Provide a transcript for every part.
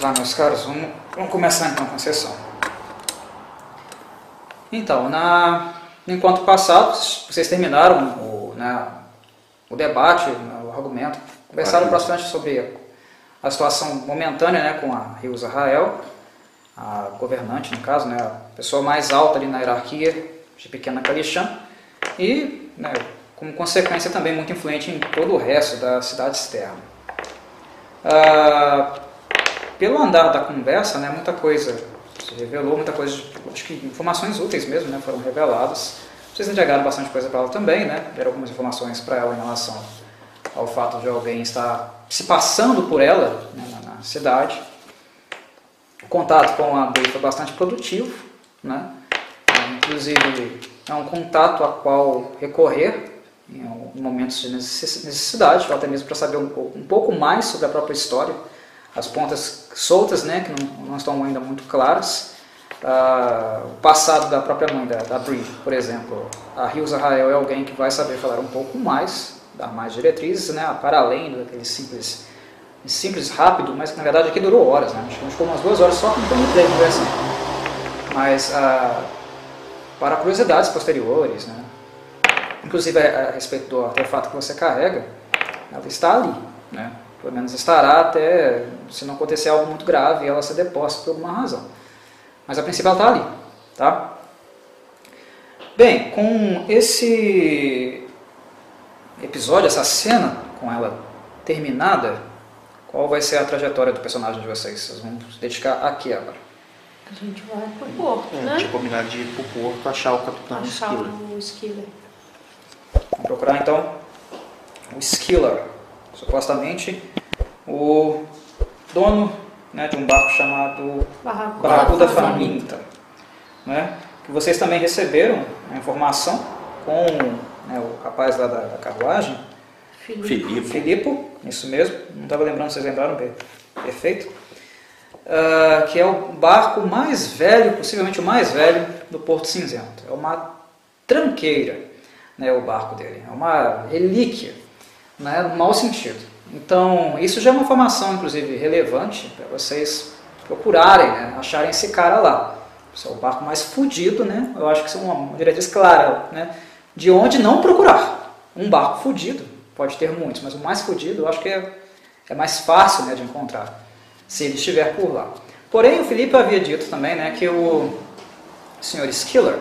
lá, meus caros, vamos, vamos começar então com a sessão. Então, na, no encontro passado, vocês terminaram o, né, o debate, né, o argumento, conversaram Argumento. bastante sobre a situação momentânea né, com a Riusa Rael, a governante, no caso, né, a pessoa mais alta ali na hierarquia de Pequena Calixã, e, né, como consequência, também muito influente em todo o resto da cidade externa. Ah, pelo andar da conversa, né, muita coisa se revelou, muita coisa, acho que informações úteis mesmo, né, foram reveladas. Vocês entregaram bastante coisa para ela também, né? Deram algumas informações para ela em relação ao fato de alguém estar se passando por ela né, na, na cidade. O contato com a Bui foi bastante produtivo, né? Ah, Inclusive, é um contato a qual recorrer em algum- momentos de necess- necessidade, ou até mesmo para saber um pouco, um pouco mais sobre a própria história, as pontas soltas, né, que não, não estão ainda muito claras. Ah, o passado da própria mãe da, da Bree, por exemplo. A Rios Rael é alguém que vai saber falar um pouco mais, dar mais diretrizes, né, para além daquele simples, simples rápido, mas que na verdade aqui durou horas, né, acho que a gente ficou umas duas horas só contando ideia conversando. assim. Mas ah, para curiosidades posteriores, né, inclusive a, a respeito do artefato que você carrega, ela está ali, né? Pelo menos estará até, se não acontecer algo muito grave, ela ser deposta por alguma razão. Mas a princípio ela está ali, tá? Bem, com esse episódio, essa cena com ela terminada, qual vai ser a trajetória do personagem de vocês? Vocês vão se dedicar a que agora? A gente vai pro porto, É, né? Um tinha combinado de ir pro porto achar o capitão Achar Esquilo. o Skiller. Vamos procurar então o Skiller, supostamente o dono né, de um barco chamado Barraco Barco da Faminta. Faminta. Né? Que vocês também receberam a informação com né, o rapaz lá da, da carruagem, Felipe. Filipe. Filipe, isso mesmo, não estava lembrando, vocês lembraram bem, perfeito. Ah, que é o barco mais velho, possivelmente o mais velho do Porto Cinzento. É uma tranqueira, né, o barco dele. É uma relíquia, né, no mau sentido. Então, isso já é uma informação, inclusive, relevante para vocês procurarem, né, acharem esse cara lá. Esse é o barco mais fudido, né? Eu acho que isso é uma uma diretriz clara, né? De onde não procurar. Um barco fudido, pode ter muitos, mas o mais fudido eu acho que é, é mais fácil né, de encontrar, se ele estiver por lá. Porém, o Felipe havia dito também né, que o Sr. Skiller,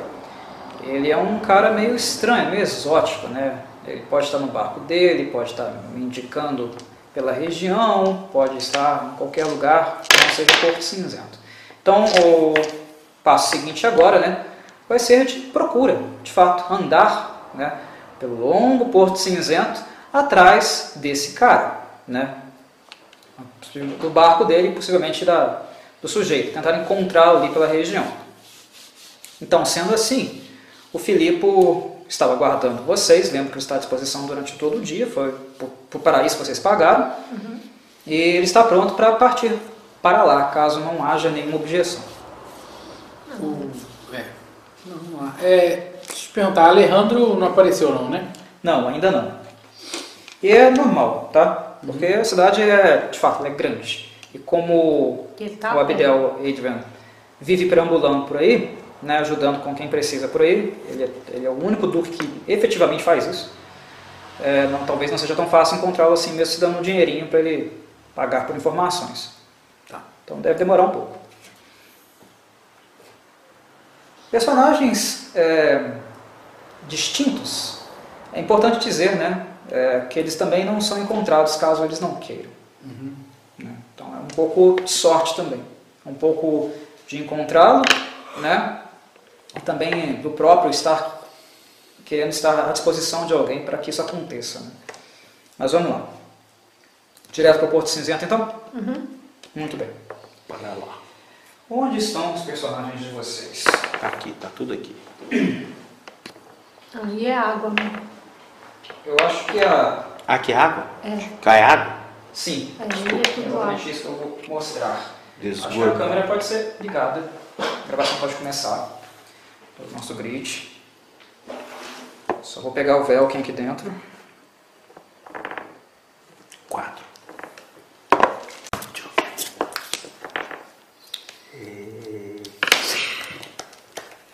ele é um cara meio estranho, meio exótico, né? Ele pode estar no barco dele, pode estar me indicando pela região, pode estar em qualquer lugar, que não seja Porto Cinzento. Então, o passo seguinte agora, né, vai ser de procura, de fato, andar, né, pelo longo Porto Cinzento atrás desse cara, né? Do barco dele, possivelmente da, do sujeito, tentar encontrá-lo ali pela região. Então, sendo assim, o Filipe estava aguardando vocês, lembro que ele está à disposição durante todo o dia, foi para o paraíso que vocês pagaram, e ele está pronto para partir para lá, caso não haja nenhuma objeção. O- é. Não, vamos lá. É, deixa eu te perguntar, Alejandro não apareceu não, né? Não, ainda não. E é normal, tá? Porque Uhum. a cidade é, de fato, ela é grande. E como E ele tá o Abdel Adrian vive perambulando por aí, né, ajudando com quem precisa por aí, ele é, ele é o único Duque que efetivamente faz isso. É, não- talvez não seja tão fácil encontrá-lo assim, mesmo se dando um dinheirinho para ele pagar por informações. Tá. Então deve demorar um pouco. Personagens é, distintos, é importante dizer né, é, que eles também não são encontrados caso eles não queiram. Né? Então é um pouco de sorte também. Um pouco de encontrá-lo, né? E também do próprio estar querendo estar à disposição de alguém para que isso aconteça. né? Mas vamos lá. Direto para o Porto Cinzento, então? Uhum. Muito bem. Para lá. Onde estão os personagens de vocês? Tá aqui, tá tudo aqui. Ali é água, né? Eu acho que a. Aqui é água? É. Cai água? Sim. Ali é É tudo água. exatamente isso que eu vou mostrar. Acho que a Desgordo. câmera pode ser ligada. A gravação pode começar. Pelo nosso grid. Só vou pegar o Velkin aqui dentro. Quatro.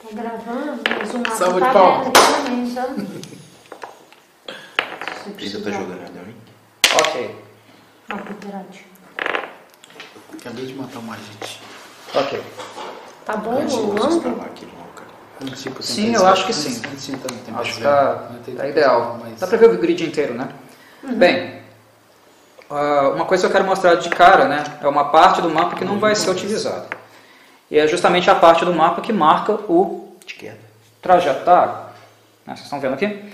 Tô gravando, mas o mapa Salva de tá palmas. aberto aqui também, tá? Se Eita, precisar. tá jogando radão, hein? Ok, Ah, verdade. Acabei de matar uma gente. ok. Tá bom Antes de o vocês pra ângulo? lá, que louca. Sim, eu acho que sim. Ah, Acho que tá, tá ideal. Dá pra ver o grid inteiro, né? Bem, ah, uma coisa que eu quero mostrar de cara, né? É uma parte do mapa que não vai ser utilizada. E é justamente a parte do mapa que marca o Etiqueta. trajeto da água. Né, Vocês estão vendo aqui?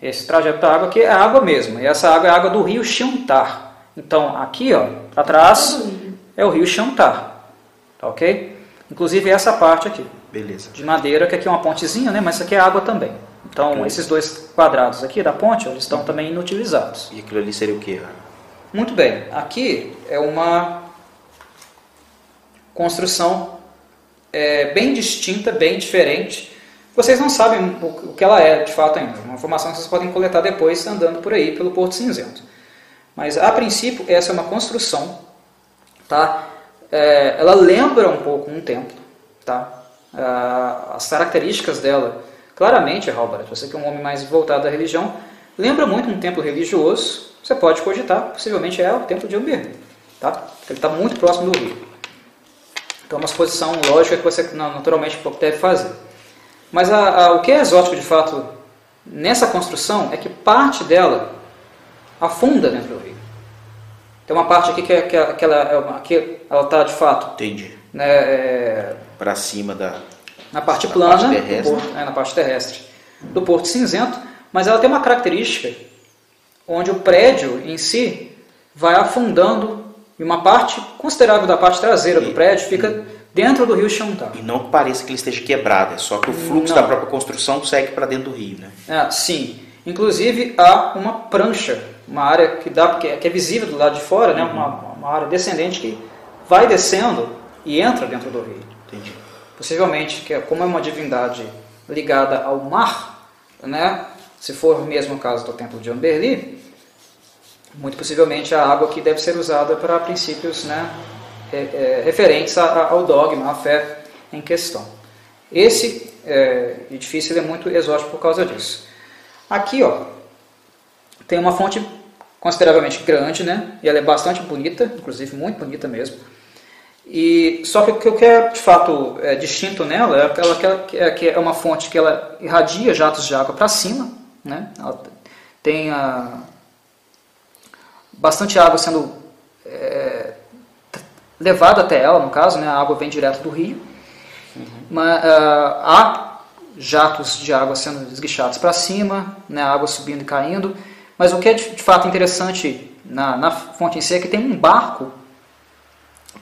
Esse trajeto da água aqui é água mesmo. E essa água é a água do rio Xantar. Então, aqui, ó, pra trás, é o rio Xantar. Tá ok? Inclusive essa parte aqui Beleza. de madeira, que aqui é uma pontezinha, né? Mas isso aqui é água também. Então, Ok. esses dois quadrados aqui da ponte, eles estão também inutilizados. E aquilo ali seria o quê? Muito bem, aqui é uma construção é, bem distinta, bem diferente. Vocês não sabem o o que ela é de fato ainda. É Uma informação que vocês podem coletar depois andando por aí pelo Porto Cinzento. Mas a princípio essa é uma construção, tá? É, ela lembra um pouco um templo, tá? Ah, as características dela, claramente, Halbert, você que é um homem mais voltado à religião, lembra muito um templo religioso. Você pode cogitar, possivelmente é o templo de Umbir, tá? Porque Ele está muito próximo do rio. Então, é uma exposição lógica que você na- naturalmente deve fazer. Mas a- a- o que é exótico de fato nessa construção é que parte dela afunda dentro do rio. Tem uma parte aqui que, é, que, é- que ela é uma- que ela está de fato Entendi. né, é, Pra cima da. na parte Na plana, parte do terrestre. porto- é, na parte terrestre, do Porto Cinzento, mas ela tem uma característica onde o prédio em si vai afundando e uma parte considerável da parte traseira do E- prédio fica dentro do rio Xantar. E não que pareça que ele esteja quebrado, é só que o fluxo Não. da própria construção segue pra dentro do rio, né? É, sim. Inclusive há uma prancha, uma área que dá que é, que é visível do lado de fora, né? uma, uma área descendente que vai descendo e entra dentro do rio. Entendi. possivelmente que é- como é uma divindade ligada ao mar, né? Se for mesmo o caso do templo de Amberli, muito possivelmente é a água que deve ser usada para princípios, né, re- é, referentes a- a- ao dogma, à fé em questão. Esse é, edifício ele é muito exótico por causa disso. Aqui, ó, tem uma fonte consideravelmente grande, né? E ela é bastante bonita, inclusive muito bonita mesmo. E só que o que- o que é de fato é, distinto nela é aquela que ela- que é, que é uma fonte que ela irradia jatos de água para cima, né? Ela tem a, bastante água sendo é, t- levada até ela, no caso, né? A água vem direto do rio. Mas, ah, há jatos de água sendo esguichados para cima, né, a água subindo e caindo. Mas o que é de, de fato interessante na, na fonte em si é que tem um barco.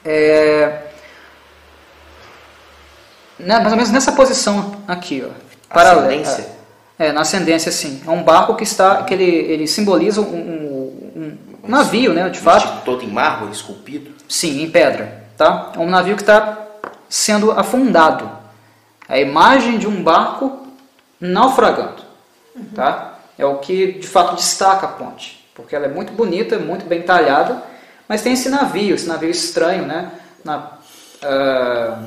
é, né, mais ou menos nessa posição aqui, ó, paralela. Ascendência? É, na ascendência, sim. É um barco que está, que ele, ele simboliza um, um- um navio, né, de fato. Vestido tipo Todo em mármore, esculpido. Sim, em pedra, tá? É um navio que está sendo afundado. É a imagem de um barco naufragando, tá? É o que de fato destaca a ponte, porque ela é muito bonita, muito bem talhada, mas tem esse navio, esse navio estranho, né? Na, ah,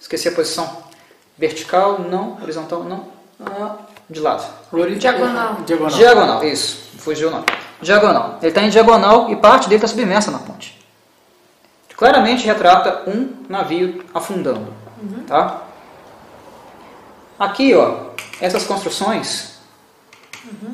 esqueci a posição. Vertical, não. Horizontal, não. Ah, de lado. é Florido- Diagonal. Diagonal. Diagonal, isso. Fugiu o nome. Diagonal. Ele está em diagonal e parte dele está submersa na ponte. Claramente retrata um navio afundando. Tá? Aqui, ó, essas construções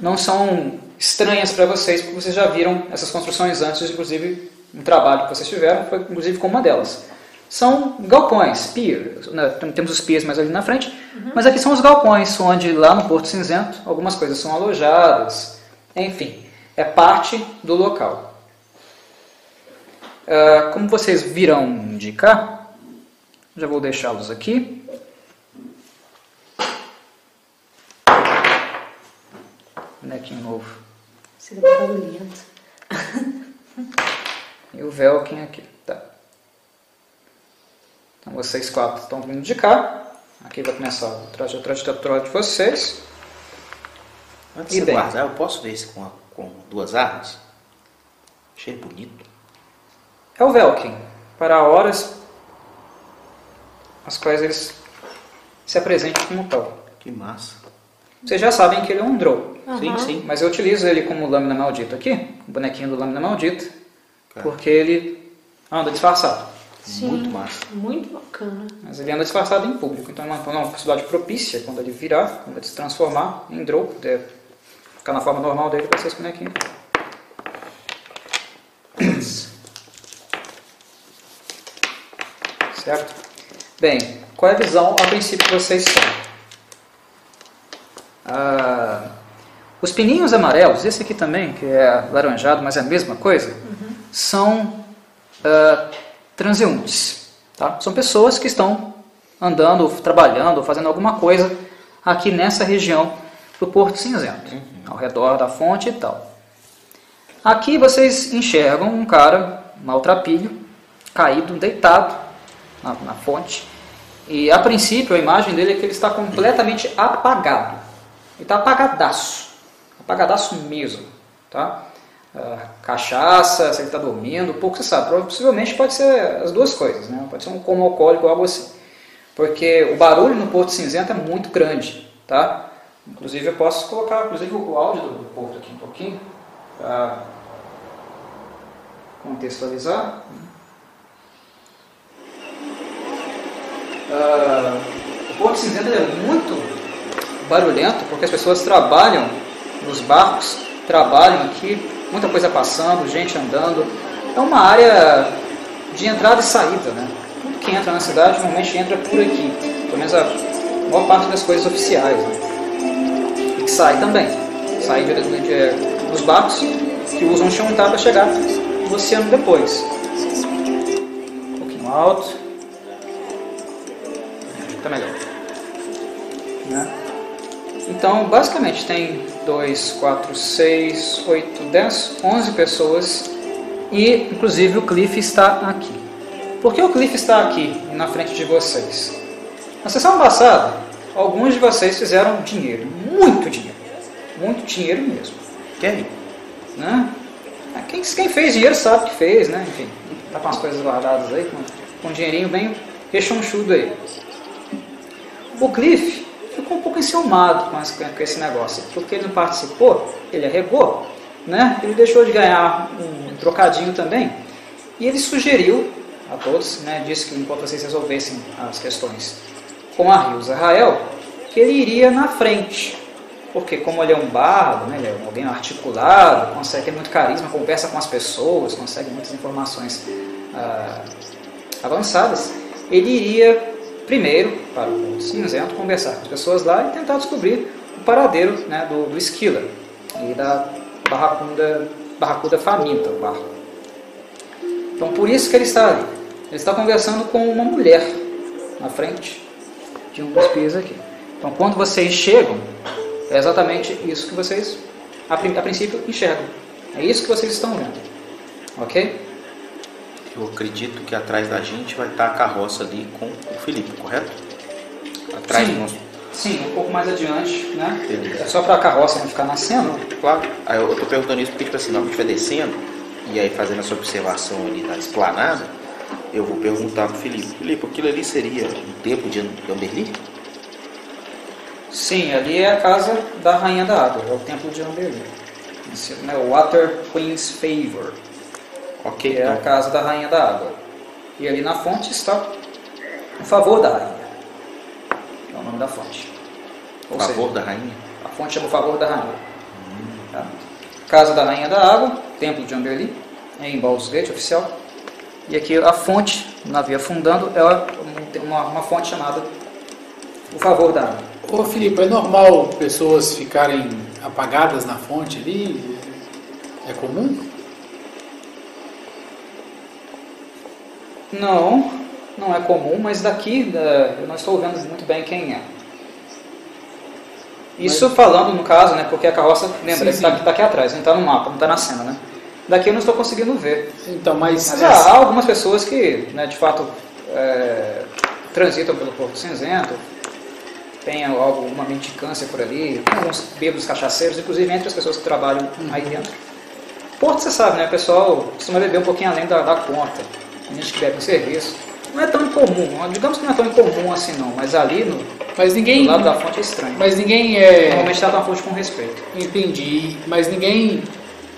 não são estranhas para vocês, porque vocês já viram essas construções antes, inclusive um trabalho que vocês tiveram, foi inclusive com uma delas. São galpões, pier, né, tem- temos os piers mais ali na frente, mas aqui são os galpões, onde lá no Porto Cinzento algumas coisas são alojadas, enfim, é parte do local. Ah, como vocês virão de cá, já vou deixá-los aqui. Bonequinho né, novo. Seria Tá barulhento. E o Velkin aqui, tá. Então vocês quatro estão vindo de cá. Aqui vai começar o traje trajetória de vocês. Antes E de você bem. guardar, eu posso ver esse com, a- com duas armas? Achei ele bonito. É o Velkin. Para horas as quais eles se apresentam como tal. Que massa. Vocês já sabem que ele é um draw, Sim, Aham. sim. mas eu utilizo ele como lâmina maldita aqui, o bonequinho do lâmina maldita, Tá. porque ele anda disfarçado. Sim. Muito massa. Muito bacana. Mas ele anda disfarçado em público, então é uma, uma possibilidade propícia quando ele virar, quando ele se transformar em draw, puder ficar na forma normal dele para ser esse bonequinho. Certo? Bem, qual é a visão a princípio que vocês têm? Ah, os pininhos amarelos, esse aqui também, que é laranjado, mas é a mesma coisa, são ah, transeuntes. Tá? São pessoas que estão andando, ou trabalhando, ou fazendo alguma coisa aqui nessa região do Porto Cinzento, ao redor da fonte e tal. Aqui vocês enxergam um cara maltrapilho, caído, deitado na, na fonte. E a princípio a imagem dele é que ele está completamente apagado. Ele está apagadaço. Apagadaço mesmo. Tá? Ah, cachaça, se ele está dormindo, pouco se sabe. Prova- Possivelmente pode ser as duas coisas. Né? Pode ser um coma alcoólico ou algo assim. Porque o barulho no Porto Cinzento é muito grande. Tá? Inclusive eu posso colocar inclusive, o áudio do Porto aqui um pouquinho. Ah, Pra contextualizar. né? Ah, o Porto Cinzento ele é muito barulhento porque as pessoas trabalham nos barcos, trabalham aqui, muita coisa passando, gente andando. É uma área de entrada e saída, né? Tudo que entra na cidade normalmente entra por aqui, pelo menos a maior parte das coisas oficiais. né? e que sai também. Sai diretamente é, dos barcos que usam Xantar para chegar no oceano depois. Um pouquinho alto. Tá melhor. Né? Então, basicamente, tem 2, 4, 6, 8, 10, 11 pessoas e, inclusive, o Cliff está aqui. Por que o Cliff está aqui na frente de vocês? Na sessão passada, alguns de vocês fizeram dinheiro, muito dinheiro, muito dinheiro mesmo, Quem? né? Ah, Quem, quem fez dinheiro sabe que fez, né? Enfim, tá com as coisas guardadas aí, com, com um dinheirinho bem rechonchudo aí. O Cliff ficou um pouco enciumado com, as- com esse negócio, porque ele não participou, ele arregou, né? Ele deixou de ganhar um trocadinho também, e ele sugeriu a todos, né? Disse que enquanto vocês resolvessem as questões com a Rios Rael, que ele iria na frente, porque como ele é um bardo, né? Ele é alguém articulado, consegue ter muito carisma, conversa com as pessoas, consegue muitas informações. ah, avançadas, ele iria primeiro para o Mundo Cinzento conversar com as pessoas lá e tentar descobrir o paradeiro né, do, do Esquila e da barracunda, barracuda faminta, o barco. Então por isso que ele está ali. Ele está conversando com uma mulher na frente de um dos pias aqui. Então quando vocês chegam, é exatamente isso que vocês a, prin- a princípio enxergam. É isso que vocês estão vendo. Ok? Eu acredito que atrás da gente vai estar a carroça ali com o Felipe, correto? Atrás Sim. do nosso. Sim, um pouco mais adiante, né? Beleza. É só para a carroça não ficar nascendo. Claro. Aí eu tô perguntando isso porque, tipo assim, na hora que a gente vai descendo, e aí fazendo essa observação ali da esplanada, eu vou perguntar pro Felipe, Felipe, aquilo ali seria um tempo de Amberli? Sim, ali é a casa da Rainha da Água, é o templo de Amberlin. Esse é o Water Queen's Favor, que Ok, é a então. casa da Rainha da Água. E ali na fonte está o favor da rainha. É o nome da fonte. Ou seja, favor da rainha. A fonte chama o favor da rainha. Tá? Casa da Rainha da Água, Templo de Amberli, em Baldur's Gate, oficial. E aqui a fonte, o navio afundando, é uma- uma, uma fonte chamada O Favor da Água. Ô Felipe, é normal pessoas ficarem apagadas na fonte ali? É comum? Não, não é comum, mas daqui da- eu não estou vendo muito bem quem é. Isso falando no caso, né? Porque a carroça, lembra, Sim, sim. está aqui, tá aqui atrás, não está no mapa, não está na cena, né? Daqui eu não estou conseguindo ver. Então, mas. Mas há, há algumas pessoas que, né, de fato, é, transitam pelo Porto Cinzento, tem alguma mendicância por ali, tem alguns bêbados cachaceiros, inclusive entre as pessoas que trabalham aí dentro. Porto, você sabe, né? O pessoal costuma beber um pouquinho além da, da conta. Tem gente que bebe no serviço. Não é tão incomum. Digamos que não é tão incomum assim não, mas ali no, Mas do ninguém. lado da fonte é estranho. Mas ninguém é. Normalmente trata uma fonte com respeito. Entendi. Mas ninguém.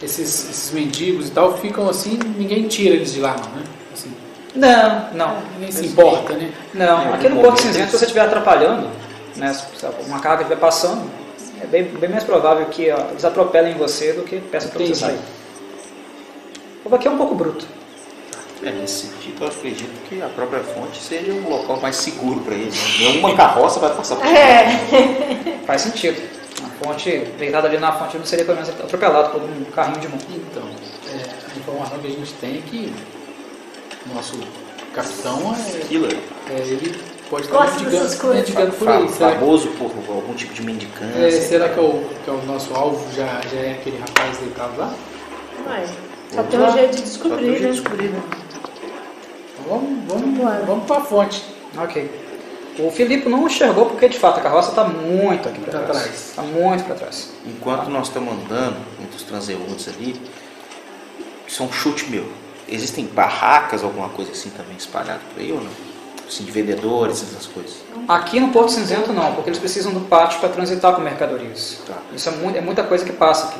Esses, esses mendigos e tal ficam assim, ninguém tira eles de lá, não, né? Assim, Não, não. ninguém se importa, né? Não, É, aqui no bom, Porto tem Cinzento, isso. se você estiver atrapalhando, né, se uma carga estiver passando, é bem, bem mais provável que ó, eles atropelem você do que peçam para você Entendi. sair. O povo aqui é um pouco bruto. É, nesse sentido, eu acredito que a própria fonte seja um local mais seguro para eles. né? É. Nenhuma carroça vai passar por É. Faz sentido. A fonte, deitado ali na fonte, não seria pelo menos atropelado por um carrinho de mão. Então, é, a informação que a gente tem é que o nosso capitão é, aquilo. né? é, ele pode estar Gosta mendigando, dessas coisas. mendigando É por Fa- aí. Será, que- famoso por algum tipo de mendicância. é, será que, é o, que é o nosso alvo já, já é aquele rapaz deitado lá? Ué, Só tem um jeito de descobrir, né? Então vamos, vamos, vamos para a fonte. Ok. O Filipe não enxergou porque, de fato, a carroça está muito aqui para Tá trás. atrás. Está muito para trás. é. Enquanto nós estamos andando entre os transeuntes ali, isso é um chute meu. Existem barracas, alguma coisa assim também espalhada por aí ou não? Assim, de vendedores, essas coisas. Aqui no Porto Cinzento não, porque eles precisam do pátio para transitar com mercadorias. Tá. Isso é, mu- é muita coisa que passa aqui.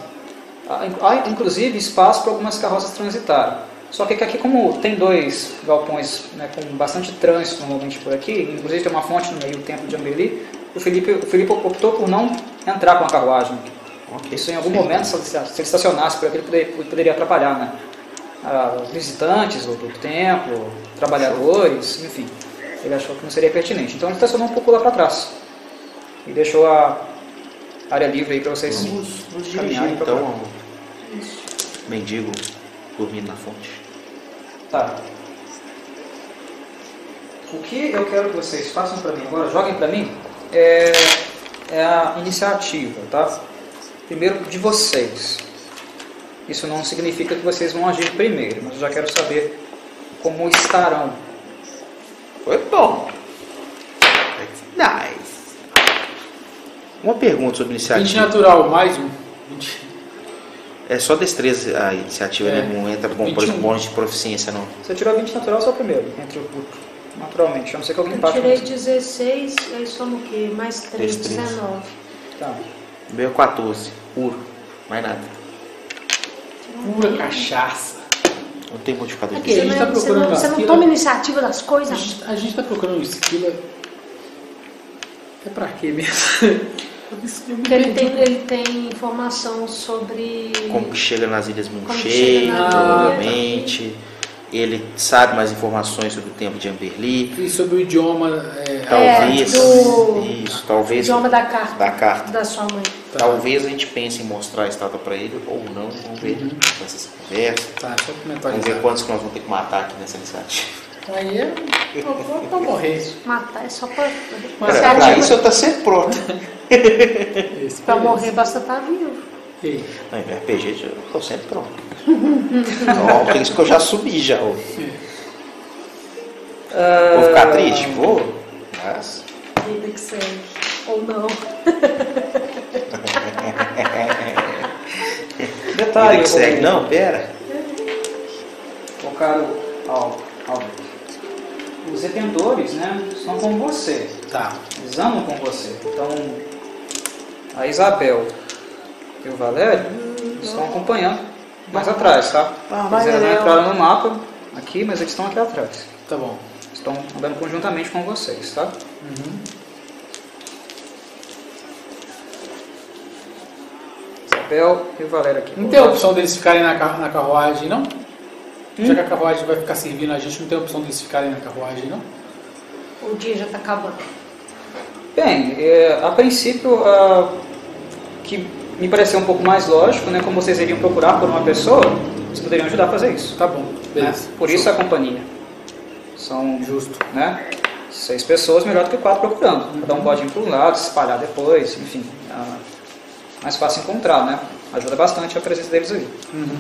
Há, in- há, inclusive, espaço para algumas carroças transitarem. Só que aqui, como tem dois galpões né, com bastante trânsito normalmente por aqui, inclusive tem uma fonte no meio do templo de Ambeli, o Felipe, o Felipe optou por não entrar com a carruagem. Ok. Isso em algum momento, se ele esta- se ele estacionasse por aqui, ele poderia, ele poderia atrapalhar né? Ah, os visitantes do, do templo, trabalhadores, enfim. Ele achou que não seria pertinente. Então ele estacionou um pouco lá para trás. E deixou a área livre aí para vocês. Vamos nos dirigir Caminhar e então procurar. ao mendigo dormindo na fonte. Tá. O que eu quero que vocês façam para mim agora, joguem para mim, é, é a iniciativa, tá? Primeiro de vocês. Isso não significa que vocês vão agir primeiro, mas eu já quero saber como estarão. Foi bom. That's nice. Uma pergunta sobre Vinte iniciativa. natural, mais um. Vinte- É só destreza a iniciativa, É. né? não entra bom, por 21. exemplo, bônus de proficiência, não. Você tirou 20 natural, só o primeiro, entre o grupo. Naturalmente, a não ser que alguém Eu bate. tirei muito. 16, aí soma o quê? Mais 3, Três, três. 19. Tá. O meu é 14, puro, mais nada. Pura cachaça. Não tem modificador Ok. de a gente tá não, você, procurando não, você não aquilo. toma iniciativa das A coisas? gente, a gente tá procurando um esquilo. É pra quê mesmo? Eu me- eu me Porque ele perdi. tem, ele tem informação sobre. como que chega nas Ilhas Munchei, chega na- provavelmente. Ele sabe mais informações sobre o tempo de Amberly. E sobre o idioma. é, Talvez. do- Isso, o talvez. idioma da carta Da carta. da sua mãe. Tá. Talvez a gente pense em mostrar a estátua para ele ou não. Vamos ver Uhum. com essas conversas. Tá, só comentar Vamos ver quantos que nós vamos ter que matar aqui nessa iniciativa. Aí é pra- pra- pra morrer. Matar é só pra. Mas Pra- pra iniciativa isso eu tô sempre pronto. Esse pra beleza. morrer basta estar vivo. Ei, Não, em RPG eu tô sempre pronto. Não, por isso que eu já subi já. ô. Vou ficar triste? Vou. Mas. Vida que segue. Ou não. Detalhe, vida que segue. o- Não, pera. Ô caro Al- Albert, os detentores né, estão com você, Tá. eles andam com você. Então, a Isabel e o Valério estão acompanhando mais atrás, tá? Ah, eles vai, ainda não Valério. entraram no mapa aqui, mas eles estão aqui atrás. Tá bom. Estão andando conjuntamente com vocês, tá? Isabel e o Valério aqui. Não tem Então, a opção deles ficarem na, ca- na carruagem, não? Já que a carruagem vai ficar servindo a gente, não tem a opção deles ficarem na carruagem, não? O dia já tá acabando. Bem, é, a princípio, ah, que me pareceu um pouco mais lógico, né, como vocês iriam procurar por uma pessoa, vocês poderiam ajudar a fazer isso. Tá bom, né? beleza. Por isso a companhia. São Justo. Uhum. né, seis pessoas, melhor do que quatro procurando. Cada um pode ir para um lado, se espalhar depois, enfim. ah, mais fácil encontrar, né? Ajuda bastante a presença deles aí. Uhum.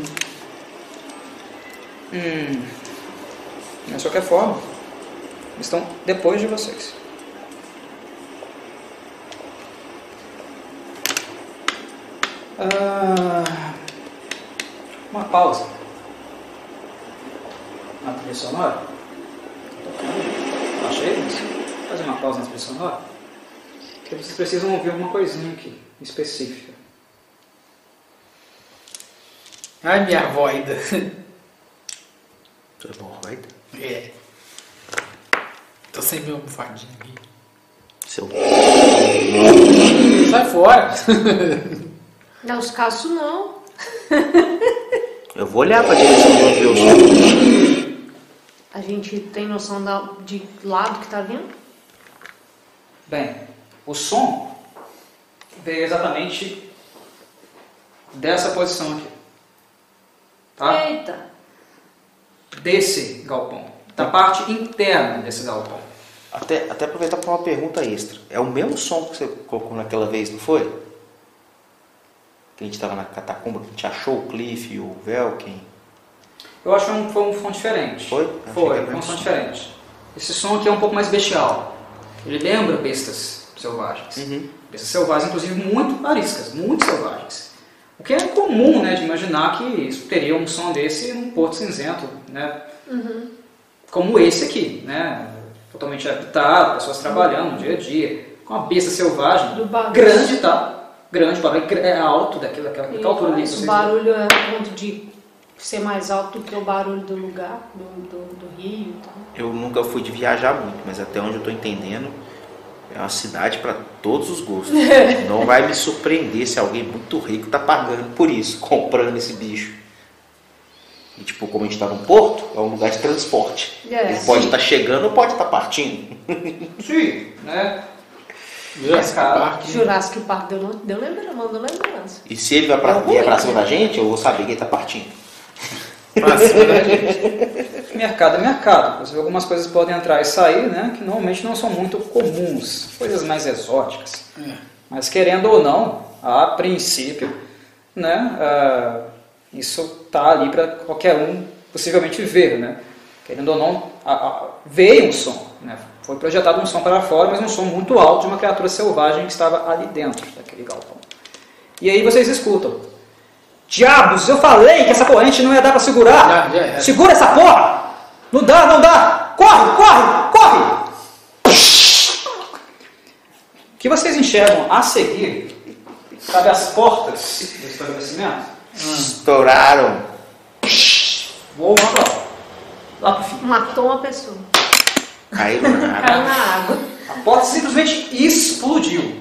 Hum, mas de qualquer forma, eles estão depois de vocês. Ah, uma pausa. Na trilha sonora. está cheio, mas fazer uma pausa na trilha sonora. Porque vocês precisam ouvir alguma coisinha aqui, específica. Ai, minha voida. Tudo bom, right? É. Tô sem meu almofadinho aqui. Seu. Sai fora. Não, os casos não. Eu vou olhar pra direção do meu A gente tem noção da, de lado que tá vindo? Bem, o som veio exatamente dessa posição aqui. Tá? Eita. Desse galpão. Da parte interna desse galpão. Até, até aproveitar para uma pergunta extra. É o mesmo som que você colocou naquela vez, não foi? Que a gente tava na catacumba, que a gente achou o Cliff e o Velkin. Eu acho que foi um- foi um som diferente. Foi? Achei que Foi, era foi um mesmo som som. diferente. Esse som aqui é um pouco mais bestial. Ele lembra bestas selvagens. Bestas selvagens, inclusive, muito ariscas, muito selvagens. O que é comum, né, de imaginar que isso teria um som desse num porto cinzento, né? Uhum. Como esse aqui, né? Totalmente habitado, pessoas trabalhando no dia a dia. Com uma besta selvagem, Do barulho. grande, tá? Grande, o barulho é alto daquilo, daquela, daquela altura ali. que o vocês- barulho é a ponto de ser mais alto do que o barulho do lugar, do, do, do rio e tal. Eu nunca fui de viajar muito, mas até onde eu tô entendendo, é uma cidade para todos os gostos. não vai me surpreender se alguém muito rico tá pagando por isso, comprando esse bicho. E tipo, como a gente tá num porto, é um lugar de transporte. É, Ele pode estar chegando ou pode estar partindo. Sim, né? Jurassic Cara, Park. Jurassic Park deu, deu lembrança, mandou lembrança. E se ele vai pra, É ruim, vier pra né? cima da gente, eu vou saber que ele tá partindo. Pra cima da né? gente. Mercado é mercado. Inclusive, algumas coisas podem entrar e sair, né? Que normalmente não são muito comuns. Coisas mais exóticas. É. Mas querendo ou não, a princípio, né? ah, isso tá ali para qualquer um possivelmente ver, né? Querendo ou não, a- a- veio um som, né? Foi projetado um som para fora, mas um som muito alto de uma criatura selvagem que estava ali dentro daquele galpão. E aí vocês escutam. Diabos, eu falei que essa corrente não ia dar para segurar. Já, já era. Segura essa porra! Não dá, não dá! Corre, corre, corre! O que vocês enxergam a seguir, sabe as portas do estabelecimento? Hum. Estouraram. Voam lá pra lá. Lá pro fim. Matou uma pessoa. Caiu na Caiu água. na água. A porta simplesmente explodiu.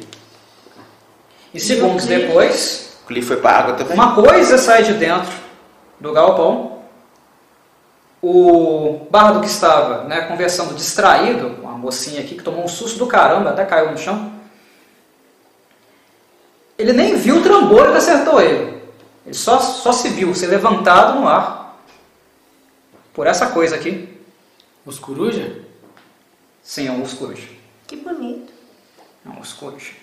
E segundos Meu Deus. depois, O Cliff foi pra água também. uma coisa sai de dentro do galpão. O bardo que estava né, conversando distraído com a mocinha aqui, que tomou um susto do caramba, até caiu no chão. Ele nem viu o trambolho que acertou ele. Ele só, só se viu ser levantado no ar por essa coisa aqui, Os coruja? sem um escuridão. Que bonito. Não, escute.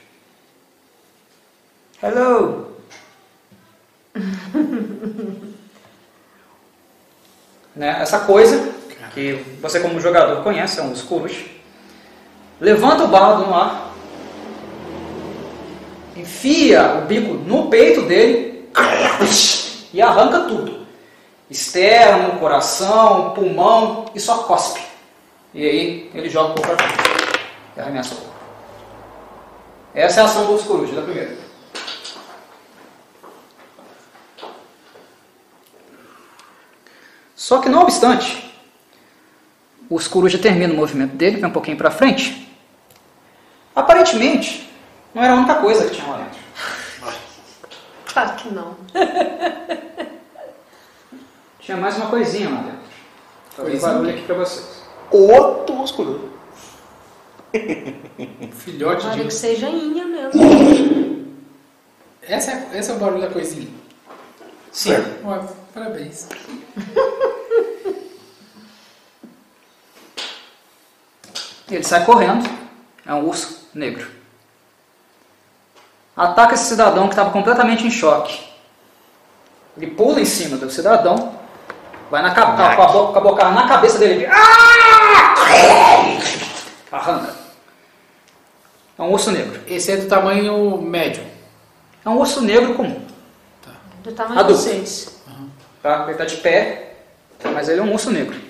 Hello! né? Essa coisa que você como jogador conhece, é um escuros. Levanta o bardo no ar. Enfia o bico no peito dele e arranca tudo. Externo, coração, pulmão e só cospe. E aí ele joga o corpo pra frente. E arremessa o corpo. Essa é a ação dos corujas, da primeira. Só que não obstante, os corujas terminam o movimento dele, vai um pouquinho pra frente. Aparentemente, não era a única coisa que tinha lá dentro. Claro que não. Tinha mais uma coisinha lá dentro. Fazer Coisinha? Tá, barulho aqui pra vocês. Outro músculo. Um filhote Claro que de. seja inha mesmo. Essa é, esse é o barulho da coisinha. Sim. Ué, parabéns. Ele sai correndo. É um urso negro. Ataca esse cidadão que estava completamente em choque. Ele pula em cima do cidadão. Vai na capa, com a boca, com a boca na cabeça dele. Ele- Ah! Arranca. É um urso negro. Esse é do tamanho médio. É um urso negro comum. Do tamanho de Adulto. vocês. Tá? Um Ele está de pé, mas ele é um urso negro.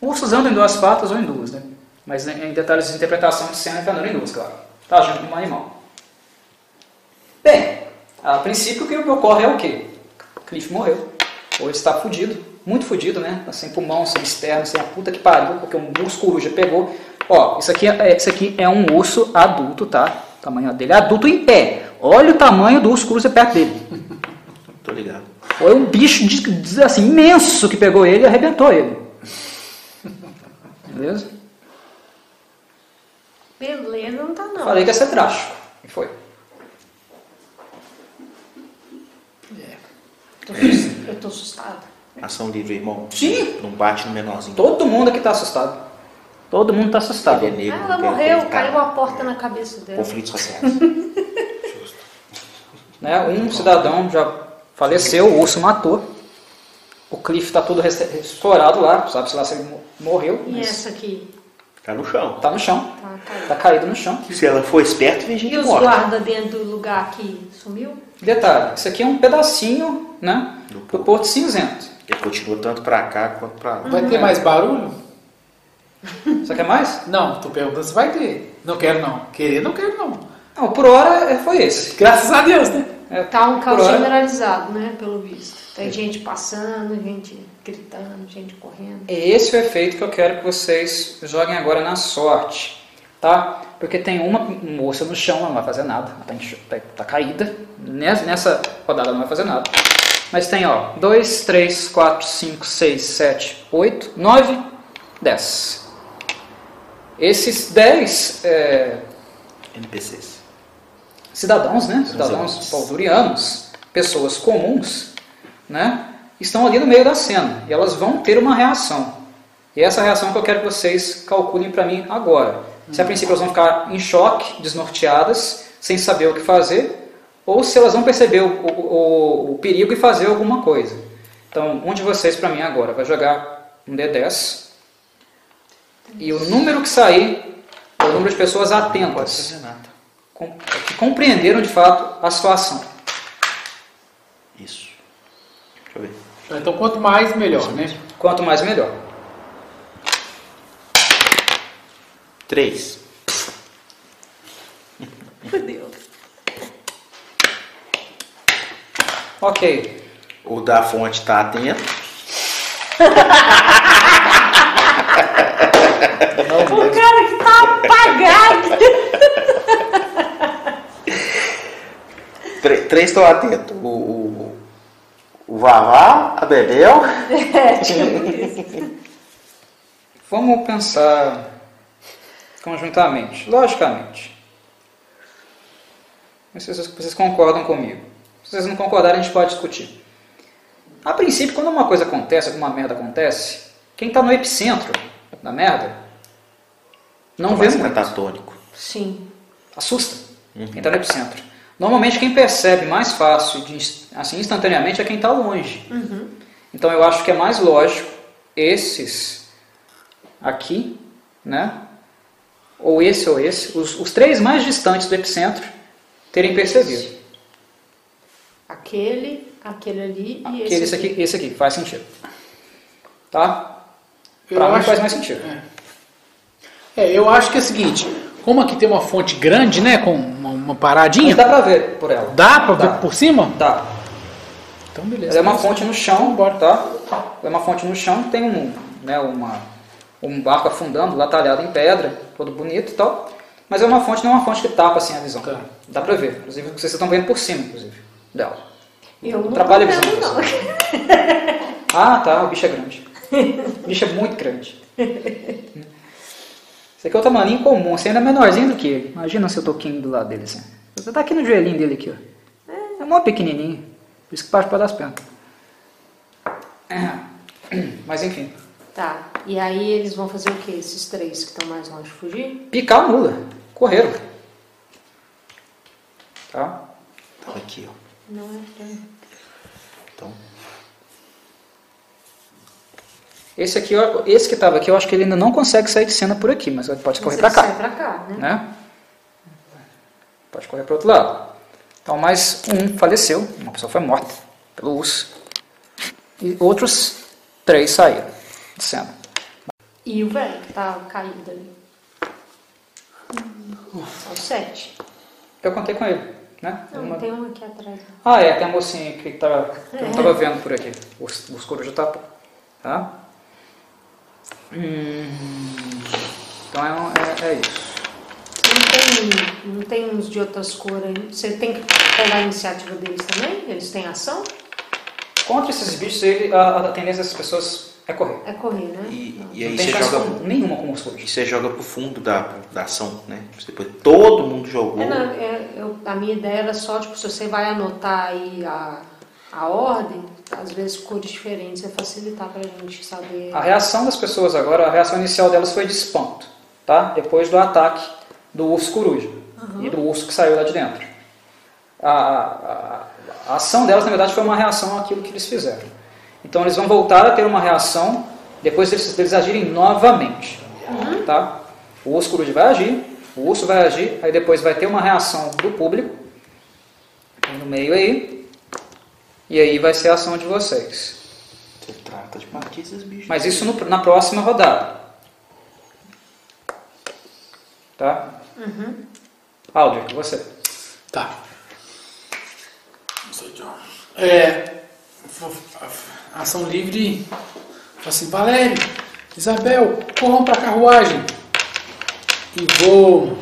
Ursos andam em duas patas ou em duas, né? Mas em em detalhes de interpretação de cena é que a Nuri usa, claro. Tá junto com um animal. Bem, a princípio o que ocorre é o quê? Cliff morreu. Ou ele está fudido, muito fudido, né? Tá Sem pulmão, sem externo, sem a puta que pariu, porque um urso coruja pegou. Ó, isso aqui, é, isso aqui é um urso adulto, tá? O tamanho dele é adulto em pé. Olha o tamanho do urso coruja perto dele. Tô ligado. Foi um bicho de- de- assim, imenso que pegou ele e arrebentou ele. Beleza? Beleza, não tá não. Falei que ia ser drástico. E foi. Tô sus- Eu tô assustada. Ação livre, irmão. Sim. Não bate no menorzinho. Todo mundo aqui tá assustado. Todo mundo tá assustado. Ele é negro. Ah, não ela quer- ele morreu, tá- caiu a porta na cabeça dela. Conflitos sociais. Né? Um cidadão já faleceu, o urso matou. O Cliff tá todo resta- restaurado lá, sabe-se lá se ele mo- morreu. E mas essa aqui? Tá no chão. Tá no chão, Tá, tá. tá caído no chão. Se ela for esperta, vem E gente os morta. guardas dentro do lugar que sumiu? Detalhe, isso aqui é um pedacinho, né, Do do Porto Cinzento. Ele continua tanto pra cá quanto pra Hum. lá. Vai ter mais barulho? Você quer é mais? Não, tô perguntando se vai ter. Não quero não. Querer não quero não. Não, por hora é- foi esse. Graças a Deus, né? É, Tá um por caos hora. generalizado, né? Pelo visto. Tem gente passando, gente gritando, gente correndo. É esse o efeito que eu quero que vocês joguem agora na sorte, tá? Porque tem uma moça no chão, ela não vai fazer nada, ela tá, enxu- tá- tá caída, Nes- nessa rodada ela não vai fazer nada. Mas tem, ó, 2, 3, 4, 5, 6, 7, 8, 9, 10. Esses 10 é, NPCs. cidadãos, né? Cidadãos Cidadãos. paudurianos, pessoas comuns, né? Estão ali no meio da cena e elas vão ter uma reação. E é essa reação que eu quero que vocês calculem para mim agora. Se a princípio elas vão ficar em choque, desnorteadas, sem saber o que fazer, ou se elas vão perceber o, o- o- o perigo e fazer alguma coisa. Então, um de vocês para mim agora vai jogar um D10 e o número que sair é o número de pessoas Não pode atentas fazer nada. com- que compreenderam de fato a situação. Isso. Deixa eu ver. Então quanto mais, melhor, né? Quanto mais melhor. Três. Meu Deus. Ok. O da fonte tá atento. O cara que tá apagado. Tre- Três estão atentos. O, o, o Vavá, a Bebel. Vamos pensar conjuntamente, logicamente. Vocês, vocês concordam comigo? Se vocês não concordarem, a gente pode discutir. A princípio, quando uma coisa acontece, alguma merda acontece, quem está no epicentro da merda não vê Começa muito. catatônico. Sim. assusta Uhum. Então, quem está no epicentro. Normalmente quem percebe mais fácil, de ins- assim, instantaneamente, é quem está longe. Então eu acho que é mais lógico esses aqui, né? Ou esse ou esse, os, os três mais distantes do epicentro terem percebido. Aquele, aquele ali e Aquele, esse esse aqui, esse aqui, faz sentido. Tá? Eu Pra mim acho- faz mais sentido. É, eu acho que é o seguinte, como aqui tem uma fonte grande, né, com uma, uma paradinha, Mas dá pra ver por ela. dá pra Dá. ver por cima? Dá. Então beleza. Ela é uma fonte no chão, bora, tá? Ela é uma fonte no chão, tem um, né, uma, um barco afundando lá talhado em pedra, todo bonito e tal. Mas é uma fonte, não é uma fonte que tapa assim a visão. Tá. Dá pra ver. Inclusive, vocês estão vendo por cima, inclusive, dela. Eu não Trabalha tô a visão vendo, de não. Ah, tá, o bicho é grande. O bicho é muito grande. Esse aqui é o tamanho comum, você ainda é menorzinho do que ele. Imagina se eu toquinho do lado dele assim. Você tá aqui no joelhinho dele aqui, ó. É mó pequenininho. Por isso que parte para das pernas. Mas enfim. Tá. E aí eles vão fazer o quê? Esses três que estão mais longe fugir? Picar a mula. Correram. Tá? Então aqui, ó. Não é. Então, Esse aqui, ó, esse que tava aqui, eu acho que ele ainda não consegue sair de cena por aqui, mas ele pode correr Você pra cá. Sai pra cá, né? né? Pode correr para outro lado. Então, mais um faleceu, uma pessoa foi morta pelo urso. E outros três saíram de cena. E o velho que tá caído ali. São sete. Eu contei com ele, né? Hum. Não, Uma- tem um aqui atrás. Ah, é, tem a mocinha que, tá, que eu não É. estava vendo por aqui. Os, os corujos tá, tá? Hum, então é, um- é- é isso. Não tem, não tem uns de outras cores aí. Você tem que pegar a iniciativa deles também? Eles têm ação? Contra esses bichos, ele, a, a tendência dessas pessoas é correr. É correr, né? E, e aí não tem você chance joga, com- nenhuma com os corujos. e você joga pro fundo da, da ação, né? Depois todo mundo jogou. É, não, é, eu- a minha ideia era só, tipo, se você vai anotar aí a, a ordem, às vezes cores diferentes, é facilitar pra gente saber. Ah. A reação das pessoas agora, a reação inicial delas foi de espanto, tá? Depois do ataque do urso coruja e do urso que saiu lá de dentro. A, a- a ação delas, na verdade, foi uma reação àquilo que eles fizeram. Então eles vão voltar a ter uma reação depois deles, deles agirem novamente, tá? O urso coruja vai agir, o urso vai agir, aí depois vai ter uma reação do público aí no meio aí, e aí vai ser a ação de vocês. Você trata de matar esses bichos. Mas isso no- na próxima rodada. Tá? Uhum. Aldrich, você. Tá. Não sei, John. É. Ação livre. Fala assim, Valério, Isabel, corram pra carruagem. E vou.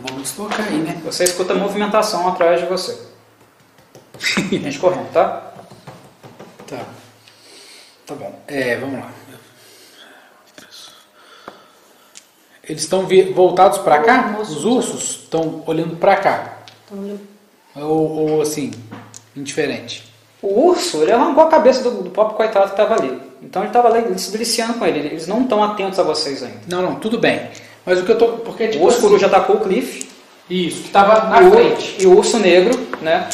Vamos colocar aí, né? Você escuta a movimentação atrás de você. Gente correndo, tá? Tá. Tá bom. É, vamos lá. Eles estão vi- voltados pra cá? Os ursos estão olhando pra cá. Então, eu- Ou, ou assim, indiferente. O urso, ele arrancou a cabeça do, do próprio coitado que estava ali. Então ele estava ali se deliciando com ele. Eles não estão atentos a vocês ainda. Não, não, tudo bem. Mas o que eu tô. Porque, O tipo, urso assim, coruja atacou o Cliff. Isso, que tava na e, o, frente. e o urso negro, né?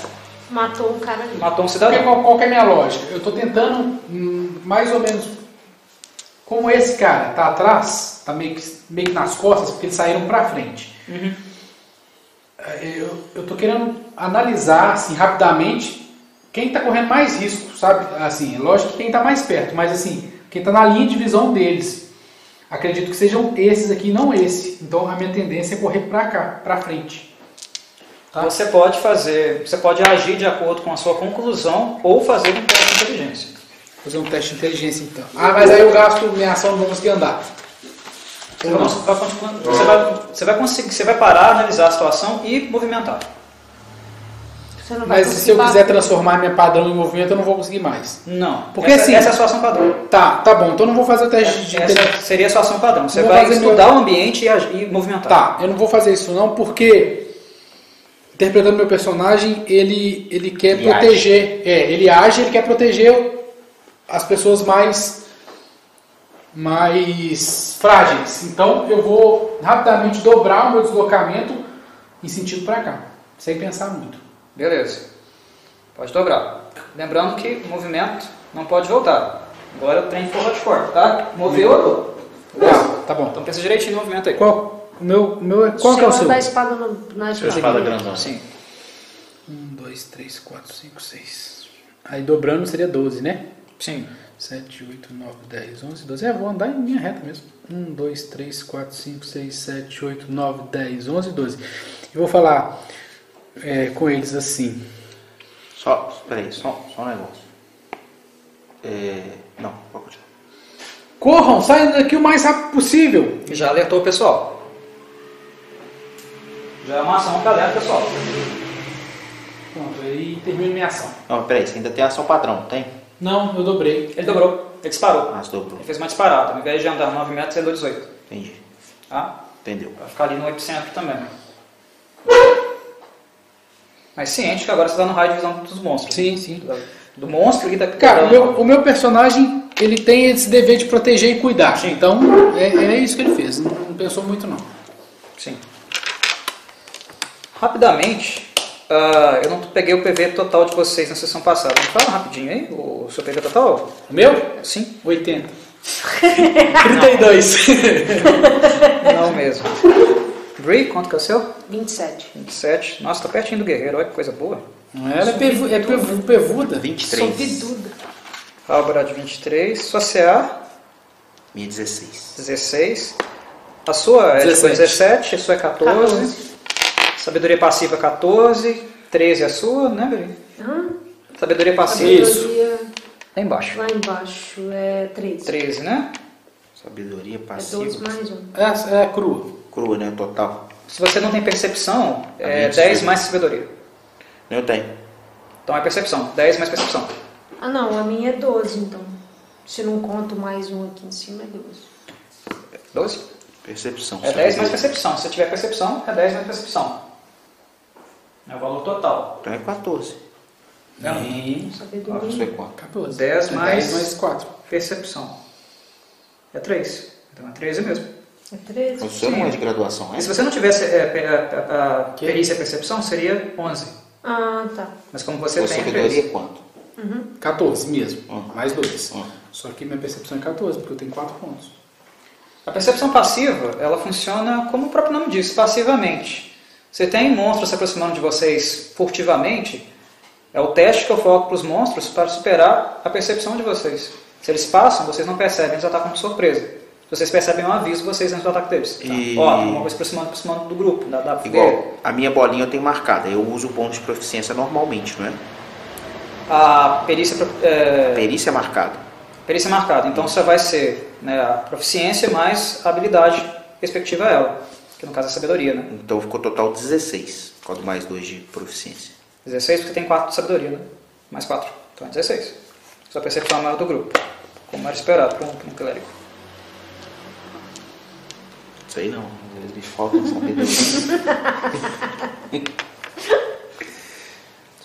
matou um cara ali. Matou um Porque cidadão. qual, qual que é a minha lógica? Eu tô tentando, hum, mais ou menos, como esse cara tá atrás, tá meio que, meio que nas costas, porque eles saíram pra frente. É, Eu, eu tô querendo analisar, assim, rapidamente, quem tá correndo mais risco, sabe? Assim, lógico que quem tá mais perto, mas assim, quem tá na linha de visão deles. Acredito que sejam esses aqui, não esse. Então a minha tendência é correr pra cá, pra frente. Tá? Você pode fazer, você pode agir de acordo com a sua conclusão ou fazer um teste de inteligência. Fazer um teste de inteligência então. Ah, mas aí eu gasto minha ação não vou conseguir andar. Você Então, vai, você vai- você vai conseguir, você vai parar, analisar a situação e movimentar. Você não vai Mas se eu conseguir quiser bater. transformar minha padrão em movimento, eu não vou conseguir mais. Não. Porque essa, assim- essa é a sua ação padrão. Tá, tá bom, então eu não vou fazer o teste de Essa inteligência. seria a sua ação padrão. Você Vou vai fazer estudar meu- o ambiente e, agir- e movimentar. Tá, eu não vou fazer isso não, porque interpretando meu personagem, ele, ele quer Ele proteger. É, ele age, ele quer proteger as pessoas mais mais frágeis. Então eu vou rapidamente dobrar o meu deslocamento em sentido pra cá, sem pensar muito. Beleza. Pode dobrar. Lembrando que movimento não pode voltar. Agora o trem for hardcore, tá? Moveu agora. Tá, tá bom. Então pensa direitinho no movimento aí. Qual, meu, meu, é- qual Você que é o vai seu? dar espada no, na Sua espada espada. grandona. Sim. 1, 2, 3, 4, 5, 6. Aí dobrando seria 12, né? Sim. 7, 8, 9, 10, 11, 12. É, vou andar em linha reta mesmo. 1, 2, 3, 4, 5, 6, 7, 8, 9, 10, 11, 12. E vou falar é, com eles assim. Só, peraí, só, só um negócio. É, não, pode continuar. Corram, saiam daqui o mais rápido possível. Já alertou o pessoal. Já é uma ação que alerta o pessoal. Pronto, aí termino minha ação. Não, peraí, você ainda tem ação padrão, não tem? Não, eu dobrei. Ele dobrou. Ele disparou. Ah, você dobrou. Ele fez uma disparada. Ao invés de andar 9 metros, ele andou 18. Entendi. Tá? Entendeu. Vai ficar ali no epicentro também. Mas ciente que agora você está no raio de visão dos monstros. Sim, sim. Do monstro tá e da... Cara, o meu, o meu personagem, ele tem esse dever de proteger e cuidar. Então, é, é isso que ele fez. Não, não pensou muito, não. Sim. Rapidamente, ah, eu não peguei o PV total de vocês na sessão passada. Me fala rapidinho aí, o seu PV total? O meu? Sim? 80. 32. Não mesmo. Bree, quanto que é o seu? 27. 27. Nossa, tá pertinho do guerreiro, olha que coisa boa. Não, ela é, pevu, é pevu, pevuda. 23. Sou viduda. Álvaro de 23. Sua CA? 1016. 16. A sua é 17. 17. 17, a sua é 14. 14. Sabedoria passiva 14. 13 é a sua, né, Beli? Hã? Sabedoria passiva. Isso. Sabedoria Lá embaixo. lá embaixo é 13. 13, né? Sabedoria É 12 passiva. mais um. É, é crua. Crua, né? Total. Se você não tem percepção, é Também 10 sei. mais sabedoria. Eu tenho. Então é percepção. 10 mais percepção. Ah não, a minha é 12 então. Se não conto mais um aqui em cima é 12. 12? Percepção. É 10 mais sabedoria. percepção. Se tiver percepção, é 10 mais percepção. É o valor total. Então é 14. Não. Olha, isso Sabedoria. é 4. 14. 10 mais- 10 mais 4. Percepção. É 3. Então é 13 mesmo. É 13. O seu não é de graduação, é? E se você não tivesse é, pe- a, a- a perícia e percepção, seria 11. Ah, tá. Mas como você Sua tem a sabedoria perícia. é quanto? 14 mesmo. Hum. Mais 2. Hum. Só que minha percepção é 14, porque eu tenho 4 pontos. A percepção passiva, ela funciona como o próprio nome diz, passivamente. Você tem monstros se aproximando de vocês furtivamente, é o teste que eu coloco para os monstros para superar a percepção de vocês. Se eles passam, vocês não percebem, eles atacam de surpresa. Se vocês percebem um aviso, vocês antes do ataque deles. Tá? E- Ó, tem uma coisa aproximando, aproximando do grupo, da, da fogueira. Igual, a minha bolinha eu tenho marcada. Eu uso o ponto de proficiência normalmente, não é? A perícia pro- é, Perícia marcada. Perícia marcada. Então você vai ser né, a proficiência mais a habilidade respectiva a ela, que no caso é a sabedoria, né? Então ficou total 16. Por causa do mais 2 de proficiência. 16 porque tem 4 de sabedoria, né? Mais 4. Então é 16. Sua percepção é a maior do grupo, como era esperado para um, pra um clérigo. Sei não. Eles me faltam sabedoria.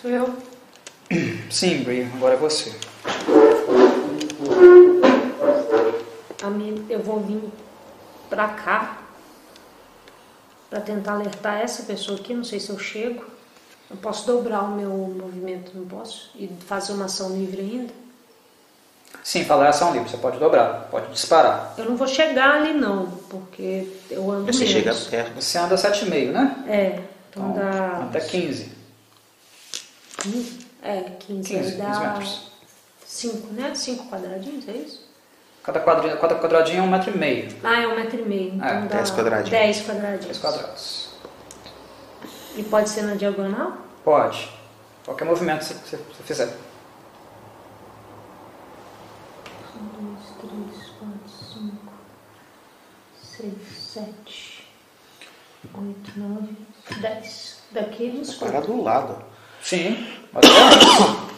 Sou eu. Sim, Bri, agora é você. A minha, eu vou vir pra cá pra tentar alertar essa pessoa aqui. Não sei se eu chego. Eu posso dobrar o meu movimento, não posso? E fazer uma ação livre ainda? Sim, falar é ação livre. Você pode dobrar, pode disparar. Eu não vou chegar ali não, porque eu ando Você menos. chega Ah, perto. Você anda 7,5, né? É, então dá... até 15. quinze? É, 15, 15, 15 dá 15 metros. 5, né? 5 quadradinhos, é isso? Cada quadradinho, cada quadradinho é 1,5m. Ah, é um metro e meio, então É, dá 10 quadradinhos. 10 quadradinhos. 3 quadrados. E pode ser na diagonal? Pode. Qualquer movimento que você você fizer. 1, 2, 3, 4, 5, 6, 7, 8, 9, 10. Daqui Mas eles parar do lado. Sim. Mas é,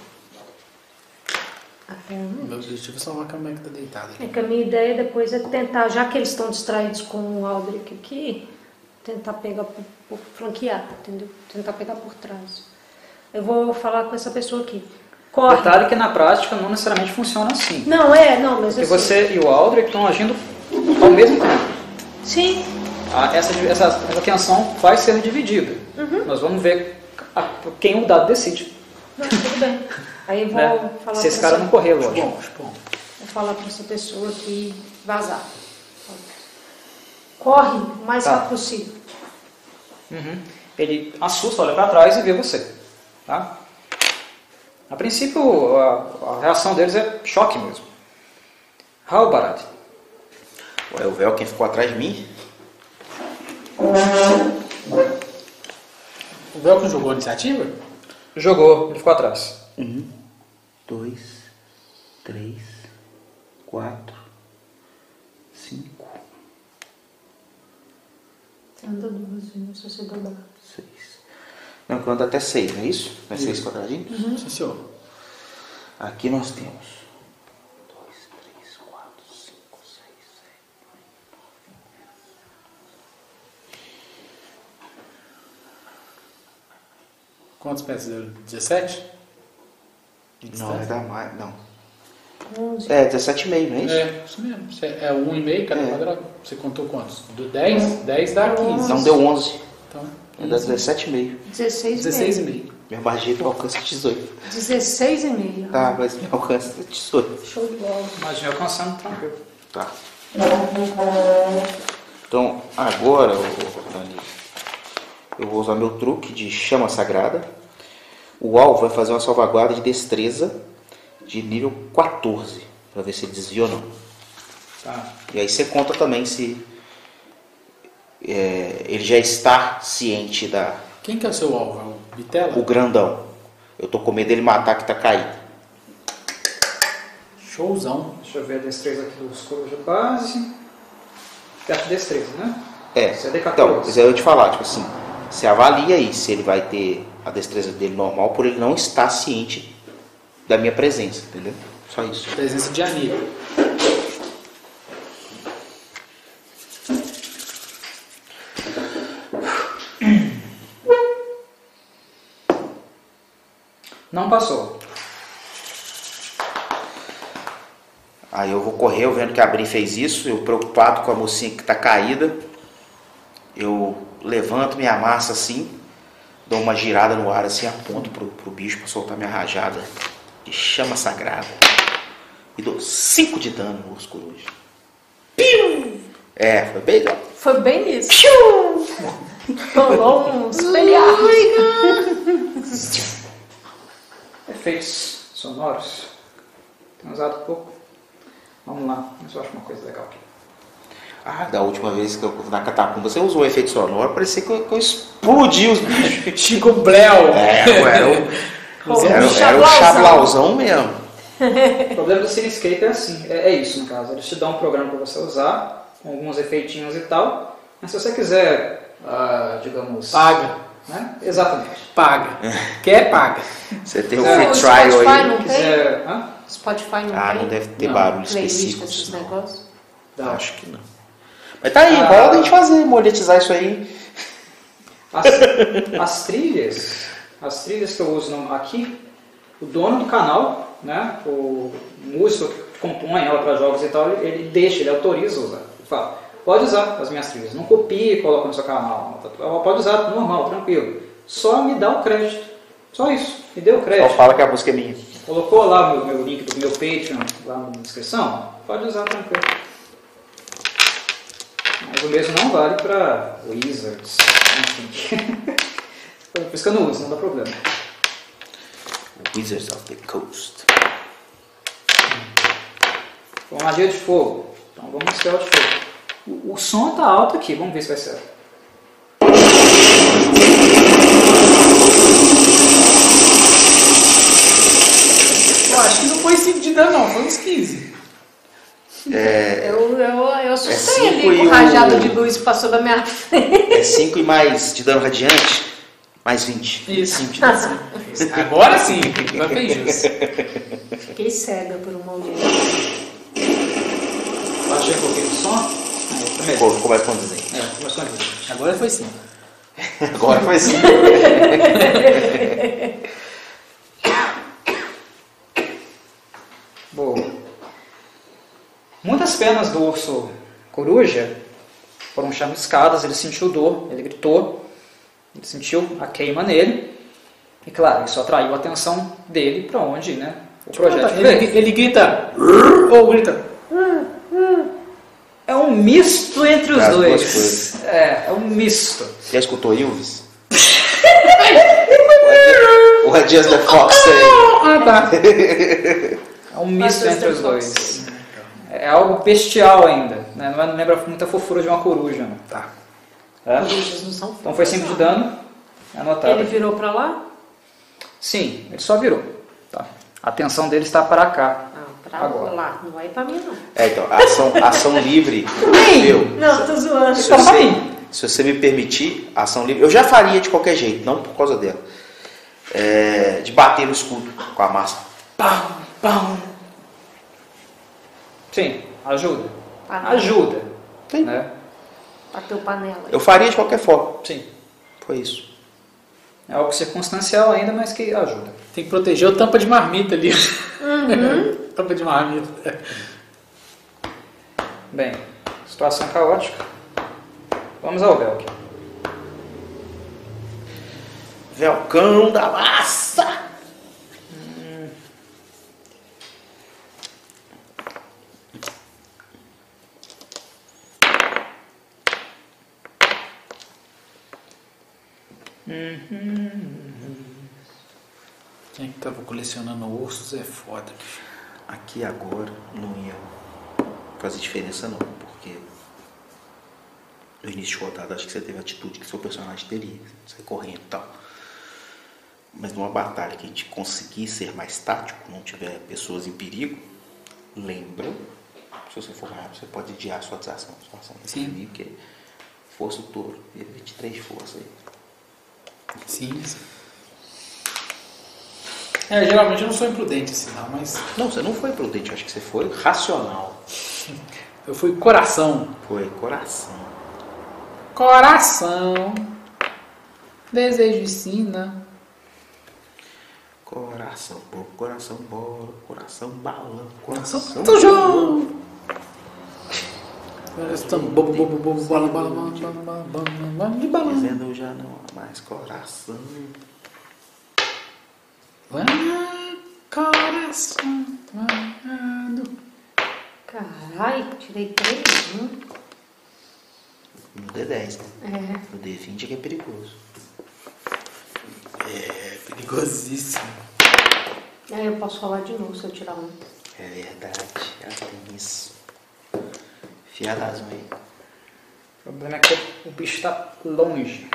até um. Meu objetivo é salvar a Kamek que tá deitada. É que a minha ideia depois é tentar, já que eles estão distraídos com o Aldrich aqui, tentar pegar por, por franquear, entendeu? Tentar pegar por trás. Eu vou falar com essa pessoa aqui. Corre. detalhe que na prática não necessariamente funciona assim. Não, é, não, mas Porque assim. você e o Aldrich estão agindo ao mesmo tempo. Sim, Ah, Essa, essa, essa tensão vai ser dividida. Uhum. Nós vamos ver a- quem o dado decide. não, tudo bem. Aí eu vou né? falar Se com esse cara essa- não correr, lógico. Bom, bom. Vou falar pra essa pessoa que vazar. Corre o mais Tá. rápido possível. Uhum. Ele assusta, olha para trás e vê você. Tá? A princípio, a, a reação deles é choque mesmo. Halbarad. Ué, o véu, quem ficou atrás de mim? O Velcro jogou a iniciativa? Jogou, ele ficou atrás. Um, dois, três, quatro, cinco, Você anda duas vezes, se você dobrar. seis. Não, que eu ando até seis, não é isso? Não é seis quadradinhos? Sim, senhor. Aqui nós temos. dois, três, quatro, cinco, seis, sete, Quantas peças deu? 17? oito. Não, vai dar mais. Não. 11. É, 17,5, não é isso? É, isso mesmo. Cê- É 1,5 cada É. quadrado. Você contou quantos? Do 10? 10 dá 15. Então é deu 11. Então, Vai dar 17,5. 16 e 16,5. Minha magia me alcança 18. meio. 16 e meio. Tá, mas me alcança 18. Show de bola. Imagina eu alcançando tranquilo. Tá. Então, agora, ô, ô, Dani, eu vou usar meu truque de chama sagrada. O alvo vai fazer uma salvaguarda de destreza de nível 14, para ver se ele desvia ou não. Tá. E aí você conta também se é, ele já está ciente da Quem que é o seu alvo? É o Bitela? o grandão. Eu tô com medo dele matar que tá caído. Showzão. Deixa eu ver a destreza aqui dos coros de base. Perto de destreza, né? É. Isso é D14. Então, isso aí eu te falar, tipo assim, você avalia aí se ele vai ter a destreza dele normal por ele não estar ciente da minha presença, entendeu? Só isso. Presença de Aníbal. Não passou. Aí eu vou correr, eu vendo que a Brin fez isso, eu preocupado com a mocinha que tá caída. Eu levanto, me amassa assim, dou uma girada no ar assim, aponto pro, pro bicho pra soltar minha rajada de chama sagrada. E dou 5 de dano no urso coruja. É, foi bem. Foi bem isso. Rolou um espelhado. Efeitos sonoros. Tenho usado pouco. Vamos lá, eu só acho uma coisa legal aqui. Ah, da última vez que eu na catacumba você usou um efeito sonoro, parecia que eu, que eu explodi os bichos. Chico Bleu. É, eu era o. Rolou Era, um era é o chablauzão. chablauzão mesmo. O problema do Cinescape é assim, é, é isso no caso. Eles te dão um programa para você usar, com alguns efeitinhos e tal, mas se você quiser, ah, digamos. Paga. Né? Exatamente. Paga. É. Quer, paga. Você tem o É, free o trial Spotify aí. não tem? Quiser. Hã? Spotify não Ah, tem? não deve ter Não, barulho Playlist, específico. esses não. negócios. Dá. Acho que não. Mas tá aí, Ah. rola a gente fazer, monetizar isso aí. As, as trilhas, as trilhas que eu uso no- aqui, o dono do canal, né, o músico que compõe ela para jogos e tal, ele, ele deixa, ele autoriza usar. Ele fala, pode usar as minhas trilhas, não copie e coloca no seu canal. tá, Pode usar, normal, tranquilo. Só me dá o crédito. Só isso, me dê o Só crédito. fala que a música é minha. Colocou lá meu, meu link do meu Patreon, lá na descrição, pode usar tranquilo. Mas o mesmo não vale para Wizards, enfim. Por isso que eu não uso, não dá problema. Wizards of the Coast. Bom, magia de fogo. Então vamos ver o de fogo. O, o som tá alto aqui, vamos ver se vai ser. Eu acho que não foi 5 de dano, não. Foi uns 15. Eu, eu, eu assustei cinco ali com e o rajado um. de luz que passou da minha frente. É 5 e mais de dano radiante, mais 20. Isso. Cinco de dano. Agora sim. Vai bem justo. Fiquei cega por um momento. Baixei um pouquinho o som. Ah, Aí, primeiro. Pô, Começa com desenho. É, começou aqui. Agora foi 5. Agora foi assim. Boa. Muitas pernas do urso coruja foram chamuscadas, ele sentiu dor, ele gritou, ele sentiu a queima nele. E claro, isso atraiu a atenção dele para onde né, o projeto Ele, veio. ele grita. Ou grita. É um misto entre os As duas dois. coisas. É, é um misto. Já escutou Ilves? o Radias the Fox aí. Ah, tá. É um misto Mas entre os tem fox. dois. É algo bestial ainda. Né? Não é- não lembra muita fofura de uma coruja. não. Tá. É? Corujas não são Então foi 5 de dano. tá? Anotado. Ele virou pra lá? Sim, ele só virou. Tá. A atenção dele está para cá. Ah, pra Agora. lá. Não vai pra mim, não. É, então, ação, ação livre. Meu. Não, tô zoando. Se Então vai. você, se você me permitir, ação livre. Eu já faria de qualquer jeito, não por causa dela. É, de bater no escudo com a massa. Pau, pau. Sim, ajuda. Panela. Ajuda. Sim. Né? Bateu panela. Eu faria de qualquer forma. Sim. Foi isso. É algo circunstancial ainda, mas que ajuda. Tem que proteger o tampa de marmita ali. Uhum. tampa de marmita. Bem, situação caótica. Vamos ao Belk. Velcão da massa! Quem é que tava colecionando ursos é foda. bicho. Aqui agora não ia fazer diferença não, porque no início de rodada, acho que você teve a atitude que seu personagem teria, você correndo e tal. Mas numa batalha que a gente conseguir ser mais tático, não tiver pessoas em perigo, lembra, se você for rápido, você pode adiar a sua ação, sua ação do Sim. inimigo, que é força o touro, e é 23 de força aí. Sim. É, geralmente eu não sou imprudente assim, não, mas Não, você não foi prudente, eu acho que você foi racional. eu fui coração. Foi coração. Coração. Desejo ensina. Coração bom, coração bom, coração balão, coração Coração do João. Estamos bobo, bobo, bobo, bala, bala, bala, bala, bala, bala, bala, de balão. Dizendo já não há mais coração. Ah, Coração amado. Caralho, tirei três. Hum. No D10, né? É. No D20 é que é perigoso. É perigosíssimo. Aí eu posso falar de novo se eu tirar um. É verdade, ela tem isso. Fiada azul aí. O problema é que o bicho está longe.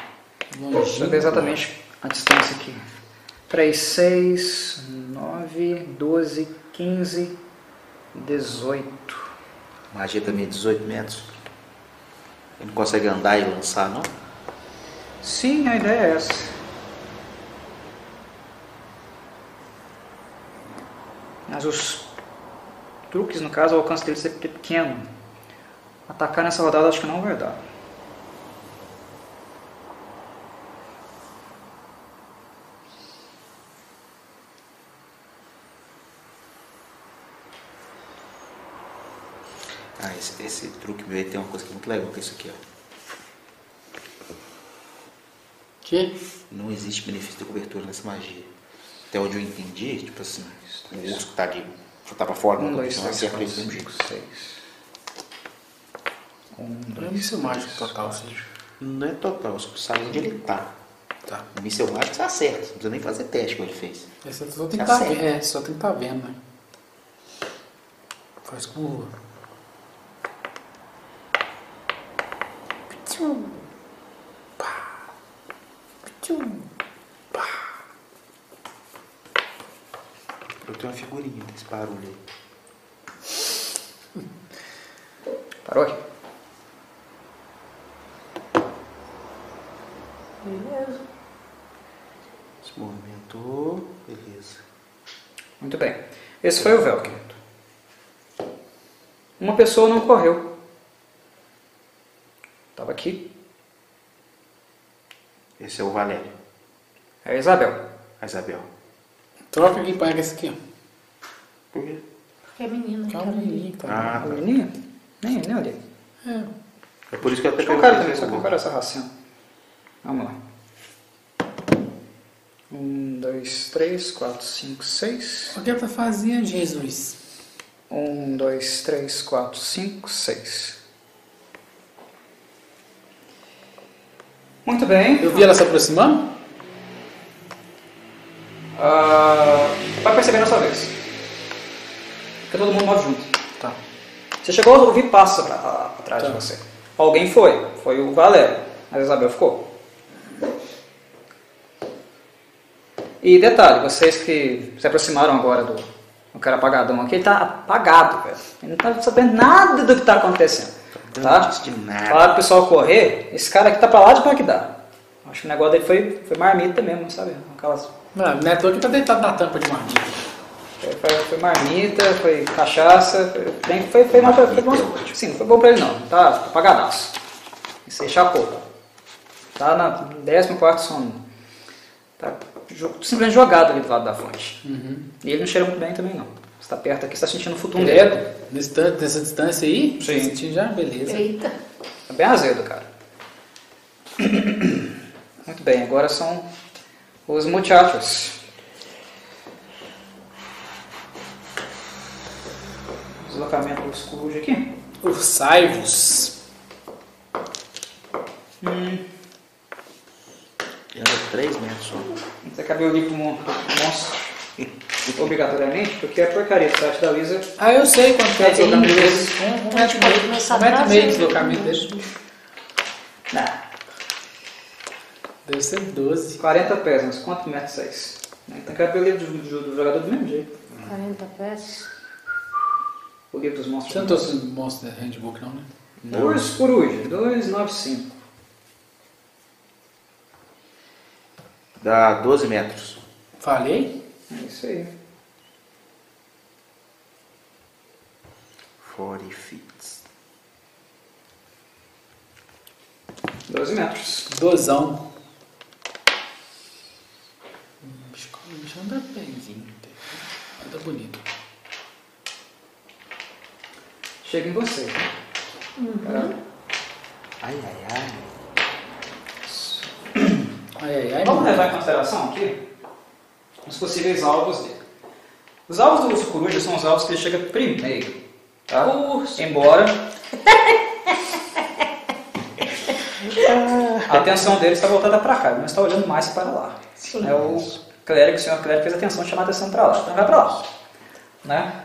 Deixa eu ver Longínquo. exatamente a distância aqui. 3, 6, 9, 12, 15, 18. Magia também é 18 metros. Ele não consegue andar e lançar, não? Sim, a ideia é essa. Mas os truques, no caso, o alcance deles é pequeno. Atacar nessa rodada acho que não vai dar. Ah, esse, esse truque meu aí tem uma coisa que é muito legal, que é isso aqui, ó. Que? Não existe benefício de cobertura nessa magia. Até onde eu entendi, tipo assim, o urso que tá ali, já tá pra fora, 1, não 2, vai 3, ser 4, preso do mesmo jeito. 5, 6. 1, Pra 2, mim isso é mágico total, seja. Não é total, você sabe onde ele tá. Tá. O míssel mágico você acerta, não precisa nem fazer teste como ele fez. É, Você só tem Tá que tá certo. vendo. É, só tem que tá vendo, né? Faz curva. Ptchum. Pá. Ptchum. Eu tenho uma figurinha desse barulho aí. Parou aqui. Beleza. Se movimentou, beleza. Muito bem. Esse foi o Velkin. Uma pessoa não correu. Estava aqui. Esse é o Valério, É a Isabel. a Isabel. Troca aqui pega esse aqui, ó. Por quê? Porque é menina, Calma quero aí, ver. Ah, tá? A menininha? Nem, nem olhei. Ah. É por isso que eu até Acho que é um cara perguntei também, se só que eu não vou. era essa racinha. Vamos lá. Um, dois, três, quatro, cinco, seis. O que tá fazendo, Jesus? Um, dois, três, quatro, cinco, seis. Muito bem. Eu vi ela se aproximando? Ah, vai perceber na sua vez. Porque todo mundo move junto. Tá. Você chegou a ouvir passos pra- a- atrás Tá. de você. Alguém foi. Foi o Valério. Mas a Isabel ficou. E detalhe, vocês que se aproximaram agora do, do cara apagadão aqui, ele tá apagado, velho. Ele não tá sabendo nada do que tá acontecendo. Não Tá? disse de nada. Falaram pro pessoal correr, esse cara aqui tá pra lá de Bagdá. Acho que o negócio dele foi, foi marmita mesmo, sabe? Aquelas Não, o Neto aqui tá deitado na tampa de marmita. É, Foi, foi- foi marmita, foi cachaça, foi, bem- foi, foi, não, foi, foi bom. Sim, não foi bom pra ele não. Tá, tá pagadaço. Isso aí chapou. Tá na 14 sono. Tá jo- simplesmente jogado ali do lado da fonte. E ele não cheira muito bem também não. Você tá perto aqui, você tá sentindo o futum dele. Nesse tan- Nessa distância aí? Sim. Sentindo já? Beleza. Eita. Tá bem azedo, cara. Muito bem, agora são os muchachos. Deslocamento do Scrooge aqui. Ursai-vos. Anda 3 metros só. Você acabei de com um monstro. Obrigatoriamente, porque a porcaria tá? do site da Lisa. Ah, eu sei quanto que é Quer dizer, o deslocamento tipo, deles. Um, um metro e meio. começar Um metro e atrás, meio de né? deslocamento deles. Deve ser 12. 40 pés, mas quanto metros é isso? Né? Então cabe o livro do, do- do jogador do mesmo jeito. 40 pés. O livro dos monstros. Você não trouxe um monstro de handbook, não, né? Dois coruja, 295. Dá 12 metros. Falei? É isso aí. Forty feet. 12 metros. Dozão. Hum, bicho, o bicho anda bemzinho. Anda bonito. Chega em você. Cara, Ai, ai, ai. Ai, ai, ai. Vamos mano. levar em consideração aqui os possíveis alvos dele. Os alvos do urso coruja são os alvos que ele chega primeiro. Tá? O urso. Embora. a atenção dele está voltada para cá, ele não está olhando mais para lá. É o clérigo, o senhor clérigo fez atenção de chamar a atenção para lá. Então vai para lá. Né?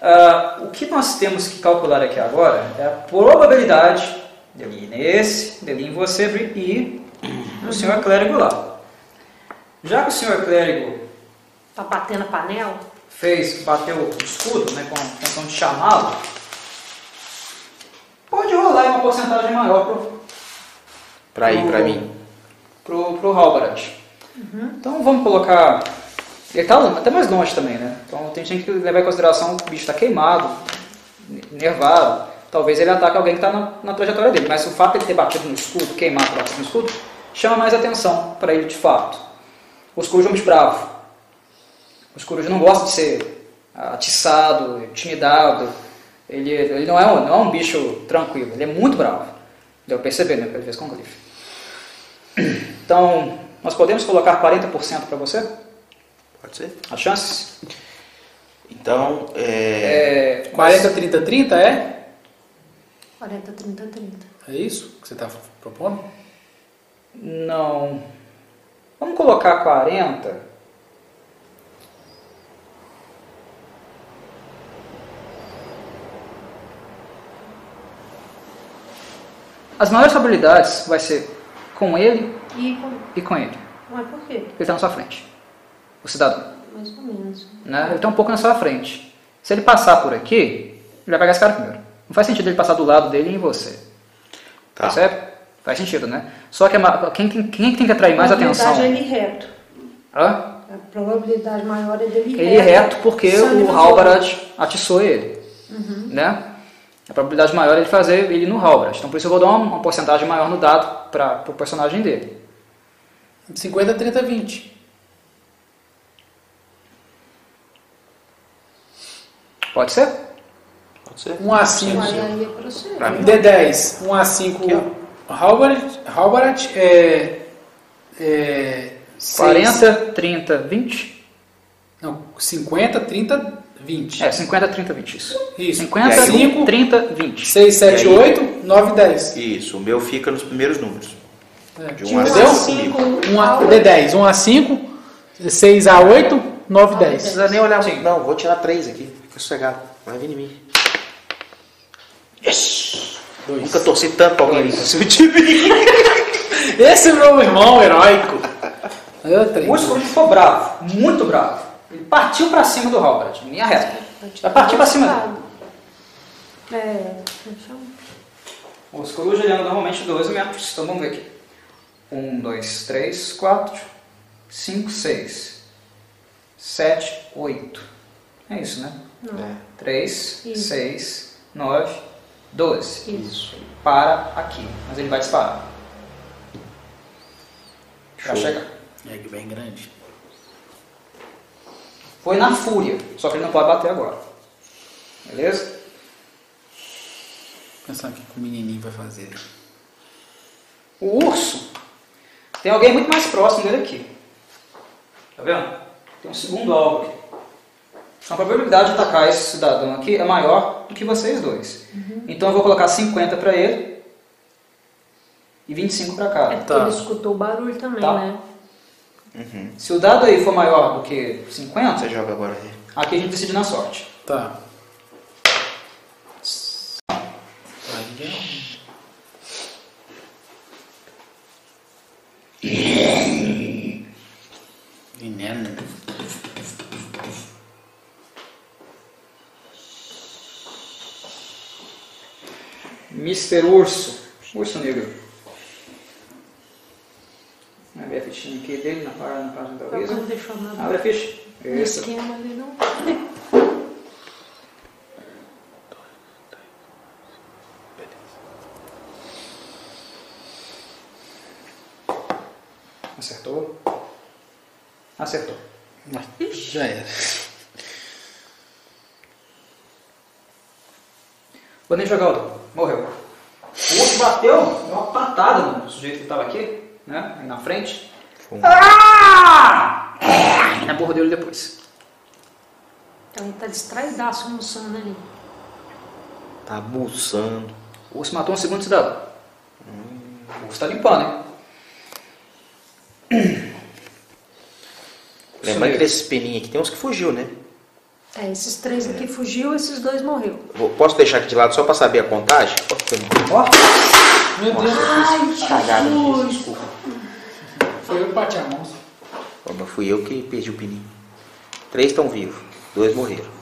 Ah, o que nós temos que calcular aqui agora é a probabilidade dele ir nesse, dele ir em você Bri, e o senhor clérigo lá. Já que o senhor clérigo Tá batendo a panela? fez, bateu o escudo, né, com a intenção de chamá-lo, pode rolar aí uma porcentagem maior pro, Pra ir, Pro- Uhum. pra mim. pro, pro Halbert. Então vamos colocar. Ele tá até mais longe também, né? Então tem gente que levar em consideração que o bicho tá queimado, ne- nervado. Talvez ele ataque alguém que tá na, na trajetória dele. Mas o fato de ele ter batido no escudo, queimado próximo no escudo, chama mais atenção para ele de fato. Os corujas são muito bravos. Os corujas não gostam de ser atiçado, intimidado. Ele, ele não, é um, não é um bicho tranquilo, ele é muito bravo. Deu pra perceber, né? Pelo que ele fez com o Glyph. Então, nós podemos colocar 40% para você? Pode ser? As chances? Então, é. É, 40, 30, 30 é? 40, 30, 30. É isso que você tá propondo? Não. Vamos colocar 40. As maiores probabilidades vai ser com ele E como? e com ele. Mas por quê? Ele está na sua frente. O cidadão. Mais ou menos. né? Ele está um pouco na sua frente. Se ele passar por aqui, ele vai pegar esse cara primeiro. Não faz sentido ele passar do lado dele e em você. Tá. Percebe? Faz sentido, né? Só que a ma- quem, tem- quem é que tem que atrair mais a probabilidade atenção? é ele reto. Hã? A probabilidade maior é dele reto. Ele reto porque Sangue o é no Halbrand atiçou ele. Né? A probabilidade maior é ele fazer ele no Halbrand. Então por isso eu vou dar uma, uma porcentagem maior no dado para o personagem dele. 50, 30, 20. Pode ser? Pode ser? 1 fogo. a 5. Mas aí é pra você. Pra mim. D10, 1 a 5. Halbert, Halbert é. é seis- 40, 30, 20? Não, 50, 30, 20. É, 50, 30, 20. Isso. Isso. 50, E aí, 5, 30, 20. 6, 7, E aí? 8, 9, 10. Isso, o meu fica nos primeiros números. De É. um a Entendeu? cinco. Um a- D10, 1 a 5, 6 a 8, 9, 10. precisa nem olhar Sim. muito. Não, vou tirar três aqui. Fica sossegado. Vai vir em mim. Yes! Dois. Nunca torci tanto pra alguém tipo. em cima de mim. Esse é meu irmão heróico. Eu, O três. Scrooge ficou bravo, muito bravo. Ele partiu pra cima do Halbrand, linha reta. Vai partir pra cima dele. É, como chama? O Scrooge ele anda normalmente 12 metros, então vamos ver aqui. 1, 2, 3, 4, 5, 6, 7, 8. É isso, né? É. 3, Isso. 6, 9, 12. Isso. Ele para aqui, mas ele vai disparar. Pra Show. chegar. É bem grande. Foi na fúria, só que ele não pode bater agora. Beleza? Pensar o que que o menininho vai fazer. O urso tem alguém muito mais próximo dele aqui. Tá vendo? Tem um segundo alvo aqui. Então, a probabilidade de atacar esse cidadão aqui é maior do que vocês dois. Então eu vou colocar 50 pra ele e 25 pra É cá. porque Tá. ele escutou o barulho também, Tá. né? Se o dado aí for maior do que 50, Você joga agora né? aí. aqui a gente decide na sorte. Tá. Aí é um- Mr. Urso. Urso Negro. Vamos abrir a fichinha aqui dele na página, na página da Tá Wizard. Não deixou nada Abre a ficha. no Isso. esquema ali, não. Acertou? Acertou. Já era. Vou nem jogar o dano. Morreu. O outro bateu, deu uma patada no sujeito que estava aqui, né? Aí na frente. Ah! Na borra dele depois. Então ele tá distraidaço no sono ali. Tá abusando. O urso matou um segundo cidadão. O urso tá limpando, hein? Lembrando mesmo. que desses peninhos aqui tem uns que fugiu, né? É, esses três aqui fugiu, esses dois morreu. Vou- Posso deixar aqui de lado só pra saber a contagem? Pode ter uma Ó, Meu Deus, cagada nisso, desculpa. foi eu que bati a mão. Ó, mas fui eu que perdi o pininho. Três estão vivos, dois morreram.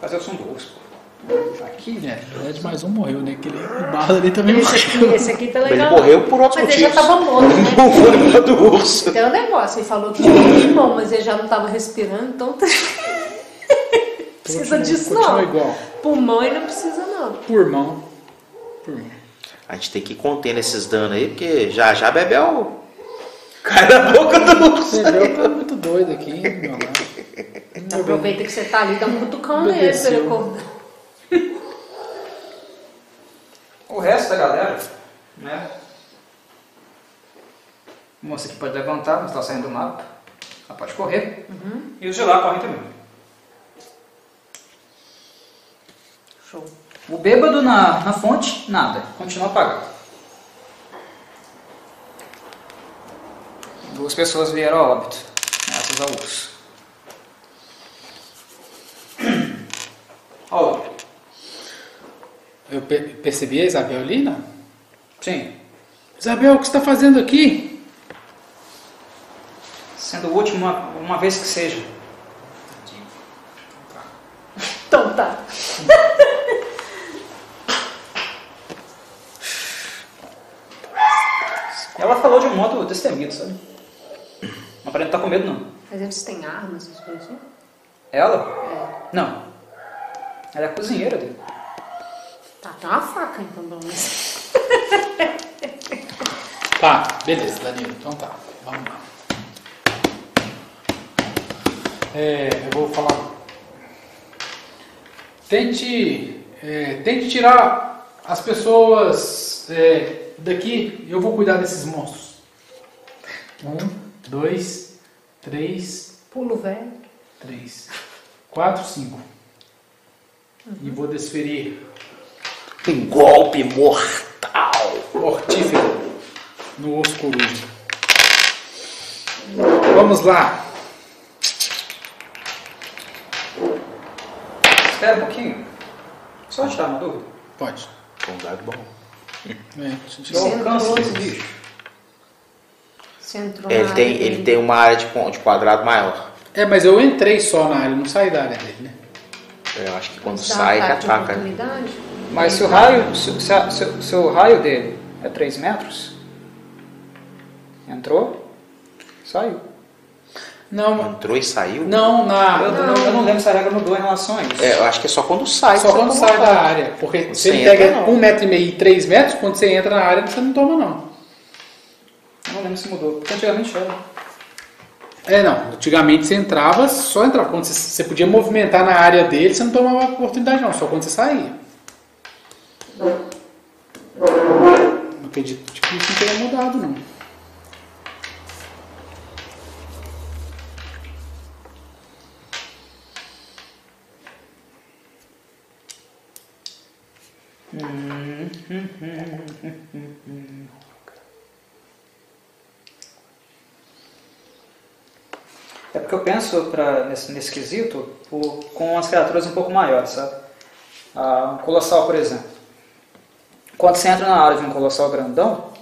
fazer o som do urso. Tá aqui, né? É, na verdade, mais um morreu, né? Aquele o barro ali também Esse aqui, morreu. esse aqui tá Mas ele legal. morreu por outros Mas ele já motivos. tava morto, né? Não foi por causa do urso. Tem um negócio, ele falou que tinha limão, mas ele já não tava respirando, então tá- precisa disso Continua não. igual. Pulmão ele não precisa não. Por mão. Por mão. A gente tem que ir contendo esses danos aí, porque já já Bebel cai na boca do urso. Você viu? Tá muito doido aqui, hein? meu amor? Aproveita que você tá ali, dá um cutucão nele pra ele Obedeceu. acordar. O resto da galera, né? A moça aqui pode levantar, mas está saindo do mapa. Ela pode correr. E os de lá correm também. Show. O bêbado na, na fonte, nada. Continua apagado. Duas pessoas vieram a óbito. Graças ao urso. Ó, Eu pe- percebi a Isabel ali, não? sim. Isabel, o que você está fazendo aqui? Sendo o último, uma, uma vez que seja. Então tá. Ela falou de um modo destemido, sabe? Não parece estar com medo, não. Mas eles têm armas, essas coisas? né? Ela? Não. Ela é a cozinheira dele. Tá, tem uma faca então, pelo menos. Tá, beleza, Danilo. Então tá, vamos lá. É, eu vou falar. Tente, é, tente tirar as pessoas é, daqui. Eu vou cuidar desses monstros. Um, dois, três, Pulo velho. três, quatro, cinco. E vou desferir Um golpe mortal. mortífero no osso coruja. Vamos lá. Espera um pouquinho. Só tirar uma dúvida. Pode. Com um dado bom. É, deixa eu Eu tirar. Sim. alcanço desse bicho. Você entrou É, Ele Ah, na tem, área ele dele. tem uma área de, con- de quadrado maior. é, mas eu entrei só na área, não saí da área dele, né? Eu acho que quando Tá, Dá sai, ataque de ataca. né? oportunidade. Mas se o raio, se, se, a- se- se o raio dele é 3 metros, entrou, saiu. Não, Entrou e saiu? não, Eu eu na. não, lembro se a regra mudou em relação a isso. É, eu acho que é só quando sai. Só que você quando toma sai ataque. da área. Porque Você se ele entra, pega não. um metro e meio e três metros, quando você entra na área, você não toma, não. Eu não lembro se mudou. Porque antigamente era. É, não. Antigamente você entrava, só entrava. Quando você, você podia movimentar na área dele, você não tomava oportunidade, não. Só quando você saía. Não acredito que isso não tenha mudado, não. É porque eu penso pra, nesse, nesse quesito o- com as criaturas um pouco maiores, sabe? Ah, um colossal, por exemplo. Quando você entra na área de um colossal grandão,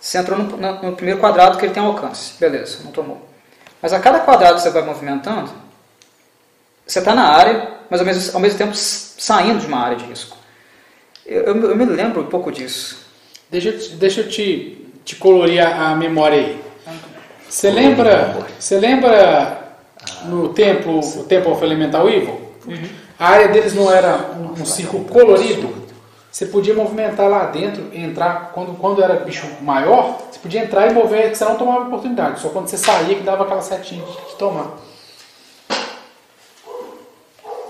você entrou no, no- no primeiro quadrado que ele tem alcance. Beleza, não tomou. Mas a cada quadrado que você vai movimentando, Você está na área, mas ao mesmo, ao mesmo tempo s- saindo de uma área de risco. Eu, eu me- eu me lembro um pouco disso. Deixa, eu te- deixa eu te, te colorir a, a memória aí. Você lembra, você lembra no templo, o templo of Elemental Evil? A área deles não era um, um círculo colorido? Você podia movimentar lá dentro, entrar, quando, quando era bicho maior, você podia entrar e mover, que você não tomava oportunidade. Só quando você saía que dava aquela setinha de de tomar.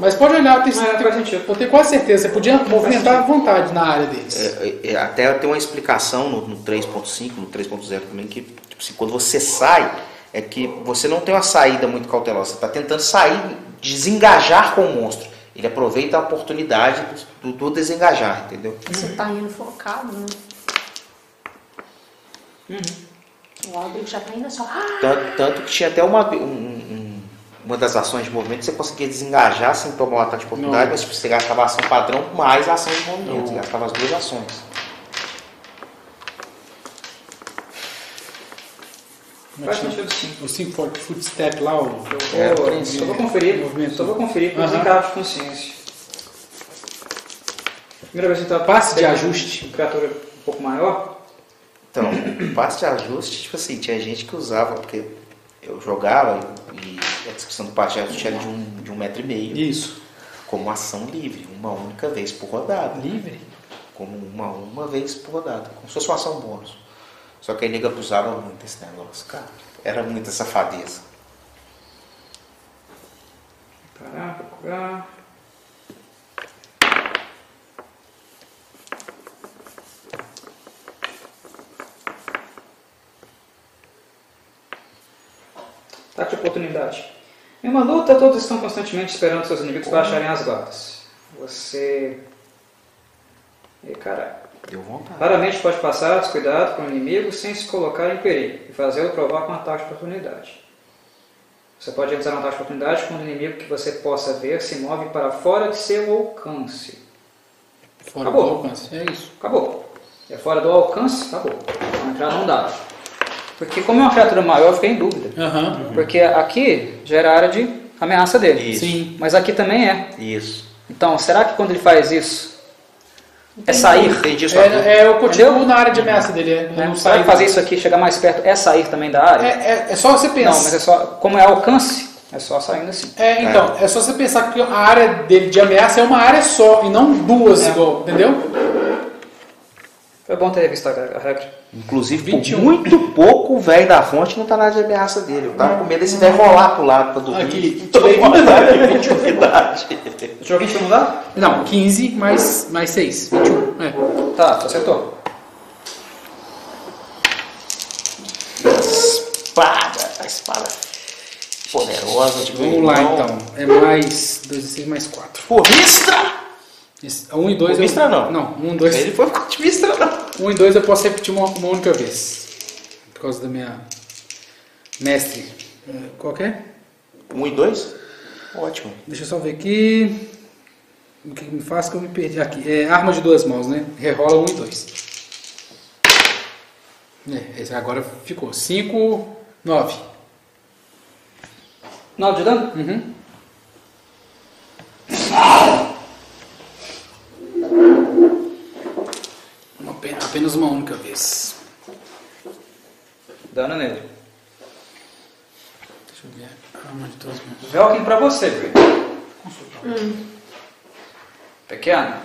Mas pode olhar, eu tenho, eu tenho, eu tenho quase certeza, você podia movimentar à vontade na área deles. É, é, até tem uma explicação no, no 3.5, no 3.0 também, que tipo assim, quando você sai, é que você não tem uma saída muito cautelosa. Você está tentando sair, desengajar com o monstro. Ele aproveita a oportunidade do, do desengajar, entendeu? Você tá indo focado, né? Uhum. O Aldrich já tá indo é só. Ah! Tanto, tanto que tinha até uma, um- um- uma das ações de movimento que você conseguia desengajar sem tomar o ataque de oportunidade, Não. mas tipo, você gastava a ação padrão mais a ação de movimento. Você Não. gastava as duas ações. Faz sentido sim. é O cinco fo- footstep lá, um o. É, Ô, tem- só vou conferir, movimento. só vou conferir com os Aham. encargos de consciência. Primeira vez então, que eu tava Passe de ajuste. Criatura um pouco maior. Então, o passe de ajuste, tipo assim, tinha gente que usava, porque eu jogava e a descrição do passe de ajuste era de um, de um metro e meio, Isso. como ação livre, uma única vez por rodada. Tá Livre? Como uma, uma vez por rodada, como se fosse uma ação bônus. Só que a nega abusava muito esse negócio, cara. Era muita safadeza. Parar, procurar. Ataque de Tá oportunidade. Em uma luta, todos estão constantemente esperando seus inimigos baixarem as guardas. Você. Ih, caralho. Deu vontade. Raramente pode passar descuidado com o inimigo sem se colocar em perigo e fazê-lo provar com um ataque de oportunidade. Você pode realizar um ataque de oportunidade quando o inimigo que você possa ver se move para fora de seu alcance. Fora Acabou. do alcance. É isso. Acabou. É fora do alcance, acabou. Não entrar não dá. Porque como é uma criatura maior, eu fiquei em dúvida. Aham. Porque aqui já era a área de ameaça dele. Isso. Sim. Mas aqui também é. Isso. Então, será que quando ele faz isso, é sair? Entendi isso aqui. É, é, eu continuo Entendeu? na área de ameaça dele. é. Eu Né? não Será saio que fazer isso aqui, chegar mais perto, é sair também da área? É, é- é só você pensar. Não, mas é só. Como é alcance, é só saindo assim. É, então, é. só você pensar que a área dele de ameaça é uma área só e não duas É. igual, entendeu? Foi bom ter visto a a regra. Inclusive, 21. por muito pouco, o velho da fonte não tá nada de ameaça dele. Eu tava com medo desse velho rolar pro lado pra dormir. Aqui, Tô tirei com vantagem. vontade de atividade. O joguinho tinha mudado? Não, 15 mais, mais 6, 21. É. Tá, tu acertou. Espada, a espada poderosa de meu Vamos lá irmão. então. É mais 2 e 6 mais 4. Porristra! 1 um e 2 O Mistra não. Não, 1 um, 2 Ele foi com de mistra, não. 1 um e 2 eu posso repetir uma, uma única vez. Por causa da minha mestre. É, Qual que é? Um e dois? Ótimo. Deixa eu só ver aqui. O que que me faz que eu me perdi aqui? É arma de duas mãos, né? Rerola 1 um e 2. É, esse agora ficou 5, 9. 9 de dano? Uhum. Uma pe- Apenas uma única vez. Dano nele. Deixa eu ver. Arma de duas mãos. Velkin pra você, Greg. Pequeno.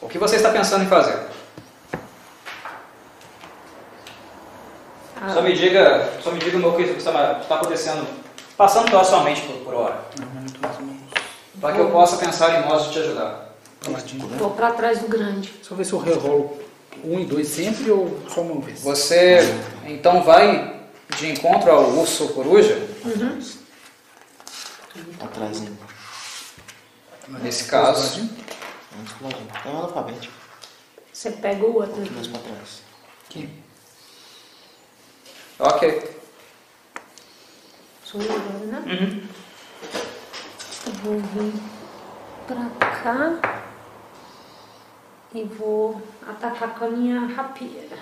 O que você está pensando em fazer? Ah. Só me diga, só me diga o que está, está acontecendo, passando pela sua mente por, por hora, Arma de duas mãos. para que eu possa pensar em modos de te ajudar. Paladino. Tô pra trás do grande. Só ver se eu rerolo um e dois sempre ou só uma vez. Você então vai de encontro ao urso coruja, Tá Atrás ainda. nesse caso. Antes do ladinho. É um alfabético. Você pega o outro. Mais pra trás. Aqui. Ok. Sou eu agora, né? Uhum. Eu Vou vir pra cá e vou atacar com a minha rapieira.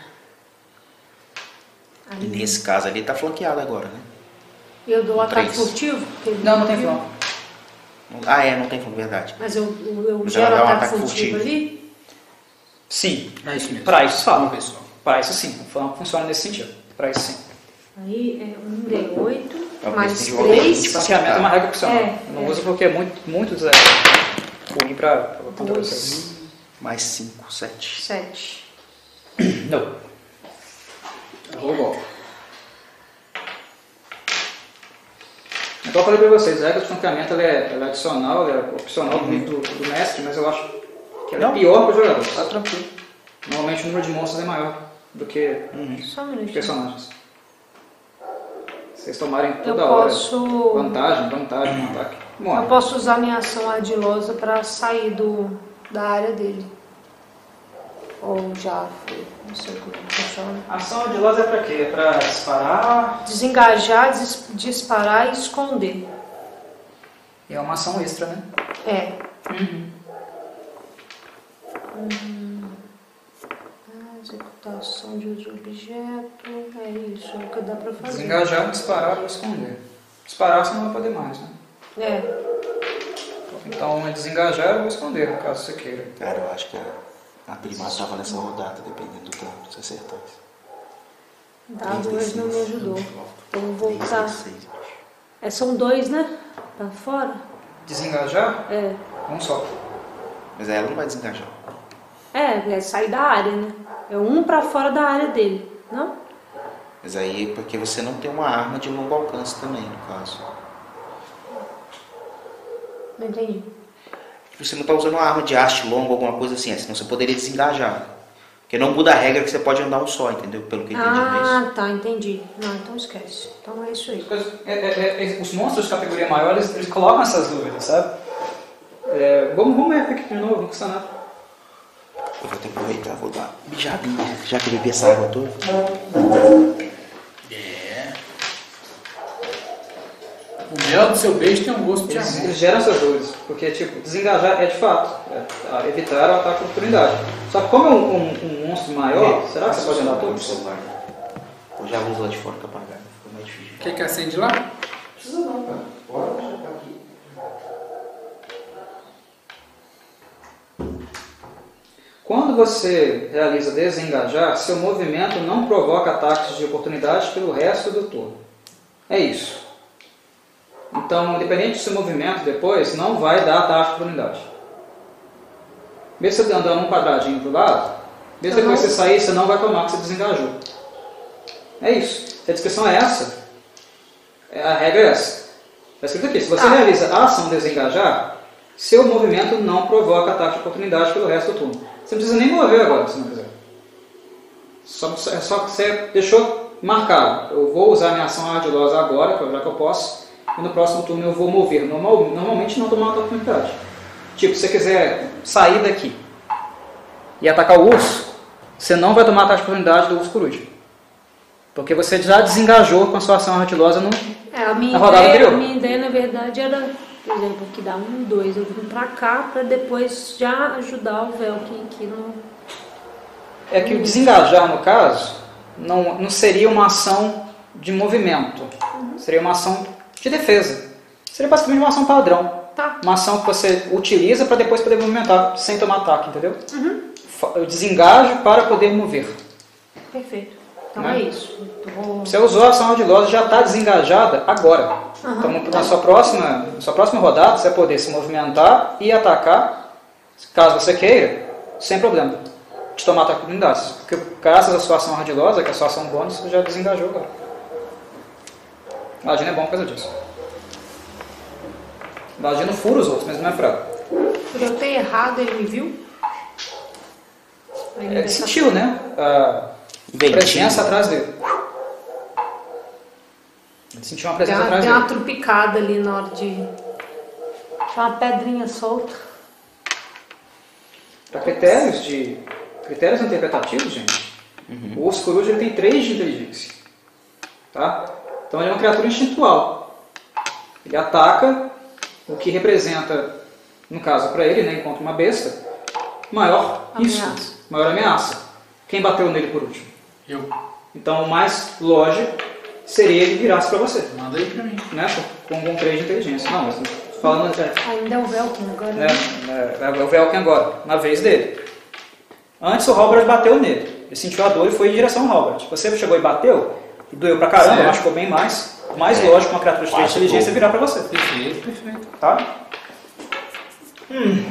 E Aí, nesse caso ali, tá flanqueado agora, né? Eu dou ataque Três. furtivo? porque ele Não, não tem viu. final. Ah, é, não tem como verdade. Mas eu, eu, eu Mas gero ela dá um ataque, ataque furtivo, furtivo. ali? Sim. É isso mesmo. Pra isso Uma fala. vez só. Pra isso sim. Fun- Funciona nesse sentido. Pra isso sim. Aí é 1D8, Tá Talvez mais seja uma 3. Tipo Saqueamento assim, é uma regra opcional. É, Eu não é. uso porque é muito, muito zero. ruim pra, pra contra Dois. vocês. Mais 5, 7. 7. Não. Roll ball. Então eu falei pra vocês, a regra de funcionamento ela é, ela é adicional, ela é opcional do livro do, do mestre, mas eu acho que ela é Não. pior pro jogador. Tá tranquilo. Normalmente o número de monstros é maior do que Só um de minuto. personagens. Vocês tomarem Eu tá toda hora tá, posso, vantagem, vantagem no ataque. eu Morre. posso usar minha ação ardilosa pra sair do, da área dele. Ou já foi, não sei como é funciona. Ação de laser é pra quê? É pra disparar? Desengajar, dis- disparar e esconder. É uma ação extra, né? É. Uhum. Hum. Ah, Executação de uso de objeto. É isso, é o que dá pra fazer. Desengajar, disparar ou esconder. Disparar você não vai poder mais, né? É. Então é desengajar ou esconder, caso você queira. Cara, eu acho que a, a prima tava nessa rodada, dependendo do tanto, se acertasse. Dado 3D6, hoje tá, não me ajudou. Então vou voltar. 3D6, bicho. É, são dois, né? Pra fora? Desengajar? É. Um só. Mas aí ela não vai desengajar. É, é sair da área, né? É um pra fora da área dele, não? Mas aí é porque você não tem uma arma de longo alcance também, no caso. Não entendi. Você não tá usando uma arma de haste longa, alguma coisa assim, é, senão você poderia desengajar. Porque não muda a regra que você pode andar um só, entendeu? Pelo que eu entendi mesmo. Ah, tá, entendi. Não, então esquece. Então é isso aí. É, é, é, os monstros de categoria maior, eles, eles colocam essas dúvidas, sabe? É, vamos, vamos epic aqui de novo, vamos funcionar. Eu vou ter que aproveitar, vou dar uma mijadinha, já que eu bebi essa água toda. O mel do seu beijo tem um gosto de Eles, amor. eles geram é essas dúvidas, porque tipo, desengajar é de fato, é, a- evitar o ataque de oportunidade. Só que como é um, um- um monstro maior, será que você pode andar todo o todos? celular? Hoje a luz lá de fora tá apagada, ficou mais difícil. Quer que acende lá? Quando você realiza desengajar, seu movimento não provoca ataques de oportunidade pelo resto do turno. É isso. Então, independente do seu movimento depois, não vai dar ataque de oportunidade. Mesmo você andando um quadradinho pro lado, mesmo Eu depois que você não- sair, você não vai tomar que você desengajou. É isso. Se a descrição é essa, é- a regra é essa. Está escrito aqui, se você Ah. realiza a ação desengajar, seu movimento não provoca ataque de oportunidade pelo resto do turno. Você não precisa nem mover agora, se não quiser. Só, só só que você deixou marcado. Eu vou usar minha ação ardilosa agora, já que eu posso, e no próximo turno eu vou mover. Normal, normalmente não tomar ataque de oportunidade. Tipo, se você quiser sair daqui e atacar o urso, você não vai tomar ataque de oportunidade do urso coruja. Porque você já desengajou com a sua ação ardilosa no, É, a Na minha, rodada ideia, a anterior. minha ideia, na verdade, era, por exemplo, que dá um, dois, eu vim pra cá pra depois já ajudar o véu que, que não. É que o desengajar, no caso, não, não seria uma ação de movimento. Seria uma ação de defesa. Seria basicamente uma ação padrão. Tá. Uma ação que você utiliza para depois poder movimentar, sem tomar ataque, entendeu? Fa- Eu desengajo para poder mover. Perfeito. Então Né? é isso. Eu vou- Você usou a ação ardilosa já está desengajada agora. Aham. Então, na sua próxima, na sua próxima rodada, você vai poder se movimentar e atacar, caso você queira, sem problema. De tomar ataque de blindados. Porque graças à sua ação ardilosa, que é a sua ação bônus, você já desengajou agora. Ladino é bom por causa disso. Ladino fura os outros, mas não é fraco. Por eu ter errado, ele me viu? Aí me É, deu sentiu, né? A presença atrás dele. Ele Sentiu uma Tem presença uma, atrás tem dele. uma trupicada ali na hora de. Tinha uma pedrinha solta. Para Tá, critérios de critérios interpretativos, gente, o urso coruja ele tem 3 de inteligência. Tá? Então ele é uma criatura instintual. Ele ataca o que representa, no caso para ele, né, enquanto uma besta, maior risco, Ameaça. maior ameaça. Quem bateu nele por último? Eu. Então o mais lógico seria ele virasse para você, Manda aí pra mim. né? Com com um três de inteligência. Não, mas falando é, Ainda é o Velkin agora. né, né? é, é o Velkin agora, na vez dele. Antes o Halbert bateu nele. Ele sentiu a dor e foi em direção ao Halbert. Você chegou e bateu, e doeu pra caramba, Certo. machucou bem mais. O mais lógico uma criatura de três de Quase inteligência gol. virar pra você, Perfeito, perfeito. tá? Hum.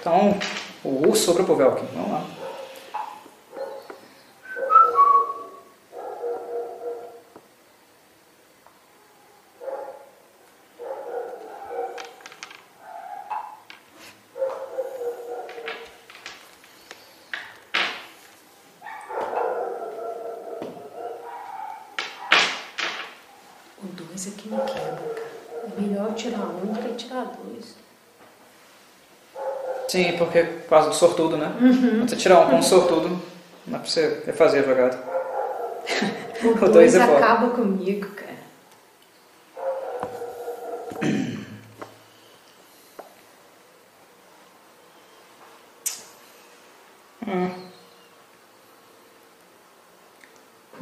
Então, o U sobra pro Velkin. Vamos lá. O dois aqui não quebra, cara. É Melhor eu tirar um do que tirar dois. Sim, porque por causa do sortudo, né? Quando você tirar um ponto sortudo, não é pra você refazer a jogada. O dois dois é foda. acaba comigo, cara.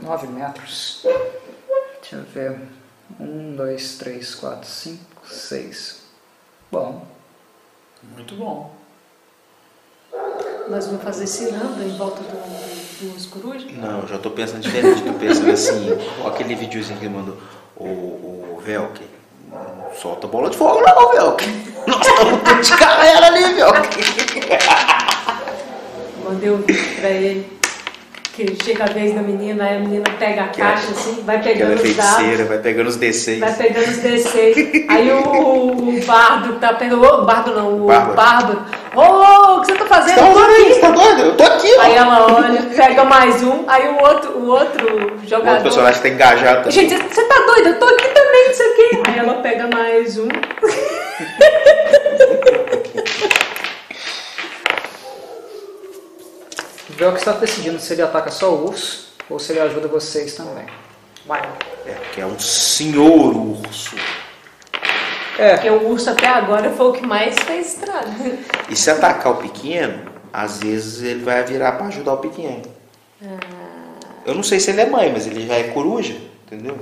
nove metros. Deixa eu ver. um dois três quatro cinco seis Bom, Muito bom. Nós vamos fazer ciranda em volta do, do, dos corujas? Não, já tô pensando diferente. Tô pensando assim, ó, aquele videozinho que ele mandou. O, o Velk, não solta bola de fogo não, Velk. Nós estamos tudo de carreira ali, Velk. Mandei um vídeo pra ele. Que chega a vez da menina, aí a menina pega a caixa assim, vai Aquela pegando os dados. é feiticeira, vai pegando os D6. Vai pegando os D6. Aí o, o, o bardo tá pegando. O bardo não, o Bárbaro. bárbaro. Ô, ô, o que você tá fazendo? Tá Eu tô usando aqui. aí, você tá doido? Eu tô aqui, ó. Aí ela olha, pega mais um, aí o outro, o outro O outro jogador. personagem tá engajado. também. Gente, você tá doida? Eu tô aqui também, não sei o quê. Aí ela pega mais um. o Velk está decidindo se ele ataca só o urso ou se ele ajuda vocês também. Vai. É, que é um senhor urso. É, Porque é o urso até agora foi o que mais fez estrada. E se atacar o pequeno, às vezes ele vai virar pra ajudar o pequeno. Ah. Eu não sei se ele é mãe, mas ele já é coruja, entendeu?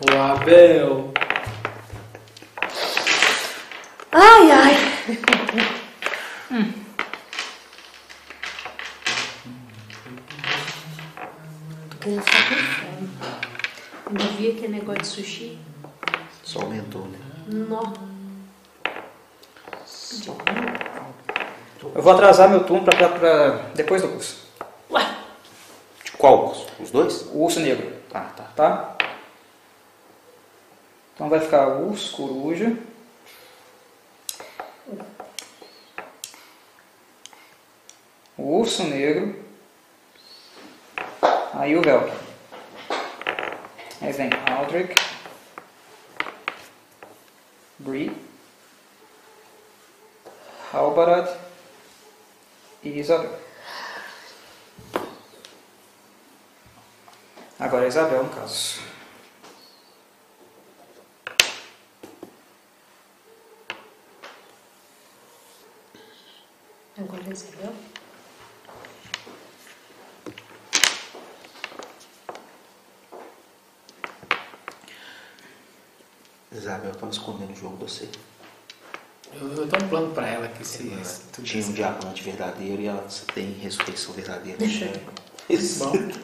O Abel. Ai, ai. Hum. Tô querendo ficar com fome. Ainda vi aquele negócio de sushi. Só aumentou, né? Nó. eu vou atrasar meu turno pra, pra- pra depois do urso. Ué, De qual urso? Os dois? O urso negro, Ah, tá. tá? Então vai ficar urso, coruja. O urso negro. Aí o Velk. Aí vem Aldrich. Bree. Halbarad. E Isabel. Agora a Isabel, no caso. Agora é recebeu? Isabel tava escondendo o jogo de você. Eu, eu tenho um plano pra ela que se. é se tudo Tinha um isso. diamante verdadeiro e ela você tem ressurreição verdadeira. Bom,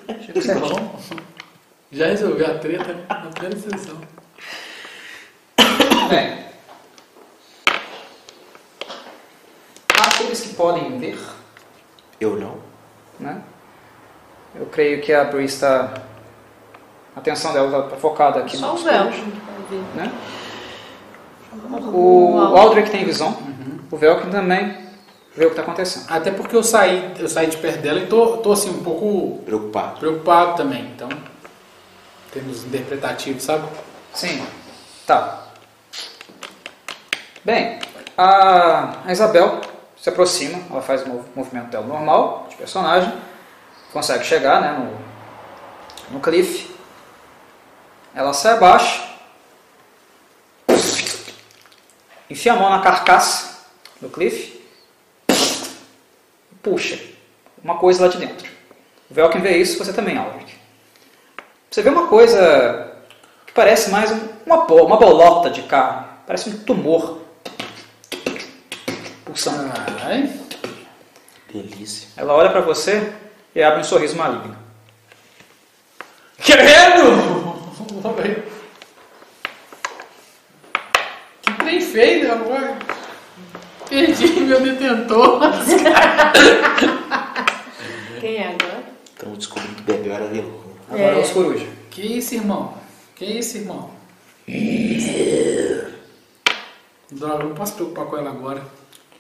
achei que bom. Já resolveu a treta na primeira sessão. Bem. Aqueles que podem ver, Eu não. né? Eu creio que a Bree está. A atenção dela está focada aqui só o nos véu. cubos, Né? O Aldrich tem visão, o Velkin também vê o que está acontecendo. Até porque eu saí, eu saí de perto dela e tô, tô assim um pouco Preocupado. preocupado também. Então, temos interpretativos, sabe? Sim, tá. Bem, a, a Isabel se aproxima, ela faz o mov- movimento dela normal, de personagem, consegue chegar né, no, no cliff. Ela se abaixa, enfia a mão na carcaça do cliff e puxa uma coisa lá de dentro. O Velkin vê isso, você também, Alric. Você vê uma coisa que parece mais um- uma, bo- uma bolota de carne. Parece um tumor. Pulsando. Ai, Delícia. Ela olha pra você e abre um sorriso maligno. Querendo! Que trem feio, né, amor? Perdi meu detentor. Quem é agora? Estamos descobrindo Então que Bebel era vilão. Agora é os coruja. Que isso, irmão? Que isso, irmão? Droga, eu não posso preocupar com ela agora.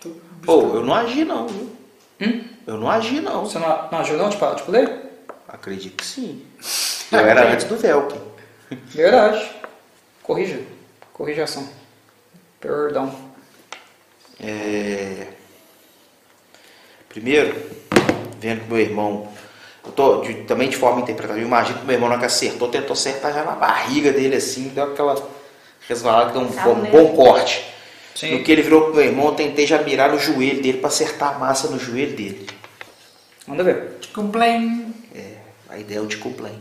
Tô- Pô, eu não agi não, viu? Eu não agi não. Você não, não ajuda não Tipo, de parar de poder? Acredito que sim. Eu era antes do Velkin. Verdade. Corrija. Corrija a ação. Perdão. É, Primeiro, vendo que meu irmão. Eu tô de- também de forma interpretativa. Eu imagino que meu irmão, na hora que acertou, tentou acertar já na barriga dele, assim, deu aquela resvalada, deu um, Tá um mesmo. bom corte. Sim. No que ele virou pro meu irmão, eu tentei já mirar no joelho dele pra acertar a massa no joelho dele. Manda ver. Complain. A ideia é o de complaint.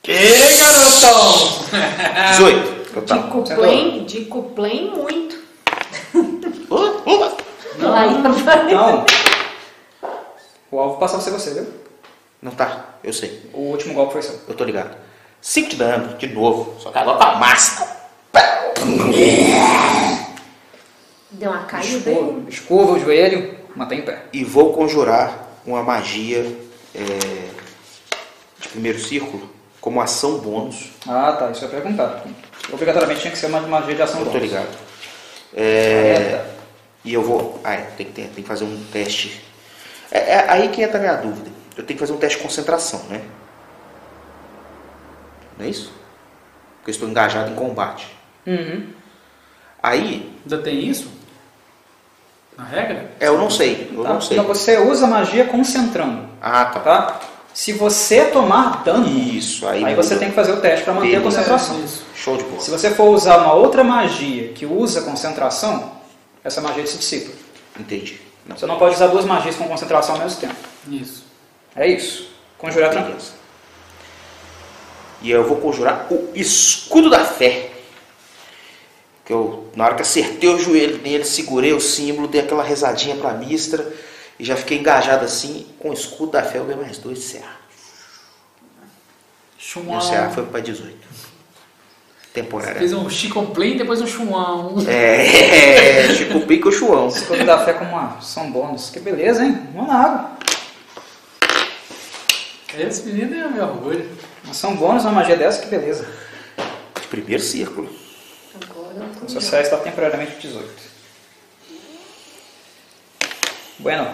Que garotão! 18. Eu tava. Dico Tá Plain, Dico Plain muito. tá Uh, uh. Lá em- Então, o alvo passava a ser você, viu? Não tá, eu sei. O último golpe foi seu. Eu tô ligado. 5 de dano, de novo. Só que agora pra massa. Deu uma caída aí. Escova, escova o joelho, mantém em pé. E vou conjurar uma magia é, de primeiro círculo como ação bônus. Ah, tá. Isso eu ia perguntar. Obrigatoriamente tinha que ser uma magia de ação. Eu tô bônus. ligado. É, Alerta. e eu vou. Ah, é, tem, que ter- tem que fazer um teste. É, é aí que entra a minha dúvida. Eu tenho que fazer um teste de concentração, né? Não é isso? Porque eu estou engajado em combate. Uhum. Aí, Ainda tem isso? Na regra? é, eu não sei. Eu Tá. não sei. Então você usa a magia concentrando, Ah, tá. tá? Se você tomar dano, Isso, aí, aí você tem que fazer o teste pra manter a Beleza. concentração. Isso. Show de bola. Se você for usar uma outra magia que usa concentração, essa magia se dissipa. Entendi. Não. Você não pode usar duas magias com concentração ao mesmo tempo. Isso. É isso. Conjurar tranquilo. Beleza. E eu vou conjurar o escudo da fé. Que eu, na hora que acertei o joelho nele, segurei o símbolo, dei aquela rezadinha pra mistra e já fiquei engajado assim. Com o escudo da fé eu ganhei mais dois de CA. Meu Chumão. CA foi pra 18. Temporária. Fez um chi complain, depois um chumão. É, Chico Pico e o Chuão. Escudo da fé como uma ação bônus. Que beleza, hein? Vamos na água. Esse menino é meu orgulho. Uma ação bônus, uma magia dessa, que beleza. De primeiro círculo. Agora eu tô Sua saia está temporariamente 18. Bueno,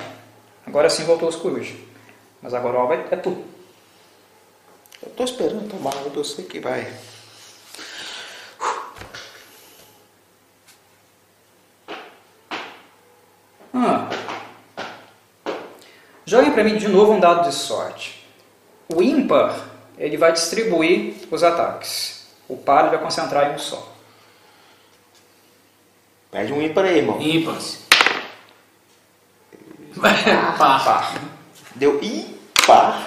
agora sim voltou os corujas. Mas agora o alvo é é tu. Eu tô esperando tomar, eu sei que vai. Ah. Joguem pra mim de novo um dado de sorte. O ímpar, ele vai distribuir os ataques. O par ele vai concentrar em um só. Pede um ímpar aí, irmão. Ímpares. Pá. Par. Deu ímpar.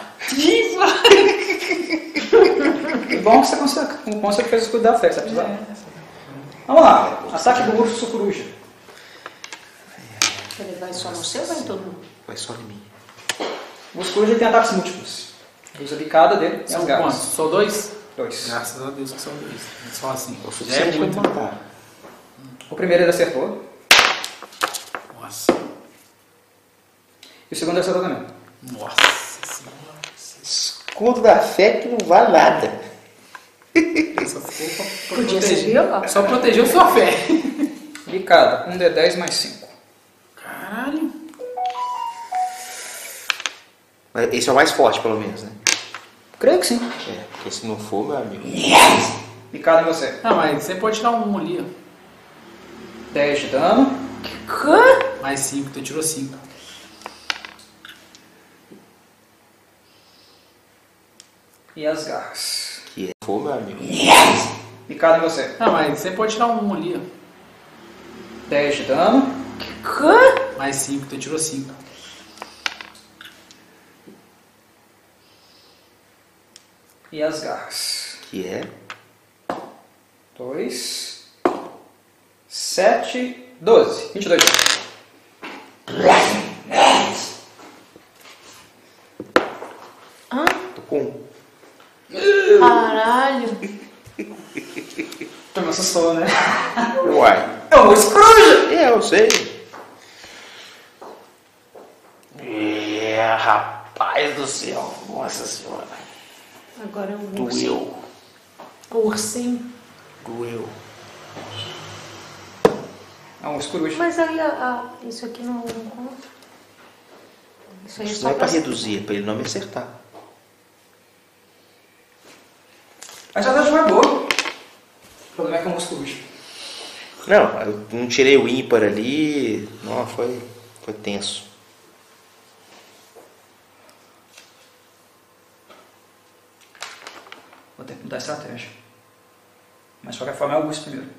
Que bom que você consegue, bom que você fez o cuidado da fé, que você precisava. Vamos lá, ataque do urso coruja. Ele vai só no seu ou vai em todo mundo? Vai só em mim. O urso coruja tem ataques múltiplos. Ele usa a bicada dele e as São garras. quantos? Só dois? Dois. Graças a Deus que são dois. Só assim. O Já é suficiente pra muito. matar. O primeiro ele acertou Nossa. e o segundo ele acertou também. Nossa senhora. Escudo da fé que não vale nada. Só ficou pra, pra Podia ser proteger. violado. Só protegeu sua fé. Bicada, 1 um D10 mais 5. Caralho. Mas Esse é o mais forte, pelo menos, né? Creio que sim. É, porque se não for, meu amigo. Bicada em você. Tá, Ah, mas você pode tirar um ali, ó. 10 de dano. Hã? Mais cinco, tu tirou cinco. E as garras. Que é for, meu amigo. Bicada em você. Tá, Ah, mas você pode tirar um ali, ó. 10 de dano. Hã? Mais cinco, tu tirou cinco. e as garras. Que é. 2, 7, 12. 22. Hã? Tô com um. Caralho. Também assustou, né? Uai. É um escroja! É, eu sei. É, rapaz do céu. Nossa senhora. Agora é um ursinho. Doeu. O ursinho. Doeu. É um escroja. Mas aí, a- a- isso aqui não, não conta. Isso aí é Isso só não é pra pra... reduzir, é pra ele não me acertar. A estratégia foi boa. O problema é que é um escroja. Não, eu não tirei o ímpar ali. Não, foi, foi tenso. Vou ter que mudar a estratégia. Mas de qualquer forma é o Augusto primeiro.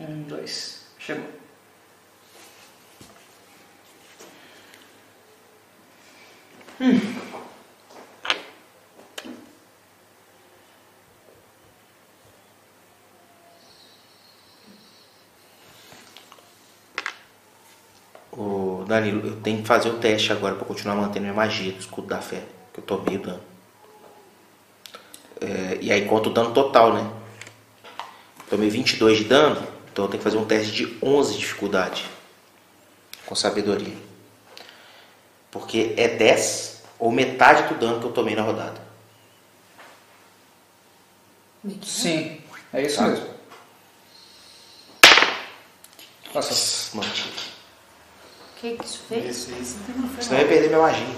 Um, dois. Chegou. Ô, Danilo, eu tenho que fazer o teste agora pra continuar mantendo minha magia do escudo da fé. Que eu tomei o dano. É, e aí conta o dano total, né? Tomei 22 de dano, então eu tenho que fazer um teste de 11 de dificuldade. Com sabedoria. Porque é 10 ou metade do dano que eu tomei na rodada. Sim, é isso mesmo. Nossa, Mantive. O que que isso fez? Senão eu ia perder minha magia.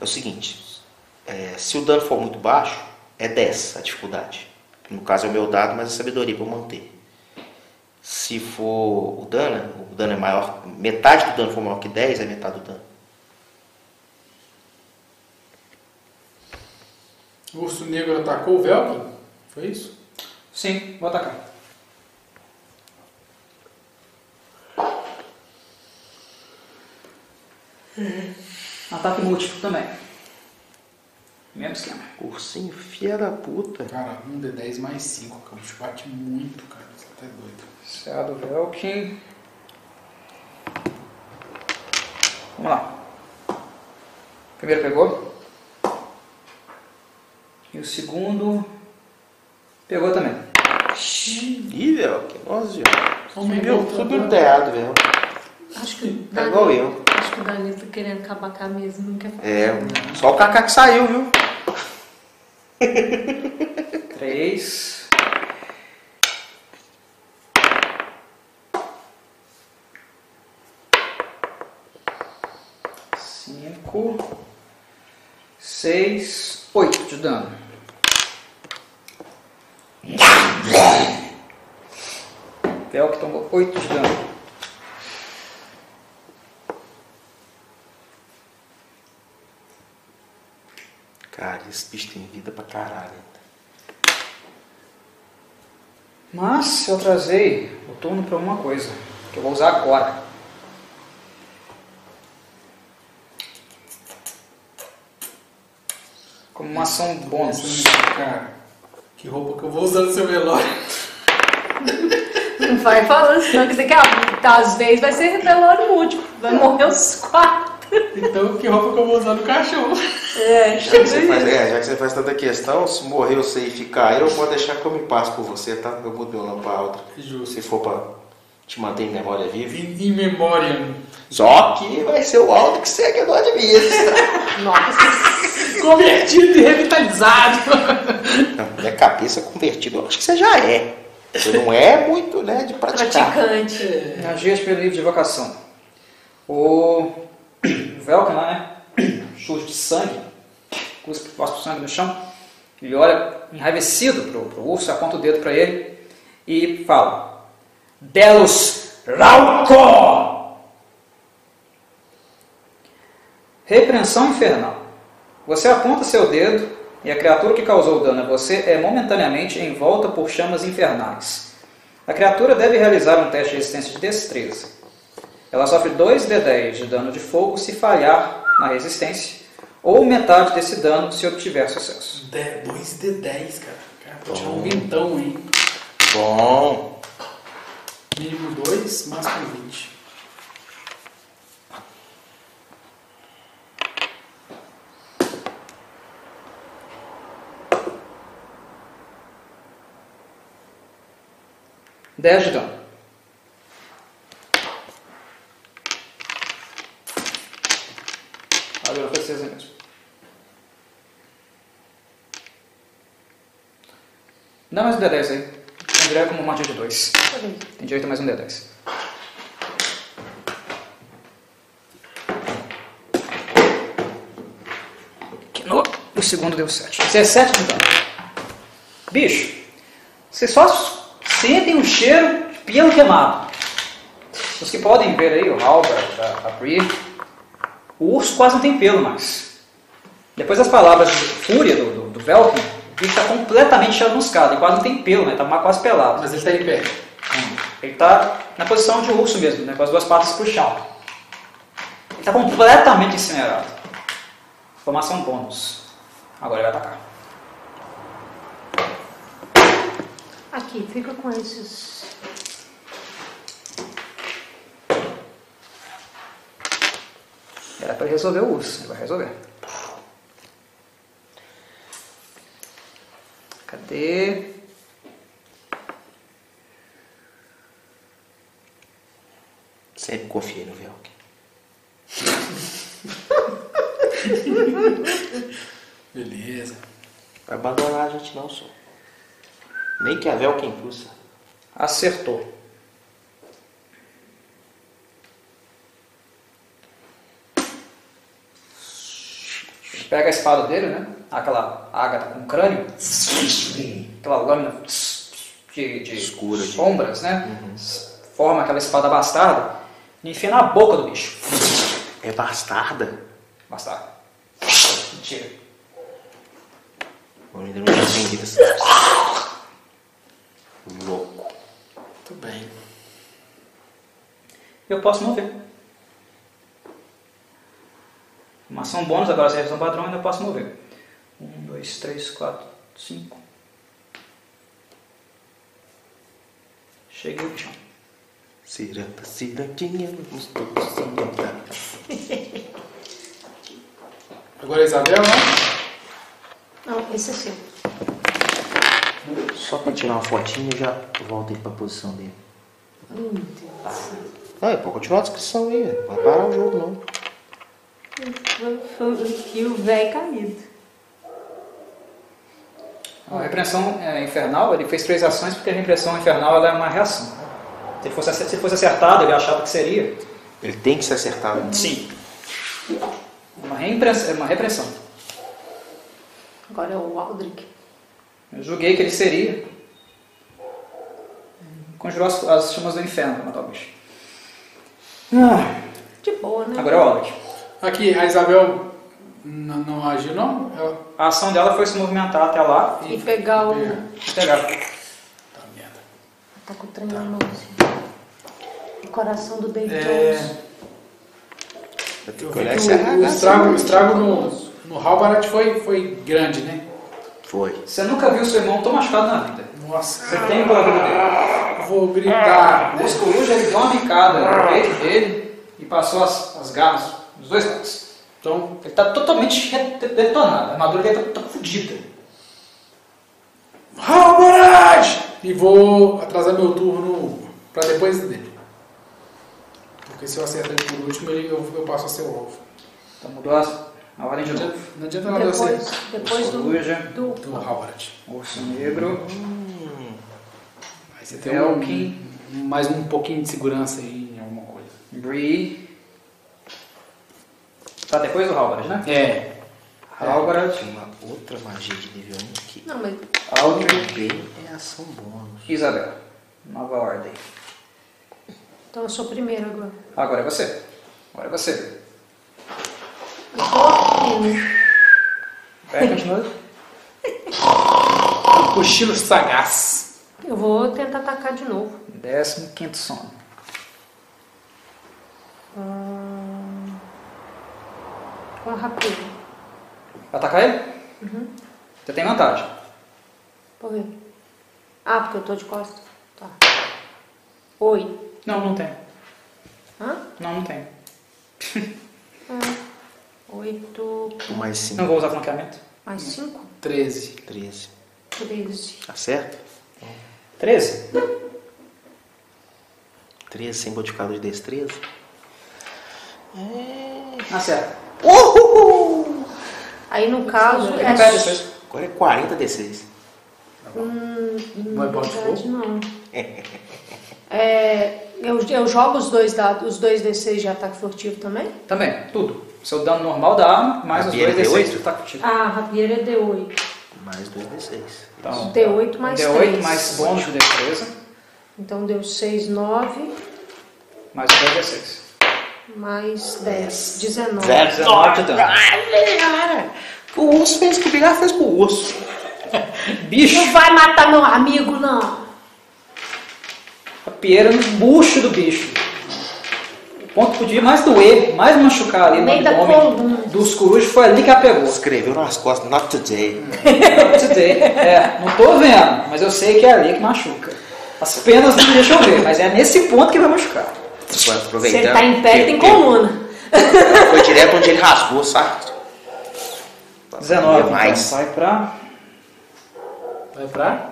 É o seguinte, é, se o dano for muito baixo, é 10 a dificuldade. No caso é o meu dado, mas a sabedoria para manter. Se for o dano, o dano é maior, metade do dano for maior que 10, é metade do dano. O urso negro atacou o Velkin? Foi isso? sim, vou atacar. Ataque múltiplo também. Mesmo esquema. Ursinho, filha da puta. Cara, 1 de 10 mais 5, cara. O bicho bate muito, cara. Você tá doido. Serra do Velkin. Vamos lá. Primeiro pegou. E o segundo pegou também. Ih, velho, que nossa, Homem Subiu, voltou subiu no agora. telhado, velho. Acho que o Tá Danilo- igual eu. Acho que o Danilo tá querendo acabar com a mesa, não quer falar. É, só o Kaká que saiu, viu? Três. Cinco. Seis. Oito de dano. Fel que tomou oito de dano. Cara, esse bicho tem vida pra caralho. Mas eu atrasei o turno para uma coisa que eu vou usar agora. Como uma ação bônus. Cara, que roupa que eu vou usar no seu velório. Não vai falando, senão que daqui a das vezes vai ser velório útil. Vai morrer os quatro. Então, que roupa que eu vou usar no caixão? É, Já que, você chega faz, é, já que você faz tanta questão, se morrer você e ficar eu, vou deixar que eu me passo por você, tá? Eu mudo meu nome pra outra. Justo. Se for pra te manter em memória viva. Em, em memória. Só que vai ser o Aldo que segue do administra. Convertido e revitalizado. Não, minha cabeça convertida, eu acho que você já é. Você não é muito, né, de praticar. praticante. Magias pelo livro de evocação. O Velkin lá, né? Chuva de sangue. Cuspe cospe sangue no chão. Ele olha enraivecido pro, pro urso, aponta o dedo para ele e fala: Delos Rauco! Repreensão infernal. Você aponta seu dedo e a criatura que causou o dano a você é momentaneamente envolta por chamas infernais. A criatura deve realizar um teste de resistência de destreza. Ela sofre 2d10 de dano de fogo se falhar na resistência, ou metade desse dano se obtiver sucesso. 2 de 10, cara. cara vou tirar um Bom. vintão, hein? Bom. Mínimo 2, máximo 20. Dez de dano. Agora foi vocês mesmo. Dá mais um D10 aí. Tem direto como uma magia de 2. Tem direito a mais um D10. Que no... O segundo deu 7. 17 de dano. Bicho, vocês só sentem o cheiro de pelo queimado. Vocês que podem ver aí, o Halbert, a, a Bree, o urso quase não tem pelo mais. Depois das palavras de fúria do, do, do Velkin, o bicho está completamente chamuscado, ele quase não tem pelo, né? Está quase pelado. Mas ele tá em pé. Ele está na posição de urso mesmo, né? com as duas patas pro chão. Ele está completamente incinerado. Formação bônus. Agora ele vai atacar. Aqui, fica com esses. Era para resolver o urso, ele vai resolver. Cadê? Sempre confiei no Velk. Beleza. Vai abandonar a gente não, só. Nem que a Velk impulsa. Acertou. Pega a espada dele, né? Aquela ágata com crânio. Aquela lâmina de, de Escura, de- Uhum. sombras, né? Forma aquela espada bastarda e enfia na boca do bicho. É bastarda. Bastarda. Mentira. Eu ainda não tinha entendido essa. assim. Louco. Muito bem. Eu posso mover. Uma ação bônus, agora sem ação padrão, ainda posso mover. Um, dois, três, quatro, cinco. Cheguei ao chão. Ciranda, cirandinha, vamos todos cirandar. Agora a Isabel, né? Não, esse é seu. Só pra tirar uma fotinha e já volto aí pra posição dele. Meu Deus. Ah, pode continuar a descrição aí. Não vai parar o jogo, não. E o velho caído. A repreensão é, infernal, ele fez três ações porque a repreensão infernal ela é uma reação. Se ele fosse, acer- se fosse acertado, ele achava que seria. Ele tem que ser acertado. Sim. Uma, repreensão, uma repreensão. Agora é o Aldrich. Eu julguei que ele seria. Conjurou as, as chamas do inferno pra matar o bicho. De boa, né? Agora é o Albert. Aqui, a Isabel n- não agiu, não? Ela... A ação dela foi se movimentar até lá E pegar o. e pegar. Tá, merda. Tá com o trem na mão assim. O coração do David Jones. É, Vai ter eu que vi olhar que esse o, o arregaço. estrago, o estrago no, no Halbarat foi, foi grande, né? Foi. Você nunca viu seu irmão tão machucado na vida. Nossa, Você tem pela vida dele. vou gritar. né? O escoruja ele deu uma bicada no peito dele e passou as, as garras dos dois lados. Então, Ele tá totalmente re- detonado. A armadura dele tá, tá fodida. Halbarat! E vou atrasar meu turno pra depois dele. Porque se eu acertar ele por último, ele- eu, eu passo a ser o alvo. Então mudou a, a ordem de Não novo. adianta, não adianta nada um eu acertar Depois, depois do. Coruja, do do Halbarat. urso negro. Aí você tem Elkin. um, mais um pouquinho de segurança aí em alguma coisa. Bree. Tá depois do Halberd, né? É. Halberd, Tinha uma outra magia de nível 1 aqui. Não, mas Aldrin, B é ação bônus. Isabela. Nova ordem. Então eu sou o primeiro agora. Agora é você. Agora é você. Vai, continua. Cochilo sagaz. Eu vou tentar atacar de novo. Décimo quinto sono. Hum, com a rapina. Vai atacar ele? Uhum. Você tem vantagem. Por quê? Ah, porque eu tô de costas. Tá. Oi. Não, não tem. Hã? Não, não tem. É. Oito Um mais cinco, Não vou usar flanqueamento. mais cinco? 13. 13. Treze. Acerta? 13? 13 sem modificador de destreza. Acerta. Aí no caso Ele é. perde depois. Agora é 40 D6. Não é bola de fogo? Verdade, um, não. É, eu, eu jogo os dois dados, os dois D6 de ataque furtivo também? Também, tudo. Seu dano normal da arma, mais A os pira dois é D6 D8? de ataque contigo. Ah, a rapieira é D8. Mais 2 D6. Então, D8 Um mais D8 3. mais bônus de defesa, Então deu 6, 9, mais os dois D6. mais 10. 19. 19 de dano. Cara, o urso fez o que o Bigar fez com o urso. Bicho! Não vai matar meu amigo, não. A pieira no bucho do bicho. O ponto podia mais doer, mais machucar ali no Meio da coluna. abdômen dos corujos. Foi ali que ela pegou. Escreveu nas costas, not today. É, não tô vendo, mas eu sei que é ali que machuca. As penas não deixam ver, mas é nesse ponto que vai machucar. Agora, Você aproveitando. tá em pé, tem coluna. Foi direto onde ele rasgou, sabe? 19, mais. então, vai pra... Vai pra?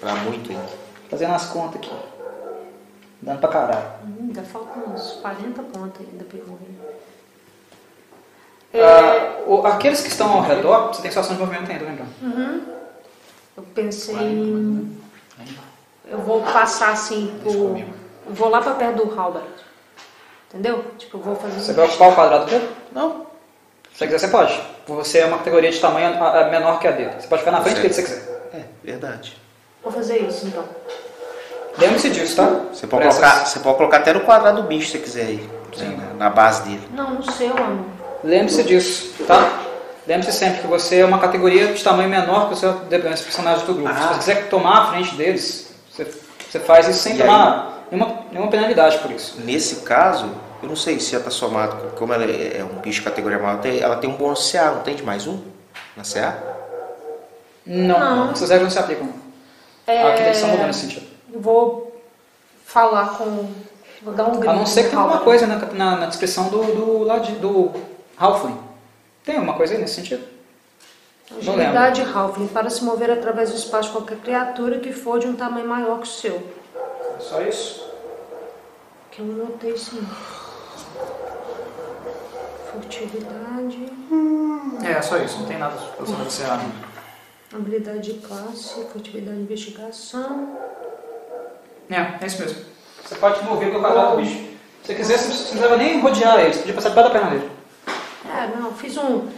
Pra muito ainda. é, Fazendo as contas aqui. Dando pra caralho. Hum, Ainda faltam uns 40 pontos ainda pra eu morrer. É. Ah, o- aqueles que estão ao redor, você tem sua ação de movimento ainda, né, lembrando. Eu pensei em. né? Eu vou passar assim por. eu Vou lá pra perto do Halbert. Entendeu? Tipo, eu vou Você fazer. vai ocupar o quadrado dele? Não. Se você quiser, você pode. Você é uma categoria de tamanho ah, ah, menor que a dele. Você pode ficar na frente dele se você quiser. É, verdade. Vou fazer isso então. Lembre-se disso, tá? Você pode, Pressas. colocar, você pode colocar até no quadrado do bicho se você quiser aí. Sim. Na, na base dele. Não, no seu, amor. Lembre-se disso, tá? Lembre-se sempre que você é uma categoria de tamanho menor que o seu dependente personagem do grupo. Se você quiser tomar a frente deles, você, você faz isso sem E tomar nenhuma, nenhuma penalidade por isso. Nesse caso, eu não sei se ela tá somado, com- como ela é um bicho de categoria maior, tem- ela tem um bônus CA, não tem de mais um? Na CA? Não, Não. essas regras não se aplicam. Aqui eles estão mudando esse sentido. Eu Vou falar com. Vou dar um grito. A não ser que no tenha alguma coisa Halberd. na, na, na descrição do, do, ladi- do Halfling. Tem alguma coisa aí nesse sentido? Não lembro. Agilidade Halfling para se mover através do espaço de qualquer criatura que for de um tamanho maior que o seu. Só isso? Que eu notei sim. Furtividade, É, só isso. Não tem nada pra você ah. habilidade de classe, furtividade de investigação. É, é isso mesmo. Você pode mover pelo quadrado do bicho. Se você quiser, você não precisava nem rodear ele. Você podia passar debaixo da perna dele. É, não, fiz um.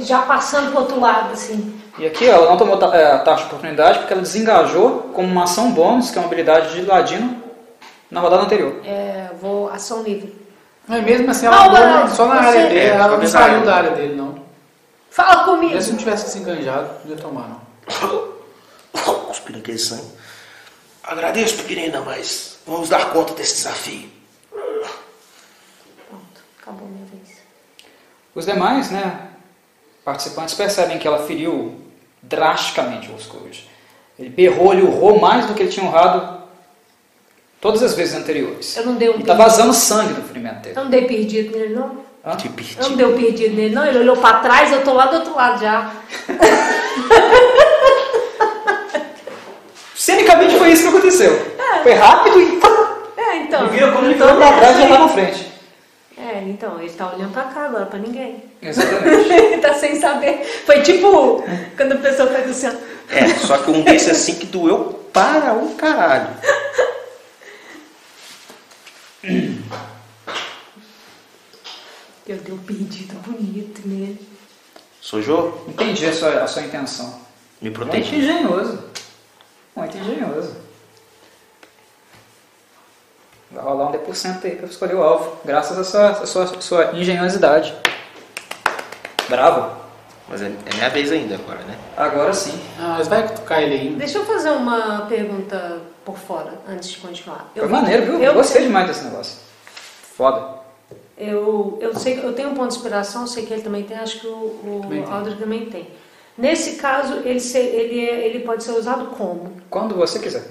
Já passando pro outro lado, assim. E aqui, ó, ela não tomou ta- é, taxa de oportunidade porque ela desengajou como uma ação bônus, que é uma habilidade de ladino, na rodada anterior. É, vou. Ação livre. Mas mesmo assim, ela Ah, andou Barato, só na área você- dele, É, ela não ficou saiu bem da área dele, não. Fala comigo! Mesmo se não tivesse se enganjado, não podia tomar, não. Cuspindo aquele sangue. Agradeço, pequenina, mas vamos dar conta desse desafio. Pronto, acabou minha vez. Os demais, né, participantes percebem que ela feriu drasticamente o Oscurid. Ele berrou, ele urrou mais do que ele tinha urrado todas as vezes anteriores. Eu não dei um Então, E tá vazando sangue do ferimento dele. Eu não dei perdido nele, não. Hã? Que Eu não perdido. dei um perdido nele, não. Ele olhou pra trás, eu tô lá do outro lado já. Cenicamente foi isso que aconteceu. Foi rápido e pá, É, então. ele vira quando ele então, olha pra trás e já assim. tá na frente. É, então, ele tá olhando pra cá agora, pra ninguém. Exatamente. ele tá sem saber. Foi tipo quando a pessoa faz assim, ó. É, só que um desse assim que doeu para um caralho. Eu dei um perdido bonito né?" nele. Sojou? Entendi a sua, a sua intenção. Me Muito protege. engenhoso. Muito engenhoso. Vai rolar um D% aí pra escolher o alvo, graças à sua, à sua, à sua engenhosidade. Bravo. Mas é, é minha vez ainda agora, né? Agora sim. Não, Ah, mas vai cutucar ele ainda. Deixa eu fazer uma pergunta por fora, antes de continuar. Foi maneiro, viu? eu- Gostei demais desse negócio. Foda. Eu, eu sei que eu tenho um ponto de inspiração, sei que ele também tem, acho que o, o Também tem. Aldrich também tem. Nesse caso, ele, se- ele, é- ele pode ser usado como? Quando você quiser.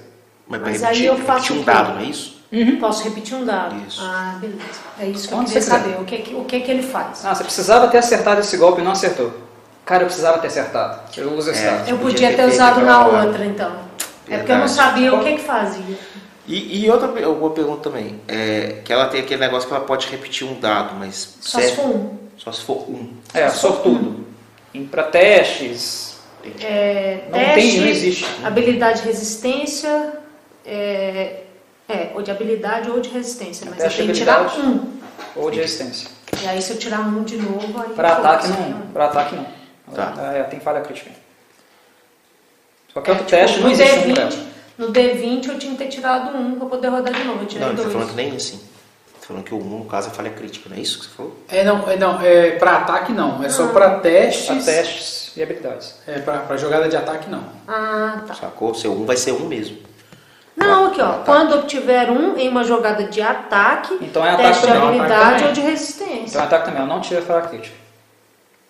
Mas, Mas pra aí repetir, eu repetir faço um o quê? dado, não é isso? Posso repetir um dado? Isso. Ah, beleza. É isso que eu Quando Hum? queria você quiser. saber. O que, é que- o que é que ele faz? Ah, você precisava ter acertado esse golpe e não acertou. Cara, eu precisava ter acertado. Eu uso esse É. dado. Podia Eu podia ter ter feito usado aquela na lá. outra, então. É porque eu não Verdade. sabia o que que fazia. E, e outra pe- alguma pergunta também. É, que ela tem aquele negócio que ela pode repetir um dado, mas Só se serve- for um. só se for um. É, sortudo. Ir pra testes. É, Não teste, tem, não existe. né? habilidade e resistência. É, é, ou de habilidade ou de resistência. Mas eu Teste tenho que de tirar habilidade. um. Ou de resistência. E aí se eu tirar um de novo, aí. Pra ataque foda-se, não. Pra ataque não. Tá. É, tem falha crítica. Qualquer É, outro tipo, teste não no existe um pra ela. D20, no D20 eu tinha que ter tirado um pra poder rodar de novo. Eu tirei Não, ele tá dois. falando que nem assim. Tá falando que o um, no caso, é falha crítica, não é isso que você falou? É, não, é, não, é pra ataque não, é só pra testes. Pra testes e habilidades. É, pra, pra jogada de ataque não. Ah, tá. Sacou? Seu um vai ser um mesmo. Não, aqui ó. Quando obtiver um em uma jogada de ataque, Então é ataque teste de também, é um habilidade ataque ou de Então resistência. ataque também, ela não tira falha crítica.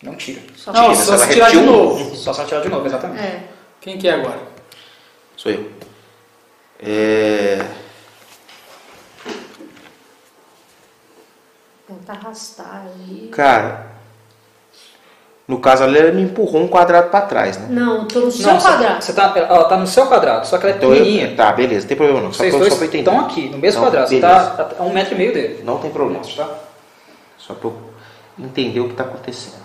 Não tira. Só Não, mas só ela se tirar de repetiu um. novo. Só se ela tirar de novo, exatamente. É. Quem que é agora? Sou eu. É... Tenta arrastar aí. Cara, no caso ali, ela me empurrou um quadrado pra trás, né? Não, tô no seu Não, você- quadrado. Você tá, ela tá no seu quadrado, só que ela é Então pequenininha. eu, tá, beleza, não tem problema não. Só Vocês pra, dois só pra eu entender. estão aqui, no mesmo Não, quadrado. Você beleza. tá a um metro e meio dele. Não tem problema. Tá? Só pra eu entender o que tá acontecendo.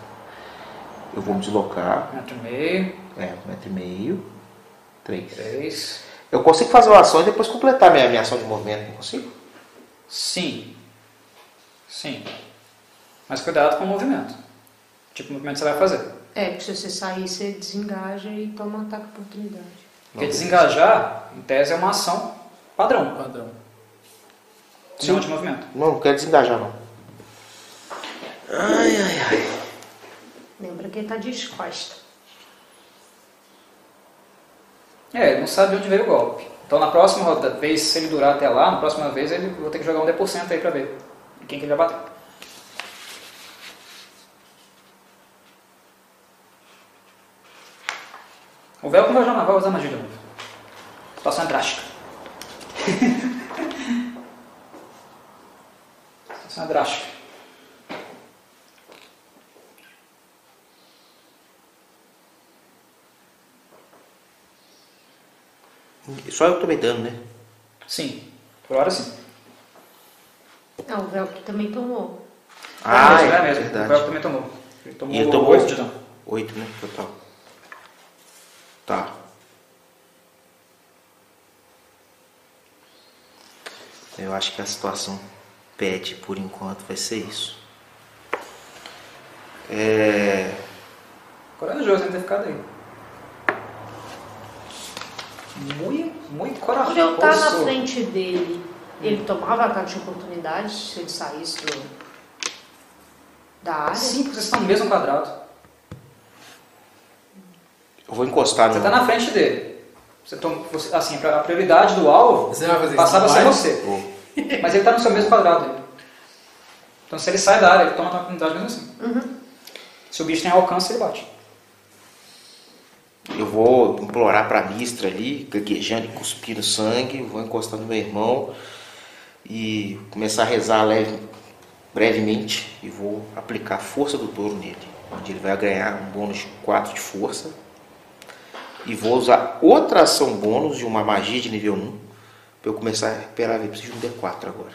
Eu vou me deslocar. Um metro e meio, É, um metro e meio. Três. três. Eu consigo fazer uma ação e depois completar minha, minha ação de movimento, não consigo? Sim. Sim. Mas cuidado com o movimento. Tipo, o movimento que você vai fazer. É, porque se você sair, você desengaja e toma um ataque de oportunidade. Porque desengajar, em tese, é uma ação padrão. Padrão. Não de movimento. Não, não quero desengajar não. Lembra que ele tá descosta. É, ele não sabe de onde veio o golpe. Então na próxima roda- vez, se ele durar até lá, na próxima vez ele vou ter que jogar um D% aí pra ver em quem que ele vai bater. O véu não vai jogar, vai usar magia de novo. Situação é drástica. Situação é drástica. Só eu que tomei dano, É né? Sim, por hora sim. É, o Velcro também tomou. é mesmo, é é mesmo. O véu verdade. também tomou. Ele tomou, E ele tomou oito de dano. Oito, né? Total. Tá. Eu acho que a situação pede, por enquanto, vai ser isso. É... Corajoso ele ter ficado aí. Muito, muito corajoso. Quando eu tá na frente dele, ele tomava ataque de oportunidade se ele saísse do, da área. Sim, porque vocês estão no mesmo quadrado. Eu vou encostar no... Você tá na frente dele. Você toma, você- assim, a prioridade do alvo Você vai fazer isso, passava a ser vai? você. Vou. Mas ele tá no seu mesmo quadrado. ainda. Então se ele sai da área, ele toma uma oportunidade mesmo assim. Se o bicho tem alcance, ele bate. Eu vou implorar pra Mistra ali, gaguejando e cuspindo sangue, vou encostar no meu irmão e começar a rezar leve, brevemente e vou aplicar a força do touro nele, onde ele vai ganhar um bônus de 4 de força. E vou usar outra ação bônus de uma magia de nível 1 pra eu começar a recuperar a vida. Preciso de um D4 agora.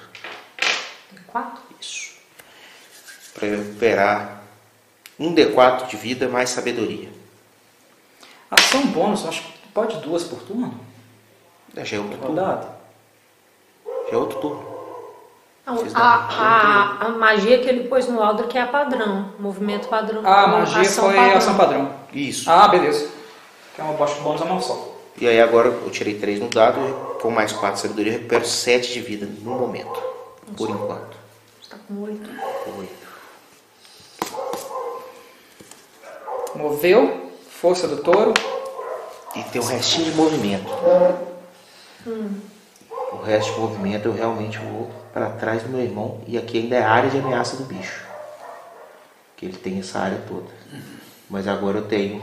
Quatro. Isso. Pra eu recuperar um D4 de vida mais sabedoria. Ação bônus, eu acho que pode duas por turno. Já é outro turno. Rodada. Já é outro turno. Não, Vocês a, a, a magia que ele pôs no Aldo que é a padrão, movimento padrão. Ah, a magia foi ação padrão. Isso. Ah, beleza. Que é uma baixa bônus a mão só. E aí agora eu tirei 3 no dado, com mais 4 de sabedoria, eu recupero 7 de vida no momento. Por enquanto. Você tá com oito. Foi. Moveu, força do touro. E tem o restinho de movimento. O resto do movimento eu realmente vou para trás do meu irmão e aqui ainda é a área de ameaça do bicho. Que ele tem essa área toda. Mas agora eu tenho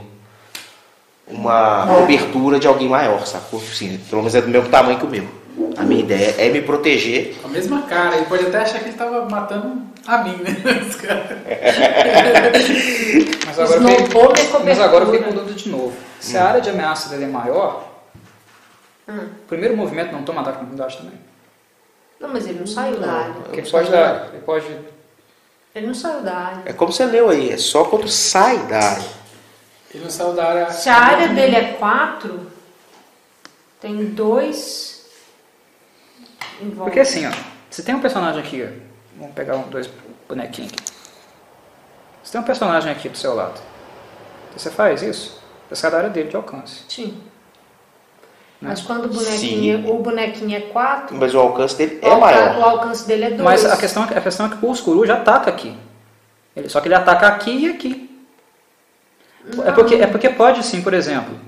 uma cobertura de alguém maior, sacou? Sim, pelo menos é do mesmo tamanho que o meu. A minha ideia é me proteger. Com a mesma cara, ele pode até achar que ele tava matando a mim, né? Esse cara. Mas agora, eu fiquei, Snowball é cobertura. mas agora eu fiquei com dúvida de novo. Se a área de ameaça dele é maior, o primeiro movimento não toma ataque de oportunidade também. Ah, Não, mas ele não saiu da área. Porque ele pode dar. Ele pode. Ele não saiu da área. É como você leu aí, é só quando sai da área. Ele não saiu da área. Se a área dele é 4, tem dois em volta. Porque assim, ó. Você tem um personagem aqui, ó. Vamos pegar um, dois bonequinhos aqui. Você tem um personagem aqui do seu lado. Então você faz isso, você sai da área dele de alcance. Sim. Mas quando o bonequinho, Sim. o bonequinho é 4, Mas o alcance dele é o, alca- o maior. alcance dele é 2. Mas a questão, a questão é que o Oscuru já ataca aqui. Ele, só que ele ataca aqui e aqui. É porque, é porque pode sim, por exemplo,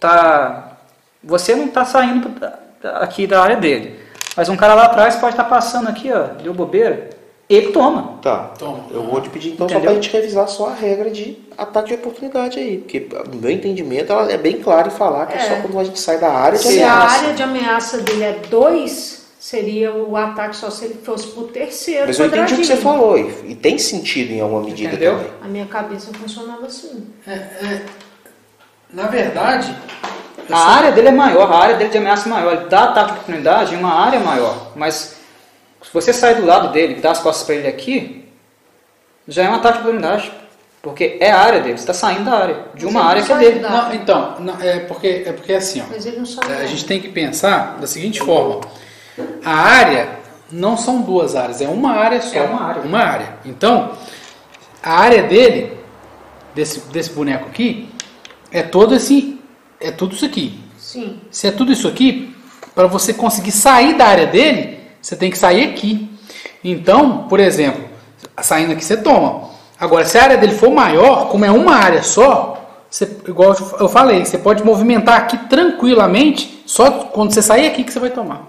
tá, você não está saindo da- da- aqui da área dele, mas um cara lá atrás pode estar passando aqui, ó, deu bobeira, ele toma. Tá. Toma. Eu vou te pedir então só Entendeu? pra gente revisar só a regra de ataque de oportunidade aí. Porque no meu entendimento ela é bem clara em falar que é, É. só quando a gente sai da área de Se a ameaça. área de ameaça dele é 2, seria o ataque só se ele fosse pro terceiro. Mas eu entendi o que você quadradinho. falou e, e tem sentido em alguma medida Entendeu? também. A minha cabeça funcionava assim. é, Na verdade, A área dele é maior, a área dele de ameaça é maior, ele dá ataque de oportunidade em uma área maior, mas se você sair do lado dele e dar as costas para ele aqui, já é um ataque de oportunidade, porque é a área dele, você está saindo da área, de Mas uma ele área não que é sai dele. da- Não, então, não, é porque é porque é assim, ó. Mas ele não é. sabe. A gente tem que pensar da seguinte forma: a área não são duas áreas, é uma área só. É uma área. Uma área. Então, a área dele, desse, desse boneco aqui, é todo esse. É tudo isso aqui. Sim. Se é tudo isso aqui, para você conseguir sair da área dele, você tem que sair aqui. Então, por exemplo, saindo aqui você toma. Agora, se a área dele for maior, como é uma área só, você- igual eu falei, você pode movimentar aqui tranquilamente, só quando você sair aqui que você vai tomar.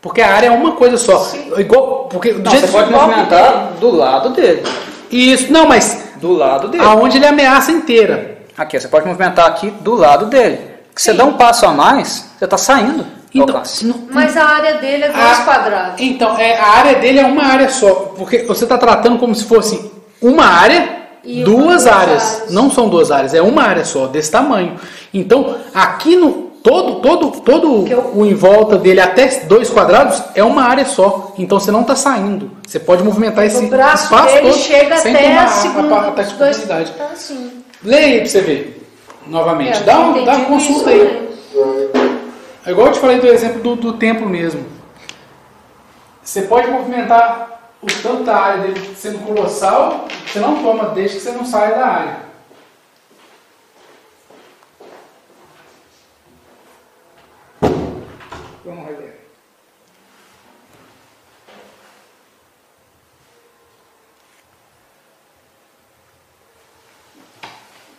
Porque a área é uma coisa só. Igual, porque do Não, jeito você que- pode movimentar do lado dele. Isso, não, mas Do lado dele. aonde ele ameaça inteira. Aqui, você pode movimentar aqui do lado dele. Se você dá um passo a mais, você está saindo. do Então, alcance. não- Mas a área dele é 2 Ah, quadrados. Então, é, a área dele é uma área só, porque você está tratando como se fosse uma área, E uma- duas duas áreas. áreas. Não são duas áreas, é uma área só, desse tamanho. Então, aqui no todo todo todo Que eu- o em volta dele até dois quadrados é uma área só. Então você não está saindo. Você pode movimentar esse O braço espaço dele todo chega sem até tomar tá, a a- segunda. a- a- a- a- a- a- dois- oportunidade. Tá assim. Leia aí pra você ver. Novamente. É, dá eu um, dá entendi isso né? consulta aí. também. É igual eu te falei do exemplo do, do templo mesmo. Você pode movimentar o tanto da área dele sendo colossal, você não toma desde que você não saia da área. Vamos rever.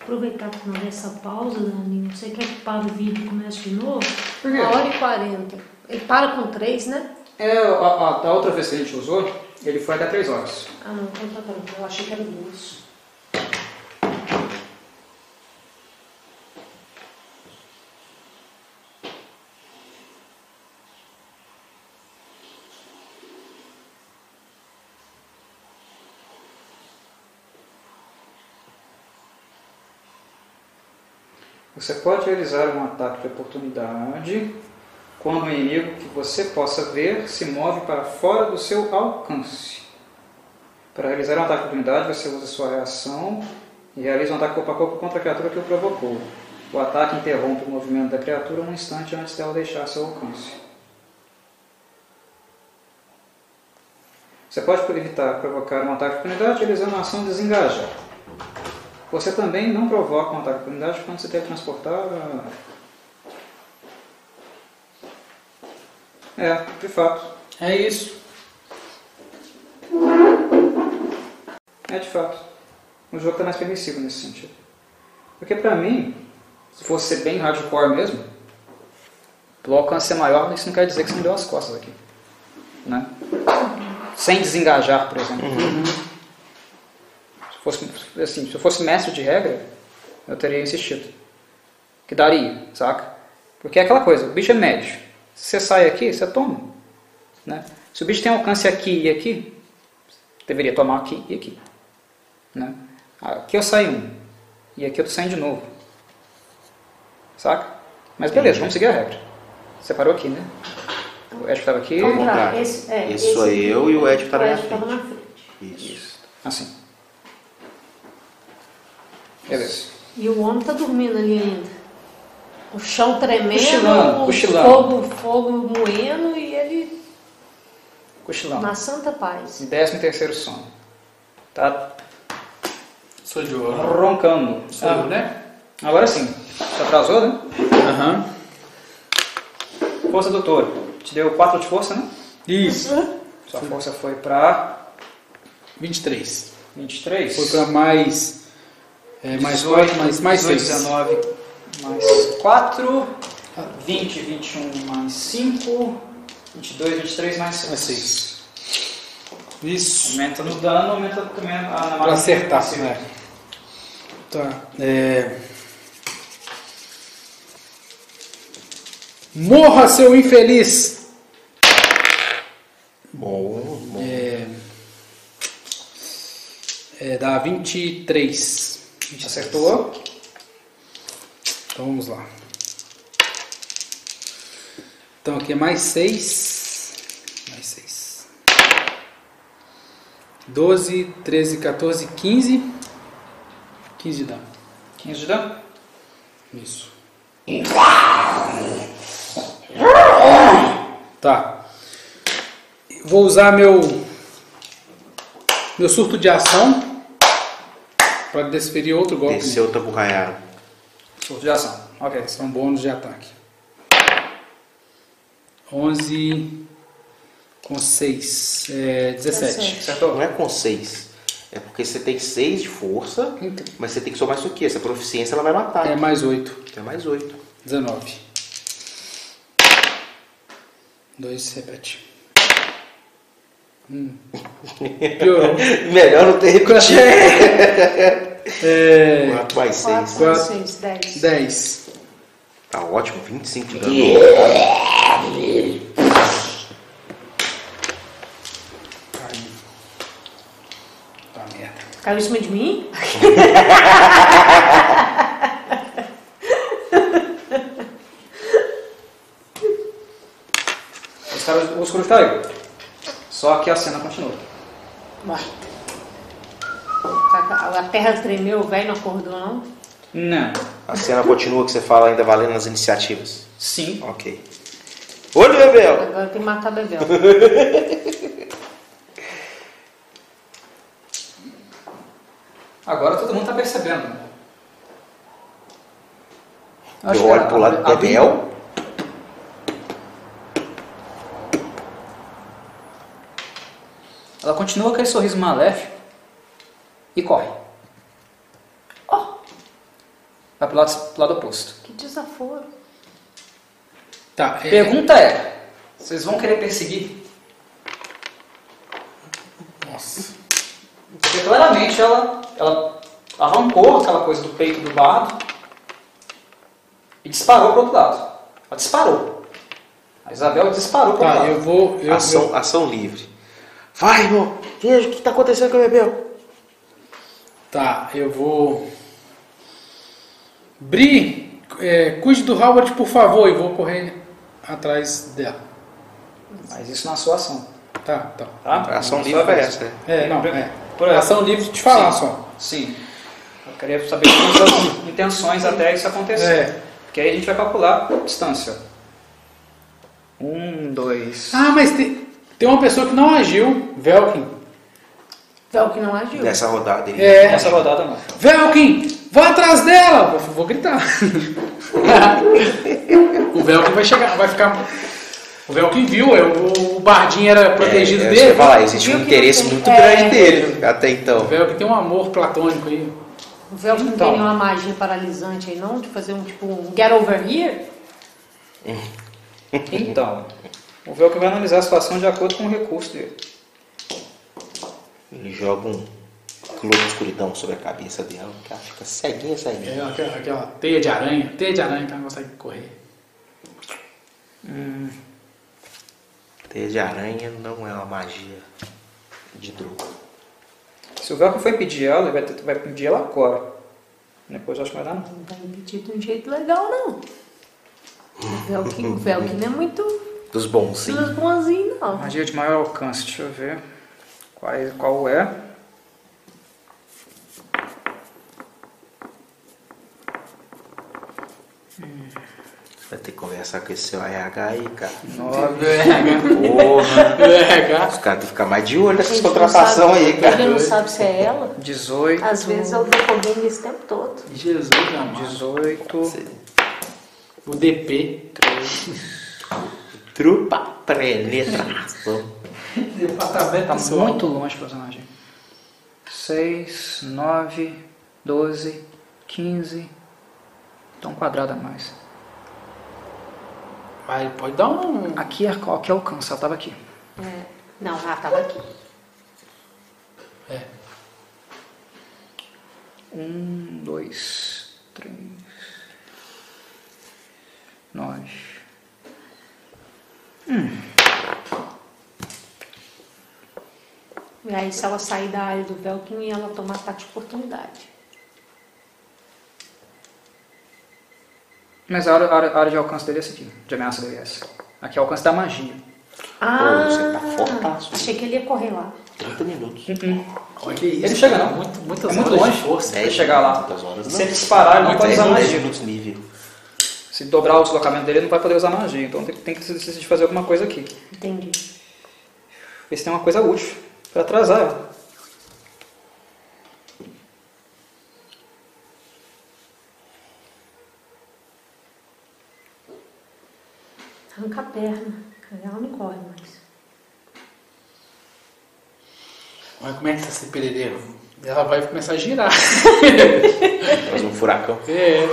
Aproveitar que não é essa pausa, Danilo. Você é quer que pare o vídeo e comece de novo? Por quê? Uma hora e quarenta. Ele para com três, né? É, a, a- da outra vez que a gente usou, ele foi até 3 horas. Ah, não. então tá bom. Eu achei que era duas. Você pode realizar um ataque de oportunidade quando um inimigo que você possa ver se move para fora do seu alcance. Para realizar um ataque de oportunidade, você usa sua reação e realiza um ataque corpo a corpo contra a criatura que o provocou. O ataque interrompe o movimento da criatura um instante antes dela deixar seu alcance. Você pode evitar provocar um ataque de oportunidade realizando a ação desengajar. Você também não provoca um ataque de oportunidade quando você teletransportar. a- É, de fato. É isso. É de fato. O jogo está mais permissivo nesse sentido. Porque pra mim, se fosse ser bem hardcore mesmo, O alcance é maior, mas isso não quer dizer que você não deu as costas aqui. Né? Sem desengajar, por exemplo. Se, fosse, assim, se eu fosse mestre de regra, eu teria insistido. Que daria, saca? Porque é aquela coisa, o bicho é médio. Se você sai aqui, você toma. Né? Se o bicho tem alcance aqui e aqui, deveria tomar aqui e aqui. Né? Aqui eu saio um. E aqui eu tô saindo de novo. Saca? Mas beleza, vamos seguir a regra. Você parou aqui, né? O Ed estava aqui. Ao contrário. Contrário. Esse- é, Esse sou esse- eu e o Ed tá na O minha Ed tava na frente. frente. Isso. Assim. Beleza. E o homem tá dormindo ali ainda. O chão tremendo, Cochilando, o cochilando. fogo, fogo moendo e ele Cochilão. na santa paz. Décimo terceiro sono. Tá Sou de ouro. roncando. Ah, Sou eu, né? Agora sim. Você atrasou, né? Aham. Força doutora. Te deu 4 de força, né? Isso. Sua força foi pra 23. 23. Foi pra mais. É, mais 4, mais, mais 18, 6. 19, mais 4. 20, 21, mais 5. 22, 23, mais 6. Mais 6. Isso. Aumenta no dano, aumenta também a na Pra acertar, Sim. né? Tá. É... Morra, seu infeliz! Bom, bom. É... É, dá 23. Acertou. Então vamos lá. Então aqui é mais 6. Mais 6. 12, 13, 14, 15. 15 de dano. 15 de dano. Isso. Tá. Vou usar meu meu surto de ação para desferir outro golpe. Desceu o Tabucaiaro. Surto de ação. Ok. São é um bônus de ataque. 11 com 6, é, 17. Acertou? Não é com 6. É porque você tem 6 de força, Então. mas você tem que somar isso aqui. Essa proficiência ela vai matar. É mais 8, Então é mais 8. 19. 2, repete. Hum. Piorou. assim. Melhor não ter repetido. É, 4 mais 6. 4, Quatro. 6, 10. 10. Tá ótimo, 25 de dano. Caiu. Tá merda. Caiu em cima de mim? Os caras, os caras caiu. Só que a cena continua. Vai. Tá, A a terra tremeu, o velho não acordou, não? Não. A cena continua que você fala ainda valendo as iniciativas. Sim. Ok. Olho, Bebel! Agora tem que matar Bebel. Agora todo mundo tá percebendo. né? Acho Eu que olho a- pro lado a- do Bebel. Ela continua com aquele sorriso maléfico e corre. Vai pro lado, pro lado oposto. que desaforo. Tá, é, Pergunta é: vocês vão querer perseguir? Nossa. Porque claramente ela, ela arrancou aquela coisa do peito do bardo e disparou pro outro lado. Ela disparou. A Isabel disparou pro outro Tá, lado. eu vou. Eu, Ação, ação livre. Vai, irmão! Veja o que tá acontecendo com o Bebel. eu- tá, eu vou. Bri, é, cuide do Howard, por favor, e vou correr atrás dela. Mas isso na sua ação. Tá, tá. Tá? A ação Não livre sua é vez. essa, né? É, não, é. Por aí. Ação livre de te falar Sim. só. Sim. Eu queria saber quais são as intenções até isso acontecer. É. Porque aí a gente vai calcular a distância. Um, dois. Ah, mas tem, tem uma pessoa que não agiu. Velkin. Velho que não é, agiu. Nessa rodada ele. É. Nessa rodada não. Velkin, vá atrás dela! Vou, vou gritar. o Velkin vai chegar, vai ficar. O Velkin viu, é, o, o Bardinho era protegido é, é, dele. Você falar, existe um Viu que interesse não tem- muito é. grande dele até O então. Velkin tem um amor platônico aí. O Velho não Então. tem nenhuma magia paralisante aí, não? De fazer um tipo um get over here? Então, o Velcro vai analisar a situação de acordo com o recurso dele. Ele joga um globo de escuridão sobre a cabeça dela, que ela fica ceguinha, ceguinha. É aquela, aquela teia de aranha, teia de aranha que ela não consegue correr. Teia de aranha não é uma magia de droga. Se o Velcro for impedir ela, ele vai, ter- vai impedir ela agora. Depois eu acho que vai dar não. Não tá impedido de um jeito legal, não. O Velkin, o Velkin não é muito Dos bonzinhos. bonzinho, não. Magia de maior alcance, deixa eu ver qual, qual é. Vai ter que conversar com esse seu RH aí, cara. 9. Porra. É, Os caras têm que ficar mais de olho A nessas gente não contratações sabe- aí, cara. Ele não sabe se é ela. 18. Ah. Às é vezes eu tô com esse tempo todo. Jesus amado. 18. O DP. Trupa preletração. Tá é muito longe o personagem. 6, 9, 12, 15. Então um quadrado a mais. Vai, pode dar um. Aqui é qual que alcança, ela tava aqui. É. Não, ela tava aqui. É. 1, 2, 3, 9. E aí, se ela sair da área do Velkin, ela toma ataque de oportunidade. Mas a área, a área- a área de alcance dele é essa aqui, de ameaça dele é essa. Aqui é o alcance da magia. Pô, você tá fortaço. Achei que ele ia correr lá. 30 minutos. Uhum. Olha que isso. Ele chega não. Muito, muitas É muito horas de longe. força. Vai chegar lá. Tantas horas, né? não. Se ele disparar, ele não pode 10 usar minutos, 10 magia. minutos nível. Se dobrar o deslocamento dele, ele não vai poder usar magia. Então tem, tem que se- se fazer alguma coisa aqui. Entendi. Ver se tem uma coisa útil pra atrasar ela. Arranca a perna. Ela não corre mais. Mas como é que tá esse perereiro? Ela vai começar a girar. Faz um furacão. É.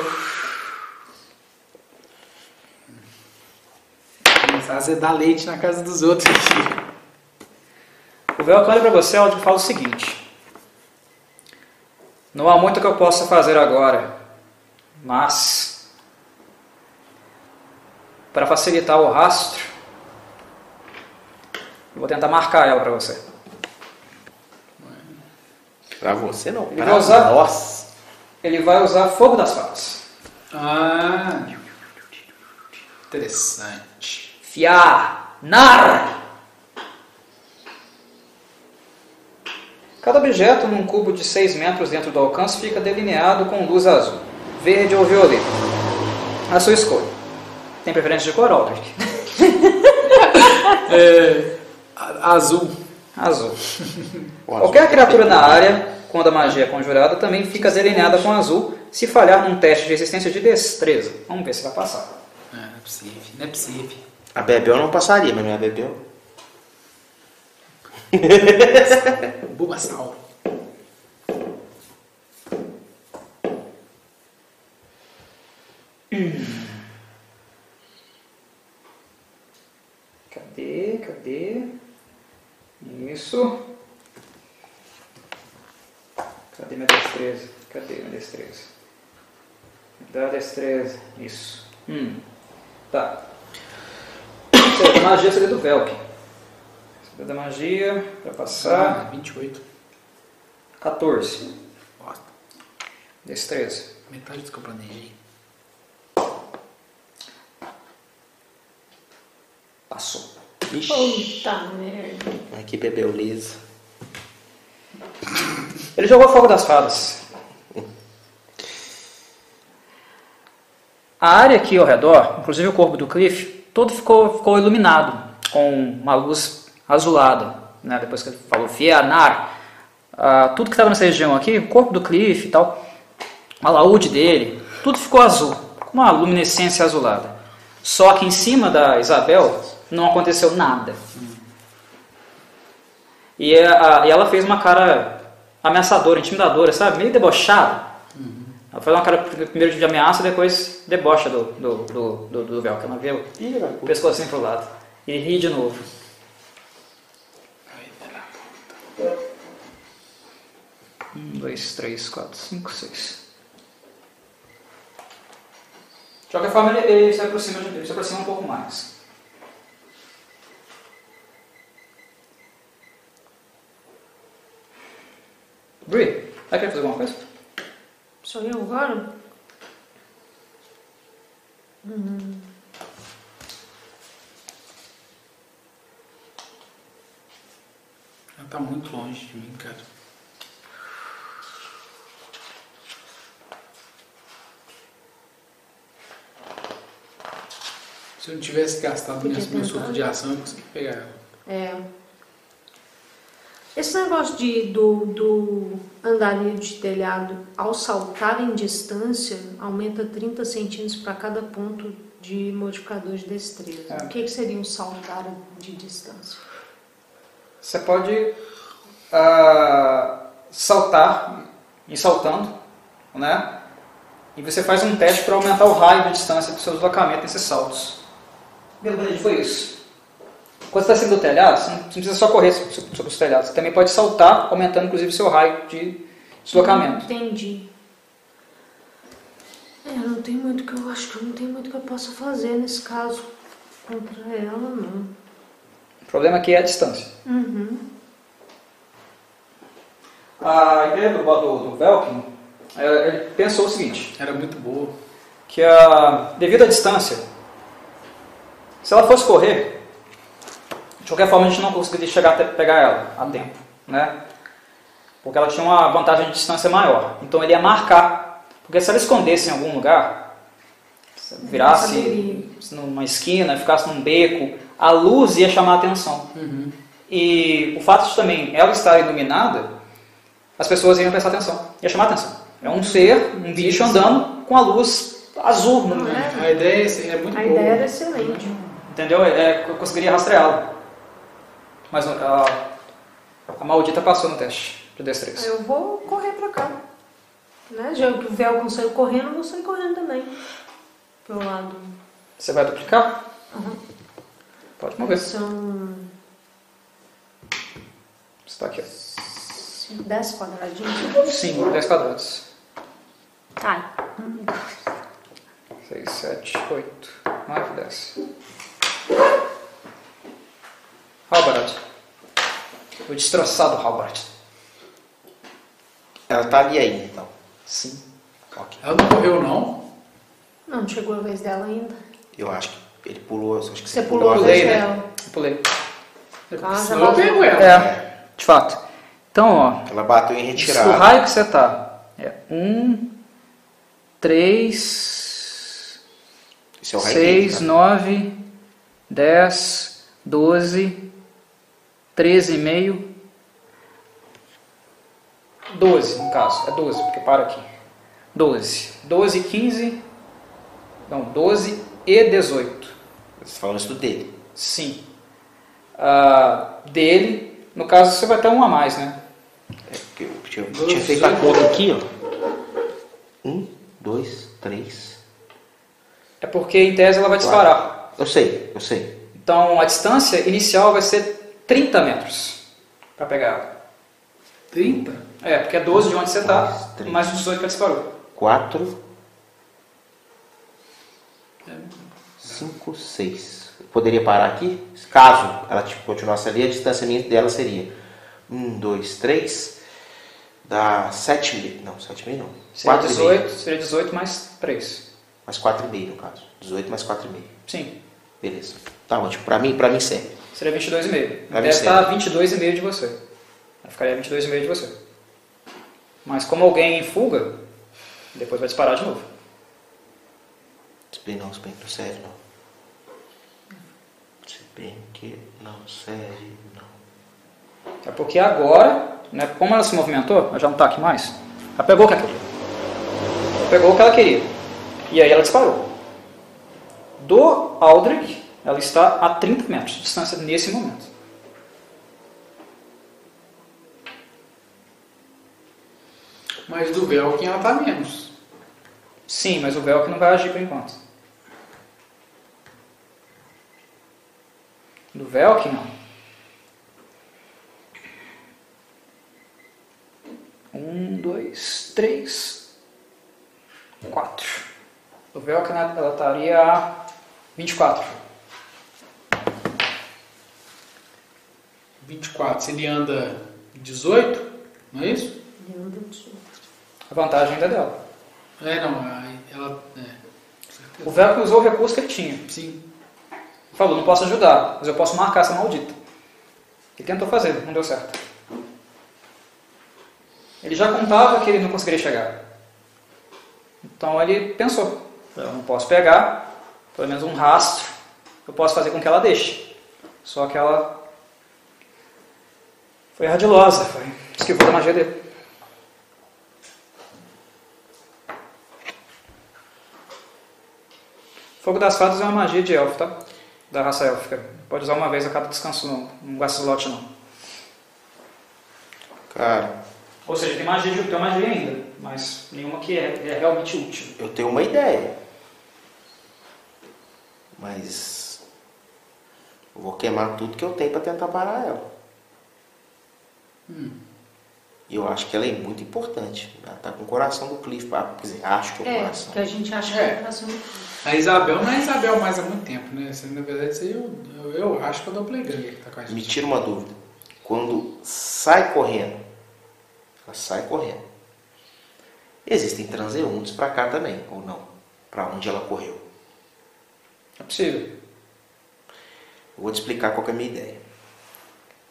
Começar a azedar leite na casa dos outros aqui. O Velcro olha pra você ela fala o seguinte. Não há muito que eu possa fazer agora. Mas... Para facilitar o rastro... Eu vou tentar marcar ela pra você. Pra você não. Ele Pra vai usar? nós. Ele vai usar fogo das falas. Ah. Interessante. Fiar! Nar! Cada objeto num cubo de 6 metros dentro do alcance fica delineado com luz azul, verde ou violeta. A sua escolha. Tem preferência de cor, Aldrich? A- azul. Azul. O azul Qualquer tá criatura feio. na área, quando a magia é conjurada, também fica delineada com azul se falhar num teste de resistência de destreza. Vamos ver se vai passar. Ah, não é possível, não é possível. A Bebel não passaria, mas minha Bebel. Bulbasauro. Cadê? Cadê? Isso. Cadê minha destreza? Cadê minha destreza? Me dá a destreza. Isso. Hum. Tá. Seria da magia seria do Velk. Seria é da magia. Pra passar. Ah, 28. 14. Bosta. Destreza. Metade do que eu planejei. Passou. Ixi, Puta merda. mas que Bebel lisa. Ele jogou fogo das fadas. A área aqui ao redor, inclusive o corpo do Cliff, todo ficou, ficou iluminado com uma luz azulada. né? Depois que ele falou Fianar, ah, tudo que estava nessa região aqui, o corpo do Cliff e tal, a laúde dele, tudo ficou azul, com uma luminescência azulada. Só que em cima da Isabel não aconteceu nada. E, a- e ela fez uma cara ameaçadora, intimidadora, sabe? Meio debochada. Ela faz uma cara primeiro de ameaça e depois debocha do, do, do, do, do Velcro. Ela vê o pescocinho pro lado. E ri de novo. Um, dois, três, quatro, cinco, seis. De qualquer forma, ele, ele se, aproxima, de- ele se aproxima um pouco mais. Bree, vai querer fazer alguma coisa? Sou eu agora? Hum. Ela tá muito longe de mim, cara. Se eu não tivesse gastado Podia minhas- meu tentar. surto de ação, eu conseguia pegar ela. É. Esse negócio de, do, do andarilho de telhado, ao saltar em distância, aumenta 30 centímetros para cada ponto de modificador de destreza. É. O que, que seria um saltar de distância? Você pode ah, saltar, ir saltando, né? E você faz um teste para aumentar o raio de distância do seu deslocamento nesses saltos. Beleza, foi isso. Quando você está sendo do telhado, você não você não precisa só correr so- sobre os telhados. Você também pode saltar, aumentando inclusive o seu raio de deslocamento. Entendi. É, não tem muito que eu acho que não tem muito que eu possa fazer nesse caso contra ela, não. O problema aqui é a distância. Uhum. A ideia do, do, do Velkin, é, ele pensou o seguinte. Era muito boa. que a, devido à distância, se ela fosse correr, de qualquer forma a gente não conseguiria chegar até pegar ela a tempo, né? Porque ela tinha uma vantagem de distância maior. Então ele ia marcar, porque se ela escondesse em algum lugar, se ela virasse saberia. numa esquina, ficasse num beco, a luz ia chamar a atenção. E o fato de também ela estar iluminada, as pessoas iam prestar atenção, ia chamar atenção. É um ser, um bicho andando com a luz azul, Não é? A ideia é, essa, é muito A boa. ideia era excelente. entendeu? É, eu conseguiria rastreá-lo. Mas a, a maldita passou no teste de Aí destreza. Eu vou correr pra cá. Né? Já que o Velcon saiu correndo, eu vou sair correndo também. Pro lado. Você vai duplicar? Aham. Pode mover. Você São está aqui. ó. 10 quadradinhos. Sim, 10 quadrados. Tá. 6, 7, 8, 9, 10. Halberd. O destroçado Halberd. Ela tá ali ainda, então. Sim. Ok. Ela não correu, não? Não, não chegou a vez dela ainda. Eu acho que ele pulou. Acho que Você você pulou a a pulei, vez vez. né? dela. Eu pulei. Ah, já Senão eu vazou. pego ela. É, de fato. Então, ó. Ela bateu em O retirada. raio que você tá é 1, 3, Esse é o raio dele, 6, tá? 9, 10, 12, 13,5. 12, no caso. É 12, porque para aqui. 12. 12, 15. Não, 12 e 18. Você tá falando isso do dele. Sim. Ah, dele, no caso, você vai ter um a mais, né? É, porque eu tinha, eu tinha feito a conta aqui, ó. Um, dois, três. É porque, em tese, ela vai disparar. Eu sei, eu sei. Então a distância inicial vai ser 30 metros para pegar ela. 30? É, porque é 12 de onde você está, Mais 30. mais os 18 que ela disparou. Quatro. Cinco, seis. Eu poderia parar aqui? Caso ela tipo, continuasse ali, a distância minha dela seria. Um, dois, três. Dá sete mil. Não, sete mil não. Seria Quatro e 18, meio. seria 18 mais 3. Mais quatro e meio, no caso. 18 mais quatro e meio. Sim, Beleza. Tá ótimo. Pra mim, pra mim serve. seria 22,5. Vai Deve tá me estar a 22,5 de você. Ela ficaria a 22,5 de você. Mas como alguém em fuga, depois vai disparar de novo. Se bem não, se bem que não serve não. Se bem que não serve não. É porque agora, né, como ela se movimentou, ela já não está aqui mais, ela pegou o que ela queria. Ela Pegou o que ela queria. E aí ela disparou. Do Aldrich, ela está a 30 metros de distância nesse momento. Mas do Velkin ela tá menos. Sim, mas o Velk não vai agir por enquanto. Do Velk, não. Um, dois, três, quatro. Do Velk, né, ela estaria a 24. 24. Se ele anda 18, não é isso? Ele anda de sul. A vantagem ainda é dela. É, não. a- Ela. É. O Velk usou o recurso que ele tinha. Sim. Falou, não posso ajudar, mas eu posso marcar essa maldita. Ele tentou fazer, não deu certo. Ele já contava que ele não conseguiria chegar. Então ele pensou, eu não posso pegar, pelo menos um rastro, eu posso fazer com que ela deixe. Só que ela foi radilosa, foi, esquivou a magia dele. Fogo das Fadas é uma magia de elfo, tá? Da raça élfica. Pode usar uma vez a cada descanso, não. Não gasta slot, não. Cara, Ou seja, tem magia de tem magia ainda, mas nenhuma que é, é realmente útil. eu tenho uma ideia. Mas. Eu vou queimar tudo que eu tenho pra tentar parar ela. E eu acho que ela é muito importante. Ela tá com o coração do Cliff. ah, Quer dizer, acho que é o É, coração. que a gente acha que É. é pra ser um- A Isabel não é Isabel mais há muito tempo, né? Isso, Na verdade, isso aí eu, eu, eu acho que eu dou playground que tá com a Me gente. tira uma dúvida. Quando sai correndo, ela sai correndo. Existem transeuntes pra cá também, ou não? Pra onde ela correu. É possível. Eu vou te explicar qual que é a minha ideia.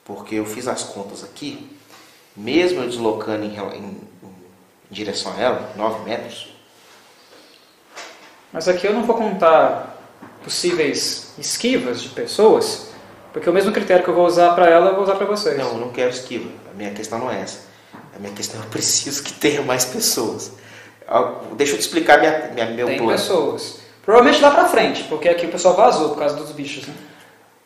Porque eu fiz as contas aqui, mesmo eu deslocando em, rela- em- em direção a ela, 9 metros, Mas aqui eu não vou contar possíveis esquivas de pessoas, porque o mesmo critério que eu vou usar pra ela, eu vou usar pra vocês. não, eu não quero esquiva. A minha questão não é essa. A minha questão é eu preciso que tenha mais pessoas. Ah, Deixa eu te explicar minha, minha- meu Tem é plano. pessoas. Provavelmente lá pra frente, porque aqui o pessoal vazou por causa dos bichos, né?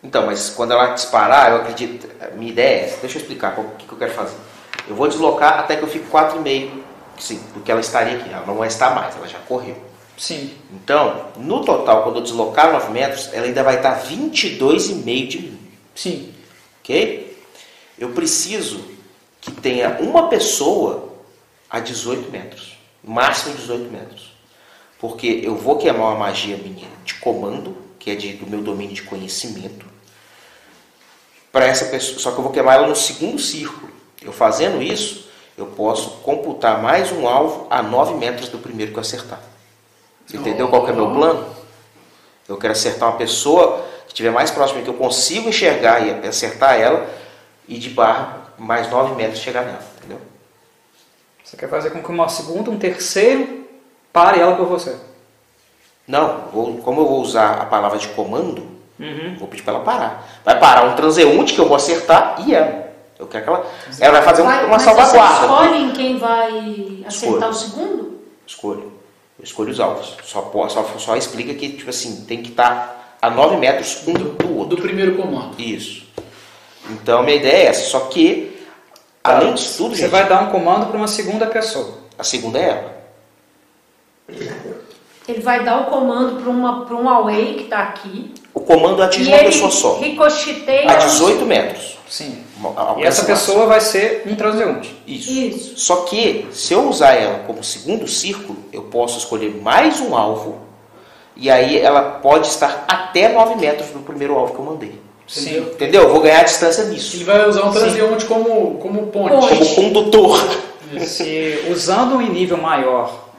Então, mas quando ela disparar, eu acredito. a Minha ideia é essa. Deixa eu explicar qual- o que, que eu quero fazer. Eu vou deslocar até que eu fique 4,5. Sim, porque ela estaria aqui. Ela não está mais, ela já correu. Sim. Então, no total, quando eu deslocar 9 metros, ela ainda vai estar 22,5 de mim. Sim. Ok? Eu preciso que tenha uma pessoa a 18 metros. Máximo 18 metros. Porque eu vou queimar uma magia minha de comando, que é de- do meu domínio de conhecimento, para essa pessoa. Só que eu vou queimar ela no segundo círculo. Eu fazendo isso, eu posso computar mais um alvo a 9 metros do primeiro que eu acertar. Entendeu qual que é meu plano? Eu quero acertar uma pessoa que estiver mais próxima, que eu consigo enxergar e acertar ela, e de barra mais 9 metros chegar nela, entendeu? Você quer fazer com que uma segunda, um terceiro, pare ela por você. Não, vou- como eu vou usar a palavra de comando, Uhum. vou pedir para ela parar. Vai parar um transeunte que eu vou acertar e ela. Eu quero que ela. Ela vai fazer um- Vai- uma mas vocês salvaguarda. escolhem quem vai Escolha. acertar o segundo? Escolho. Eu escolho os alvos. Só, po- só, só explica que, tipo assim, tem que estar a 9 metros um do outro. Do primeiro comando. Isso. Então minha ideia é essa. Só que, além disso tudo, Você gente, vai dar um comando pra uma segunda pessoa. a segunda é ela. Ele vai dar o comando para uma pra um away que tá aqui. O comando atinge e uma ele pessoa só. ricocheteia A 18 metros. Sim. Uma- alcança E essa máximo. pessoa vai ser um transeunte. Isso. Isso. Só que, se eu usar ela como segundo círculo, eu posso escolher mais um alvo. E aí ela pode estar até 9 metros do primeiro alvo que eu mandei. Sim. Entendeu? Eu vou ganhar a distância Ele nisso. vai usar um transeunte como, como ponte. Ponte. Como condutor. Se usando um nível maior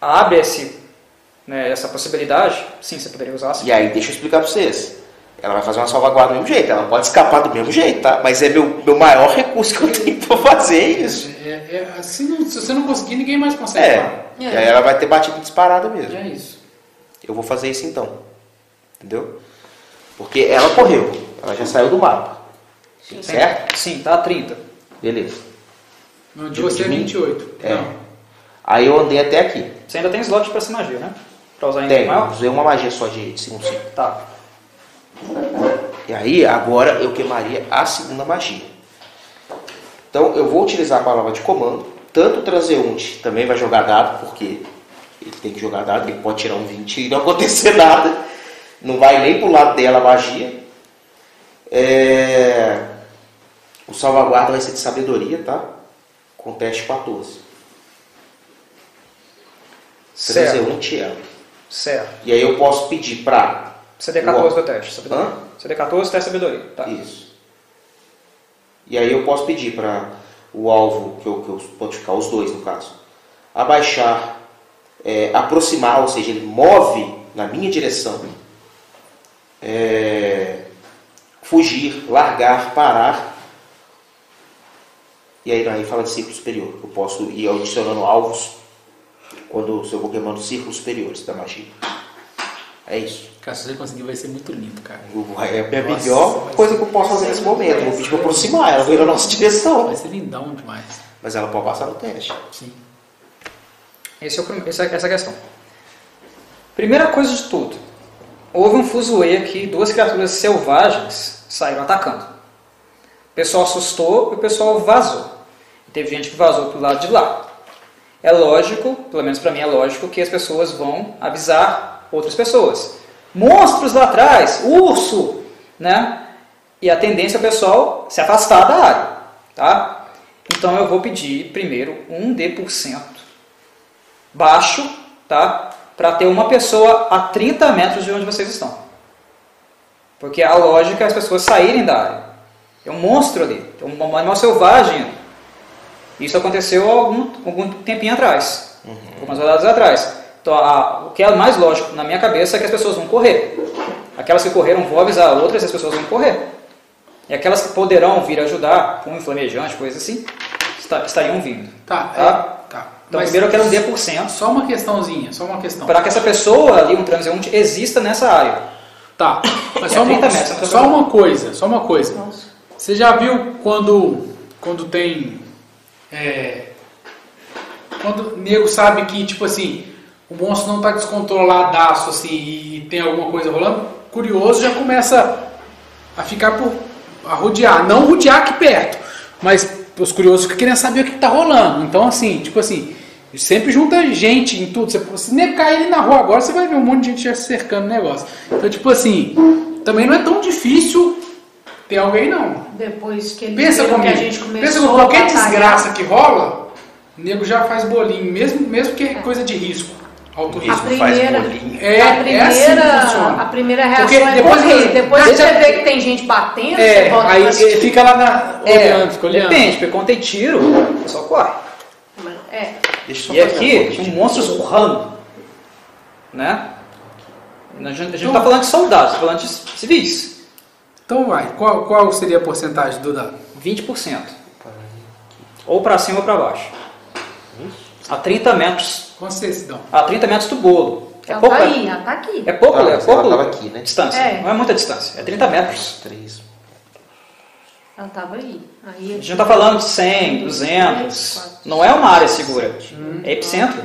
abre esse, né, essa possibilidade, sim, você poderia usar assim. E aí, deixa eu explicar pra vocês. Ela vai fazer uma salvaguarda do mesmo jeito. Ela pode escapar do mesmo jeito, tá? Mas é meu, meu maior recurso que eu tenho pra fazer é isso. É, é, assim, não- se você não conseguir, ninguém mais consegue. É. E aí ela vai ter batido disparada mesmo. É isso. Eu vou fazer isso então. Entendeu? Porque ela correu. Ela já saiu do mapa. Certo? Sim, tá a 30. Beleza. Não, de você é De mim? 28. É. Não. Aí eu andei até aqui. Você ainda tem slot pra essa magia, né? Pra usar em Tem, nível eu maior? usei uma magia só de segundo ciclo. Tá. E aí, agora eu queimaria a segunda magia. Então, eu vou utilizar a palavra de comando. Tanto o transeunte também vai jogar dado, porque ele tem que jogar dado, ele pode tirar um 20 e não acontecer nada. Não vai nem pro lado dela a magia. É, O salvaguarda vai ser de sabedoria, tá? Com teste 14. Certo. 3 e 1 tira. Certo. é. E aí eu posso pedir pra. CD14 Uau. do teste. Sabedoria. Hã? CD14 teste sabedoria. Tá. Isso. E aí eu posso pedir para o alvo, que eu, que eu pode ficar os dois no caso, abaixar, é, aproximar, ou seja, ele move na minha direção, é, fugir, largar, parar. E aí, aí fala de círculo superior. Eu posso ir adicionando alvos quando se eu vou queimando círculos superiores da magia. É isso. Cara, se você conseguir, vai ser muito lindo, cara. É a minha melhor coisa que eu posso fazer nesse momento. Vou pedir pra aproximar, ela veio na nossa direção. Vai ser lindão demais. Mas ela pode passar no teste. Sim. Esse é o prim- essa, essa é a questão. Primeira coisa de tudo, houve um fuzuê aqui, duas criaturas selvagens saíram atacando. O pessoal assustou e o pessoal vazou. Teve gente que vazou pro lado de lá. É lógico, pelo menos para mim é lógico, que as pessoas vão avisar outras pessoas. Monstros lá atrás, urso, né? E a tendência é o pessoal se afastar da área, tá? Então eu vou pedir primeiro um D por cento baixo, tá? Para ter uma pessoa a 30 metros de onde vocês estão. Porque a lógica é as pessoas saírem da área. É um monstro ali, é um animal selvagem. ali. Isso aconteceu há algum, algum tempinho atrás, algumas rodadas atrás. Então, a- o que é mais lógico na minha cabeça é que as pessoas vão correr. Aquelas que correram vão avisar outras e as pessoas vão correr. E aquelas que poderão vir ajudar, com um flamejante, coisa assim, esta- estariam vindo. Tá, Tá. é, tá. Então, Mas primeiro eu quero um D por cento Só uma questãozinha, só uma questão. para que essa pessoa ali, um transeunte, exista nessa área. Tá. Mas só, 30 uma, metros, tá só bom. uma coisa, só uma coisa. Você já viu quando quando tem é, quando o nego sabe que tipo assim, o monstro não tá descontroladaço assim e tem alguma coisa rolando, curioso já começa a ficar por a rodear, não rodear aqui perto, mas os curiosos que querem saber o que que tá rolando. Então assim, tipo assim, sempre junta gente em tudo. Você, se nem cair ele na rua agora, você vai ver um monte de gente já cercando o negócio. Então tipo assim, também não é tão difícil ter alguém não. Depois que ele Pensa viu que comigo. a gente começou Pensa com qualquer a batalhar. desgraça que rola, o nego já faz bolinho, mesmo, mesmo que é coisa de risco. Alto A risco. Isso faz primeira, bolinha. É, a, é assim que primeira funciona. a primeira Porque reação é depois correr. que- depois que deixa- você vê que tem gente batendo, você É, volta aí pra ele assistir. fica lá na, olhando, fica olhando. é, depende, porque quando tem tiro, o pessoal corre. É, Deixa eu só E fazer uma aqui, coisa, um gente. monstro urrando. Né? A gente não está falando de soldados, tá falando de civis. Então vai, qual, qual seria a porcentagem do dado? 20%. Ou para cima ou para baixo. A 30 metros. Quanto vocês se dão? A 30 metros do bolo. É ela pouco, tá aí, ela tá aqui. é pouco, Ah, é mas ela pouco tava aqui, né? distância. É. Não é muita distância. É 30 metros. Três. um. Ela tava aí. aí A gente tá não está falando de 100, 200. Não é uma área segura. É epicentro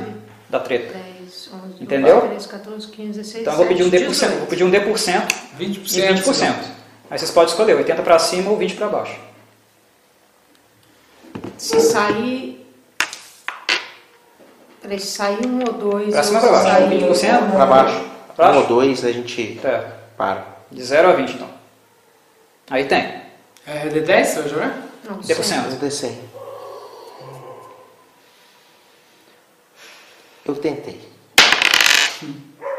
da treta. 10, 11, Entendeu? 12, 13, 14, 15, 16, Então eu vou pedir um D por cento, 18. vou pedir um D por cento 20%. e 20%. Aí vocês podem escolher 80 para cima ou 20 para baixo. Se sair. Peraí, se sair um ou dois. Pra cima ou ou pra se baixo? sair- 20%? Pra baixo. Pra baixo? Um ou dois, a gente É, para. de 0 a 20 então. Aí tem, É de 10, seu jogar? um. Não, D por cem. cento. Eu cem. Eu tentei.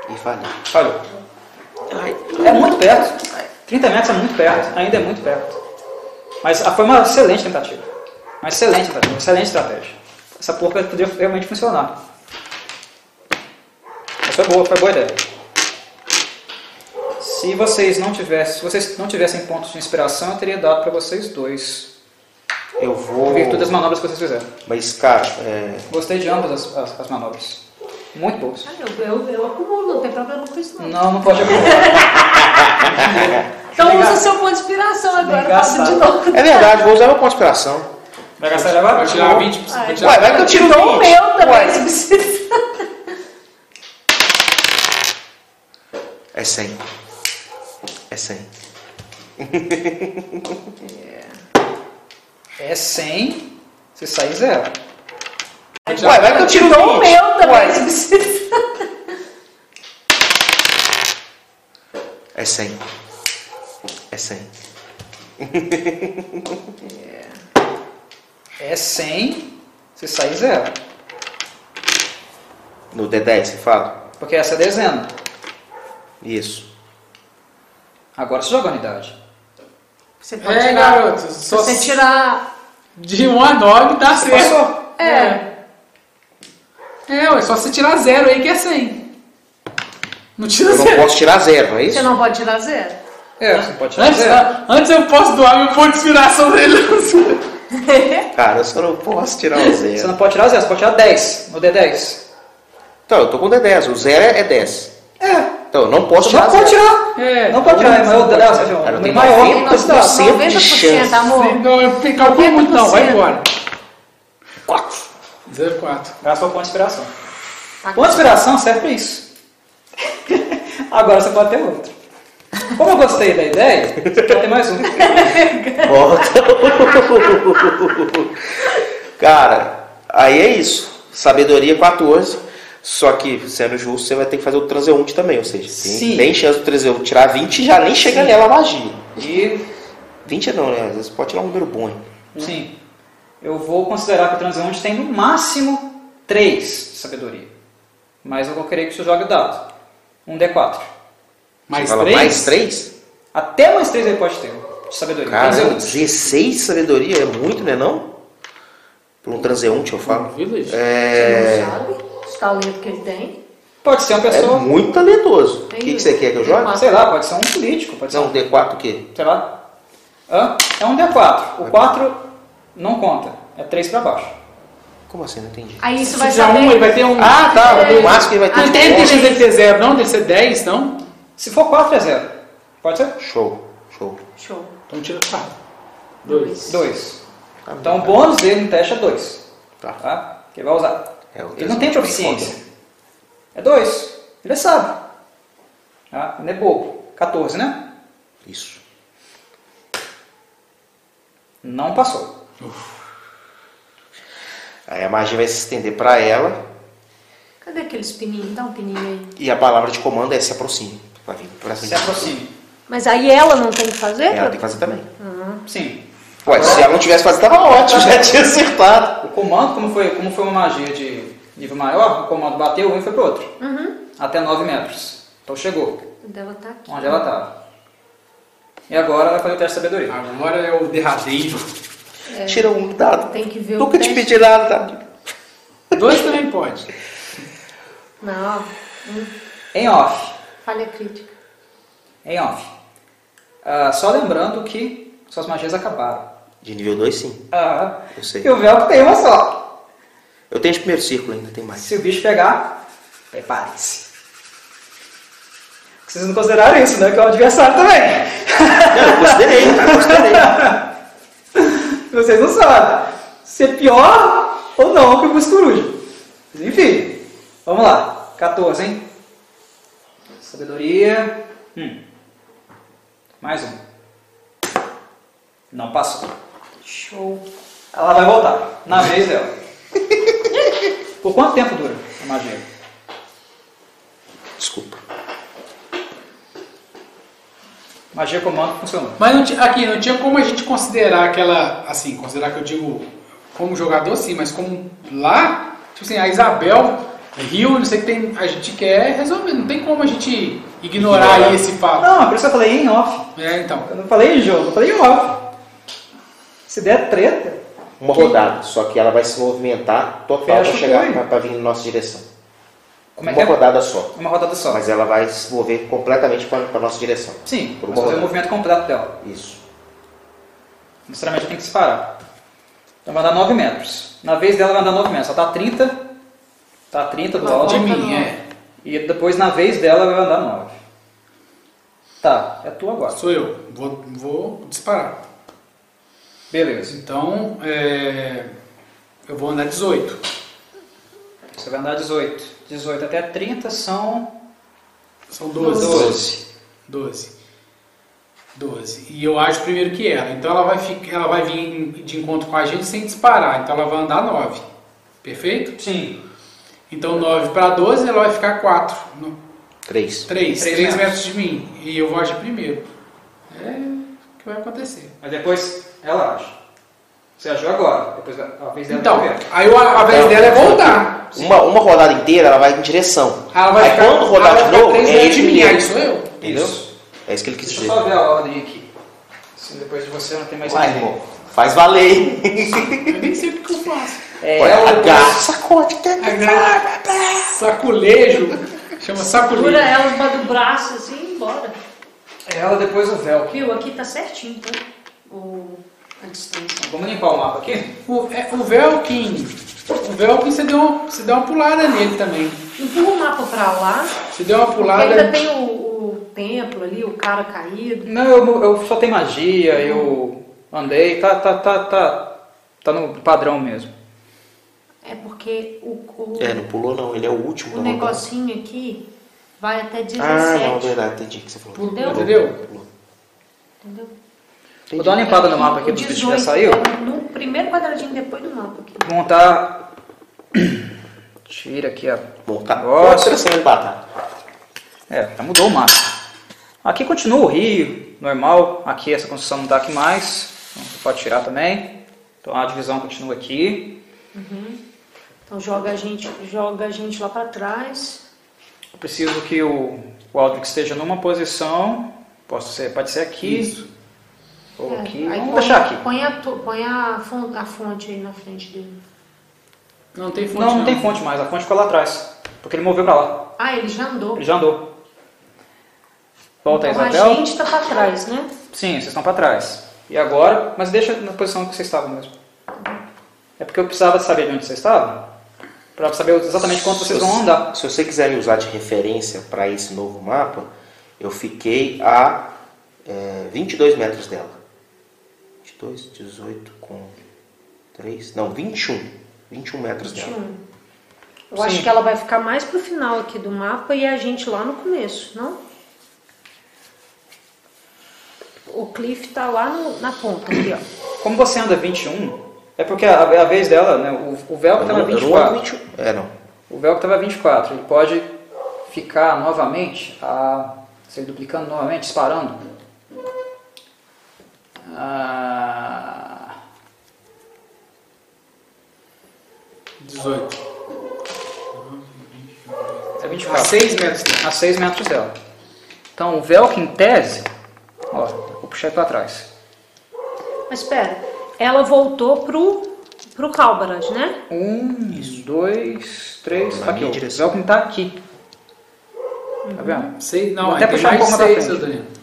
E falhei. Olha, é muito perto. 30 metros é muito perto, ainda é muito perto. Mas ah, foi uma excelente tentativa. Uma excelente tentativa, uma excelente estratégia. Essa porca podia realmente funcionar. Mas foi boa, foi boa ideia. Se vocês não tivessem, se vocês não tivessem pontos de inspiração, eu teria dado para vocês dois. Eu vou. Em virtude das manobras que vocês fizeram. Mas, cara, é, Gostei de ambas as, as- as manobras. Muito boas. Ah, eu, eu, eu acumulo, não tem problema com isso não. Não, não pode acumular. Então usa Engraçado. seu ponto de inspiração agora, faça Engraçado. de novo. É verdade, vou usar uma conspiração. Vai gastar ele agora? Vai tirar 20%. Ai. Vai tirar... Ué, vai que eu tiro Então o 20. meu também, Ué, se precisa. É 100. É 100. É 100, se sair zero. Ué, vai que eu tiro Então o 20. meu também, Ué. se precisa. É 100. É 100. É 100, você sai zero. No D10, você fala? Porque essa é a dezena. Isso. Agora você joga a unidade. Você pode É, tirar. garoto. se Só você tirar. de 1 a 9 dá certo. Passou. É. É, ué, só você tirar zero aí que é 100. Não tira Eu não zero. posso tirar zero, não é isso? Você não pode tirar zero. É, você pode tirar Antes, zero. a- antes eu posso doar meu ponto de inspiração dele. Cara, eu só não posso tirar o Você zero. não pode tirar zero, você pode tirar 10 no D10. Então, eu tô com D10. O zero é é 10. É, Então, eu não você posso tirar não pode zero. tirar. É. Não pode tirar, é maior, pode não, tirar. seja, Cara, eu tenho maior. 90%. Não, não, 100% de 90%, chance. amor. Não, eu não calculo muito não, vai 90%. embora. 4. 04. Gasta o ponto de inspiração. Tá Ponto de inspiração serve pra isso. Agora você pode ter outro. Como eu gostei da ideia, você pode ter mais um. Volta. Cara, aí é isso. Sabedoria 14. Só que, sendo justo, você vai ter que fazer o transeunte também. Ou seja, tem, Sim. tem chance do transeunte tirar 20 e já nem chega Sim. nela a magia. E, 20 não, né? Às vezes pode tirar um número bom. hein? sim, Né? eu vou considerar que o transeunte tem no máximo 3 de sabedoria. Mas eu vou querer que você jogue o dado. Um D4. Mais Fala, três? mais 3? Até mais 3 ele pode ter de sabedoria. Cara, Transeunte. 16 de sabedoria é muito, né? Não? Para um transeunte, eu falo. Village? Você não sabe os talentos que ele tem. Pode ser uma É pessoa, muito talentoso. O É que, que isso. você quer que eu jogue? Uma- sei lá, pode ser um político, pode ser Não, um, um D4 o quê? sei lá. Hã? É um D4. O 4 não conta, é 3 pra baixo. Como assim? Não entendi. Aí isso Se vai tirar saber. um, ele vai ter um... Ah, tá. O é, máximo que ele vai ah, ter um Não de tem pontos. inteligência dele ser zero, não? Deve ser 10, não? Se for 4 é 0. Pode ser? Show, show. Show. Então tira 4. Dois. 2. Tá Então o bom. bônus dele no teste é 2. Tá. Tá? Que ele vai usar. É, o ele não tem teste proficiência. É 2. Ele é sábio. Tá? Ele é bobo. 14, né? Isso. Não passou. Aí a magia vai se estender para ela Cadê aqueles pininhos? Dá um pininho aí. e a palavra de comando é se aproxime. Vai vir pra frente. Se aproxime. Mas aí ela não tem que fazer? Ela tem que fazer também. Sim. Ué, se ela não tivesse fazendo, tava ótimo, já tinha acertado. O comando, como foi, como foi uma magia de nível maior, o comando bateu um e foi pro outro. Até 9 metros. Então chegou. Dela tá aqui. Onde ela estava. E agora vai fazer o teste de sabedoria. Agora é o derradeiro. Tira um dado. Tem que ver o Nunca te teste. pedi nada. tá? Dois também pode. Não. Em off. Falha crítica. Em off. Ah, só lembrando que suas magias acabaram. De nível 2, sim. Ah, Eu sei. e o véu tem uma só. Eu tenho de primeiro círculo ainda, tem mais. Se o bicho pegar, prepare-se. Vocês não consideraram isso, né? Que é o adversário também. Não, eu considerei, eu considerei. Vocês não sabem se é pior ou não que o Buscuruja. Mas, Enfim, vamos lá. 14, hein? Sabedoria. Hum. Mais um. Não passou. Show. Ela vai voltar. Na vez dela. Por quanto tempo dura a magia? Desculpa. Magia comando funcionou. Mas não ti- aqui, não tinha como a gente considerar aquela. Assim, considerar que eu digo como jogador, sim, mas como lá, tipo assim, a Isabel, Rio, não sei o que tem. A gente quer resolver, não tem como a gente ignorar aí esse papo. Não, é por isso que eu falei em off. É, então. Eu não falei em jogo, eu falei em off. Se der treta, Uma rodada, só que ela vai se movimentar total Fecha pra o chegar punho. pra, pra vir na nossa direção. como é que uma é? rodada só. Uma rodada só. Mas ela vai se mover completamente pra, pra nossa direção. Sim, Por mas fazer uma o rodada. movimento completo dela. Isso. Necessariamente tem que se parar. Então vai dar 9 metros. Na vez dela vai dar 9 metros. Ela tá 30. Tá 30 do Ela alto. De volta mim, no- é. E depois na vez dela vai andar 9. Tá, é tua agora. Ah, Sou eu. Vou, vou disparar. Beleza. Então, é, eu vou andar 18. Você vai andar 18. 18 até 30 são. São 12. 12. 12. 12. E eu acho primeiro que ela. Então ela vai, ficar, ela vai vir de encontro com a gente sem disparar. Então ela vai andar 9. Perfeito? Sim. Então 9 para 12 ela vai ficar 4. Três. Três Três. metros. Três, metros. de mim. E eu vou agir primeiro. É o que vai acontecer. Mas depois ela age. Você agiu agora, depois a vez dela tá Então, vai ver. aí a, a vez Não. dela é voltar. Uma, uma rodada inteira ela vai em direção. Ah, Ela vai Aí ficar, quando rodar ela vai de ficar novo, três é metros ele de mim. primeiro. Aí sou eu. Entendeu? Isso. É isso que ele quis Deixa dizer. eu só ver a ordem aqui. Se depois de você não tem mais Vai, ninguém. irmão. Faz valer. Eu nem sei o que eu faço. É Olha, ela agarra, sacode. Saculejo. Chama saculejo. Segura ela embaixo do braço assim e embora. depois, É ela, depois o véu. Viu? Aqui tá certinho, tá? O... A distância. Vamos limpar o mapa aqui? O, é, o Velkin. O Velkin você deu, uma, você deu uma pulada nele também. Empurra o mapa pra lá. Você deu uma Porque ainda é- pulada. tem o, o templo ali, o cara caído. Não, eu, eu só tenho magia, eu andei, tá, tá, tá, tá. Tá no padrão mesmo. É porque o, o, É, não pulou não, ele é o último o da rodada. negocinho aqui vai até 17. Ah, é não, verdade, entendi o que você falou. Pulou, Entendeu? entendeu? Pulou. entendeu? Vou dar uma limpada no mapa aqui O dos bichos que já 18 saiu. é No primeiro quadradinho depois do mapa aqui. Vou montar. Tira aqui, ó. Bom, tá. Nossa. Outra semana de batata. É, tá mudou o mapa. Aqui continua o rio, normal. Aqui essa construção não tá aqui mais. Então, você pode tirar também. Então a divisão continua aqui. Então joga a gente, joga a gente lá pra trás. Eu preciso que o, o Aldrich esteja numa posição. Posso ser, pode ser aqui. Ou É, aqui. aí Vamos põe, deixar aqui. Põe, a, tu- põe a, fonte, a fonte aí na frente dele. Não tem fonte. Não, não tem fonte mais. A fonte ficou lá atrás. Porque ele moveu pra lá. Ah, ele já andou. Ele já andou. Volta aí, então a Isabel. gente tá pra trás, né? Sim, vocês estão pra trás. E agora, mas deixa na posição que vocês estavam mesmo. Tá É porque eu precisava saber de onde vocês estavam, Pra saber exatamente quanto vocês Se vão você- andar. Se você quiser me usar de referência para esse novo mapa, eu fiquei a é, 22 metros dela. 22, 18 com 3, não, 21. 21 metros um. dela. 21. Eu acho que ela vai ficar mais pro final aqui do mapa e a gente lá no começo, não? O Cliff tá lá no- na ponta, aqui, ó. Como você anda 21, é porque a, a vez dela, né, o, o Velcro Eu estava não- eu não ando 24. 21. É, não. O Velcro estava 24. Ele pode ficar novamente, a, se ele duplicando novamente, disparando. Ah, 18. é 24. A 6 Tá, metros dela. a 6 metros dela. Então o Velk, em tese, ó, vou puxar ele pra trás. Mas espera, ela voltou pro, pro Calbarad, né? Um, dois, três, Na tá aqui. minha ó. O direção. Velkin tá aqui. Tá vendo? Seis, não, Vou até até puxar puxar um mais pouco pra seis, frente. seu Danilo.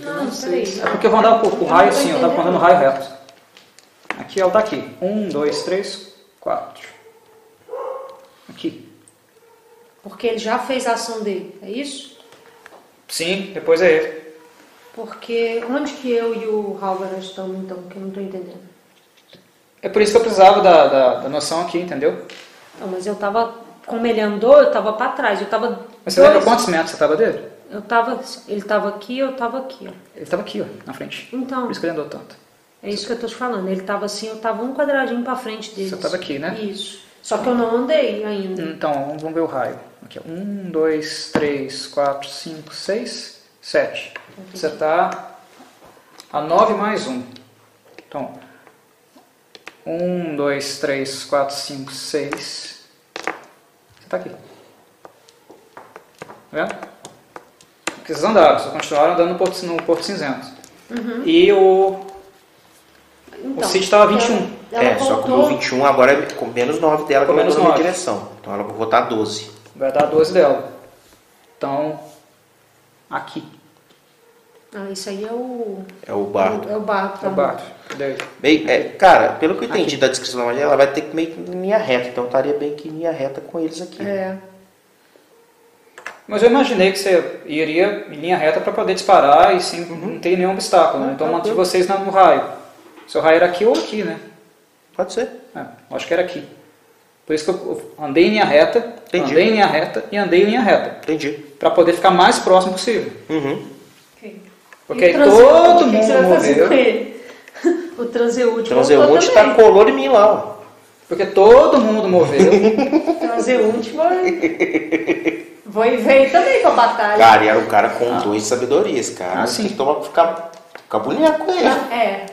Não, peraí. É porque eu vou andar com o raio Eu não tô assim, eu tava entendendo. andando o raio reto. Aqui ela tá aqui. Um, dois, três, quatro. Aqui. Porque ele já fez a ação dele, é isso? Sim, depois é ele. Porque onde que eu e o Calbarad estamos, então, que eu não tô entendendo. É por isso que eu precisava da, da, da noção aqui, entendeu? Não, mas eu tava, como ele andou, eu tava pra trás, eu tava... Mas você dois- lembra quantos metros você tava dele? Eu tava, ele tava aqui, eu tava aqui, ó. Ele tava aqui, ó, na frente. Então, Por isso que ele andou tanto. É isso que eu tô te falando. Ele tava assim, eu tava um quadradinho pra frente dele. Você tava aqui, né? Isso. Só que eu não andei ainda. Então, vamos- vamos ver o raio. Aqui, ó. um, dois, três, quatro, cinco, seis, sete. Você tá a nove mais um. Então, um, dois, três, quatro, cinco, seis. Você tá aqui. Tá vendo? Porque vocês andaram, vocês continuaram andando no Porto, no Porto Cinzento. E o, o Então, Cid tava 21. Ela, ela é, só que o meu voltou. 21 agora é com menos 9 dela, que Com eu menos ando na minha nove. direção. Então ela vai botar 12. Vai dar 12 dela. Então, aqui Ah, isso aí é o. É o bardo. É o barco. um. é Tá? o barco. Daí. Meio- é, cara, pelo que eu entendi da descrição da magia, ela vai ter que meio que em linha reta. Então eu estaria bem que em linha reta com eles aqui. É. Mas eu imaginei que você iria em linha reta para poder disparar e sem, Uhum. não ter nenhum obstáculo. Né? Ah, Então mantive vocês na- no raio. Seu raio era aqui ou aqui, né? Pode ser. É, eu acho que era aqui. Por isso que eu eu andei em linha reta, Entendi. andei em linha reta e andei em linha reta. Entendi. Para poder ficar mais próximo possível. Uhum. Ok. Porque E aí o transeúnte, todo o que que mundo você vai fazer moveu. com ele? O transeúnte. Transeúnte voltou tá também. color em mim lá, ó. Porque todo mundo moveu. O transeúnte vai. Vou e vem também pra batalha. Cara, e era um cara com ah. dois sabedorias, cara. Ah, sim. Então ficar, ficar boneco ele. É.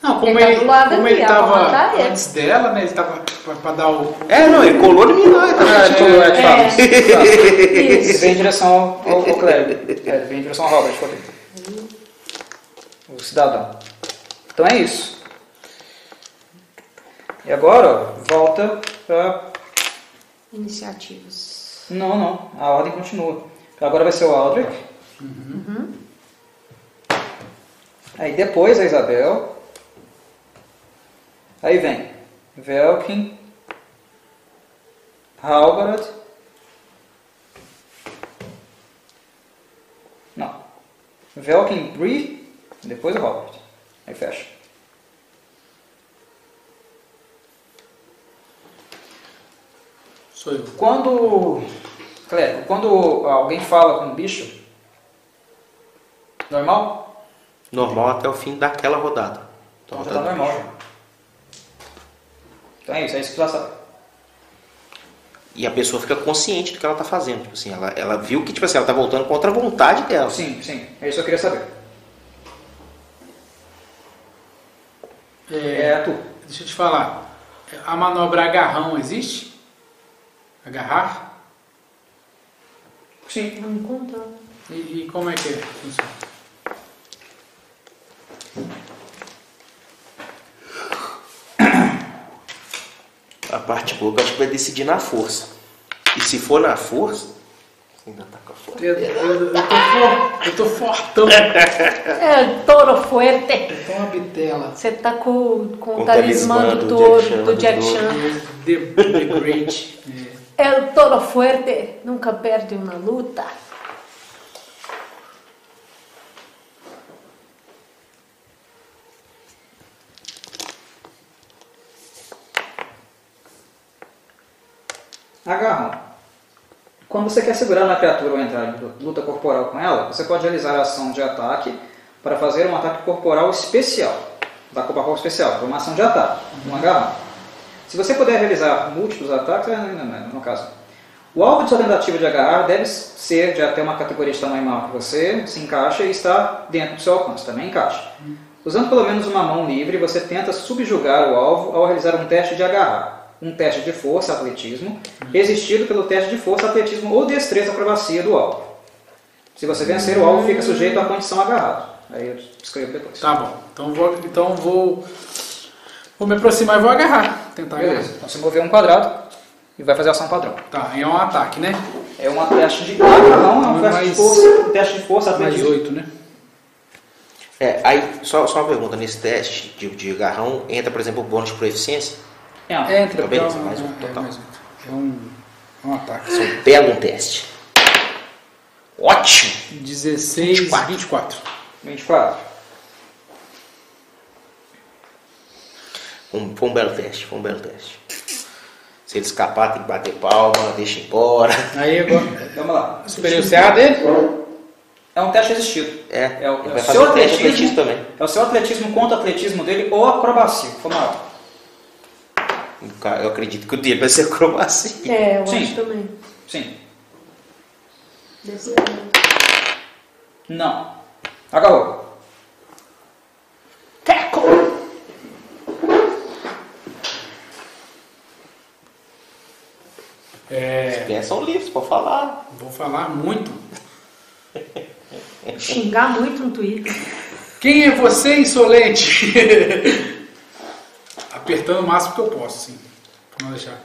Não, como Ele tá ele, do lado como ali, ele ó, tava tá ele. antes dela, né? Ele tava pra, pra dar o. É, não, ele colou em mim lá. Tá, É, Ele isso. vem em direção ao, ao, ao clérigo. É, ele vem em direção ao Robert, desculpa. O cidadão. Então é isso. E agora, ó, volta pra. Iniciativas. Não, não. A ordem continua. Agora vai ser o Aldrich. Uhum. Aí depois a Isabel. Aí vem Velkin. Halberd. Não. Velkin, Bree. Depois o Robert. Aí fecha. Sou eu. Quando. Clérigo, quando alguém fala com um bicho. Normal? Normal até o fim daquela rodada. Então já tá Uhum. normal. já. Então é isso, é isso que tu já sabe. E a pessoa fica consciente do que ela tá fazendo. Tipo assim, ela, ela viu que tipo assim, ela tá voltando contra a vontade dela. Sim, sim. É isso que eu queria saber. É, É a tu. Deixa eu te falar. A manobra agarrão existe? Agarrar? Sim. Não encontrou. E, e como é que é? Funciona? A parte boa que eu acho que vai decidir na força. E se for na força. Ainda tá com a força. Eu, eu- eu tô, for- eu tô fortão. Tô É, touro fuerte. uma bitela. Você tá com, com Com o o talismã talismã do do Jack touro, Chan, do do Jack touro. Chan. The, the Great. É. É o touro fuerte. Nunca perde uma luta. Agarrão. Quando você quer segurar na criatura ou entrar em luta corporal com ela, você pode realizar a ação de ataque para fazer um ataque corporal especial. Da corpo a corpo especial, para uma ação de ataque, um agarrão. Se você puder realizar múltiplos ataques, é, não, não, não, no caso. O alvo de sua tentativa de agarrar deve ser de até uma categoria de tamanho maior que você, se encaixa e está dentro do seu alcance, também encaixa. Usando pelo menos uma mão livre, você tenta subjugar o alvo ao realizar um teste de agarrar, um teste de força, atletismo, resistido pelo teste de força, atletismo ou destreza acrobacia do alvo. Se você vencer, o alvo fica sujeito à condição agarrado. Aí eu escrevo depois. Tá bom. Então vou. Então vou. Vou me aproximar e vou agarrar. Tentar Beleza. agarrar. Então você moveu um quadrado e vai fazer a ação padrão. Tá, e é um ataque, né? É uma teste de agarrão, é um teste de Mais- força, um teste de força, Mais atletismo. oito, né? É, aí, só, só uma pergunta, nesse teste de, de garrão, entra, por exemplo, o bônus de proeficiência? É, É, entra. Tá beleza, então, mais um é, total. mais oito. É um, é um ataque. São belo um teste. Ótimo! 16, 24. 24. 24. Um, foi um belo teste, foi um belo teste. Se ele escapar, tem que bater palma, deixa embora. Aí agora. Vamos lá. Esperei o CA dele? É um teste resistido. É, É o, ele é vai o fazer seu o teste atletismo, atletismo também. É o seu atletismo contra o atletismo dele ou acrobacia. Foi maior. Eu acredito que o dele vai ser acrobacia. É, eu Sim. acho também. Sim. Desse- Não. Agarrou. Teco! É. Pensam livres, pode falar. Vou falar muito. Xingar muito no Twitter. Quem é você, insolente? Apertando o máximo que eu posso, sim. Pra não deixar.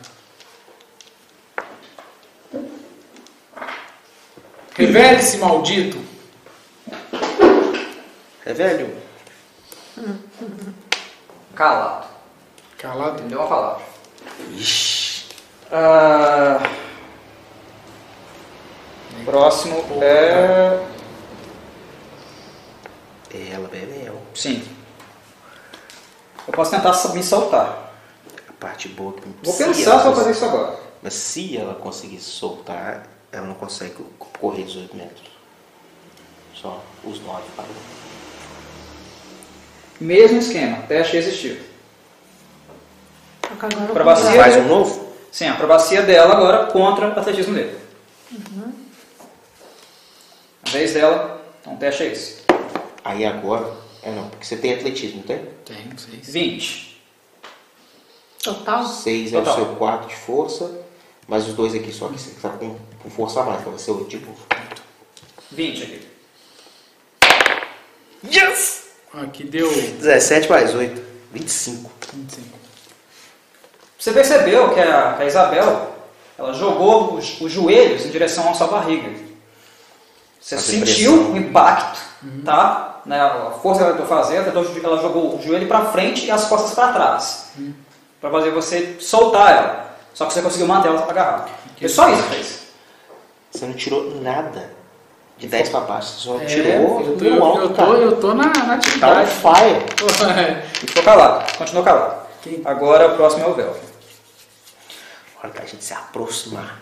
Revele-se, maldito! É velho. Calado. Calado. Entendeu uma palavra. Ixi. Ah, próximo é. É ela, Bebel. Sim. Eu posso tentar me soltar. A parte boa que Vou se pensar ela se eu vou cons- fazer isso agora. Mas se ela conseguir soltar, ela não consegue correr 18 metros. Só os 9 parou. Mesmo esquema, teste resistido. Só que agora eu Pra bacia. Faz um novo? Sim, a acrobacia dela agora contra o atletismo dele. Uhum. A vez dela, então o teste é esse. Aí agora. É não, porque você tem atletismo, não tem? Tenho, 20. Ah. Total? 6 é o Total. seu 4 de força, mas os dois aqui só que você tá com, com força a mais, então vai ser 8 de burro. 20 aqui. Yes! Ah, Aqui deu 17 mais 8, 25. 25. Você percebeu que a, que a Isabel ela jogou os, os joelhos em direção à sua barriga. Você Faz sentiu impressão. o impacto, tá? Né, a força que ela tentou fazer, ela tentou- ela jogou o joelho para frente e as costas para trás. Para fazer você soltar ela. Só que você conseguiu manter ela agarrada. É só isso que fez. Você não tirou nada de 10 pra baixo, você só É, tirou eu tô, um alto, eu tô, cara. eu tô na, na Tá on atividade. fire. Ficou calado, continuou calado. Quem- Agora o próximo é o Velvet. Hora da gente se aproximar.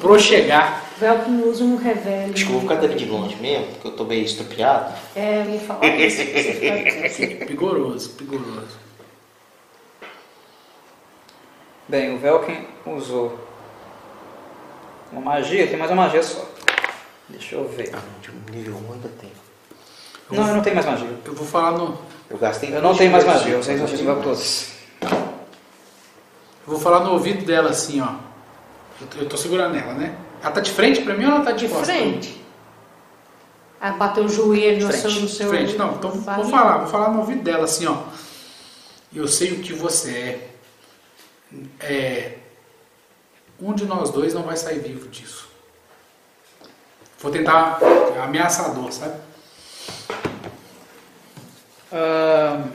Pro chegar. Velcro usa um revelio. Acho que eu vou ficar dali de longe mesmo, porque eu tô meio estrupiado. É, me fala isso. Você fica quieto. Vigoroso, vigoroso. Bem, o Velkin usou uma magia, tem mais uma magia só. Deixa eu ver. Ah, não, de nível 1 ainda tem. Não, eu não tenho mais magia. Eu vou falar no. Eu gastei. Eu não dois tenho mais pontos. magia, eu sei que vocês vão todos. Eu vou falar no ouvido dela assim, ó. Eu tô, eu tô segurando ela, né? Ela tá de frente pra mim ou ela tá de, De costas? frente. Ah, bateu o joelho no Frente, seu, no seu. frente. Não, então vou barriga. falar, vou falar no ouvido dela assim, ó. Eu sei o que você é. É. Um de nós dois não vai sair vivo disso. Vou tentar é ameaçador, sabe? Ah, Ahn.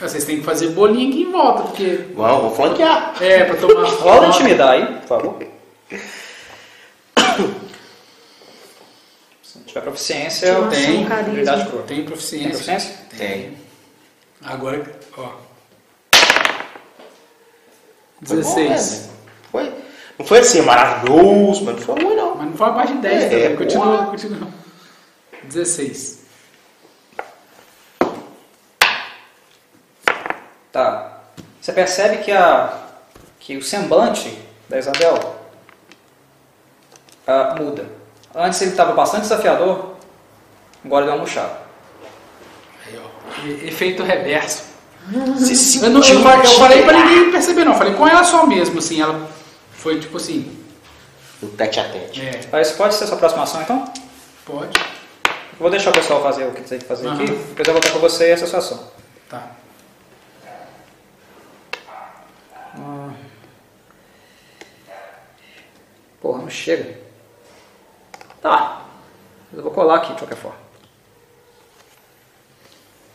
Vocês têm que fazer bolinha aqui em volta, porque. Vamos, vou flanquear. É, pra tomar. Rola intimidar aí, por favor. Se não tiver proficiência, eu Nossa, tenho um carisma. habilidade crua. Tem Tem proficiência. proficiência? Tem. Agora, ó. Foi bom, 16. né? Foi. Não foi assim, maravilhoso, mas não foi ruim, não. Mas não foi abaixo de né? 10, É, também. Continua, porra. continua. 16. Tá. Você percebe que, a, que o semblante da Isabel ah, muda. Antes ele estava bastante desafiador, agora deu uma murchada. Aí, ó. E- Efeito reverso. Você sentiu. Eu, não, eu, falei, eu falei pra ninguém perceber, não. Eu Falei com ela só mesmo, assim. Ela foi tipo assim. O tete a tete. É, Ah, Isso pode ser a sua próxima ação, então? pode. Eu vou deixar o pessoal fazer o que tem que fazer aqui, Aham. depois eu vou voltar com você e essa é a sua ação. Tá. Porra, não chega. Tá. Mas Eu vou colar aqui de qualquer forma.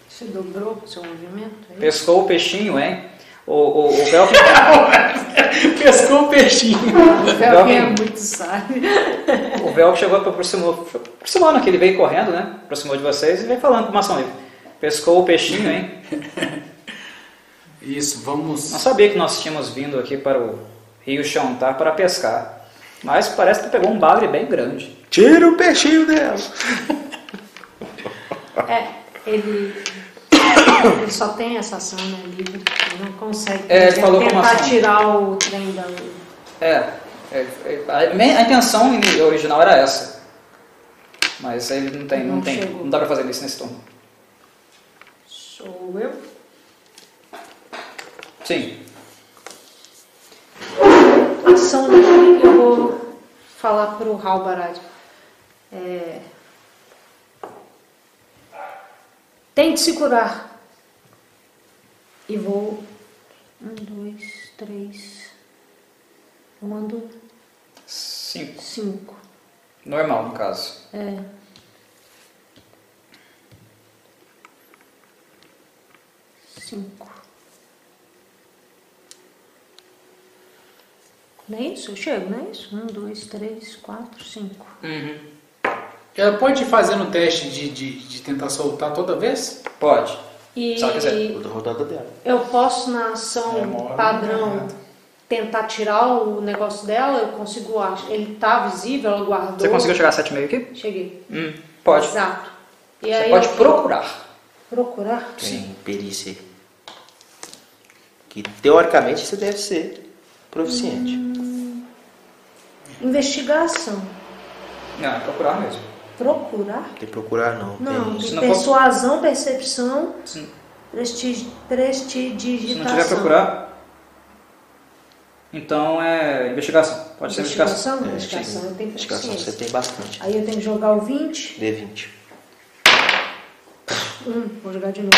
Você dobrou o seu movimento? aí? Pescou o peixinho, hein? O, o, o Velkin. Pescou o peixinho. O Felguinha é muito sábio. O Velk chegou e aproximou, aproximando que ele veio correndo, né? Aproximou de vocês e veio falando com uma ação livre. Pescou o peixinho, hein? Isso, vamos. Não sabia que nós tínhamos vindo aqui para o Rio Xantar para pescar. Mas parece que pegou um bagre bem grande. Tira o peixinho dela. É, ele. Ele só tem essa ação, né? Livre. Ele não consegue. É, ele falou tentar como ação. tirar o trem da. É, é, é, a, me- a intenção ini- original era essa. Mas ele não tem, não, Não tem, chegou. não dá pra fazer isso nesse turno. Sou eu? Sim. ação livre, né? eu vou falar pro Raul Barad. É... Tente se curar. E vou. Um, dois, três. Eu mando Cinco. cinco. Normal, no caso. É. Cinco. Não é isso? Eu chego, não é isso? Um, dois, três, quatro, cinco. Ela pode fazer no teste de, de, de tentar soltar toda vez? Pode. E Se ela quiser. Toda rodada dela. eu posso na ação Demora, padrão tentar tirar o negócio dela, eu consigo achar. Ele tá visível, ela guardou. Você conseguiu chegar às 7h30 aqui? Cheguei. Hum, pode. Exato. E Você aí pode eu- procurar. procurar? Tem perícia. aí. Que teoricamente você deve ser proficiente. Investigação. Não, é procurar mesmo. Procurar? Tem que procurar não. Não, Tem tem Se não é for- persuasão, percepção, Sim. presti- Se não prestidigitação. tiver procurar, então é investigação. Pode ser investigação. Investigação? É, Investigação, eu tenho investigação consciência. você tem bastante. Aí eu tenho que jogar o 20. D20. Um, vou jogar de novo.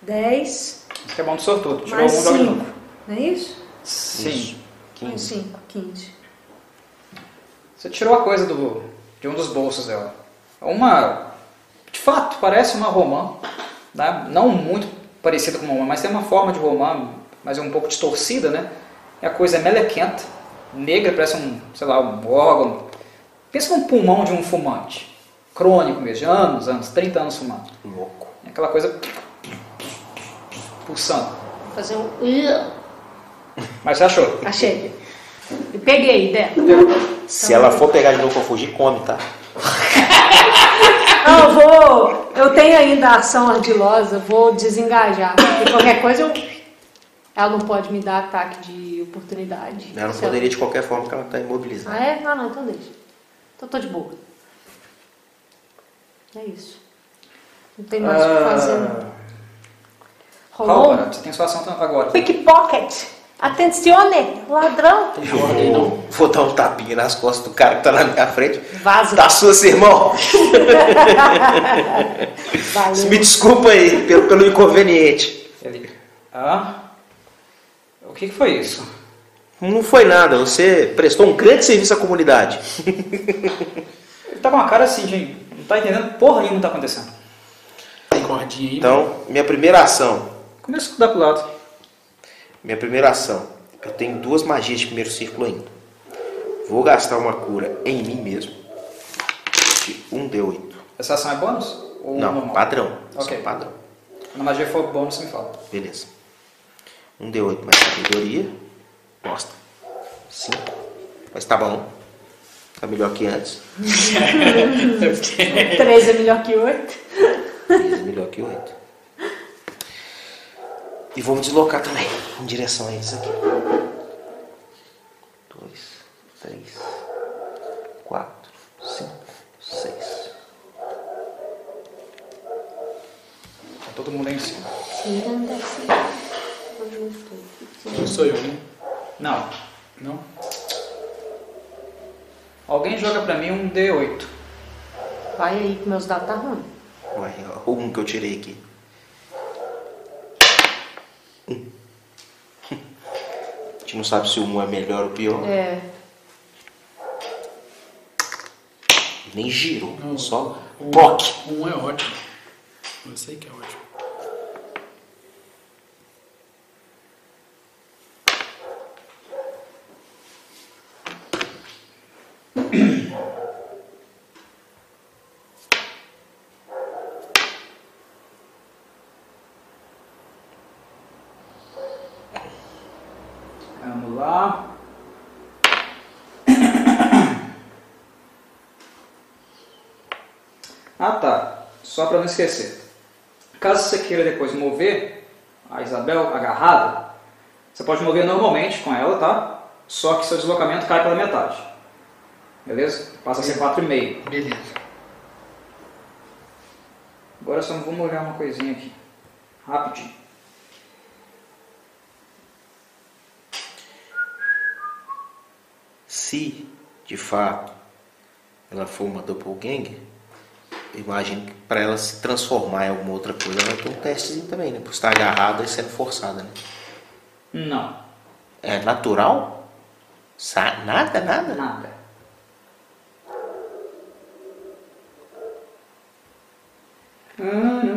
10, Isso que é bom do sortudo. Tirou um, mais joga de 5. novo. Não é isso? Sim. Mais 15. 5, 15. Você tirou a coisa do, de um dos bolsos dela. É Uma. De fato, parece uma romã. né? Não muito parecida com uma romã, mas tem uma forma de romã, mas é um pouco distorcida, né? E a coisa é melequenta, negra, parece um, sei lá, um órgão. Pensa num pulmão de um fumante. Crônico mesmo, de anos, anos, 30 anos fumando. Louco. É Aquela coisa. pulsando. Vou fazer um. Ih, Mas você achou? Achei. E peguei, Dé. Se ela for pegar de novo pra fugir, come, tá? Não, eu vou. Eu tenho ainda a ação ardilosa, vou desengajar. E qualquer coisa eu. Ela não pode me dar ataque de oportunidade. Ela não Se poderia de qualquer forma porque ela tá imobilizada. Ah, é? Ah, não, então deixa. Então tô de boa. É isso. Não tem mais o Ah. que fazer. não. Qual Rolou? agora? Você tem sua ação agora. Pickpocket! Atencione! Ladrão! Eu vou, vou dar um tapinha nas costas do cara que tá na minha frente. Vaza! Tá sua, seu irmão. Valeu! Me desculpa aí pelo, pelo inconveniente. Ele. Ah? O que, que foi isso? Não foi nada, você prestou um grande serviço à comunidade. Ele tá com uma cara assim, gente. Não tá entendendo porra nenhuma o que tá acontecendo. Tem cordinha aí. Então, minha primeira ação. Começa a estudar pro lado. Minha primeira ação. Eu tenho duas magias de primeiro círculo ainda. Vou gastar uma cura em mim mesmo. De 1D8. Essa ação é bônus? Ou Não, normal? padrão. Ok. Só padrão. Quando a magia for bônus, você me fala. Beleza. 1D8 mais sabedoria. Bosta. 5. Mas tá bom. Tá melhor que antes. 3 é melhor que 8. 13 melhor que 8. E vou me deslocar também em direção a eles aqui. 2, 3, 4, 5, 6. Tá todo mundo aí em cima. Não sou eu, né? Não. Não? Alguém joga pra mim um D8. Vai aí que meus dados tá ruim. Ué, ó, um que eu tirei aqui. Um. A gente não sabe se o um é melhor ou pior. É. Nem girou. Não. Só Um- POC. Um é ótimo. Eu sei que é ótimo. Vamos lá. Ah tá, só para não esquecer. Caso você queira depois mover a Isabel agarrada, você pode mover normalmente com ela, tá? Só que seu deslocamento cai pela metade. Beleza? Passa a ser 4,5. Beleza. Agora só vamos olhar uma coisinha aqui. Rapidinho. Se, de fato, ela for uma doppelganger, eu imagino que para ela se transformar em alguma outra coisa, ela vai ter um testezinho também, né? Por estar agarrada e sendo forçada, né? Não, É natural? Sa- nada, nada? nada.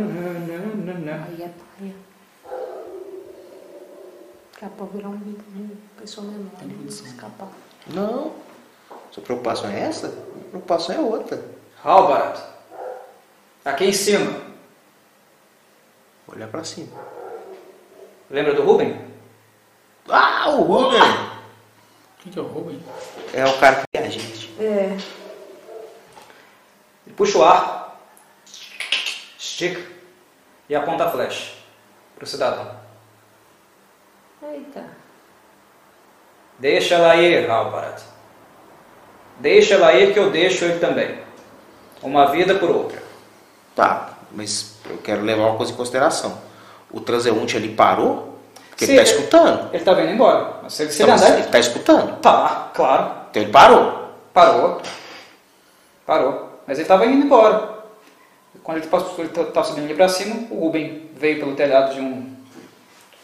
Aí é paia. Daqui a pouco virar um, um pessoa menor né? e escapar. Não. Sua preocupação é essa? Minha preocupação é outra. Halbard, aqui em cima. Olhar para cima. Lembra do Ruben? Ah, o Ruben! Quem que é o Ruben? É o cara que é a gente. É. Ele puxa o ar, estica e aponta a flecha para o cidadão. Eita. Deixa ela ir, Halbarat. Deixa ela ir que eu deixo ele também. Uma vida por outra. Tá, mas eu quero levar uma coisa em consideração. O transeunte ali parou? Porque ele tá Sim. escutando. Ele está vindo embora. Mas se ele se Então, ele andar, ele tá escutando. Tá, claro. Então ele parou. Parou. Parou. Mas ele estava indo embora. Quando ele estava subindo ali para cima, o Ruben veio pelo telhado de um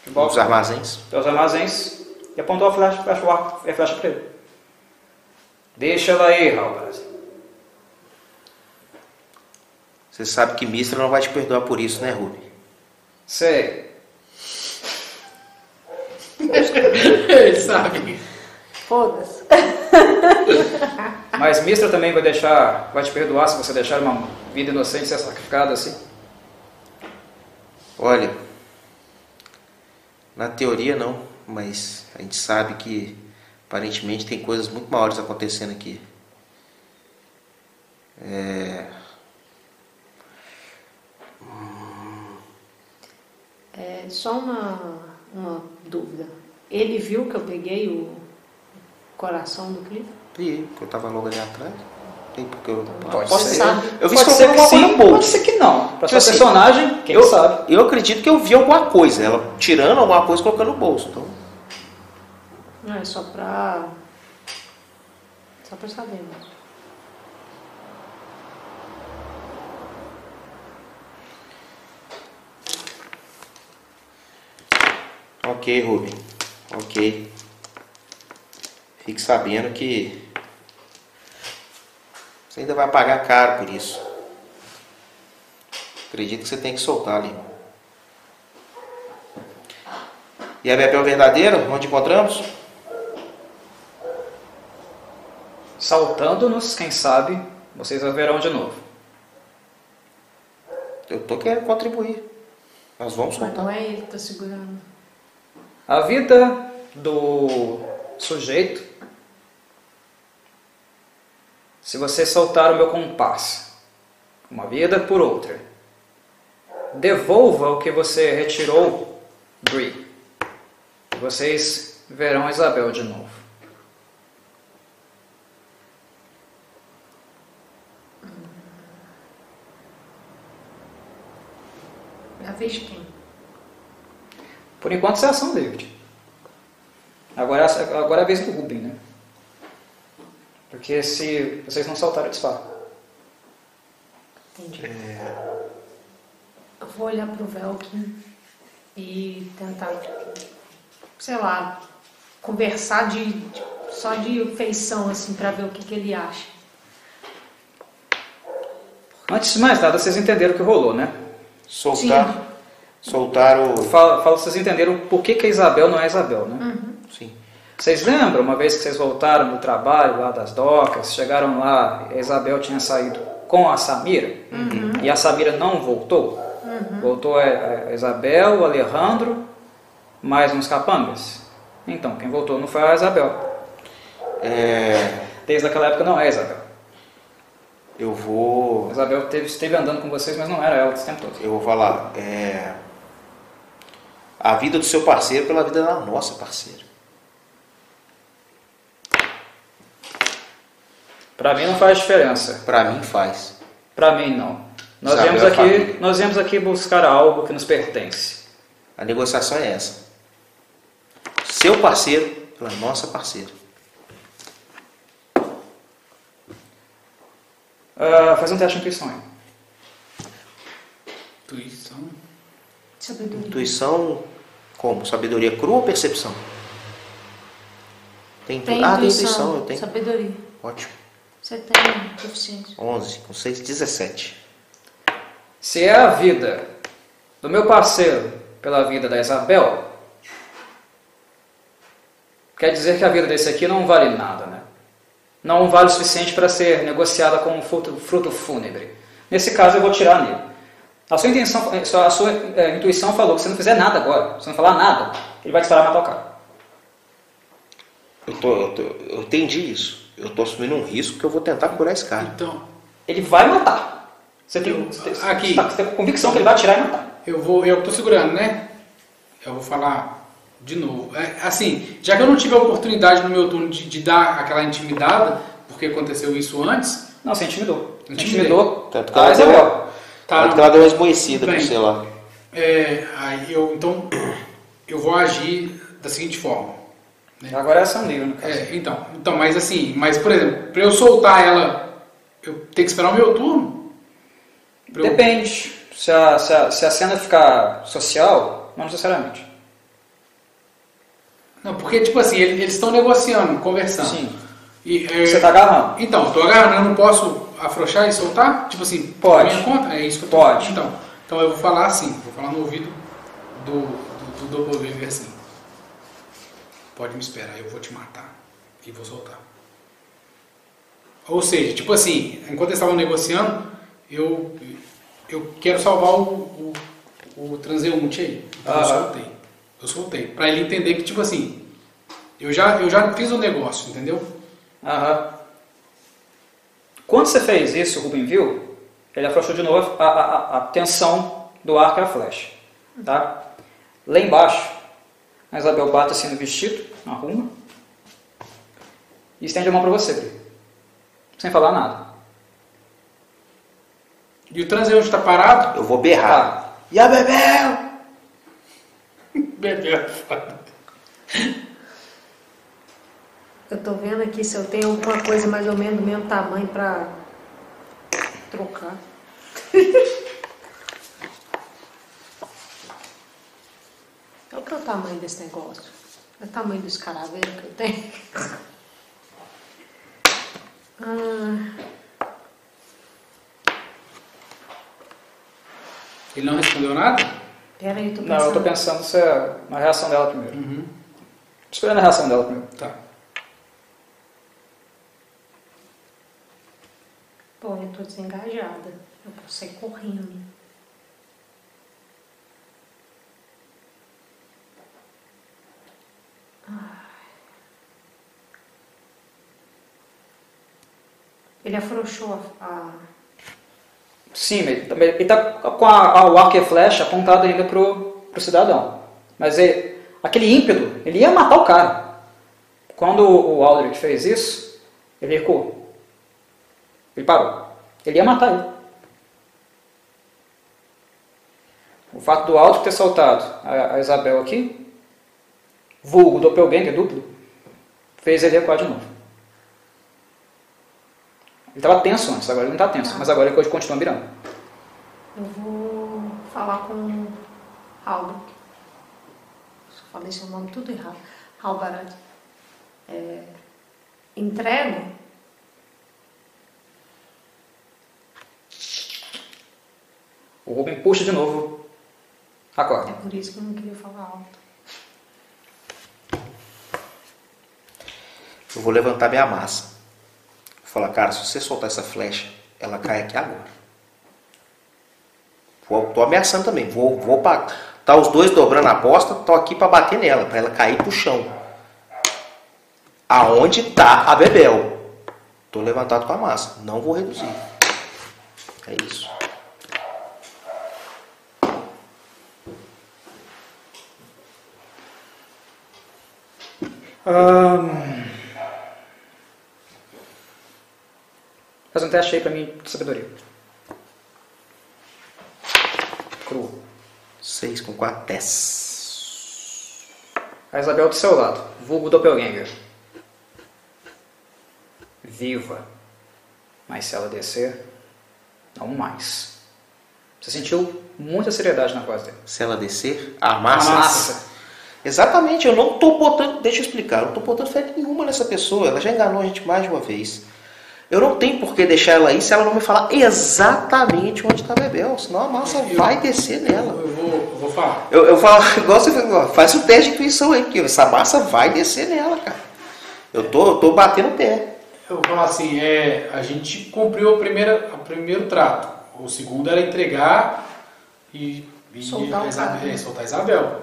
de um Os balcão, armazéns. dos armazéns e apontou a flecha, flecha, o arco e a flecha para ele. Deixa ela aí, rapaz. Você sabe que Mistra não vai te perdoar por isso, né, Ruben? Sei. Ele sabe. Foda-se. Mas Mistra também vai deixar, vai te perdoar se você deixar uma vida inocente ser sacrificada assim. Olha, na teoria não, mas a gente sabe que aparentemente tem coisas muito maiores acontecendo aqui. É, É, só uma, uma dúvida. Ele viu que eu peguei o coração do clipe? E que eu tava logo ali atrás. Tem porque eu. Pode Posso- ser. Sabe? Eu vi pode se ser colocou que alguma coisa sim, no bolso. pode ser que não. Para Tipo sua assim, personagem, quem eu, sabe? Eu acredito que eu vi alguma coisa, ela tirando alguma coisa e colocando no bolso. Então, Não, é só pra. Só pra saber, mano. ok, Rubem. Ok. Fique sabendo que. Você ainda vai pagar caro por isso. Acredito que você tem que soltar ali. E a Bebel verdadeira? um Onde encontramos? Saltando-nos, quem sabe, vocês a verão de novo. Eu tô querendo contribuir. Nós vamos Mas não soltar. é ele que tá segurando. A vida do sujeito. Se você soltar o meu compasso, uma vida por outra, devolva o que você retirou, Bree. E Vocês verão Isabel de novo. É A vez de quem? Por enquanto, isso é ação David. Agora, é a- agora é a vez do Ruben, né? Porque se vocês não soltaram, eu disparo. Entendi. É. Eu vou olhar pro Velkin e tentar, sei lá, conversar de, de- só de feição, assim, pra ver o que, que ele acha. Antes de mais nada, vocês entenderam o que rolou, né? Soltar. Soltar o. Fala, fala vocês entenderam por que, que a Isabel não é Isabel, né? Sim. Vocês lembram uma vez que vocês voltaram do trabalho lá das docas, chegaram lá, a Isabel tinha saído com a Samira e a Samira não voltou? Voltou a, a Isabel, o Alejandro, mais uns capangas. Então, quem voltou não foi a Isabel. É, Desde aquela época não é a Isabel. eu A vou. Isabel teve- esteve andando com vocês, mas não era ela esse tempo todo. Eu vou falar. é, a vida do seu parceiro pela vida da nossa parceira. Pra mim não faz diferença. Pra mim faz. Pra mim não. Nós Isabel viemos, é aqui, família. nós viemos aqui buscar algo que nos pertence. A negociação é essa. Seu parceiro pela nossa parceira. Ah, faz um teste de intuição aí. Intuição. Sabedoria. Intuição como? Sabedoria crua ou percepção? Tem, intu... Tem ah, tem intuição, intuição, eu tenho. Sabedoria. Ótimo. Você tem deficiência. 11, com 6, 17. Se é a vida do meu parceiro pela vida da Isabel, quer dizer que a vida desse aqui não vale nada, né? Não vale o suficiente para ser negociada como fruto, fruto fúnebre. Nesse caso, eu vou tirar nele. A sua, eh, intenção, a sua eh, intuição falou que se não fizer nada agora, se não falar nada, ele vai disparar e matar o cara. Eu, tô, eu, tô, eu entendi isso. Eu estou assumindo um risco que eu vou tentar curar esse cara. Então, Ele vai matar. Você tem, você tem- aqui. você tá- você tem convicção que ele vai atirar e matar. eu vou. Eu que tô segurando, né? Eu vou falar de novo. É, assim, já que eu não tive a oportunidade no meu turno de, de dar aquela intimidada, porque aconteceu isso antes, Não, você intimidou. Você Intimidei. intimidou. Tanto que a ela é Isabel. deu, tá? tanto que ela deu uma esmoecida Bem. no celular. É, aí eu, então, eu vou agir da seguinte forma. Agora é ação livre, no caso. É, então, então, mas assim, mas por exemplo, pra eu soltar ela, eu tenho que esperar o meu turno? Pra eu- Depende. Se a, se, a, se a cena ficar social, não necessariamente. Não, porque tipo assim, ele- eles estão negociando, conversando. Sim. E, é, Você tá agarrando. Então, eu tô agarrando, eu não posso afrouxar e soltar? Tipo assim, Pode. Minha conta? É isso que eu tô Pode. Então, então eu vou falar assim, vou falar no ouvido do, do, do Doppelganger assim. Pode me esperar, eu vou te matar e vou soltar. Ou seja, tipo assim, enquanto eles estavam negociando, eu, eu quero salvar o, o, o transeunte aí. Então eu Aham. soltei. Eu soltei. Pra ele entender que, tipo assim, eu já, eu já fiz o negócio, entendeu? Aham. Quando você fez isso, o Rubin viu, ele afrouxou de novo a, a, a- a tensão do arco e a flecha. Tá? Lá embaixo, a Isabel bate assim no vestido, arruma, e estende a mão para você, Pri. sem falar nada. E o transeunte tá parado, Eu vou Tá. berrar. E a Bebel? Bebê é foda. Eu tô vendo aqui se eu tenho alguma coisa mais ou menos do mesmo tamanho pra trocar. Olha o que é o tamanho desse negócio. É o tamanho do escaravelho que eu tenho. Ah, Ele não respondeu nada? Pera aí, eu tô Não, eu tô pensando. pensando se é na reação dela primeiro. Esperando a reação dela primeiro. Tá. Pô, eu tô desengajada. Eu posso sair correndo. Ele afrouxou a. a- Sim, ele tá- ele está com a, a, o arco e a flecha apontado ainda pro, pro cidadão. Mas ele- aquele ímpeto, ele ia matar o cara. Quando o Aldrich fez isso, ele recuou. Ele parou. Ele ia matar ele. O fato do Aldrich ter soltado a, a Isabel aqui, vulgo doppelganger duplo, fez ele recuar de novo. Ele estava tenso antes, agora ele não está tenso, mas agora ele continua mirando. Eu vou falar com o Halbert. Só Falei seu nome tudo errado. Halbarad. É, entrego? O Ruben puxa de novo a É corda. por isso que eu não queria falar alto. Eu vou levantar minha massa. Vou falar, cara, se você soltar essa flecha, ela cai aqui agora. Vou, tô ameaçando também. Vou, vou pra, tá os dois dobrando a aposta, tô aqui pra bater nela, pra ela cair pro chão. Aonde tá a Bebel? Tô levantado com a massa. Não vou reduzir. É isso. Faz um teste aí pra mim de sabedoria. Cru. 6 com 4, 10. A Isabel do seu lado. Vulgo Doppelganger. Viva. Mas se ela descer, não mais. Você sentiu muita seriedade na voz dele. Se ela descer, a massa. Massa. Exatamente, eu não tô botando. Deixa eu explicar, eu não tô botando fé nenhuma nessa pessoa. Ela já enganou a gente mais de uma vez. Eu não tenho por que deixar ela aí se ela não me falar exatamente onde tá a Bebel, senão a massa Eu- vai descer Eu, nela. eu vou, eu vou falar. Eu, eu falo, igual você falou, faz o teste de intuição aí, porque essa massa vai descer nela, cara. Eu tô, eu tô batendo o pé. Eu vou falar assim, é, a gente cumpriu a primeira, o primeiro trato. O segundo era entregar e, e Soltar o Isabel- cara. é, soltar a Isabel.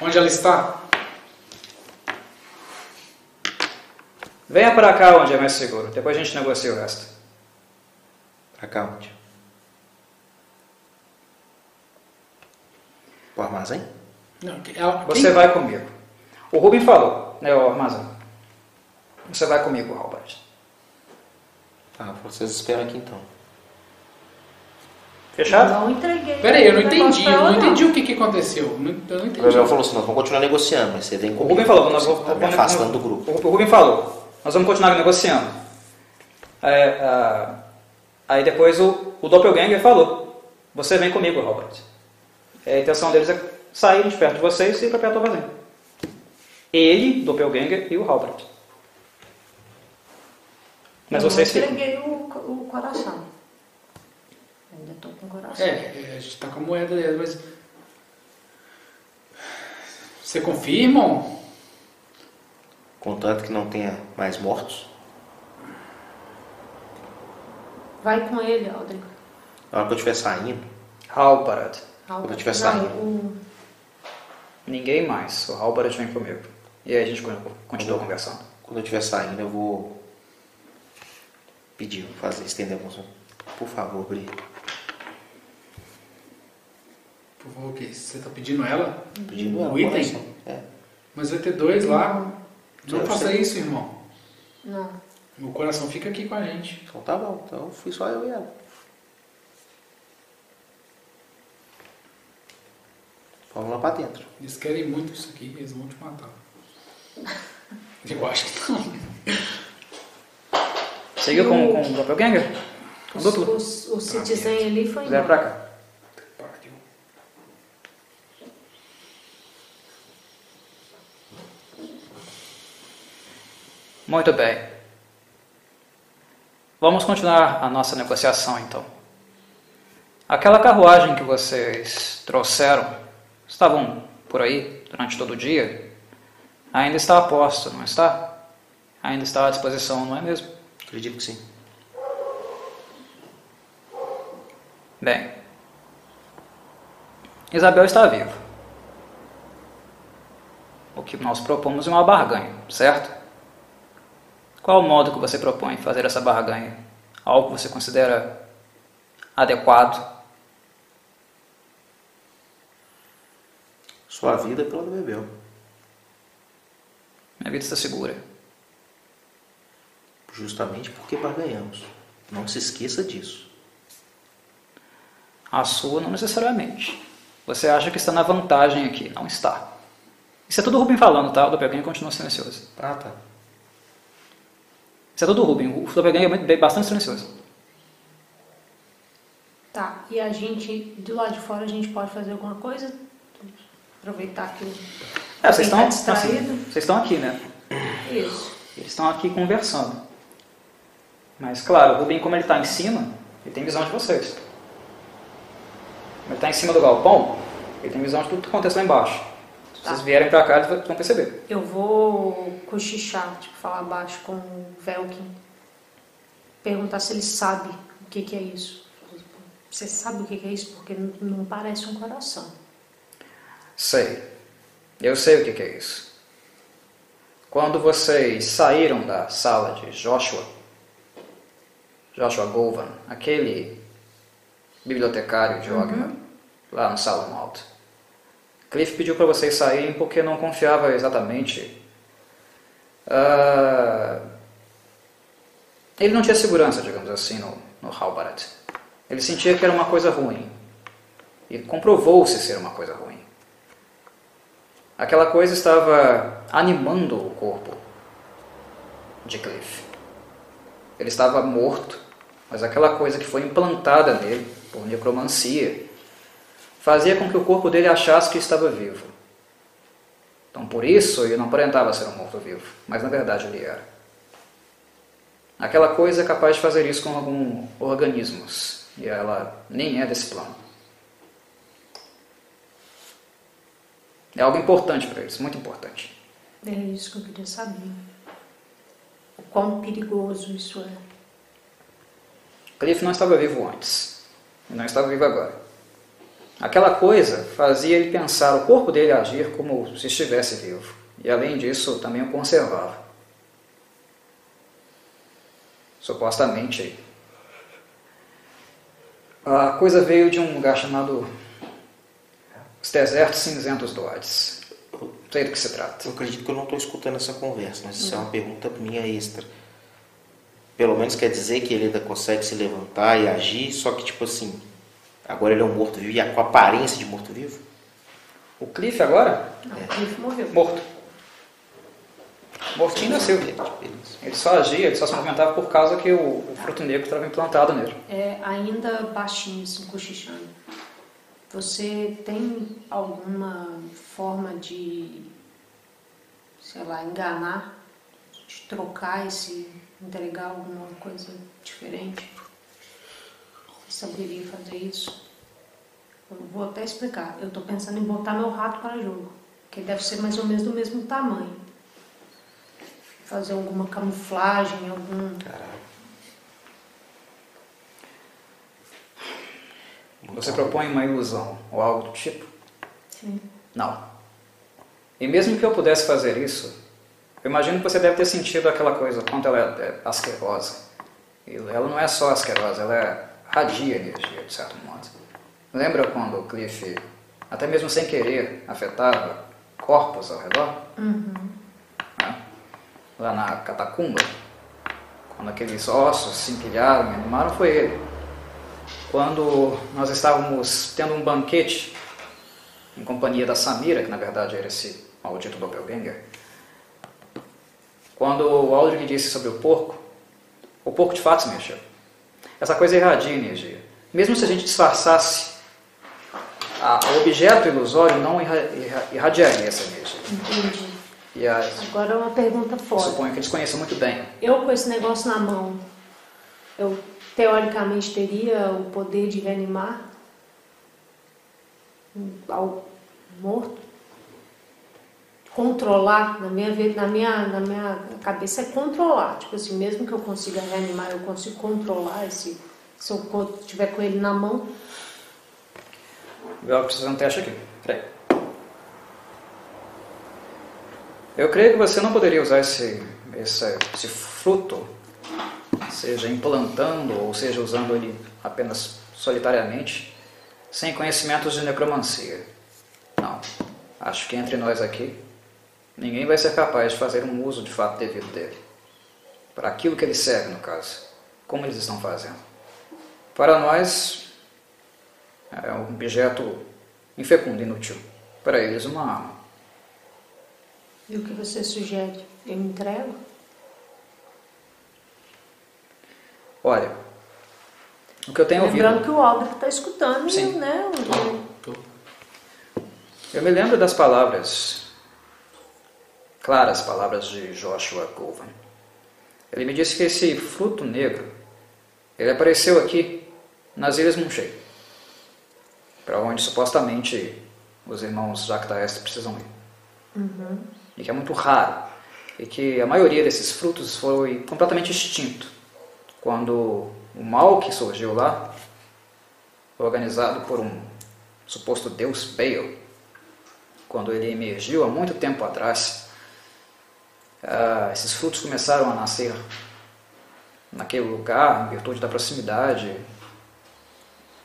Onde ela está? Venha para cá onde é mais seguro. Depois a gente negocia o resto. Para cá onde? Pro armazém? Não, ela- Você quem- vai comigo. O Rubem falou, né, o armazém. Você vai comigo, Albert. Tá, vocês esperam aqui então. Fechado? Não entreguei. Peraí, eu não o um negócio entendi. pra Eu ela, não entendi o que, que aconteceu. Não- eu não O entendi. Gabriel falou assim, nós vamos continuar negociando, mas você vem O comigo. Rubem falou, é nós Você vamos... tá me afastando do grupo. O Rubem falou, nós vamos continuar negociando. É, ah, aí depois o, o Doppelganger falou, você vem comigo, Robert. É, A intenção deles é sair de perto de vocês e ir para perto do armazém. Ele, Doppelganger e o Robert. Mas eu vocês não ficam. entreguei o, co- o coração. Ainda tô com o coração. É, é, a gente tá com a moeda dela, mas. Você confirmam? Contanto que não tenha mais mortos. Vai com ele, Aldrin. Na hora que eu estiver saindo, Halberd. quando eu estiver saindo, Ninguém mais. O Halbert vem comigo. E aí a gente con- continua Uhum. conversando. quando eu estiver saindo, eu vou pedir, fazer, estender alguns. Por favor, Bri. Por favor, o quê? Você tá pedindo ela? Pedindo Hum, Um meu item? coração. É. Mas vai ter dois lá. Não Eu faça sei. isso, irmão. Não. Meu coração fica aqui com a gente. Então tá bom, então fui só eu e ela. Vamos lá pra dentro. Eles querem muito isso aqui, eles vão te matar. Eu acho que não. Seguiu com, com o Doppelganger? Com o duplo? O, o, o Citizen ali foi Fizeram pra cá. Pariu. Muito bem. Vamos continuar a nossa negociação então. Aquela carruagem que vocês trouxeram, estavam por aí durante todo o dia, ainda está a posto, não está? Ainda está à disposição, não é mesmo? Acredito que sim. Bem. Isabel está viva. O que nós propomos é uma barganha, certo? Qual o modo que você propõe fazer essa barganha? Algo que você considera adequado? Sua vida é pela do Bebel. Minha vida está segura. Justamente porque barganhamos. Não se esqueça disso. A sua, não necessariamente. Você acha que está na vantagem aqui. Não está. Isso é tudo o Rubem falando, tá? O Doppelganger continua silencioso. Ah, tá. Isso é tudo o Rubem. O Doppelganger é muito- bem- bastante silencioso. Tá. E a gente, do lado de fora, a gente pode fazer alguma coisa? Aproveitar que o- É, vocês Quem estão, tá distraído? assim, vocês estão aqui, né? Isso. Eles estão aqui conversando. Mas, claro, o Rubem, como ele está em cima, ele tem visão de vocês. Como ele está em cima do galpão, ele tem visão de tudo que acontece lá embaixo. Se vocês vierem para cá, eles vão perceber. Eu vou cochichar, tipo, falar baixo com o Velkin. Perguntar se ele sabe o que, que é isso. Você sabe o que, que é isso? Porque não, não parece um coração. Sei. Eu sei o que, que é isso. Quando vocês saíram da sala de Joshua, Joshua Govan, aquele bibliotecário de Ogma, lá no Salão Alto, Cliff pediu para vocês saírem porque não confiava exatamente. ah, ele não tinha segurança, digamos assim, no, no Halbarat. Ele sentia que era uma coisa ruim. E comprovou-se ser uma coisa ruim. Aquela coisa estava animando o corpo de Cliff. Ele estava morto, mas aquela coisa que foi implantada nele por necromancia fazia com que o corpo dele achasse que estava vivo. Então, por isso, ele não aparentava ser um morto-vivo, mas na verdade ele era. Aquela coisa é capaz de fazer isso com alguns organismos, e ela nem é desse plano. É algo importante para eles, muito importante. É isso que eu queria saber. O quão perigoso isso é. Cliff não estava vivo antes. E não estava vivo agora. Aquela coisa fazia ele pensar, o corpo dele agir como se estivesse vivo. E além disso, também o conservava. Supostamente aí. A coisa veio de um lugar chamado Os Desertos Cinzentos do Hades. Não sei do que se trata. Eu acredito que eu não estou escutando essa conversa, mas isso é uma pergunta minha extra. Pelo menos quer dizer que ele ainda consegue se levantar e agir, só que tipo assim, agora ele é um morto-vivo e é com a aparência de morto-vivo? O Cliff agora? Não, o Cliff morreu. Morto. Mortinho nasceu. É, tipo, Beleza. Ele só agia, ele só se movimentava por causa que o, o fruto negro estava implantado nele. É, ainda baixinho, assim, cochichando. Você tem alguma forma de, sei lá, enganar, de trocar esse, entregar alguma coisa diferente? Você saberia fazer isso? Eu vou até explicar. Eu tô pensando em botar meu rato para jogo, que ele deve ser mais ou menos do mesmo tamanho. Fazer alguma camuflagem, algum. Você propõe uma ilusão ou algo do tipo? Sim. Não. E mesmo que eu pudesse fazer isso, eu imagino que você deve ter sentido aquela coisa, quanto ela é é asquerosa. E ela não é só asquerosa, ela é radia energia, de certo modo. Lembra quando o Cliff, até mesmo sem querer, afetava corpos ao redor? Né? Lá na catacumba, quando aqueles ossos assim se empilharam e animaram, foi ele quando nós estávamos tendo um banquete em companhia da Samira, que na verdade era esse maldito doppelganger, quando o Aldrich disse sobre o porco, o porco de fato se mexeu. Essa coisa irradia energia. Mesmo se a gente disfarçasse, a- o objeto ilusório não irra- irra- irradiaria essa energia. Entendi. E as, Agora uma pergunta foda. suponho que eles conheçam muito bem. Eu com esse negócio na mão, eu teoricamente teria o poder de reanimar um- ao morto? Controlar, na minha, ve- na, minha, na minha cabeça é controlar. Tipo assim, mesmo que eu consiga reanimar, eu consigo controlar esse. Se eu co- tiver com ele na mão, Eu preciso fazer um teste aqui. Peraí. Eu creio que você não poderia usar esse, esse, esse fruto, seja implantando ou seja usando ele apenas solitariamente, sem conhecimentos de necromancia. Não. Acho que entre nós aqui, ninguém vai ser capaz de fazer um uso de fato devido dele. Para aquilo que ele serve, no caso. Como eles estão fazendo. Para nós, é um objeto infecundo, inútil. Para eles, uma arma. E o que você sugere? Eu entrego? Olha, o que eu tenho lembrando ouvido. que o Aldrich está escutando, Sim. né? Eu me lembro das palavras. Claras palavras de Joshua Govan. Ele me disse que esse fruto negro. Ele apareceu aqui nas Ilhas Munchei. Para onde supostamente os irmãos Jactaest precisam ir. E que é muito raro. E que a maioria desses frutos foi completamente extinto. Quando o mal que surgiu lá, organizado por um suposto deus Baal, quando ele emergiu há muito tempo atrás, ah, esses frutos começaram a nascer naquele lugar, em virtude da proximidade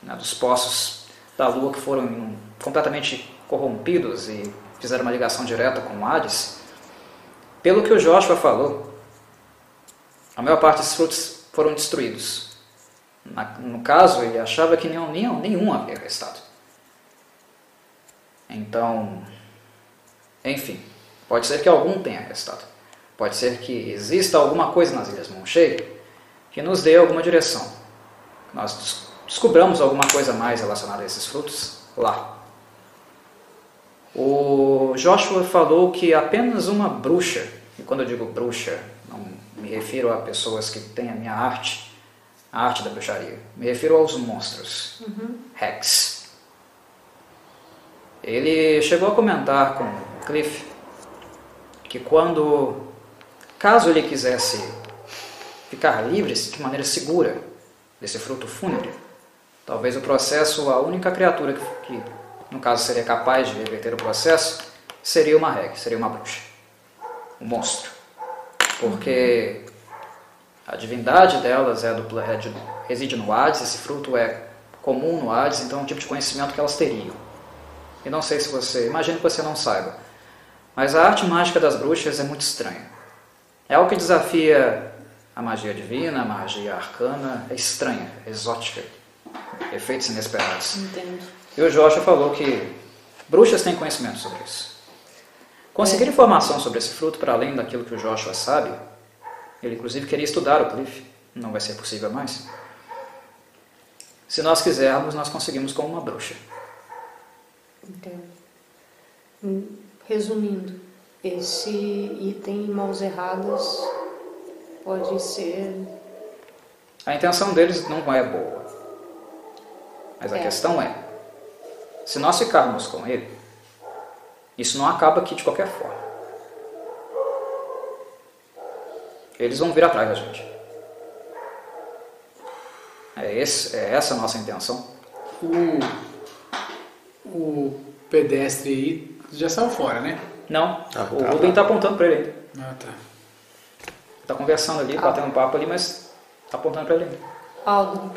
né, dos poços da lua que foram hum, completamente corrompidos e fizeram uma ligação direta com Hades. Pelo que o Joshua falou, a maior parte dos frutos foram destruídos. Na- no caso, ele achava que nenhum, nenhum, nenhum havia restado. Então, enfim, pode ser que algum tenha restado. Pode ser que exista alguma coisa nas Ilhas Moncheio que nos dê alguma direção. Que Nós des- descobramos alguma coisa mais relacionada a esses frutos lá. O Joshua falou que apenas uma bruxa, e quando eu digo bruxa, não me refiro a pessoas que têm a minha arte, a arte da bruxaria, me refiro aos monstros, Hex. Ele chegou a comentar com o Cliff que quando, caso ele quisesse ficar livre de maneira segura desse fruto fúnebre, talvez o processo, a única criatura que, que, no caso seria capaz de reverter o processo, seria uma reg, seria uma bruxa, um monstro. Porque A divindade delas é, do, é de, reside no Hades, esse fruto é comum no Hades, então é um tipo de conhecimento que elas teriam. E não sei se você, imagino que você não saiba, mas a arte mágica das bruxas é muito estranha. É algo que desafia a magia divina, a magia arcana, é estranha, exótica, efeitos inesperados. Entendo. E o Joshua falou que bruxas têm conhecimento sobre isso. Conseguir informação sobre esse fruto, para além daquilo que o Joshua sabe, ele inclusive queria estudar o Cliff, não vai ser possível mais. Se nós quisermos, nós conseguimos com uma bruxa. Entendo. Hum, Resumindo, esse item em mãos erradas pode ser. A intenção deles não é boa. Mas a É. questão é: se nós ficarmos com ele, isso não acaba aqui de qualquer forma. Eles vão vir atrás da gente. É, esse- é essa a nossa intenção. O, o pedestre aí já saiu fora, né? Não, Tá, o tá, Rubem está apontando para ele ainda. Ah, tá. Está conversando ali, batendo um papo ali, mas está apontando para ele ainda. Aldo,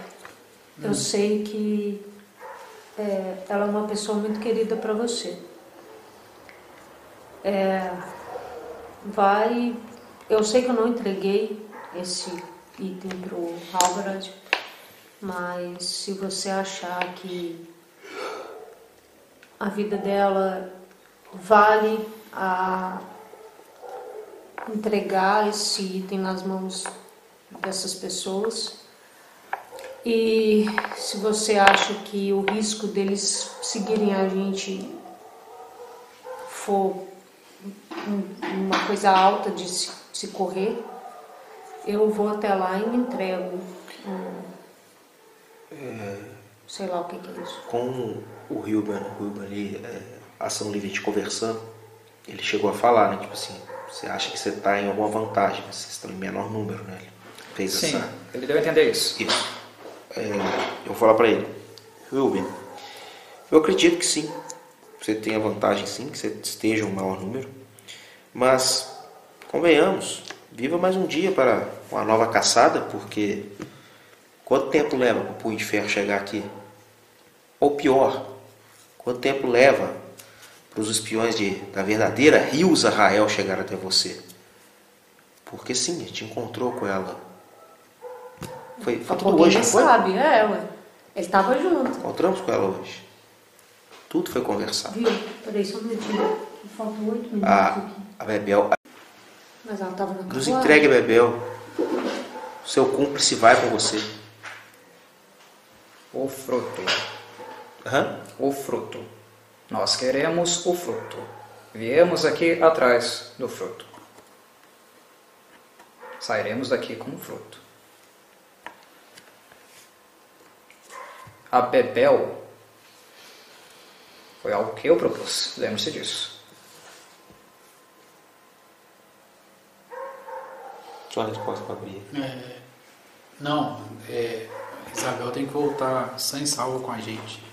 eu sei que é, ela é uma pessoa muito querida para você. É, vai. Eu sei que eu não entreguei esse item pro Alvarad, mas se você achar que a vida dela vale a entregar esse item nas mãos dessas pessoas. E se você acha que o risco deles seguirem a gente for um- uma coisa alta de se, se correr, eu vou até lá e me entrego. Hum, Sei lá o que, que é isso. Com o Ruben, o Ruben ali, é, ação livre de conversando, ele chegou a falar, né? Tipo assim, você acha que você está em alguma vantagem, mas vocês estão em menor número, né? Ele fez Sim, essa. ele deu a entender isso. Isso. É, eu vou falar pra ele. Ruben, eu acredito que sim. Você tem a vantagem sim, que você esteja um maior número. Mas, convenhamos, viva mais um dia para uma nova caçada, porque quanto tempo leva para o punho de ferro chegar aqui? Ou pior, quanto tempo leva para os espiões de, da verdadeira Rios Rael chegar até você? Porque sim, a gente encontrou com ela. Foi, foi tudo hoje, Ele não foi? sabe, é, ué. Ele tava junto. Encontramos com ela hoje. Tudo foi conversado. Viu? Peraí, só um minutinho. Faltam oito minutos A, aqui. a Bebel, Mas ela tava na Ah. nos carruagem. entregue a Bebel. Seu cúmplice vai com você. O fruto. Aham. O fruto. Nós queremos o fruto. Viemos aqui atrás do fruto. Sairemos daqui com o fruto. A Bebel foi algo que eu propus, lembre-se disso. Sua resposta para abrir. É, não, é, Isabel tem que voltar sem salvo com a gente.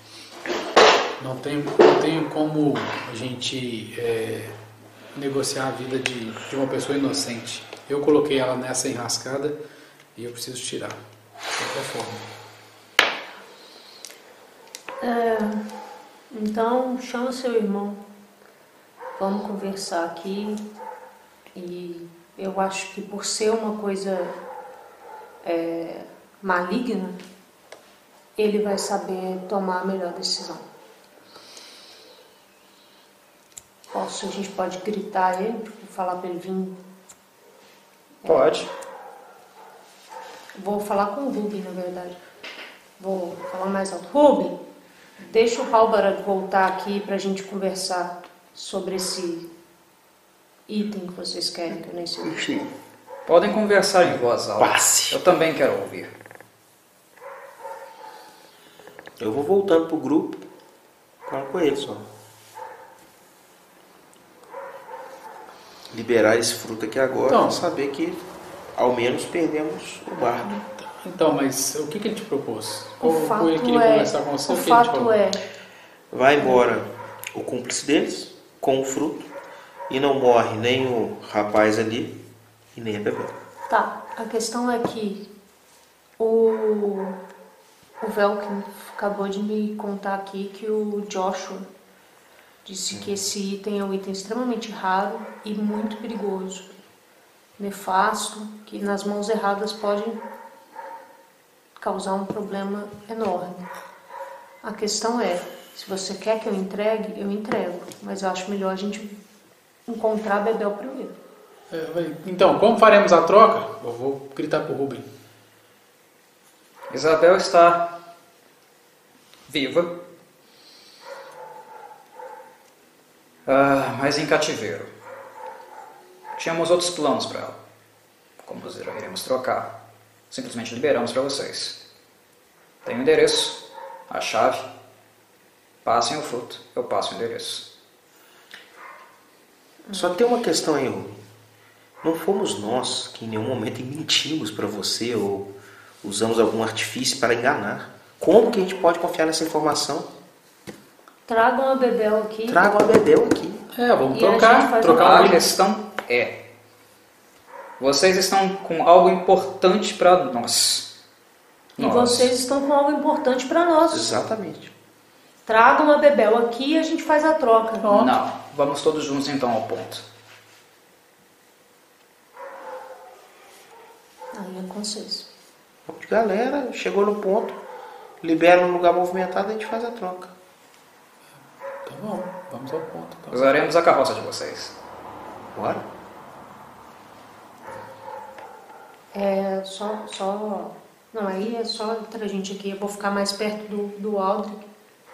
Não tem, não tem como a gente é, negociar a vida de, de uma pessoa inocente. Eu coloquei ela nessa enrascada e eu preciso tirar. De qualquer forma. É, então, chama seu irmão. Vamos conversar aqui. E eu acho que por ser uma coisa é, maligna, ele vai saber tomar a melhor decisão. Posso, a gente pode gritar ele, falar pra ele vir. Pode. Vou falar com o Ruben, na verdade. Vou falar mais alto. Ruben, deixa o Halbarad voltar aqui pra gente conversar sobre esse item que vocês querem, que eu nem sei. o que é. Podem conversar em voz alta. Passe. Eu também quero ouvir. Eu vou voltando pro grupo. Falo com ele só. Liberar esse fruto aqui agora. Então. saber que ao menos perdemos o barco. Então, mas o que, que ele te propôs? O Ou- ou fato ele queria é, conversar com você? tipo, o que ele te fato falou? é, Vai embora o cúmplice deles com o fruto. E não morre nem o rapaz ali e nem a Bebel. tá. A questão é que o, o Velkin acabou de me contar aqui que o Joshua disse que esse item é um item extremamente raro e muito perigoso. Nefasto, que nas mãos erradas pode causar um problema enorme. A questão é, se você quer que eu entregue, eu entrego. Mas eu acho melhor a gente encontrar Bebel primeiro. Então, como faremos a troca? Eu vou gritar pro Rubem. Isabel está viva, ah, mas em cativeiro. Tínhamos outros planos para ela. Como vocês já iremos trocar, simplesmente liberamos para vocês. Tem o endereço, a chave. Passem o fruto, eu passo o endereço. Só tem uma questão aí, Rubem. Não fomos nós que em nenhum momento mentimos para você ou usamos algum artifício para enganar. Como que a gente pode confiar nessa informação? Tragam a Bebel aqui. Traga o Abedeu aqui. É, vamos E a gente trocar. Ah, faz Trocar A um questão é: vocês estão com algo importante para nós. E Nós. vocês estão com algo importante para nós. Exatamente. Tragam a Bebel aqui e a gente faz a troca. Não, vamos todos juntos então ao ponto. Aí é com vocês. Vamos de galera, chegou no ponto, libera um lugar movimentado e a gente faz a troca. Tá bom, vamos ao ponto. então. Usaremos a carroça de vocês. Bora? É só, só. Não, aí é só entre a gente aqui. Eu vou ficar mais perto do, do Aldrich,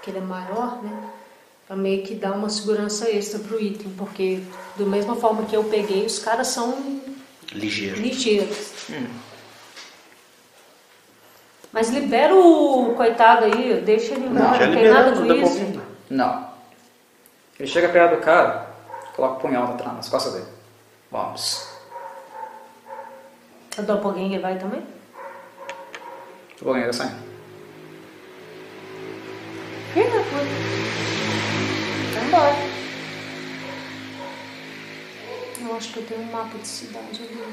que ele é maior, né? Pra meio que dar uma segurança extra pro item, porque do mesma forma que eu peguei, os caras são Ligeiro. ligeiros. Hum. Mas libera o coitado aí, deixa ele embora, já não, tem nada liberamos, com não dá isso. problema. Não. Ele chega perto do cara, coloca o punhal na- nas costas dele. Vamos. O Doppelganger vai também? Eu vou ganhar essa ainda. é Filha da puta. Vai embora. Eu acho que eu tenho um mapa de cidade ali.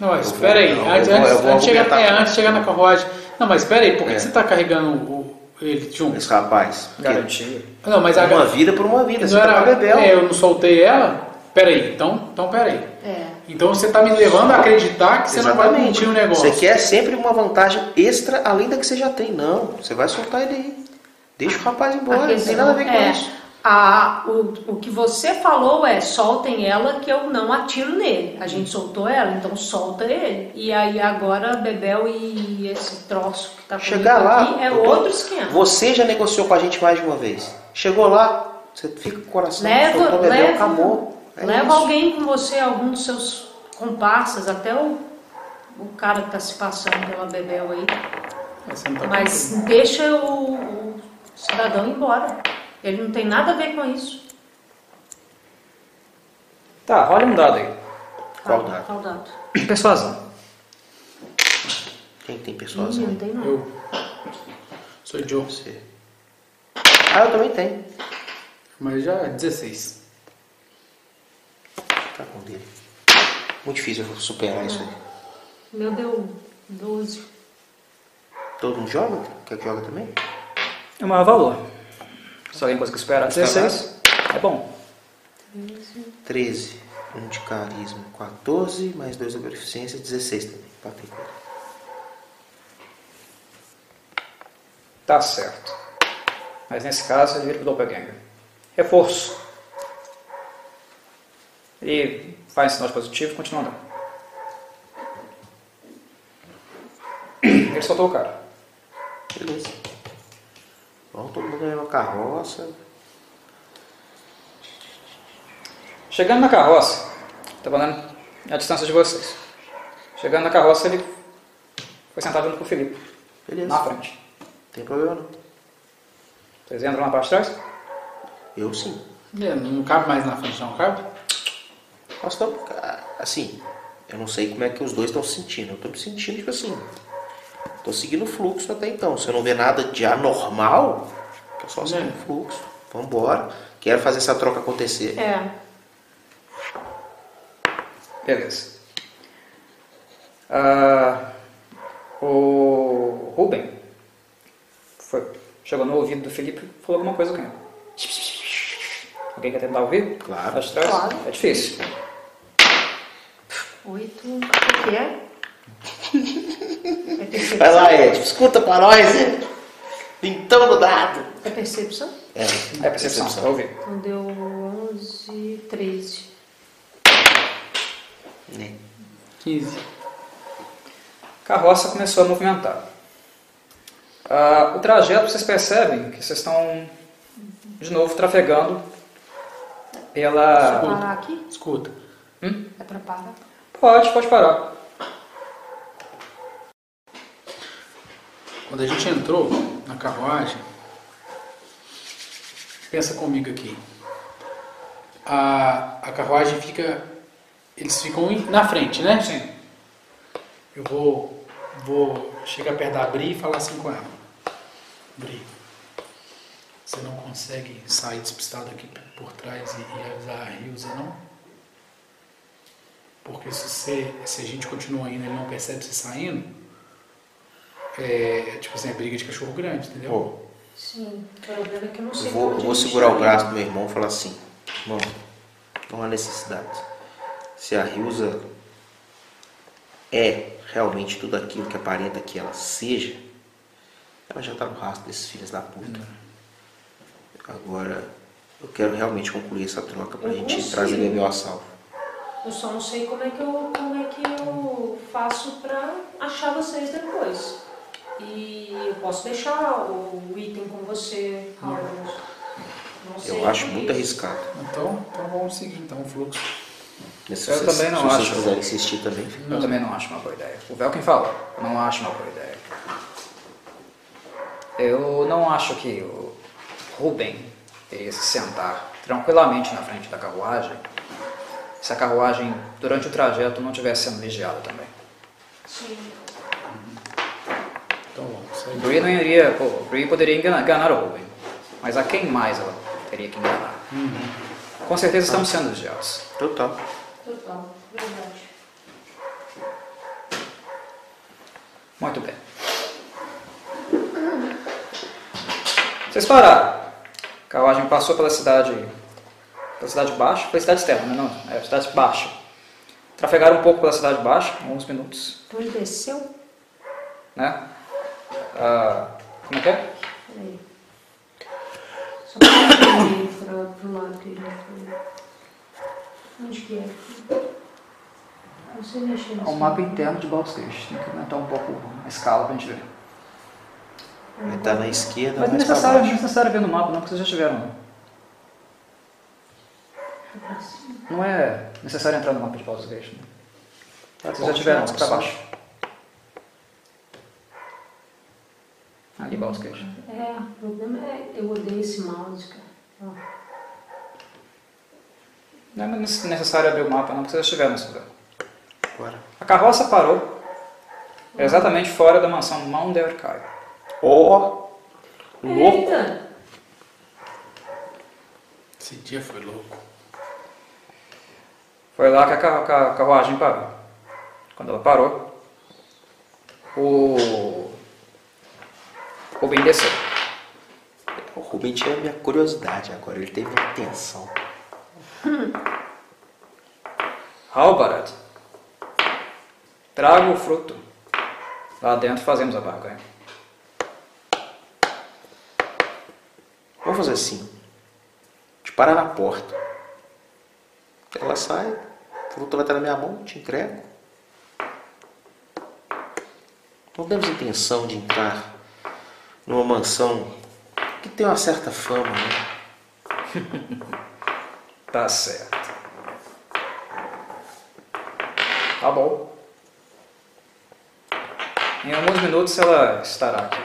Não, mas espera aí. não, eu Antes, vou- eu antes, vou antes de chegar, argumentar é, com antes de chegar na carruagem. Não, mas espera aí. Por que, É. que você tá carregando o, ele junto? Esse rapaz. Garantia. Não, mas a Uma vida por uma vida. Você não tá era, com a Bebel. é, eu não soltei ela? Pera aí. Então, então pera aí. É. Então você tá me levando a acreditar que você não vai mentir o negócio. Você quer sempre uma vantagem extra além da que você já tem. Não, você vai soltar ele aí. Deixa o rapaz embora, não tem nada a ver com é, isso. a- o, o que você falou é soltem ela que eu não atiro nele. A gente soltou ela, então solta ele. E aí agora Bebel e esse troço que tá comigo Chegar lá, aqui é então, outro esquema. Você já negociou com a gente mais de uma vez. Chegou lá, você fica com o coração Leva, soltou o Bebel, leva, acabou. É leva isso. alguém com você, algum dos seus comparsas, até o, o cara que tá se passando pela Bebel aí. Você não tá Mas deixa o, o cidadão ir embora. Ele não tem nada a ver com isso. Tá, rola um dado aí. Qual Ah, dado? Qual dado? Persuasão. Quem tem Ih, persuasão? não tem nada. Eu sou idiota. Você. Ah, eu também tenho. Mas já é 16. Tá com o dele. Muito difícil eu superar isso aí. Meu deu 12. Todo mundo joga? Quer que joga também? É o maior valor. Se alguém conseguir esperar 16, é bom. 13. Um de carisma. 14, mais dois da beneficência, 16 também. Batei com ele. Tá certo. Mas nesse caso, ele vira pro Doppelganger. Reforço. E faz sinal de positivo e continua andando. Ele soltou o cara. Beleza. Bom, todo mundo ganhou uma carroça. Chegando na carroça, estava andando a distância de vocês. Chegando na carroça, ele foi sentado junto com o Felipe, Beleza. na frente. Não tem problema não. Vocês entram lá para trás? Eu sim. É, não cabe mais na frente, não cabe? Nós estamos. Assim, eu não sei como é que os dois estão se sentindo. Eu estou me sentindo, tipo assim. Estou seguindo o fluxo até então. Se eu não ver nada de anormal, estou só seguindo o fluxo. Vambora. Quero fazer essa troca acontecer. É. Beleza. Ah, o Ruben foi, chegou no ouvido do Felipe e falou alguma coisa com ele. Alguém quer tentar ouvir? Claro. Lá de trás? Claro. É difícil. Oito. O que é? É percepção. Vai lá, Ed, escuta pra nós, Ed. Pintão no dado. É percepção? É, É percepção, você vai ouvir. Então deu 11, 13. Né? 15. carroça começou a movimentar. Ah, o trajeto, vocês percebem que vocês estão de novo trafegando Ah, pela. Parar aqui? Escuta. É pra parar? Pode, pode parar. Quando a gente entrou na carruagem, pensa comigo aqui. A, a carruagem fica. Eles ficam em- na frente, né? Sim. Eu vou, vou chegar perto da Bri e falar assim com ela. Bri, você não consegue sair despistado aqui por trás e, e avisar a Rilza, não? Porque se, você, se a gente continua indo e ele não percebe você saindo, é tipo assim, é briga de cachorro grande, entendeu? Pô, Sim, o problema é que eu não sei Eu vou, pra eu onde vou a gente segurar tá o braço do meu irmão e falar assim: Irmão, não há necessidade. Se a Rilza é realmente tudo aquilo que aparenta que ela seja, ela já está no rastro desses filhos da puta. Agora, eu quero realmente concluir essa troca pra Eu gente consigo. trazer bebê ao salvo. Eu só não sei como é que eu, como é que eu faço pra achar vocês depois. E eu posso deixar o item com você, Raul. Não sei Eu acho por muito isso. arriscado. Então, então vamos seguir então o fluxo. Mas se Eu vocês- também não se vocês acho. quiserem insistir também, Eu também não acho uma boa ideia. O Velkin fala, eu não acho uma boa ideia. Eu não acho que o Ruben iria se sentar tranquilamente na frente da carruagem se a carruagem, durante o trajeto, não estivesse sendo vigiada também. Sim. Então vamos O sair. Bree não iria. pô, o Bree poderia enganar, enganar o Owen. Mas a quem mais ela teria que enganar? Com certeza estão sendo vigiados. total. Total, verdade. Muito bem. Vocês pararam. A carruagem passou pela cidade. pela cidade baixa, pela cidade externa, né? não, é a cidade baixa. Trafegaram um pouco pela cidade baixa, alguns minutos, Então ele desceu? né? Ah, como é que é? Peraí. Só pra entender pra, pro lado que ele foi. Onde que é? Não sei mexer nisso. É um É, interno de Balstage, tem que aumentar um pouco a escala pra gente ver. Vai estar na esquerda, Mas não é mais pra necessário, não é baixo. necessário ver no mapa, não, porque vocês já tiveram. né? Não é necessário entrar no mapa de Baldur's Gate. Né? Vocês já tiveram para baixo. Ali, Baldur's Gate. É, o problema é eu odeio esse mouse, cara. Ó. Não é nece- necessário abrir o mapa, não, porque vocês já estiveram nesse lugar. Agora. A carroça parou exatamente fora da mansão Mount Everkai. Ó! É, louco! Eita! Esse dia foi louco. Foi lá que a carru- que a carruagem parou. Quando ela parou, o. O Ben desceu. O Rubem tinha a minha curiosidade agora, ele teve uma atenção. Halbarad, traga o fruto. Lá dentro fazemos a barganha. Vamos fazer assim. A gente para na porta. Ela sai, o fruto vai estar na minha mão, te entrego. Não temos intenção de entrar numa mansão que tem uma certa fama, né? Tá certo. Tá bom. Em alguns minutos ela estará aqui.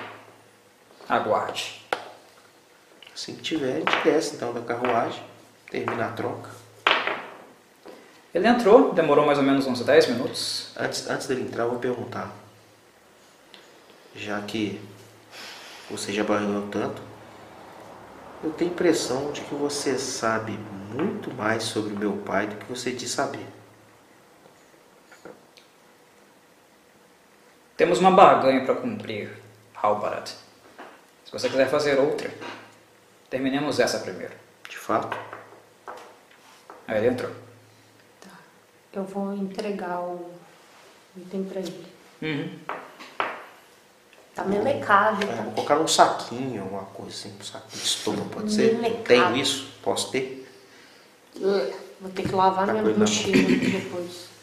Aguarde. Assim que tiver, a gente desce então da carruagem, termina a troca. Ele entrou, demorou mais ou menos uns 10 minutos. Antes, antes dele entrar, eu vou perguntar. Já que você já barganhou tanto, eu tenho a impressão de que você sabe muito mais sobre o meu pai do que você diz saber. Temos uma barganha para cumprir, Halbarat. Se você quiser fazer outra, terminemos essa primeiro. De fato. Aí ele entrou. Tá. Eu vou entregar o item pra ele. Uhum. Tá melecável, É, vou tá? colocar num saquinho, uma coisinha, um saquinho de estômago, pode ser? Molecada. Tenho isso? Posso ter? Ugh, É, Vou ter que lavar Tá minha cuidando. mochila depois.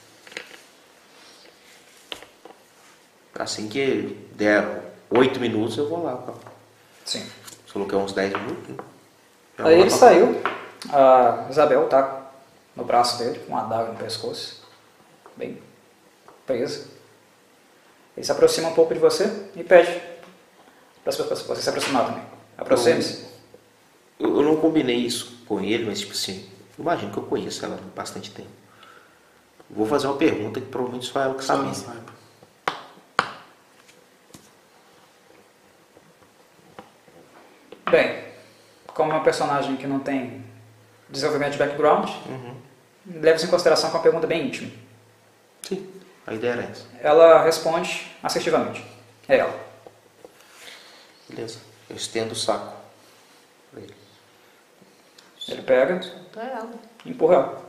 Assim que der oito minutos, eu vou lá. cara. Sim. Se eu coloquei uns 10 minutos. né? Já Aí vou ele lá. saiu. A Isabel tá no braço dele, com uma adaga no pescoço. Bem presa. Ele se aproxima um pouco de você e pede para você se aproximar também. Aproxime-se. Eu, eu não combinei isso com ele, mas tipo assim, imagino que eu conheço ela há bastante tempo. Vou fazer uma pergunta que provavelmente só ela que Tá sabe. Bem, como é um personagem que não tem desenvolvimento de background, leva-se em consideração com uma pergunta bem íntima. Sim, a ideia era essa. Ela responde assertivamente. É ela. Beleza. Eu estendo o saco pra ele. Ele pega Solta ela. e empurra ela.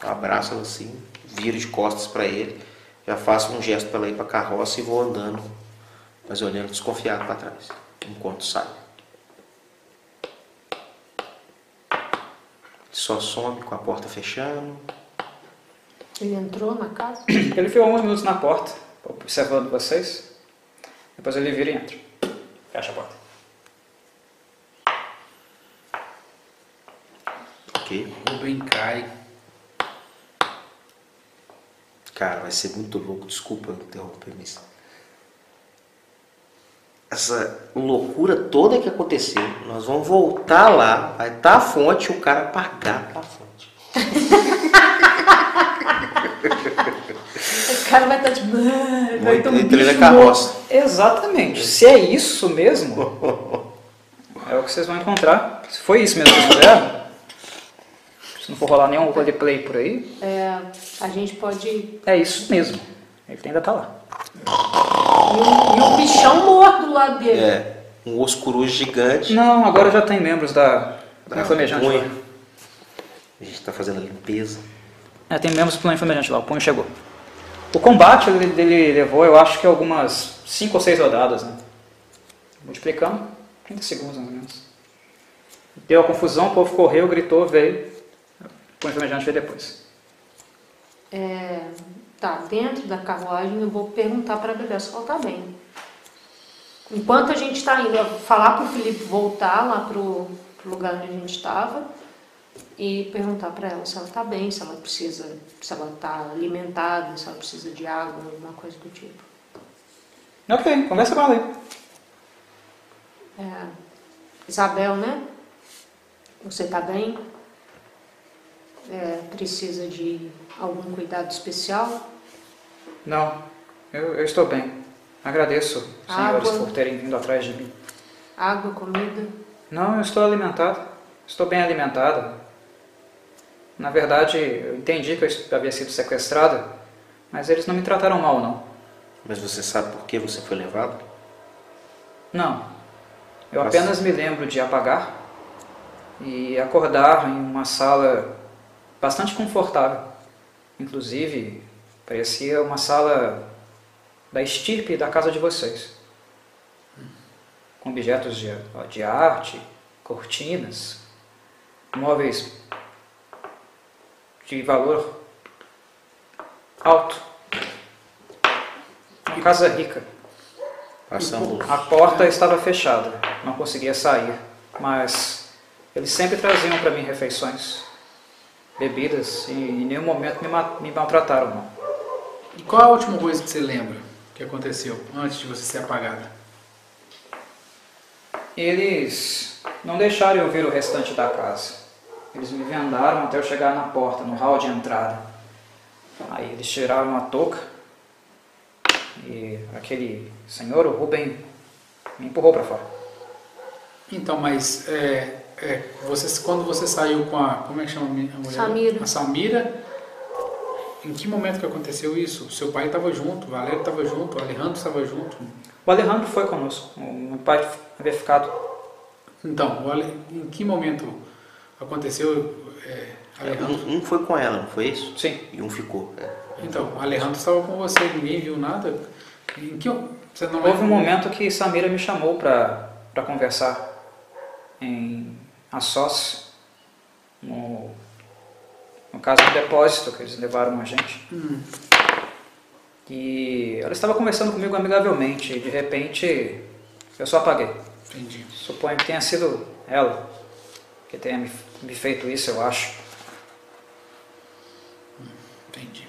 Abraço ela assim, viro de costas pra ele, já faço um gesto pra ela ir pra carroça e vou andando, mas olhando desconfiado pra trás, enquanto sai. Só some com a porta fechando. Ele entrou na casa? Ele fica alguns minutos na porta, observando vocês. Depois ele vira e entra. Fecha a porta. Ok. Rubem cai. Cara, vai ser muito louco, desculpa eu interromper, mas. Essa loucura toda que aconteceu, nós vamos voltar lá, vai estar a fonte e o cara pagar a fonte. O cara vai estar tipo. "Ah, Vou é Vai ter um entrei na bicho é carroça. Exatamente. Se é isso mesmo, é o que vocês vão encontrar. Se foi isso mesmo que vocês fizeram, se não for rolar nenhum roleplay por aí, É, a gente pode. E é isso mesmo. Ele ainda tá lá. um, e um bichão morto do lado dele. É, um osso coruja gigante. Não, agora já tem membros da, da da Inflamejante punha. lá. A gente tá fazendo a limpeza. É, tem membros do plano Inflamejante lá, o punho chegou. O combate ele, ele levou, eu acho que algumas 5 ou 6 rodadas, né? Multiplicando, 30 segundos mais ou menos. Deu a confusão, o povo correu, gritou, veio. O punho Inflamejante veio depois. É, tá, dentro da carruagem eu vou perguntar para a Bebel se ela tá bem. Enquanto a gente tá indo, eu vou falar pro Felipe voltar lá pro, pro lugar onde a gente estava e perguntar para ela se ela tá bem, se ela precisa, se ela tá alimentada, se ela precisa de água, alguma coisa do tipo. Ok, conversa com ela aí. É, Isabel, né? Você tá bem? É, precisa de algum cuidado especial? Não, eu, eu estou bem. Agradeço, senhores, Água. por terem vindo atrás de mim. Água, comida? Não, eu estou alimentado. Estou bem alimentada. Na verdade, eu entendi que eu est- havia sido sequestrada, mas eles não me trataram mal, não. Mas você sabe por que você foi levado? Não. Eu Nossa. apenas me lembro de apagar e acordar em uma sala bastante confortável. Inclusive, parecia uma sala da estirpe da casa de vocês. Com objetos de, de arte, cortinas, móveis de valor alto. Uma casa rica. Passamos. A porta estava fechada, não conseguia sair, mas eles sempre traziam para mim refeições, bebidas e em nenhum momento me, ma- me maltrataram. Não. E qual é a última coisa que você lembra que aconteceu antes de você ser apagada? Eles não deixaram eu ver o restante da casa. Eles me vendaram até eu chegar na porta, no hall de entrada. Aí eles tiraram a touca e aquele senhor, o Rubem, me empurrou para fora. Então, mas é, é, você- quando você saiu com a. Como é que chama a mulher? Samira. A Samira. Em que momento que aconteceu isso? Seu pai estava junto, o Valério estava junto, o Alejandro estava junto. O Alejandro foi conosco. O meu pai havia ficado. Então, Ale... em que momento aconteceu? É, Alejandro? Um, um foi com ela, não foi isso? Sim. E um ficou. É. Então, o Alejandro estava com você, ninguém viu nada. Em que você não Houve um momento que Samira me chamou para conversar em a sós, no, no caso do depósito que eles levaram a gente. Hum. E ela estava conversando comigo amigavelmente e de repente eu só apaguei. Entendi. Suponho que tenha sido ela que tenha me, me feito isso, eu acho. Entendi.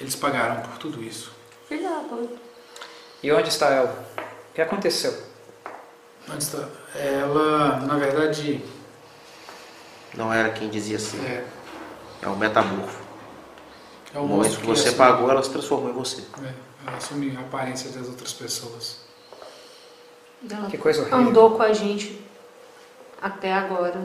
Eles pagaram por tudo isso. Filha da puta. E onde está ela? O que aconteceu? Antes da- Ela, na verdade, Não era quem dizia assim. é, É um metamorfo. é No o momento monstro que você assume- pagou, ela se transformou em você. é, ela assume a aparência das outras pessoas. Ela Que coisa horrível. andou com a gente até agora,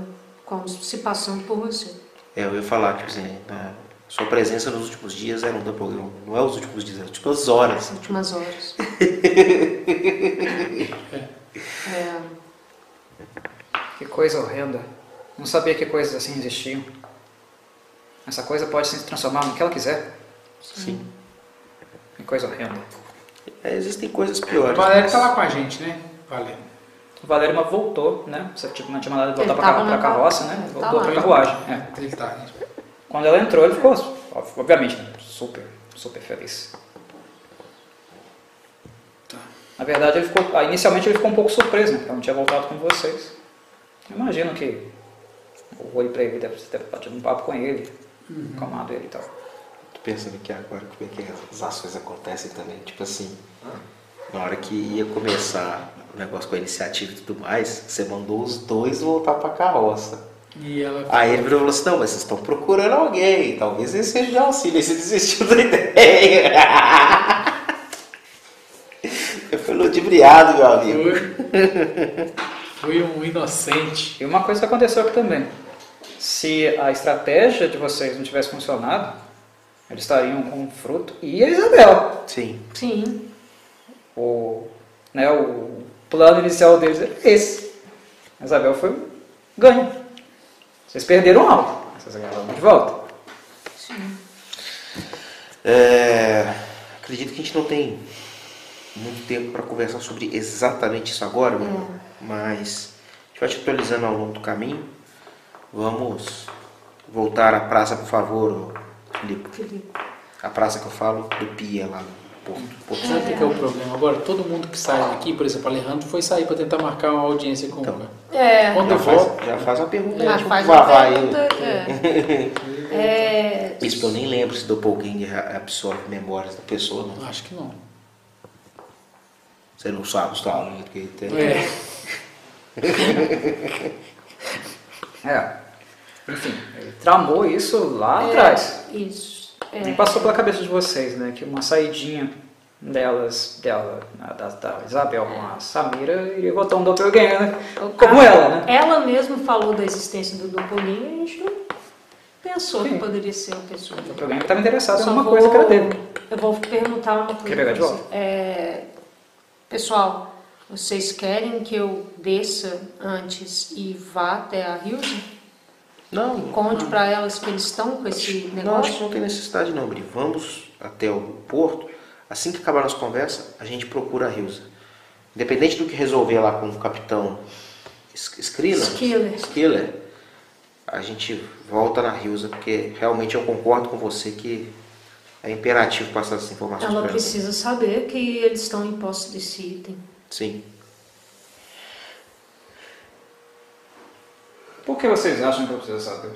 como se passando por você. É, eu ia falar, tipo assim, na- sua presença nos últimos dias era um doppelganger. Não é os últimos dias, é as últimas horas. As últimas horas. É, Que coisa horrenda. Não sabia que coisas assim existiam. Essa coisa pode se transformar no que ela quiser. Sim. Que coisa horrenda. É, existem coisas O piores. Valério mas- está lá com a gente, né? Valério. O Valério ma- voltou, né? Você tipo, não tinha mandado ele voltar Ele pra, tava ca- pra na carroça, carro- né? é, tá Voltou lá. pra carruagem. é. Ele tá, né? Quando ela entrou, ele ficou, ó, obviamente, né, super, super feliz. Tá. Na verdade, ele ficou, ah, inicialmente ele ficou um pouco surpreso, né? Porque ela não tinha voltado com vocês. Eu imagino que o olho pra ele deve ter batido um papo com ele, acalmado ele e tal. Tô pensando aqui agora como é que as ações acontecem também. Tipo assim, na hora que ia começar o negócio com a iniciativa e tudo mais, você mandou os dois voltar pra carroça. E ela Aí ele virou e falou assim, não, mas vocês estão procurando alguém, talvez esse seja de auxílio, aí você desistiu da ideia. Eu fui ludibriado, meu amigo. foi, foi um inocente. E uma coisa que aconteceu aqui também. Se a estratégia de vocês não tivesse funcionado, eles estariam com o Fruto e a Isabel. Sim. sim, O, né, o plano inicial deles era esse. A Isabel foi um ganho. Vocês perderam algo. Vocês ganharam de volta. É, acredito que a gente não tem muito tempo para conversar sobre exatamente isso agora, Bruno, mas a gente vai te atualizando ao longo do caminho. Vamos voltar à praça, por favor, ô Filipe. Felipe. A praça que eu falo do Pia lá no Porto. Porto Sabe o que que é o problema? Agora, todo mundo que sai daqui, por exemplo, Alejandro foi sair para tentar marcar uma audiência com Então. o É, Quando já, eu vou, faz, já faz uma pergunta. ela aí, faz tipo, uma vá, vai. pergunta. É. É, Isso eu nem lembro se Doppelganger absorve memórias da pessoa, não. acho que não. Você não sabe os talentos que ele tem. É, É. Enfim, ele tramou isso É. lá atrás. Isso. Nem É, passou pela cabeça de vocês, né? Que uma saidinha delas, dela, na- da, da Isabel com a Samira, iria botar um doppelganger, né? O Como cara- ela, né? Ela mesma falou da existência do Dupolinho e a gente não pensou Sim. que poderia ser uma pessoa. O doppelganger estava interessado em Só alguma vou- coisa que era dele. Eu vou perguntar uma coisa. Quer pegar de pra volta? você. É, pessoal, vocês querem que eu desça antes e vá até a Hilde? Não, Conte pra elas que eles estão com esse Não, acho que negócio? não tem necessidade não, Bri. Vamos até o porto. Assim que acabar nossa conversa, a gente procura a Rilza. Independente do que resolver lá com o capitão Es- Skrilla, Skiller. Skiller, a gente volta na Rilza, porque realmente eu concordo com você que é imperativo passar essas informações Ela pra precisa saber que eles estão em posse desse item. Sim. Por que vocês acham que eu preciso saber?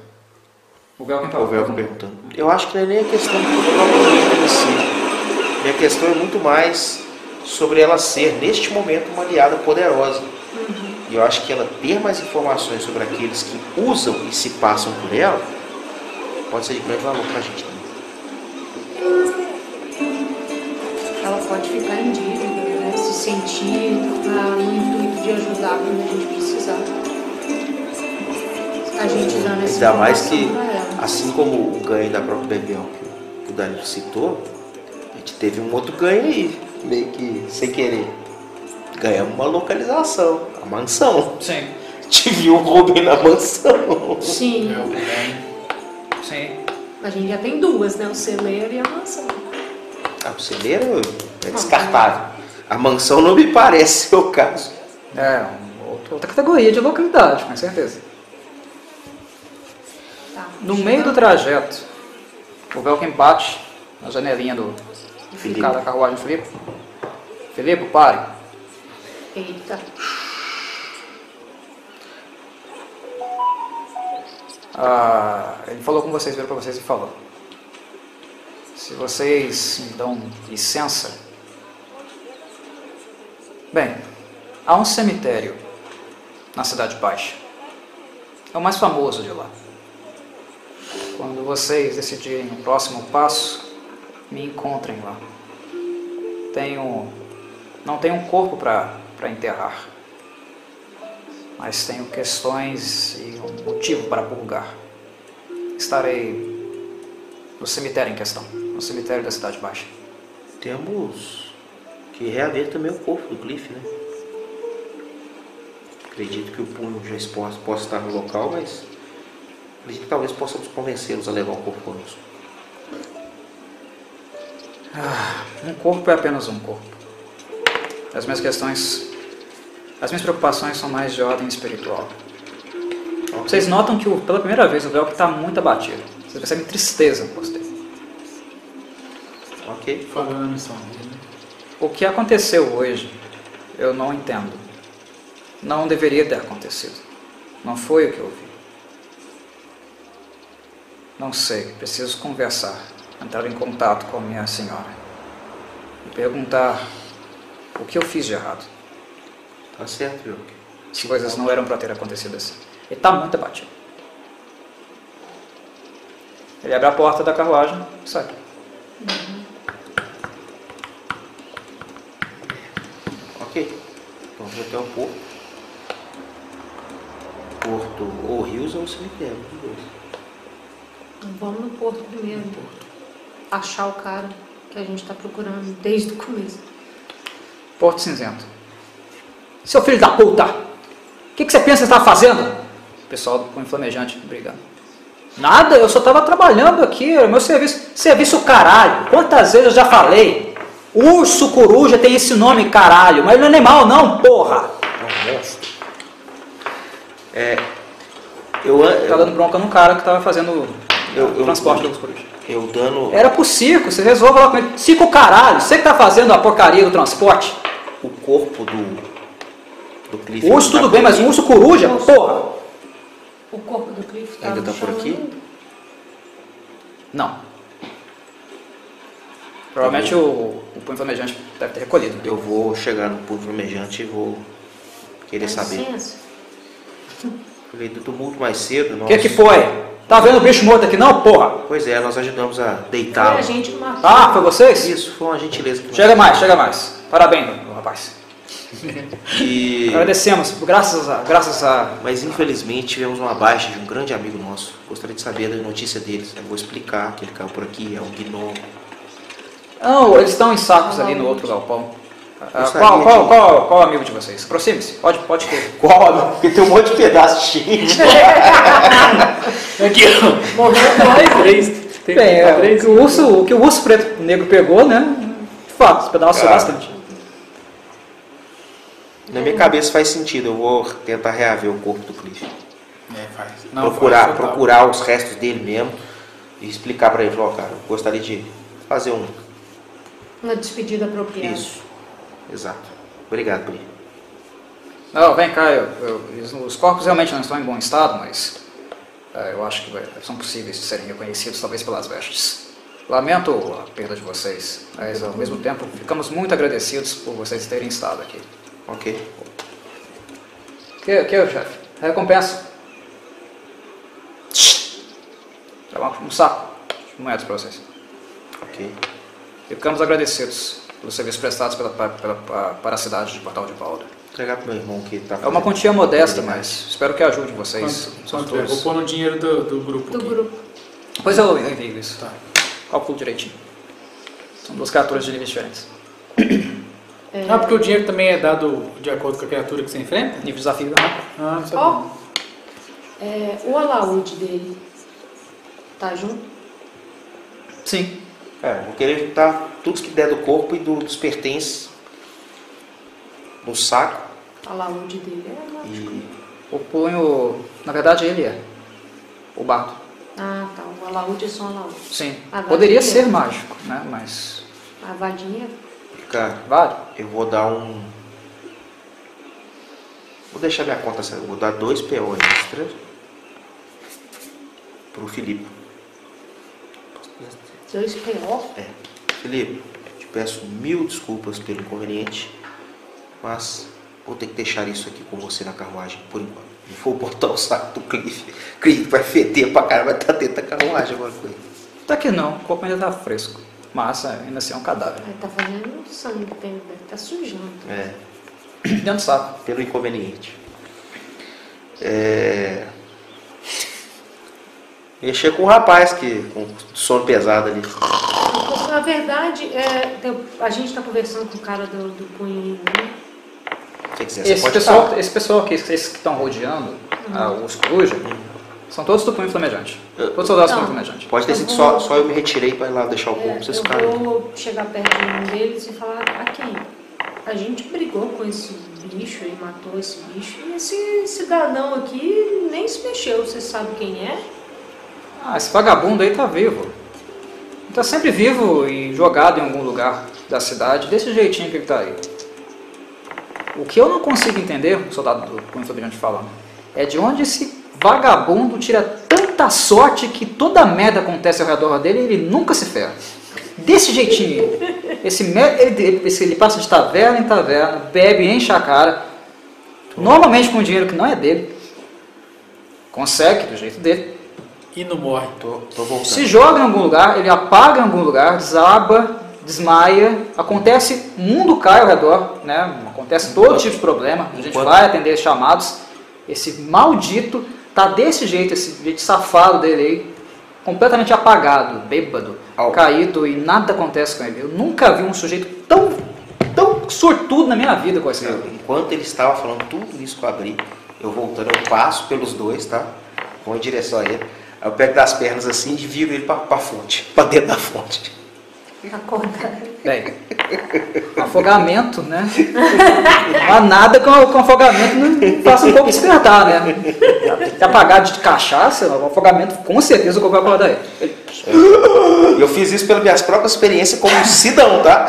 O tá Velcro Tá, O Velcro perguntando. Eu acho que não é nem a questão do problema em si. Minha questão é muito mais sobre ela ser, neste momento, uma aliada poderosa. Uhum. E eu acho que ela ter mais informações sobre aqueles que usam e se passam por ela pode ser de grande valor para a gente. Ela pode ficar em dívida, né? se sentir ah, no intuito de ajudar quando a gente precisar. A gente dando essa Ainda mais que informação pra ela. Assim como o ganho da própria Bebião que o Danilo citou, a gente teve um outro ganho aí, meio que sem querer. Ganhamos uma localização, a mansão. Sim. Tive um roubo na mansão. Sim. Sim. A gente já tem duas, né? O celeiro e a mansão. A Ah, celeiro é descartável. A mansão não me parece ser o caso. É, um outro- outra categoria de localidade, com certeza. Tá. No meio do trajeto, o Velkin bate na janelinha do do carro da carruagem do Felipe. Felipe, pare. Eita. Ah, ele falou com vocês, virou pra vocês e falou. Se vocês me dão licença. Bem, há um cemitério na Cidade Baixa. É o mais famoso de lá. Quando vocês decidirem o próximo passo, me encontrem lá. Tenho. Não tenho um corpo para enterrar mas tenho questões e um motivo para purgar. Estarei no cemitério em questão, no cemitério da Cidade Baixa. Temos que reaver também o corpo do Cliff, né? Acredito que o punho já exposto, possa estar no local, mas acredito que talvez possamos convencê-los a levar o corpo conosco. Um corpo é apenas um corpo. As minhas questões, as minhas preocupações são mais de ordem espiritual. Vocês notam que o- pela primeira vez o Velcro está muito abatido. Vocês percebem tristeza no rosto dele. Ok. Falando na missão. né? O que aconteceu hoje, eu não entendo. Não deveria ter acontecido. Não foi o que eu vi. Não sei, preciso conversar, entrar em contato com a minha senhora e perguntar o que eu fiz de errado. Tá certo, Joke. As coisas não eram para ter acontecido assim. Ele está muito abatido. Ele abre a porta da carruagem e sai. Ok. Vamos até o porto. Porto ou rios ou cemitério. um dos dois. Vamos no porto primeiro. Achar o cara que a gente tá procurando desde o começo. Porto Cinzento. Seu filho da puta! O que, que você pensa que você estava fazendo? O pessoal com o flamejante brigando. Nada, eu só estava trabalhando aqui, era meu serviço. Serviço caralho! Quantas vezes eu já falei? Urso coruja tem esse nome, caralho, mas não é animal não, porra! É um monstro. É. Eu, an- Tá dando bronca num cara que estava fazendo Eu- o eu- transporte É. do eu- urso coruja. eu dando. Era pro circo, você resolve lá com ele. Circo caralho, você que tá fazendo a porcaria do transporte. o corpo do. do Cliff. Urso tá tudo bem, mas um urso coruja, porra! O corpo do Cliff tá Ainda no tá por chão aqui? ainda. Não. Provavelmente o, o punho flamejante deve ter recolhido. né? Tá Eu vou chegar no ponto flamejante e vou querer Dá saber. licença. Falei do tumulto mais cedo, O nós. que que foi? Tá vendo o bicho morto aqui não, porra? Pois é, nós ajudamos a Foi deitá-lo. a gente que matou. Ah, foi vocês? Isso, foi uma gentileza. que nós- Chega mais, chega mais. Parabéns, meu rapaz. E... Agradecemos, graças a, graças a... Mas infelizmente tivemos uma baixa de um grande amigo nosso. Gostaria de saber da notícia deles. Eu vou explicar que ele caiu por aqui, é um gnomo. Não, eles estão em sacos ali no outro galpão. Ah, Gostaria qual, qual, de- qual, qual amigo de vocês? Aproxime-se, pode, pode ter. Qual? Porque tem um monte de pedaço cheio. Aqui, ó. Morreu dois, três. Tem Bem, é, o, três. um. que o urso, o que o urso preto negro pegou, né? De fato, pedaçou Ah. bastante. Na minha cabeça faz sentido, eu vou tentar reaver o corpo do Cliff. É, faz. procurar, faz total. procurar os restos dele mesmo e explicar pra ele, ó, cara, eu gostaria de fazer um. Uma despedida apropriada. Isso. Exato. Obrigado, Pri. Não, vem cá, eu- eu- eles- os corpos realmente não estão em bom estado, mas é, eu acho que vai- são possíveis de serem reconhecidos, talvez pelas vestes. Lamento a perda de vocês, mas ao mesmo tempo ficamos muito agradecidos por vocês terem estado aqui. Ok. Que, que chefe? Recompensa. Tá bom? Um saco de moedas para vocês. Ok. Ficamos agradecidos pelos serviços prestados pela, pa- pela, pa- para a cidade de Portal de Valda. Vou entregar pro meu irmão que tá É uma fazendo- quantia modesta, mas espero que ajude vocês. Quanto, São quanto é? todos- Vou pôr no dinheiro do, do grupo. Do aqui. grupo. Pois eu reveio isso. Tá. Calculo direitinho. São duas criaturas de níveis diferentes. É. Ah, porque o dinheiro também é dado de acordo com a criatura que você enfrenta? Nível de desafio né? Ah, não sabia. Ó, é, o alaúde dele tá junto? Sim. É, eu vou querer juntar tudo que der do corpo e do- dos pertences no saco. O alaúde dele é lá. E O punho. Na verdade, ele é. O bardo. Ah, tá. O alaúde é só um alaúde. Sim. Ah, vale Poderia dinheiro. ser mágico, né? Mas. Ah, vale dinheiro? cara, Vale? eu vou dar um. Vou deixar minha conta certa. Vou dar dois PO extra pro Filipe. Dois PO? É. Felipe, te peço mil desculpas pelo inconveniente, mas vou ter que deixar isso aqui com você na carruagem por enquanto. Eu vou botar o saco do Cliff. Cliff vai feder pra caramba, vai tá dentro da carruagem agora com ele. Até que não, o corpo ainda tá fresco. Massa, ainda assim é um cadáver. Aí tá fazendo sangue, tem, deve tá sujando. É, Dentro do saco. pelo inconveniente. É. Mexer com o rapaz que com sono pesado ali. Porque, Na verdade, é, tem- a gente tá conversando com o cara do, do punho ainda, né? Se você quiser, você Esse pode pessoal, falar. esse pessoal aqui, esses que estão rodeando ah, os coruja, são todos do punho flamejante. Eu- Todos soldados do Então. punho flamejante. Pode ter sido só, só eu me retirei pra ir lá deixar o corpo, É, pra vocês eu ficarem. vou chegar perto de um deles e falar, aqui, a gente brigou com esse bicho e matou esse bicho. E esse cidadão aqui nem se mexeu, você sabe quem é? Ah, esse vagabundo aí tá vivo. Tá sempre vivo e jogado em algum lugar da cidade, desse jeitinho que ele tá aí. O que eu não consigo entender, o soldado do punho flamejante falando, é de onde esse vagabundo tira tanta sorte que toda merda acontece ao redor dele e ele nunca se ferra. Desse jeitinho. Esse, mer- ele, ele- esse- ele passa de taverna em taverna, bebe, enche a cara, normalmente com dinheiro que não é dele. Consegue, do jeito dele. E não morre. Tô, tô voltando. Se joga em algum lugar, ele apaga em algum lugar, desaba, desmaia, acontece, o mundo cai ao redor, né? Acontece todo tipo de problema, a gente Enquanto- vai atender chamados. Esse maldito tá desse jeito, esse jeito safado dele aí, completamente apagado, bêbado, Au. caído e nada acontece com ele. Eu nunca vi um sujeito tão, tão sortudo na minha vida com esse cara. Eu, enquanto ele estava falando tudo isso que eu abri, eu voltando, eu passo pelos dois, tá? Vou em direção a ele. Aí eu pego das pernas assim e viro ele pra, pra fonte, pra dentro da fonte. Acordado. Bem, afogamento, né? Não há nada com, com afogamento não faça um pouco despertar, né? Tem que apagar de cachaça, o afogamento com certeza o corpo vai acordar aí. E eu fiz isso pelas minhas próprias experiências como um cidão, tá?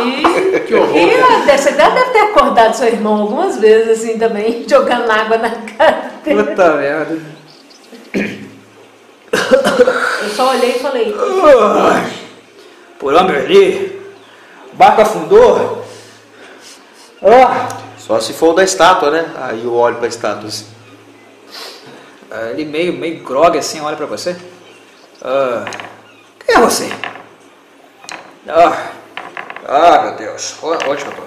E, Que horror. e dessa idade deve ter acordado seu irmão algumas vezes, assim, também, jogando água na cara dele. Puta merda. Eu só olhei e falei, Por Amberli, o barco afundou. Ah, Só se for o da estátua, né? Aí eu olho pra estátua assim. Ah, ele meio, meio grogue assim, olha pra você. Ah, quem é você? Ah, ah, meu Deus, O- onde que eu tô?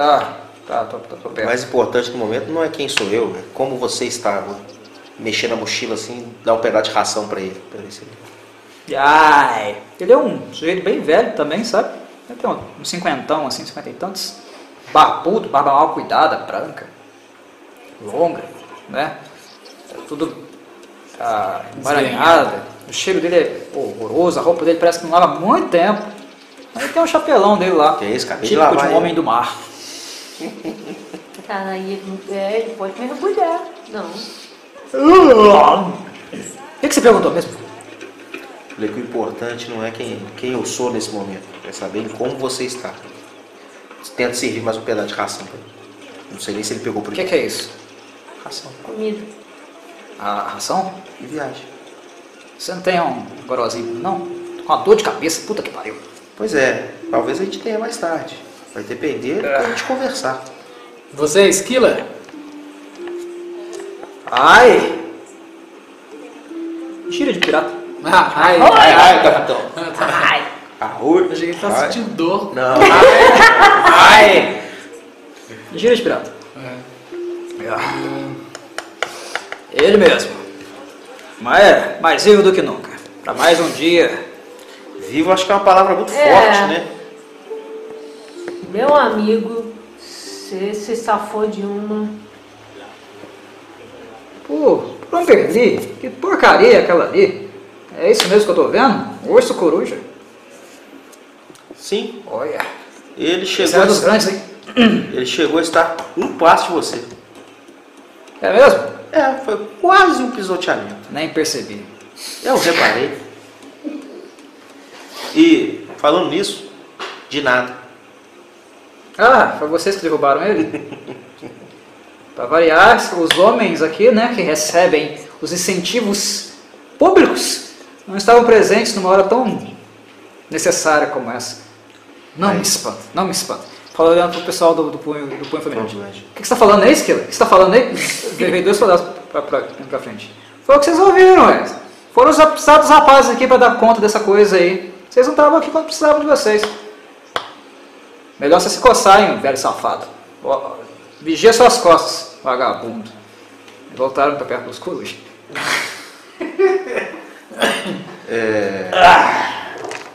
Ah, tá, tô, tô, tô O perto. mais importante no momento não é quem sou eu, é como você está agora. Mexer na mochila assim, dar um pedaço de ração pra ele. Pra ver se ele... Ai, ele é um sujeito bem velho também, sabe? Ele tem um- uns cinquentão, assim, cinquenta e tantos. Barbudo, barba mal cuidada, branca, longa, né? Tudo ah, emaranhado. O cheiro dele é horroroso, a roupa dele parece que não lava há muito tempo. Aí tem um chapelão dele lá. Que é isso, acabei de típico de lavar um ele. homem do mar. cara, aí ele, é, ele pode mergulhar. Não, O que que você perguntou mesmo? Falei que o importante não é quem, quem eu sou nesse momento, é saber como você está. Tento servir mais um pedaço de ração pra ele. Não sei nem se ele pegou O por que, que é isso? Ração. comida. A ração? E viagem. Você não tem um gorozinho, não? Tô com uma dor de cabeça, puta que pariu. Pois é, talvez a gente tenha mais tarde. Vai depender da gente conversar. Você é esquila? Ai! Gira de pirata. Ah, ai, Ai, ai, capitão. Ai! Arrui. A gente tá sentindo dor. Não, Ai! Gira É. de pirata. Ele mesmo. Mas é mais vivo do que nunca. Para mais um dia. Vivo acho que é uma palavra muito É. forte, né? Meu amigo, você se safou de uma. Pô, não perdi. Que porcaria é aquela ali. É isso mesmo que eu tô vendo? Urso coruja. Sim, Olha. ele Esse chegou, é a, um dos grandes, hein? ele chegou a estar um passo de você. É mesmo? É, foi quase um pisoteamento. Nem percebi. Eu reparei. E falando nisso, de nada. Ah, foi vocês que derrubaram ele? Para variar, os homens aqui, né, que recebem os incentivos públicos, não estavam presentes numa hora tão necessária como essa. Não me espanta, não me espanta. Fala olhando pro pessoal do, do punho, do punho feminino. O que que você tá falando aí, Esquila? O que você tá falando aí? Levei dois pedaços pra, pra, pra frente. Foi o que vocês ouviram, ué. Foram os precisados rapazes aqui pra dar conta dessa coisa aí. Vocês não estavam aqui quando precisavam de vocês. Melhor você se coçar, hein, velho safado. Ó, Vigia suas costas, vagabundo. E Voltaram pra perto dos corujas.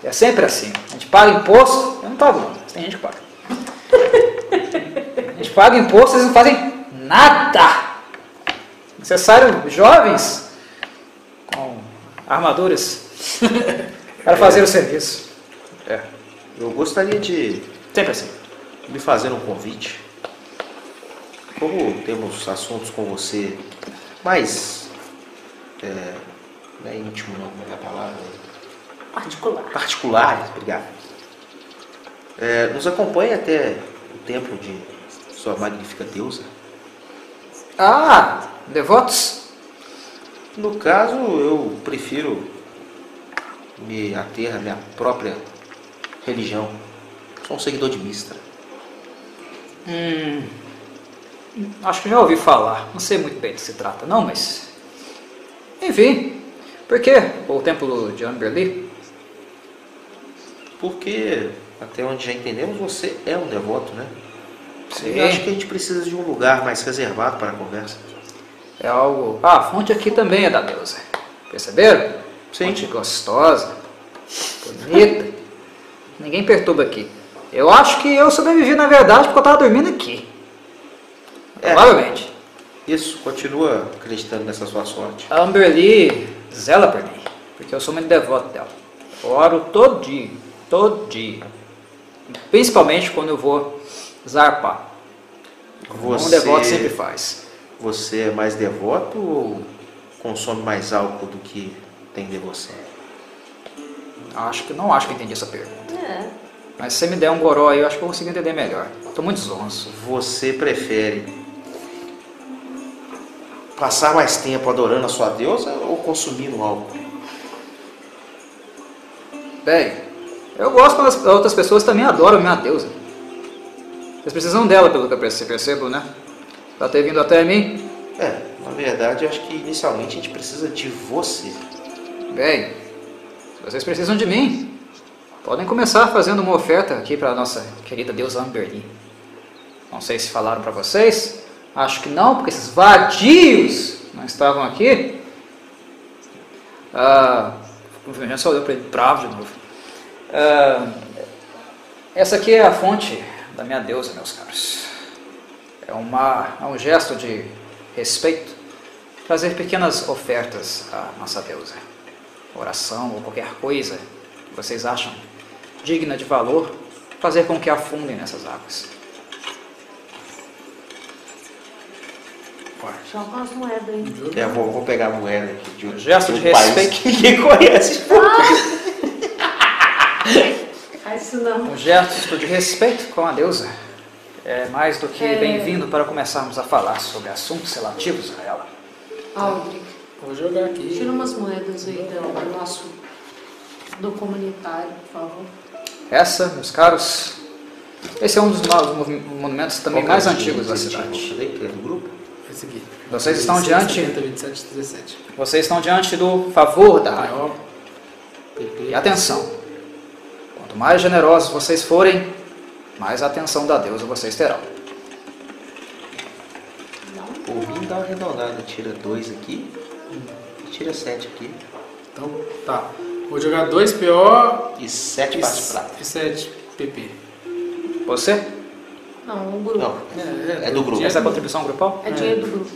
É... sempre assim. A gente paga imposto, eu não pago não, mas tem gente que paga. A gente paga imposto, vocês não fazem nada. Necessário jovens com armaduras para fazer o serviço. É, Eu gostaria de sempre assim. me fazer um convite. Como temos assuntos com você mais. é, não é íntimo, não, como é que é a palavra? Particular. Particulares, obrigado. É, nos acompanhe até o templo de Sua Magnífica Deusa. Ah, devotos? No caso, eu prefiro me ater à minha própria religião. Sou um seguidor de Mistra. Hum, acho que já ouvi falar. Não sei muito bem do que se trata, não, mas. Enfim, por quê? O templo de Amberley? Porque, até onde já entendemos, você é um devoto, né? Eu acho que a gente precisa de um lugar mais reservado para a conversa. É algo. Ah, a fonte aqui também é da deusa. Perceberam? Sim. Fonte gostosa, bonita. Ninguém perturba aqui. Eu acho que eu sobrevivi, na verdade, porque eu estava dormindo aqui. É. Provavelmente. Isso, continua acreditando nessa sua sorte. A Amberly zela por mim, porque eu sou muito devoto dela. Eu oro todo dia, todo dia. Principalmente quando eu vou zarpar. Como Um Você- devoto sempre faz. Você é mais devoto ou consome mais álcool do que tem devoção? Acho que não acho que eu entendi essa pergunta. É. Mas se você me der um goró aí, eu acho que eu consigo entender melhor. Estou muito zonzo. Você prefere passar mais tempo adorando a sua deusa ou consumindo álcool? Bem, eu gosto quando as outras pessoas também adoram minha deusa. Vocês precisam dela, pelo que eu perce- percebo, né? Ela ter vindo até mim, É, na verdade, eu acho que inicialmente a gente precisa de você. Bem, se vocês precisam de mim, podem começar fazendo uma oferta aqui para a nossa querida deusa Amberly. Não sei se falaram para vocês, acho que não, porque esses vadios não estavam aqui. Ah, o Virgínio só olhou para ele bravo de novo. Ah, essa aqui é a fonte da minha deusa, meus caros. É, uma, é um gesto de respeito fazer pequenas ofertas à nossa deusa. Oração ou qualquer coisa que vocês acham digna de valor, fazer com que afundem nessas águas. Só com as moedas aí. É, vou, vou pegar a moeda aqui de um, Gesto um de respeito. é país que ninguém conhece. Ah, isso não. Um gesto de respeito com a deusa é mais do que bem-vindo para começarmos a falar sobre assuntos relativos a ela. Aldrich, Vou jogar aqui. tira umas moedas aí do, do nosso. do comunitário, por favor. Essa, meus caros, esse é um dos novos movi- monumentos também mais antigos da cidade. Falei que é do grupo? Esse aqui. Vocês estão diante, 60, 27, 17. vocês estão diante do favor da rainha. Maior. E atenção! Quanto mais generosos vocês forem, mais atenção da deusa vocês terão. Por mim dá uma arredondada. Tira dois aqui. Tira 7 aqui. Então, tá. Vou jogar 2 PO E 7 partes prata. e 7 PP. Você? Não, o grupo. Não, é, do grupo. Essa contribuição grupal? É dinheiro do grupo.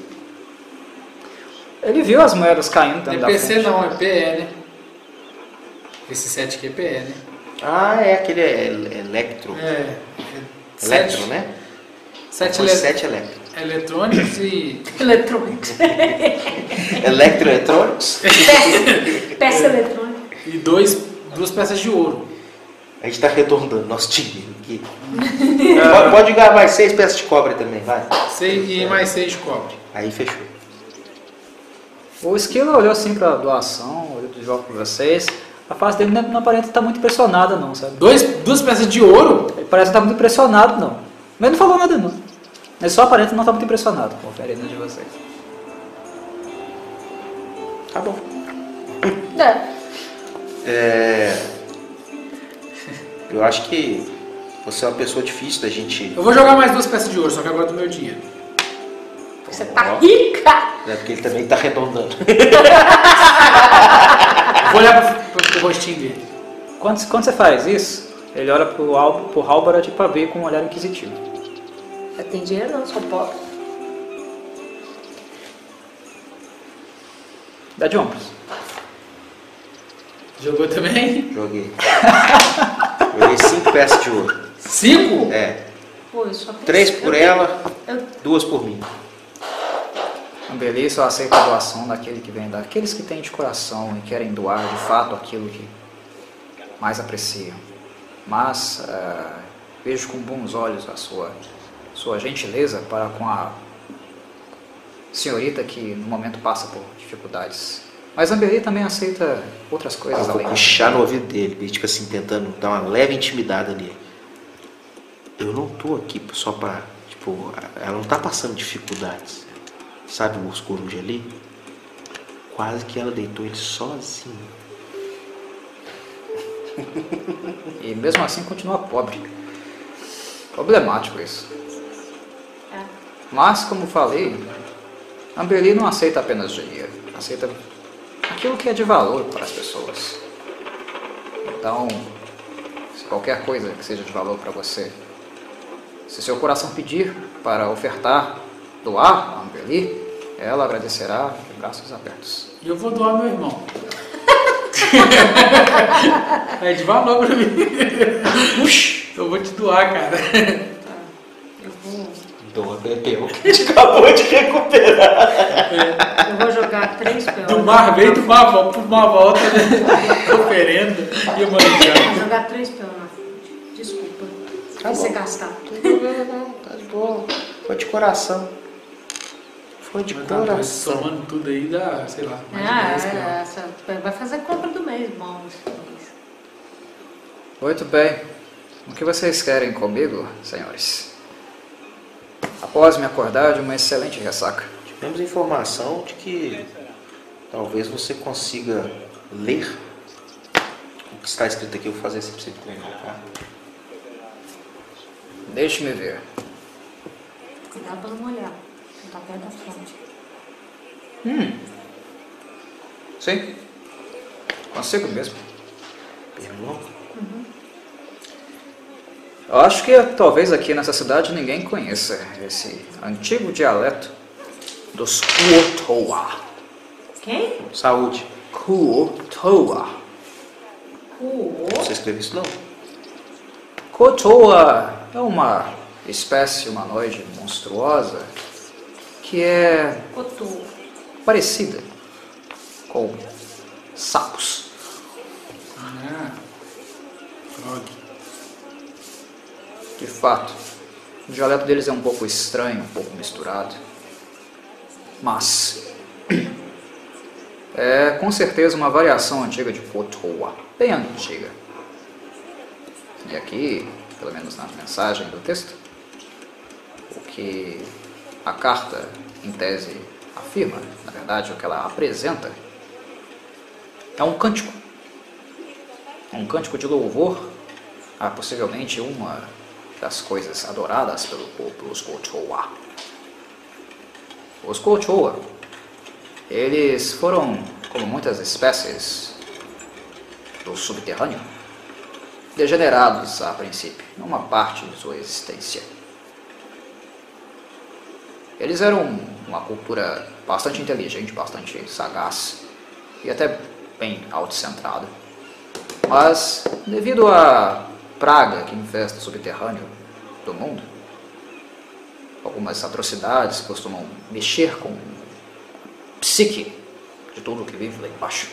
Ele viu as moedas caindo Não dentro é da PC frente. não, é PE, né? Esse 7 aqui é PE, né? Ah, é aquele é, é Electro. É. Electro, 7 né? 7 Foi ele... 7 Electro. eletrônicos e. Eletrônicos. Electro Electronics. Peça eletrônica. e dois, duas peças de ouro. A gente tá retornando nosso time aqui. pode, pode ganhar mais 6 peças de cobre também, vai. Seis, e mais 6 de cobre. Aí fechou. O Esquilo olhou assim pra doação, olhou pro jogo pra vocês. A face dele não, não aparenta estar muito impressionada não, sabe? Dois, duas peças de ouro? Ele parece estar muito impressionado não. Mas não falou nada não. Ele só aparenta não estar muito impressionado com a oferenda de vocês. Tá bom. É. É... Eu acho que você é uma pessoa difícil da gente. Eu vou jogar mais duas peças de ouro, só que agora é do meu dinheiro. Você tá rica! É porque ele também tá arredondando. Eu vou olhar pro, pro- pro rostinho dele. Quando, quando você faz isso, ele olha pro, Al- pro Halbarat pra ver com um olhar inquisitivo. Eu tenho dinheiro não, sou pobre. Dá de ombros. Jogou também? Joguei. Joguei 5 peças de ouro. Cinco? É. Pô, eu só tenho- 3 por ela, Eu- 2 por mim. Beleza, eu aceito a doação daquele que vem, daqueles que têm de coração e querem doar de fato aquilo que mais apreciam. Mas ah, vejo com bons olhos a sua, sua gentileza para com a senhorita que no momento passa por dificuldades. Mas Ambeli também aceita outras Eu coisas vou além. puxar no ouvido dele, bicho, tipo assim, tentando dar uma leve intimidade ali. Eu não tô aqui só pra. Tipo, ela não tá passando dificuldades. Sabe o coruja ali? Quase que ela deitou ele sozinho. E mesmo assim continua pobre. Problemático isso. Mas, como falei, Ambeli não aceita apenas dinheiro. Aceita aquilo que é de valor para as pessoas. Então, se qualquer coisa que seja de valor para você, se seu coração pedir para ofertar, doar a Ambeli, ela agradecerá de braços abertos. E eu vou doar meu irmão. é de valor pra mim. Eu vou te doar, cara. Eu vou, Então, Doa Pepeu. A gente acabou de recuperar. eu vou jogar três peões. Do um mar veio do mar, vol- pro mar volta, né? Operando e o Vou manjado. jogar três peões na frente. Desculpa. Pra você gastar. Tá de boa. Foi de coração. Foi de tá, coração. tá, Somando tudo aí dá, sei lá, mais de Ah, É, 10 cara. é, essa, vai fazer a compra do mês, bom. esse mês. Muito bem. O que vocês querem comigo, senhores? Após me acordar de uma excelente ressaca. Tivemos informação de que talvez você consiga ler o que está escrito aqui. Eu vou fazer assim pra você treinar, tá? Deixe-me ver. Cuidado pra não molhar. Não tá perto da fonte. Sim. Consigo mesmo. Pernilongo? Eu acho que talvez aqui nessa cidade ninguém conheça esse antigo dialeto dos Kuotoa. Quem? Saúde. Kuotoa. O Você escreveu isso não? Kotoa é uma espécie humanoide monstruosa que é Cotô. parecida com sapos. Ah, droga. De fato, o dialeto deles é um pouco estranho, um pouco misturado. Mas é com certeza uma variação antiga de Potoa, bem antiga. E aqui, pelo menos na mensagem do texto, o que a carta, em tese, afirma, na verdade, o que ela apresenta, é um cântico. Um cântico de louvor a possivelmente Ah, uma das coisas adoradas pelo, pelos Kochoa. Os Kochoa, eles foram como muitas espécies do subterrâneo, degenerados a princípio, numa parte de sua existência. Eles eram uma cultura bastante inteligente, bastante sagaz e até bem autocentrada. Mas, devido à praga que infesta o subterrâneo do mundo, algumas atrocidades costumam mexer com a psique de tudo que vive lá embaixo.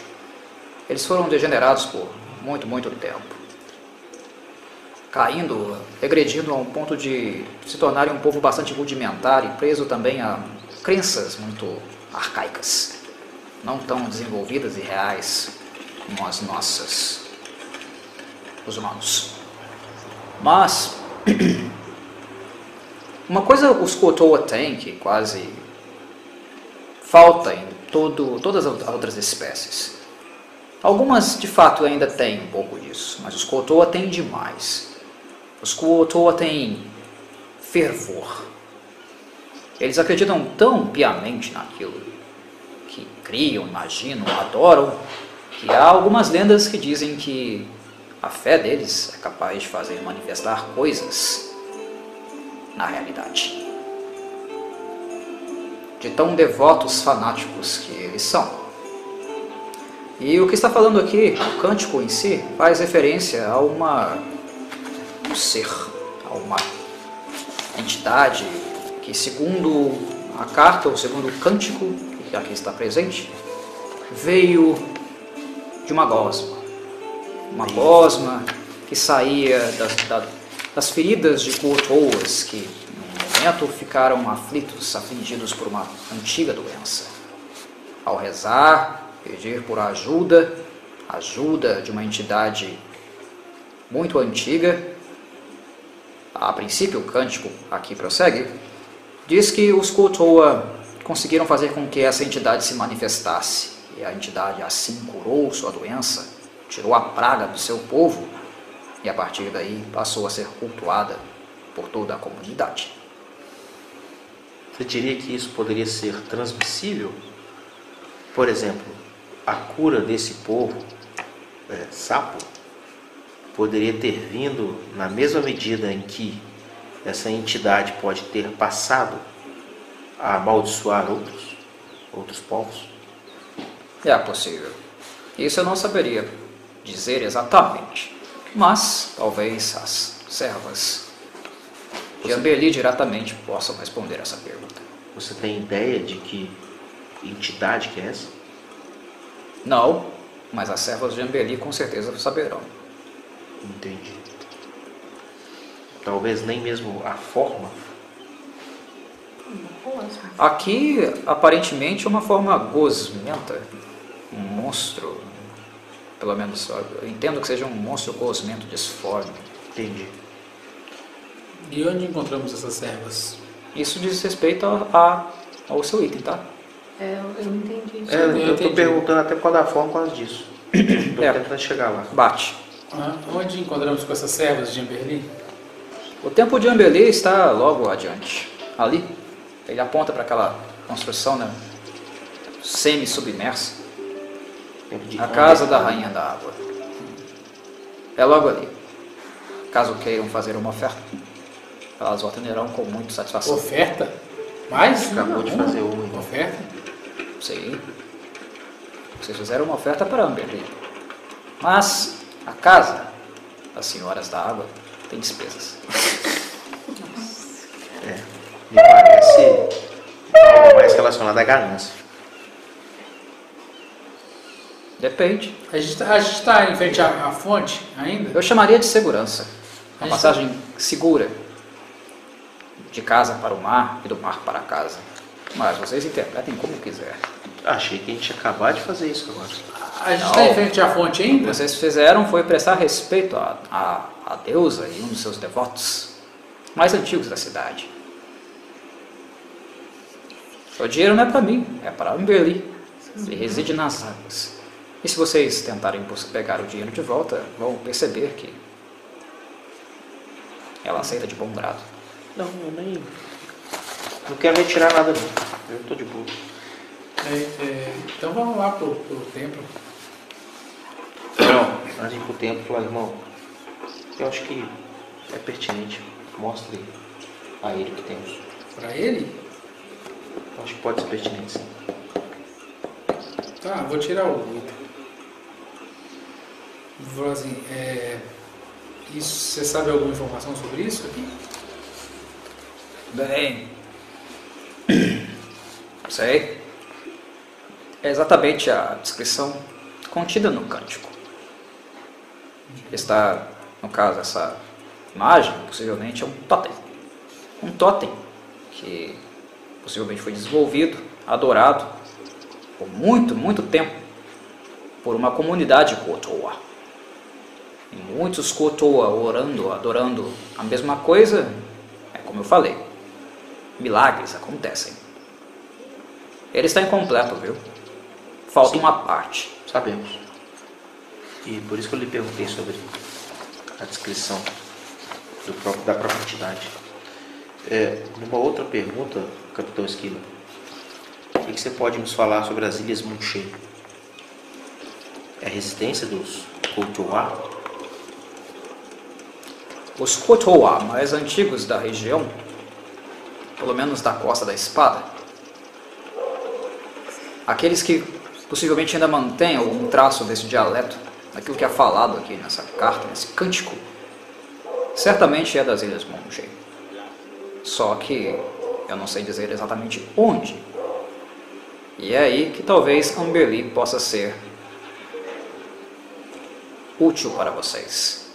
Eles foram degenerados por muito, muito tempo. Caindo, regredindo a um ponto de se tornarem um povo bastante rudimentar e preso também a crenças muito arcaicas, não tão desenvolvidas e reais como as nossas, os humanos. Mas, uma coisa os Kotoa tem que quase falta em todo, todas as outras espécies. Algumas de fato ainda têm um pouco disso, mas os Kotoa têm demais. Os Kotoa têm fervor. Eles acreditam tão piamente naquilo que criam, imaginam, adoram, que há algumas lendas que dizem que a fé deles é capaz de fazer manifestar coisas na realidade. De tão devotos fanáticos que eles são. E o que está falando aqui, o cântico em si, faz referência a uma um ser, a uma entidade que segundo a carta, ou segundo o cântico que aqui está presente, veio de uma gosma. Uma gosma que saía das, da, das feridas de Kuotoas que, no momento, ficaram aflitos, afligidos por uma antiga doença. Ao rezar, pedir por ajuda, ajuda de uma entidade muito antiga, a princípio o cântico aqui prossegue, diz que os Kuotoa conseguiram fazer com que essa entidade se manifestasse, e a entidade assim curou sua doença, tirou a praga do seu povo e a partir daí passou a ser cultuada por toda a comunidade. Você diria que isso poderia ser transmissível? Por exemplo, a cura desse povo é, sapo poderia ter vindo na mesma medida em que essa entidade pode ter passado a amaldiçoar outros, outros povos? É possível. Isso eu não saberia dizer exatamente mas talvez as servas de Ambeli diretamente possam responder essa pergunta. Você tem ideia de que entidade que é essa? Não, mas as servas de Ambeli com certeza saberão. Entendi. Talvez nem mesmo a forma. Aqui, aparentemente, é uma forma gosmenta, um monstro, pelo menos eu entendo que seja um monstro cosmento disforme. Entendi. E onde encontramos essas servas? Isso diz respeito a, a, ao seu item, tá? É, eu não entendi isso. É, eu estou perguntando até qual da forma por causa disso. Estou É. tentando chegar lá. Bate. Ah, onde encontramos com essas servas de Amberlin? O tempo de Ambelê está logo adiante. Ali, ele aponta para aquela construção né, semi-submersa. Tempo de- A casa da rainha da água. É logo ali. Caso queiram fazer uma oferta, elas o atenderão com muita satisfação. Oferta? Mais? Acabou de fazer uma. então, Oferta? Sim. Vocês fizeram uma oferta para Amberley. Mas a casa das senhoras da água tem despesas. é. Me parece algo mais relacionado à ganância. Depende. A gente tá- a gente está em frente à, à fonte ainda? Eu chamaria de segurança. Uma Isso. passagem segura. De casa para o mar e do mar para a casa. Mas vocês interpretem como quiser. Achei que a gente ia acabar de fazer isso agora. A gente está Não. em frente à fonte O que ainda? vocês fizeram foi prestar respeito à a, a deusa e um dos seus devotos mais antigos da cidade. O dinheiro não é para mim, é para Amberly. Ele reside nas águas. E se vocês tentarem bus- pegar o dinheiro de volta, vão perceber que ela aceita de bom grado. Não, eu nem. Não quero retirar nada, não. Eu tô de boa. É, é, então vamos lá pro, pro templo. Não, antes de ir pro templo, falar, irmão, eu acho que é pertinente. Mostre a ele o que temos. Pra ele? Eu acho que pode ser pertinente, sim. Tá, vou tirar o oito. Vou falar assim, é, isso, você sabe alguma informação sobre isso aqui? Bem. Sei. É exatamente a descrição contida no cântico. Está, no caso, essa imagem, possivelmente é um totem. Um totem que possivelmente foi desenvolvido, adorado por muito, muito tempo por uma comunidade Kotoa. E muitos Kotoa orando, adorando a mesma coisa, é como eu falei. Milagres acontecem. Ele está incompleto, viu? Falta uma parte. Sabemos. E por isso que eu lhe perguntei sobre a descrição do próprio, da própria entidade. É, numa outra pergunta, Capitão Esquilo, o que que você pode nos falar sobre as Ilhas Munchei? É a resistência dos Kultuá? Os Kotoa mais antigos da região, pelo menos da Costa da Espada, aqueles que possivelmente ainda mantêm algum traço desse dialeto, daquilo que é falado aqui nessa carta, nesse cântico, certamente é das Ilhas Monge. Só que eu não sei dizer exatamente onde. E é aí que talvez Amberly possa ser útil para vocês.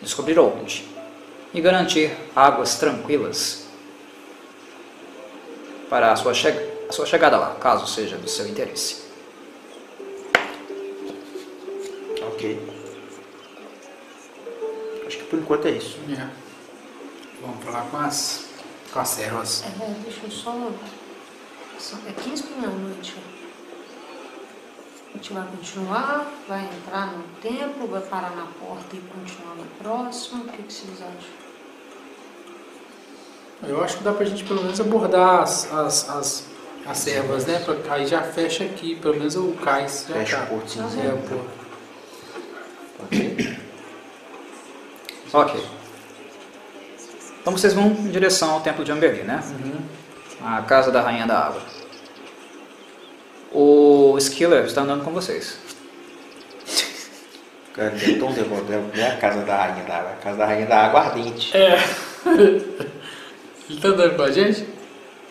Descobrir onde e garantir águas tranquilas para a sua chegada a sua chegada lá, caso seja do seu interesse. Ok. Acho que por enquanto é isso. É. Vamos falar com as, com as servas. É, deixa eu só. só é 15 para meia-noite. A gente vai continuar, vai entrar no templo, vai parar na porta e continuar no próximo. O que, que vocês acham? Eu acho que dá pra gente pelo menos abordar as, as, as, as servas, né? Pra, aí já fecha aqui, pelo menos o cais já Fecha tá. o porto É, cinzento. pô. Ok. Então vocês vão em direção ao templo de Amberly, né? A casa da Rainha da Água. O Skiller está andando com vocês. Cara, ele é tão devoto, não é a casa da rainha da água, é a casa da rainha da água ardente. É. Ele tá andando com a gente?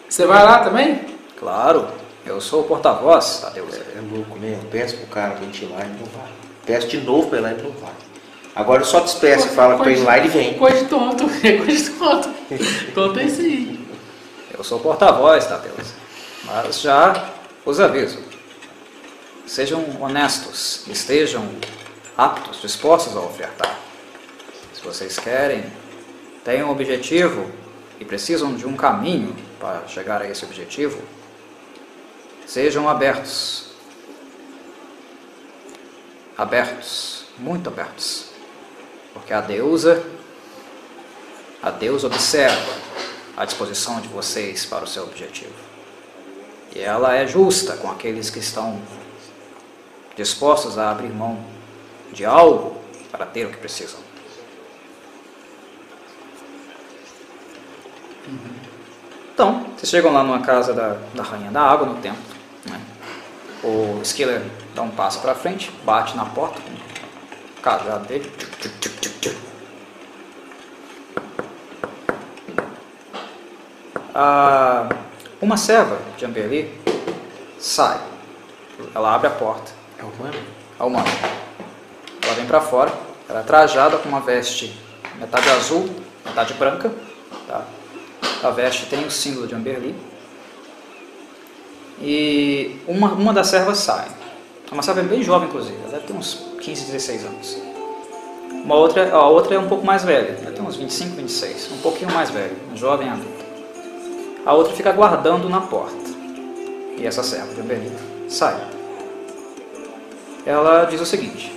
Você vai lá também? Claro, eu sou o porta-voz da deusa. É louco mesmo, eu peço pro cara ventilar e não vai. Peço de novo pra ele lá e não vai. Agora eu só despeço e falo pra ele lá e ele vem. Coisa de tonto, é coisa de tonto. tonto é isso aí. Eu sou o porta-voz da deusa. Mas já os aviso. Sejam honestos, estejam aptos, dispostos a ofertar. Se vocês querem, têm um objetivo e precisam de um caminho para chegar a esse objetivo, sejam abertos. Abertos, muito abertos. Porque a deusa a Deus observa a disposição de vocês para o seu objetivo. E ela é justa com aqueles que estão dispostos a abrir mão de algo para ter o que precisam. Então, vocês chegam lá numa casa da, da Rainha da Água, no templo. né? O Skiller dá um passo para frente, bate na porta com o cajado dele. Tchuc, tchuc, tchuc, tchuc, tchuc. Ah, uma serva de Amberly sai. Ela abre a porta. É humano? A humana. Ela vem pra fora. Ela é trajada com uma veste metade azul, metade branca. tá? A veste tem o símbolo de Amberly. E uma, uma das servas sai. É Uma serva bem jovem, inclusive. Ela deve ter uns 15, 16 anos. Uma outra, a outra é um pouco mais velha. Ela tem uns 25, 26. Um pouquinho mais velha. Uma jovem adulta. A outra fica aguardando na porta. E essa serva de Amberlita sai. Ela diz o seguinte: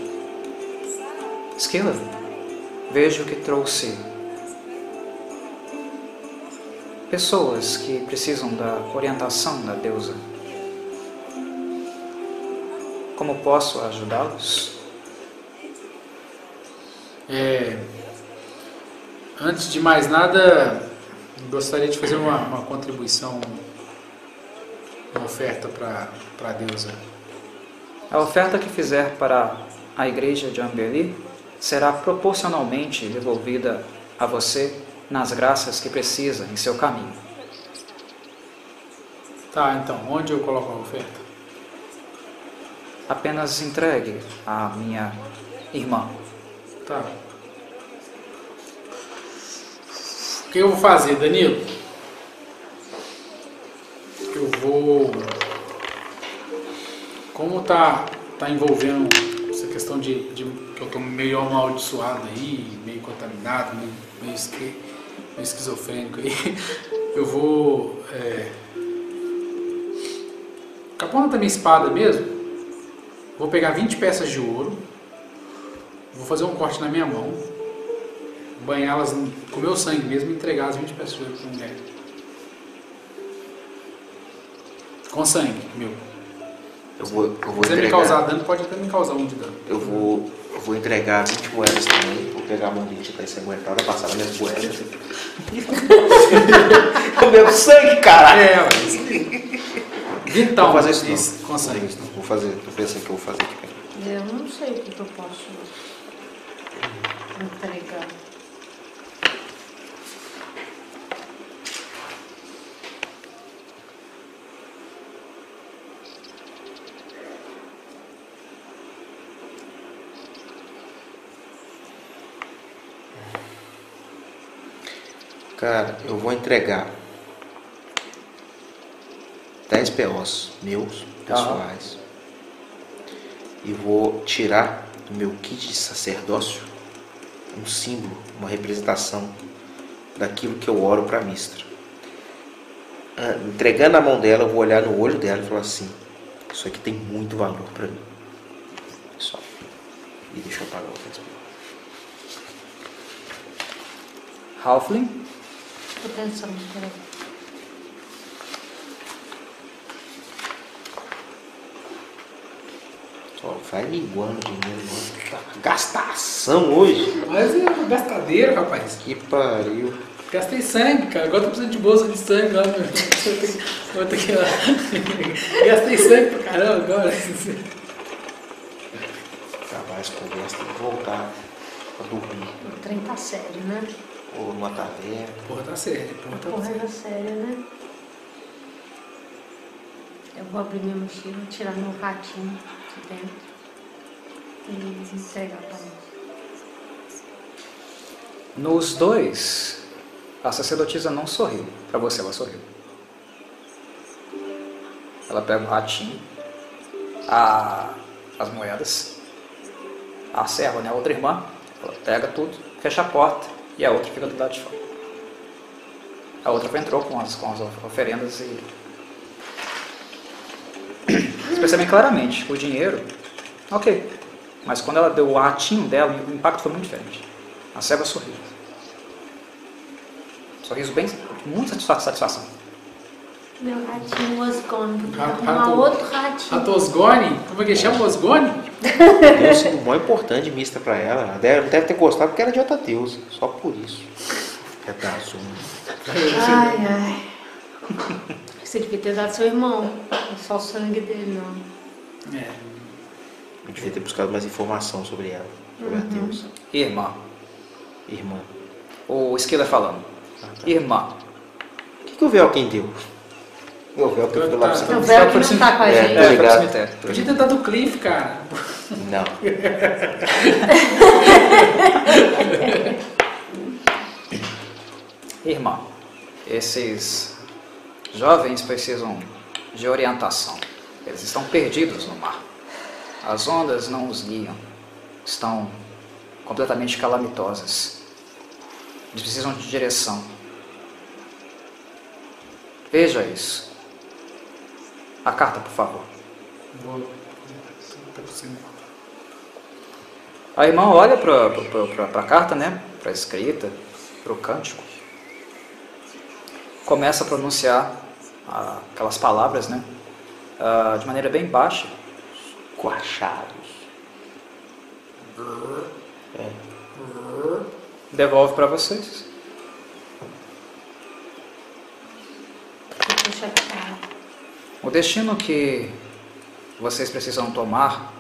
Esquila, vejo que trouxe pessoas que precisam da orientação da deusa. Como posso ajudá-los? É, antes de mais nada, gostaria de fazer uma, uma contribuição, uma oferta para a deusa. A oferta que fizer para a igreja de Ambeli será proporcionalmente devolvida a você nas graças que precisa em seu caminho. Tá, então, onde eu coloco a oferta? Apenas entregue à minha irmã. Tá. O que eu vou fazer, Danilo? Eu vou. Como tá, tá envolvendo essa questão de, de que eu tô meio amaldiçoado aí, meio contaminado, meio, meio esquerdo meio esquizofrênico aí. Eu vou. É... Com a ponta da minha espada mesmo, vou pegar 20 peças de ouro, vou fazer um corte na minha mão, banhá-las com meu sangue mesmo e entregar as 20 peças de ouro para mulher. Com sangue, meu. Eu vou, eu vou Se quiser me entregar- causar dano, pode até me causar um de dano. Eu vou, eu vou entregar 20 moedas também. Vou pegar a mão dele que tá ensanguentada, passar nas minhas moedas. o meu sangue, caralho! É, mas... Então, Vou fazer isso não. com sangue. Vou fazer, tô pensando que eu vou fazer aqui. né? peraí. É, Eu não sei o que que eu posso entregar. Cara, eu vou entregar 10 POs meus, pessoais. E vou tirar do meu kit de sacerdócio um símbolo, uma representação daquilo que eu oro para a mistra. Ah, Entregando a mão dela, eu vou olhar no olho dela e falar assim: Isso aqui tem muito valor para mim. Só. E deixa eu apagar o Facebook. Halfling, Tô pensando, peraí. Ó, vai minguando dinheiro, mano. Tá Gastação hoje. Mas é uma gastadeira, rapaz. Que pariu. Gastei sangue, cara. Agora tô precisando de bolsa de sangue lá. Meu. Vou ter que- Vou ter que ir lá. Gastei sangue pra caramba agora. Acabar essa conversa, tem que voltar pra dormir. O trem tá sério, né? Ou numa taverna. Porra, tá sério. Porra, tá Porra sério. era séria, né? Eu vou abrir minha mochila, tirar meu ratinho de dentro e entregar pra ela. nos dois, a sacerdotisa não sorriu. Para você, ela sorriu. Ela pega o ratinho, a- as moedas, a serva, né, a outra irmã, ela pega tudo, fecha a porta e a outra fica do lado de fora. A outra entrou com as, com as oferendas e. Vocês percebem claramente o dinheiro, ok. Mas quando ela deu o ratinho dela, o impacto foi muito diferente. A serva sorriu. Sorriso bem, muito satisfa- satisfação. Meu ratinho Osgone, vou Rato- tentar arrumar rato- outro ratinho. A Tosgone? Como é que chama? Osgone? Deu um símbolo mó importante mista pra ela. Ela deve, não deve ter gostado porque era de outra deusa. Só por isso. Pedaço. é Ai, ai. Você devia ter dado seu irmão. Não só o sangue dele, não. É. Eu devia ter buscado mais informação sobre ela. Sobre a deusa. Irmã, Irmã. o Esquila falando. Irmã, O que, que o Velkin deu? O Tá, Velkin foi lá O pra Tá velho que não tá com a É, é. gente. foi pro Obrigado. cemitério. Podia ter dado o Cliff, tá cara. Não. Irmã, esses jovens precisam de orientação. Eles estão perdidos no mar. As ondas não os guiam. Estão completamente calamitosas. Eles precisam de direção. Veja isso. A carta, por favor. Vou. Tá conseguindo. A irmã olha para pra, pra, pra carta, né? Pra escrita, pro cântico. começa a pronunciar ah, aquelas palavras, né? Ah, de maneira bem baixa. Coachados. É. Devolve para vocês. Fico chateada. O destino que vocês precisam tomar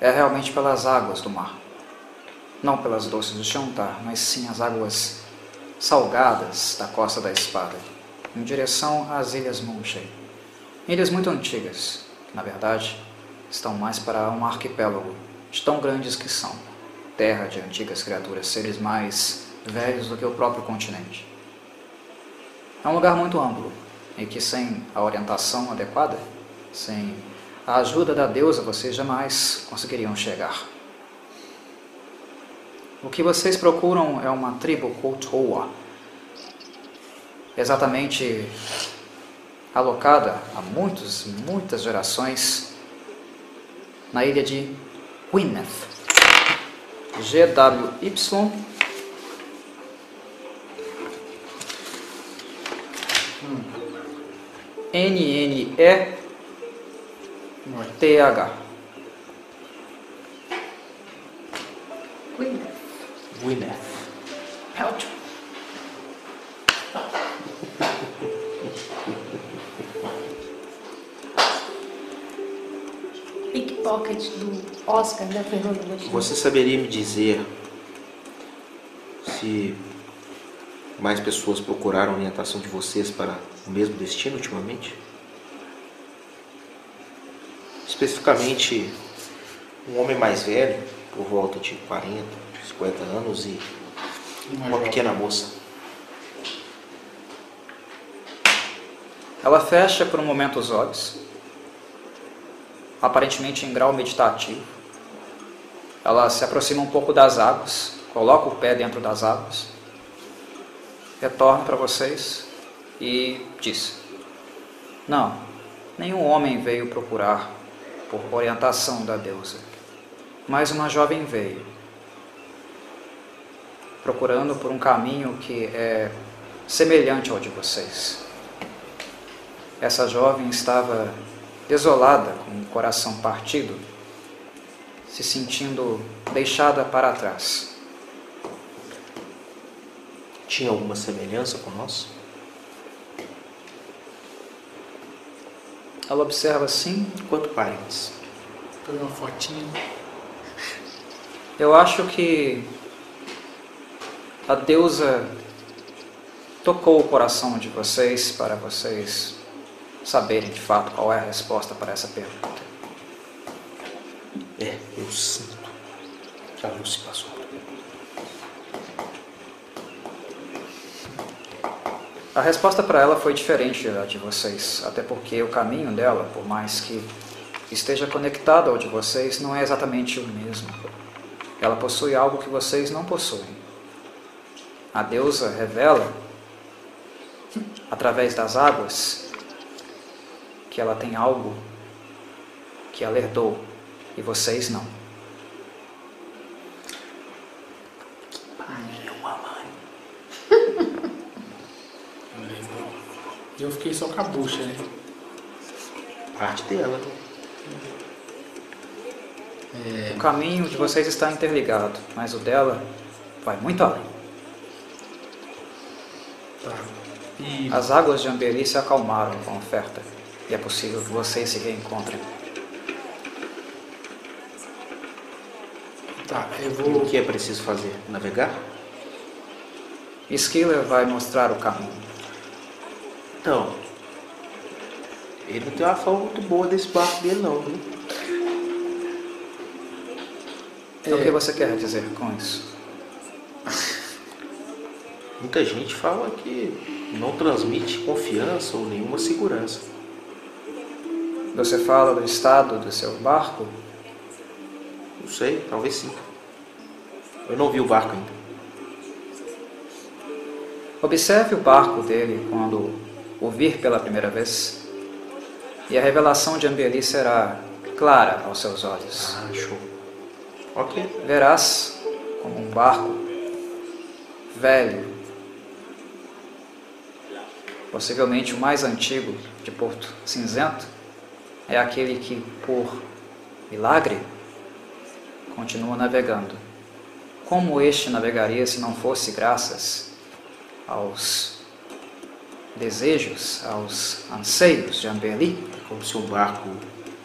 é realmente pelas águas do mar. Não pelas doces do Xantar, mas sim as águas salgadas da costa da espada, em direção às Ilhas Monchei. Ilhas muito antigas, que na verdade estão mais para um arquipélago, de tão grandes que são. Terra de antigas criaturas, seres mais velhos do que o próprio continente. É um lugar muito amplo e que, sem a orientação adequada, sem a ajuda da deusa, vocês jamais conseguiriam chegar. O que vocês procuram é uma tribo Kotoa, exatamente alocada há muitas, muitas gerações na ilha de Gwyneth. GWY NNE TH. Cuida. Gwyneth. É ótimo. Pickpocket do Oscar da Fernanda Montenegro. Você saberia me dizer se mais pessoas procuraram a orientação de vocês para o mesmo destino ultimamente? Especificamente, um homem mais velho, por volta de 40, 50 anos, e Um uma pequena moça. Ela fecha por um momento os olhos, aparentemente em grau meditativo. Ela se aproxima um pouco das águas, coloca o pé dentro das águas, retorna para vocês e diz: Não, nenhum homem veio procurar por orientação da deusa, mas uma jovem veio, procurando por um caminho que é semelhante ao de vocês. Essa jovem estava desolada, com o coração partido, se sentindo deixada para trás. Tinha alguma semelhança com nós? Ela observa assim Quanto parentes? Pegar uma fotinha. Eu acho que a deusa tocou o coração de vocês para vocês saberem de fato qual é a resposta para essa pergunta. É, eu sinto que a luz se passou por mim. A resposta para ela foi diferente da de vocês, até porque o caminho dela, por mais que esteja conectado ao de vocês, não é exatamente o mesmo. Ela possui algo que vocês não possuem. A deusa revela, através das águas, que ela tem algo que ela herdou e vocês não. Eu fiquei só com a bucha, né? Parte dela. É, O caminho de vocês está interligado, mas o dela vai muito além. Tá. E As águas de Amberi se acalmaram com a oferta e é possível que vocês se reencontrem. tá, eu E o vou. que é preciso fazer? Navegar? Skiller vai mostrar o caminho. Então, ele não tem uma forma muito boa desse barco dele, não, viu? O que você quer dizer com isso? Muita gente fala que não transmite confiança ou nenhuma segurança. Você fala do estado do seu barco? Não sei, talvez sim. Eu não vi o barco ainda. Observe o barco dele quando o vir pela primeira vez, e a revelação de Ambeli será clara aos seus olhos. Ah, show. Ok. Verás como um barco velho, possivelmente o mais antigo de Porto Cinzento, é aquele que, por milagre, continua navegando. Como este navegaria se não fosse graças aos desejos, aos anseios de Amberli? É como se um barco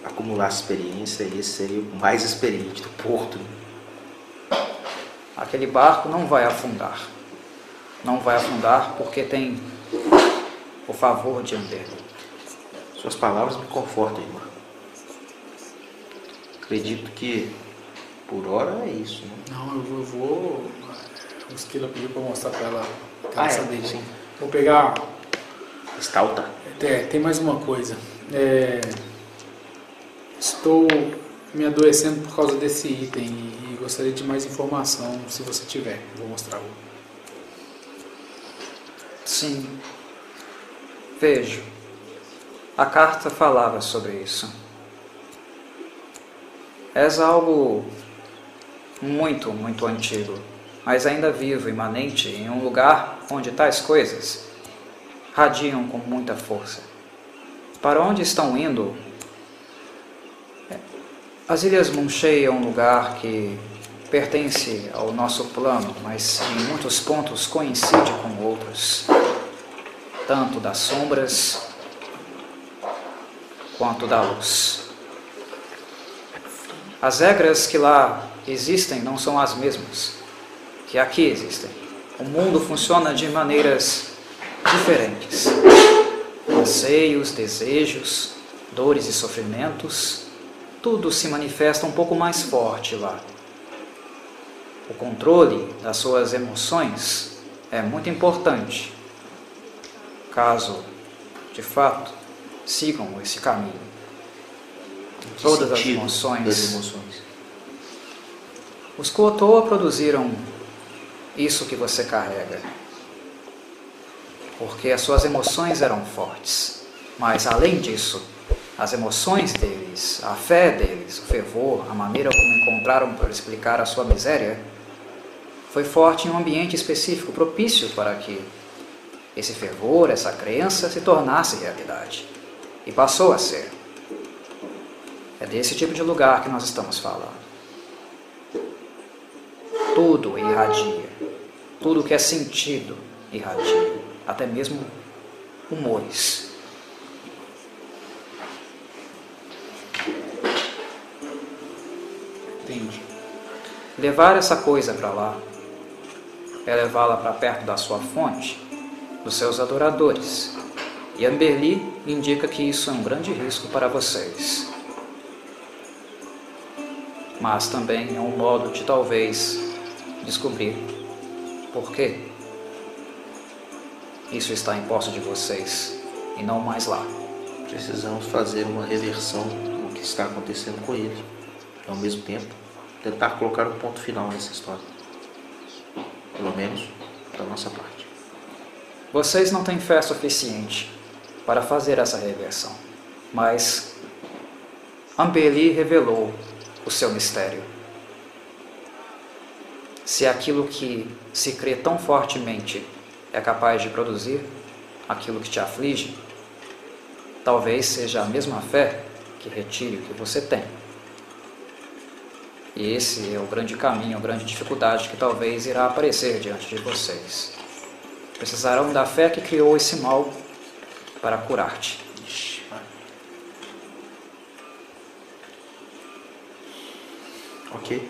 acumulasse experiência e esse seria o mais experiente do porto. né? Aquele barco não vai afundar. Não vai afundar porque tem o favor de Amberli. Suas palavras me confortam, irmã. Acredito que por hora é isso, né? Não, eu vou. Eu vou... é, O Esquila pediu pra eu mostrar pra ela a Ah, é, cabeça dele. sim. Vou pegar. Estalta. É, tem mais uma coisa. É, estou me adoecendo por causa desse item e gostaria de mais informação se você tiver. Vou mostrar o. Sim. Vejo. A carta falava sobre isso. És algo muito, muito antigo, mas ainda vivo, imanente, em um lugar onde tais coisas radiam com muita força. Para onde estão indo? As Ilhas Munchei é um lugar que pertence ao nosso plano, mas em muitos pontos coincide com outros, tanto das sombras quanto da luz. As regras que lá existem não são as mesmas que aqui existem. O mundo funciona de maneiras diferentes. Anseios, desejos, dores e sofrimentos, tudo se manifesta um pouco mais forte lá. O controle das suas emoções é muito importante. Caso, de fato, sigam esse caminho. Que Todas as sentido emoções. Das emoções. Os Kuotoa produziram isso que você carrega. Porque as suas emoções eram fortes. Mas além disso, as emoções deles, a fé deles, o fervor, a maneira como encontraram para explicar a sua miséria, foi forte em um ambiente específico propício para que esse fervor, essa crença se tornasse realidade. E passou a ser. É desse tipo de lugar que nós estamos falando tudo irradia. Tudo que é sentido irradia. Até mesmo humores. Entendi. Levar essa coisa para lá é levá-la para perto da sua fonte, dos seus adoradores. E Amberly indica que isso é um grande risco para vocês. Mas também é um modo de talvez descobrir por que isso está em posse de vocês e não mais lá. Precisamos fazer uma reversão do que está acontecendo com ele. E, ao mesmo tempo, tentar colocar um ponto final nessa história. Pelo menos da nossa parte. Vocês não têm fé suficiente para fazer essa reversão, mas Ambeli revelou o seu mistério. Se aquilo que se crê tão fortemente é capaz de produzir aquilo que te aflige, talvez seja a mesma fé que retire o que você tem. E esse é o grande caminho, a grande dificuldade que talvez irá aparecer diante de vocês. Precisarão da fé que criou esse mal para curar-te. Ok?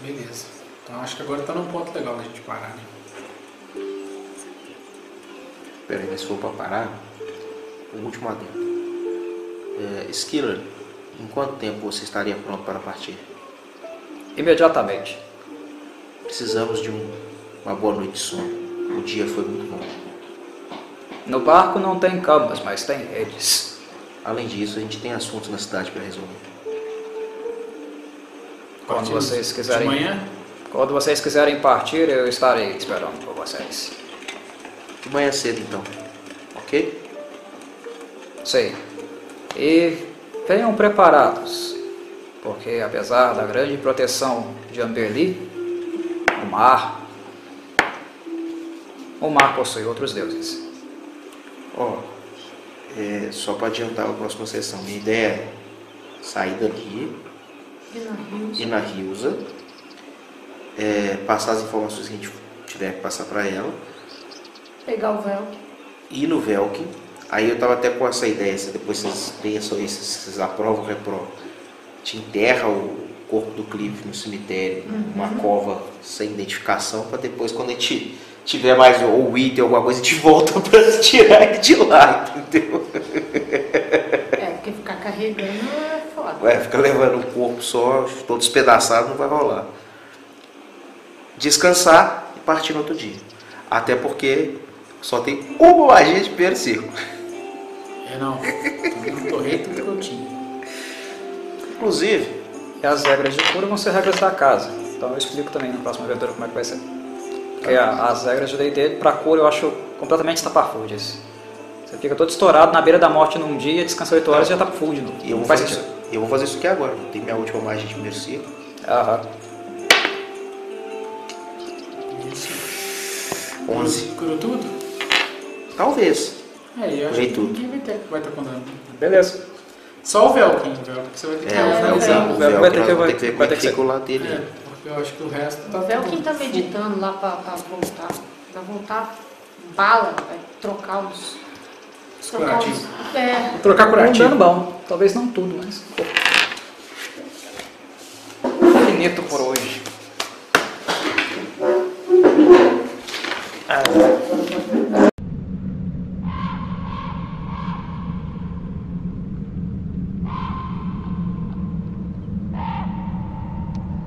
Beleza. Então acho que agora tá num ponto legal da gente parar, né? Peraí, mas se for pra parar, o último adendo. É, Skiller, em quanto tempo você estaria pronto para partir? Imediatamente. Precisamos de um- uma boa noite de sono. O dia foi muito bom. No barco não tem camas, mas tem redes. Além disso, a gente tem assuntos na cidade para resolver. Quando Partimos vocês quiserem. De manhã? Quando vocês quiserem partir, eu estarei esperando por vocês. De manhã cedo, então. Ok? Sim. E venham preparados, porque apesar da grande proteção de Amberli, o mar. O mar possui outros deuses. Ó, é, só para adiantar a próxima sessão, minha ideia é sair dali, ir na Rilza, é, passar as informações que a gente tiver que passar para ela, Pegar o véu. ir no Velkin. Aí eu tava até com essa ideia, se depois vocês pensam aí, se vocês aprovam ou reprovam. Te enterra o corpo do Clive no cemitério, numa cova sem identificação, para depois quando a gente tiver mais ou o item alguma coisa, a gente volta pra tirar ele de lá, entendeu? É, porque ficar carregando é foda. Vai ficar levando o corpo só, todo despedaçado, não vai rolar. Descansar e partir no outro dia. Até porque só tem uma magia de primeiro círculo. É não. Eu torrei tudo que eu tinha. Inclusive, E as regras de cura vão ser regras da casa. Então eu explico também na próxima aventura como é que vai ser. Porque Tá. a- as regras de D&D pra cura eu acho completamente estapafúrdias. Você fica todo estourado na beira da morte num dia, descansa 8 horas e já tá full de novo. eu vou, Faz fazer isso. eu vou fazer isso aqui agora. Eu tenho minha última magia de primeiro círculo. Aham. 11. Curou tudo? Talvez. É, eu acho Curei que tudo. ninguém vai ter, vai estar contando. Beleza. Só o Velkin, o Velkin que você vai ter que É, o Velcro. O Velcro Vai ter que- vai ter que ver como vai é ter que que fica o lado dele. É, porque eu acho que o resto tá O véu quem tá meditando lá pra, pra voltar. Pra voltar bala, vai trocar os. Trocar os. É. Trocar curativo. Um dano bom. Talvez não tudo, mas... pô. Finito por hoje.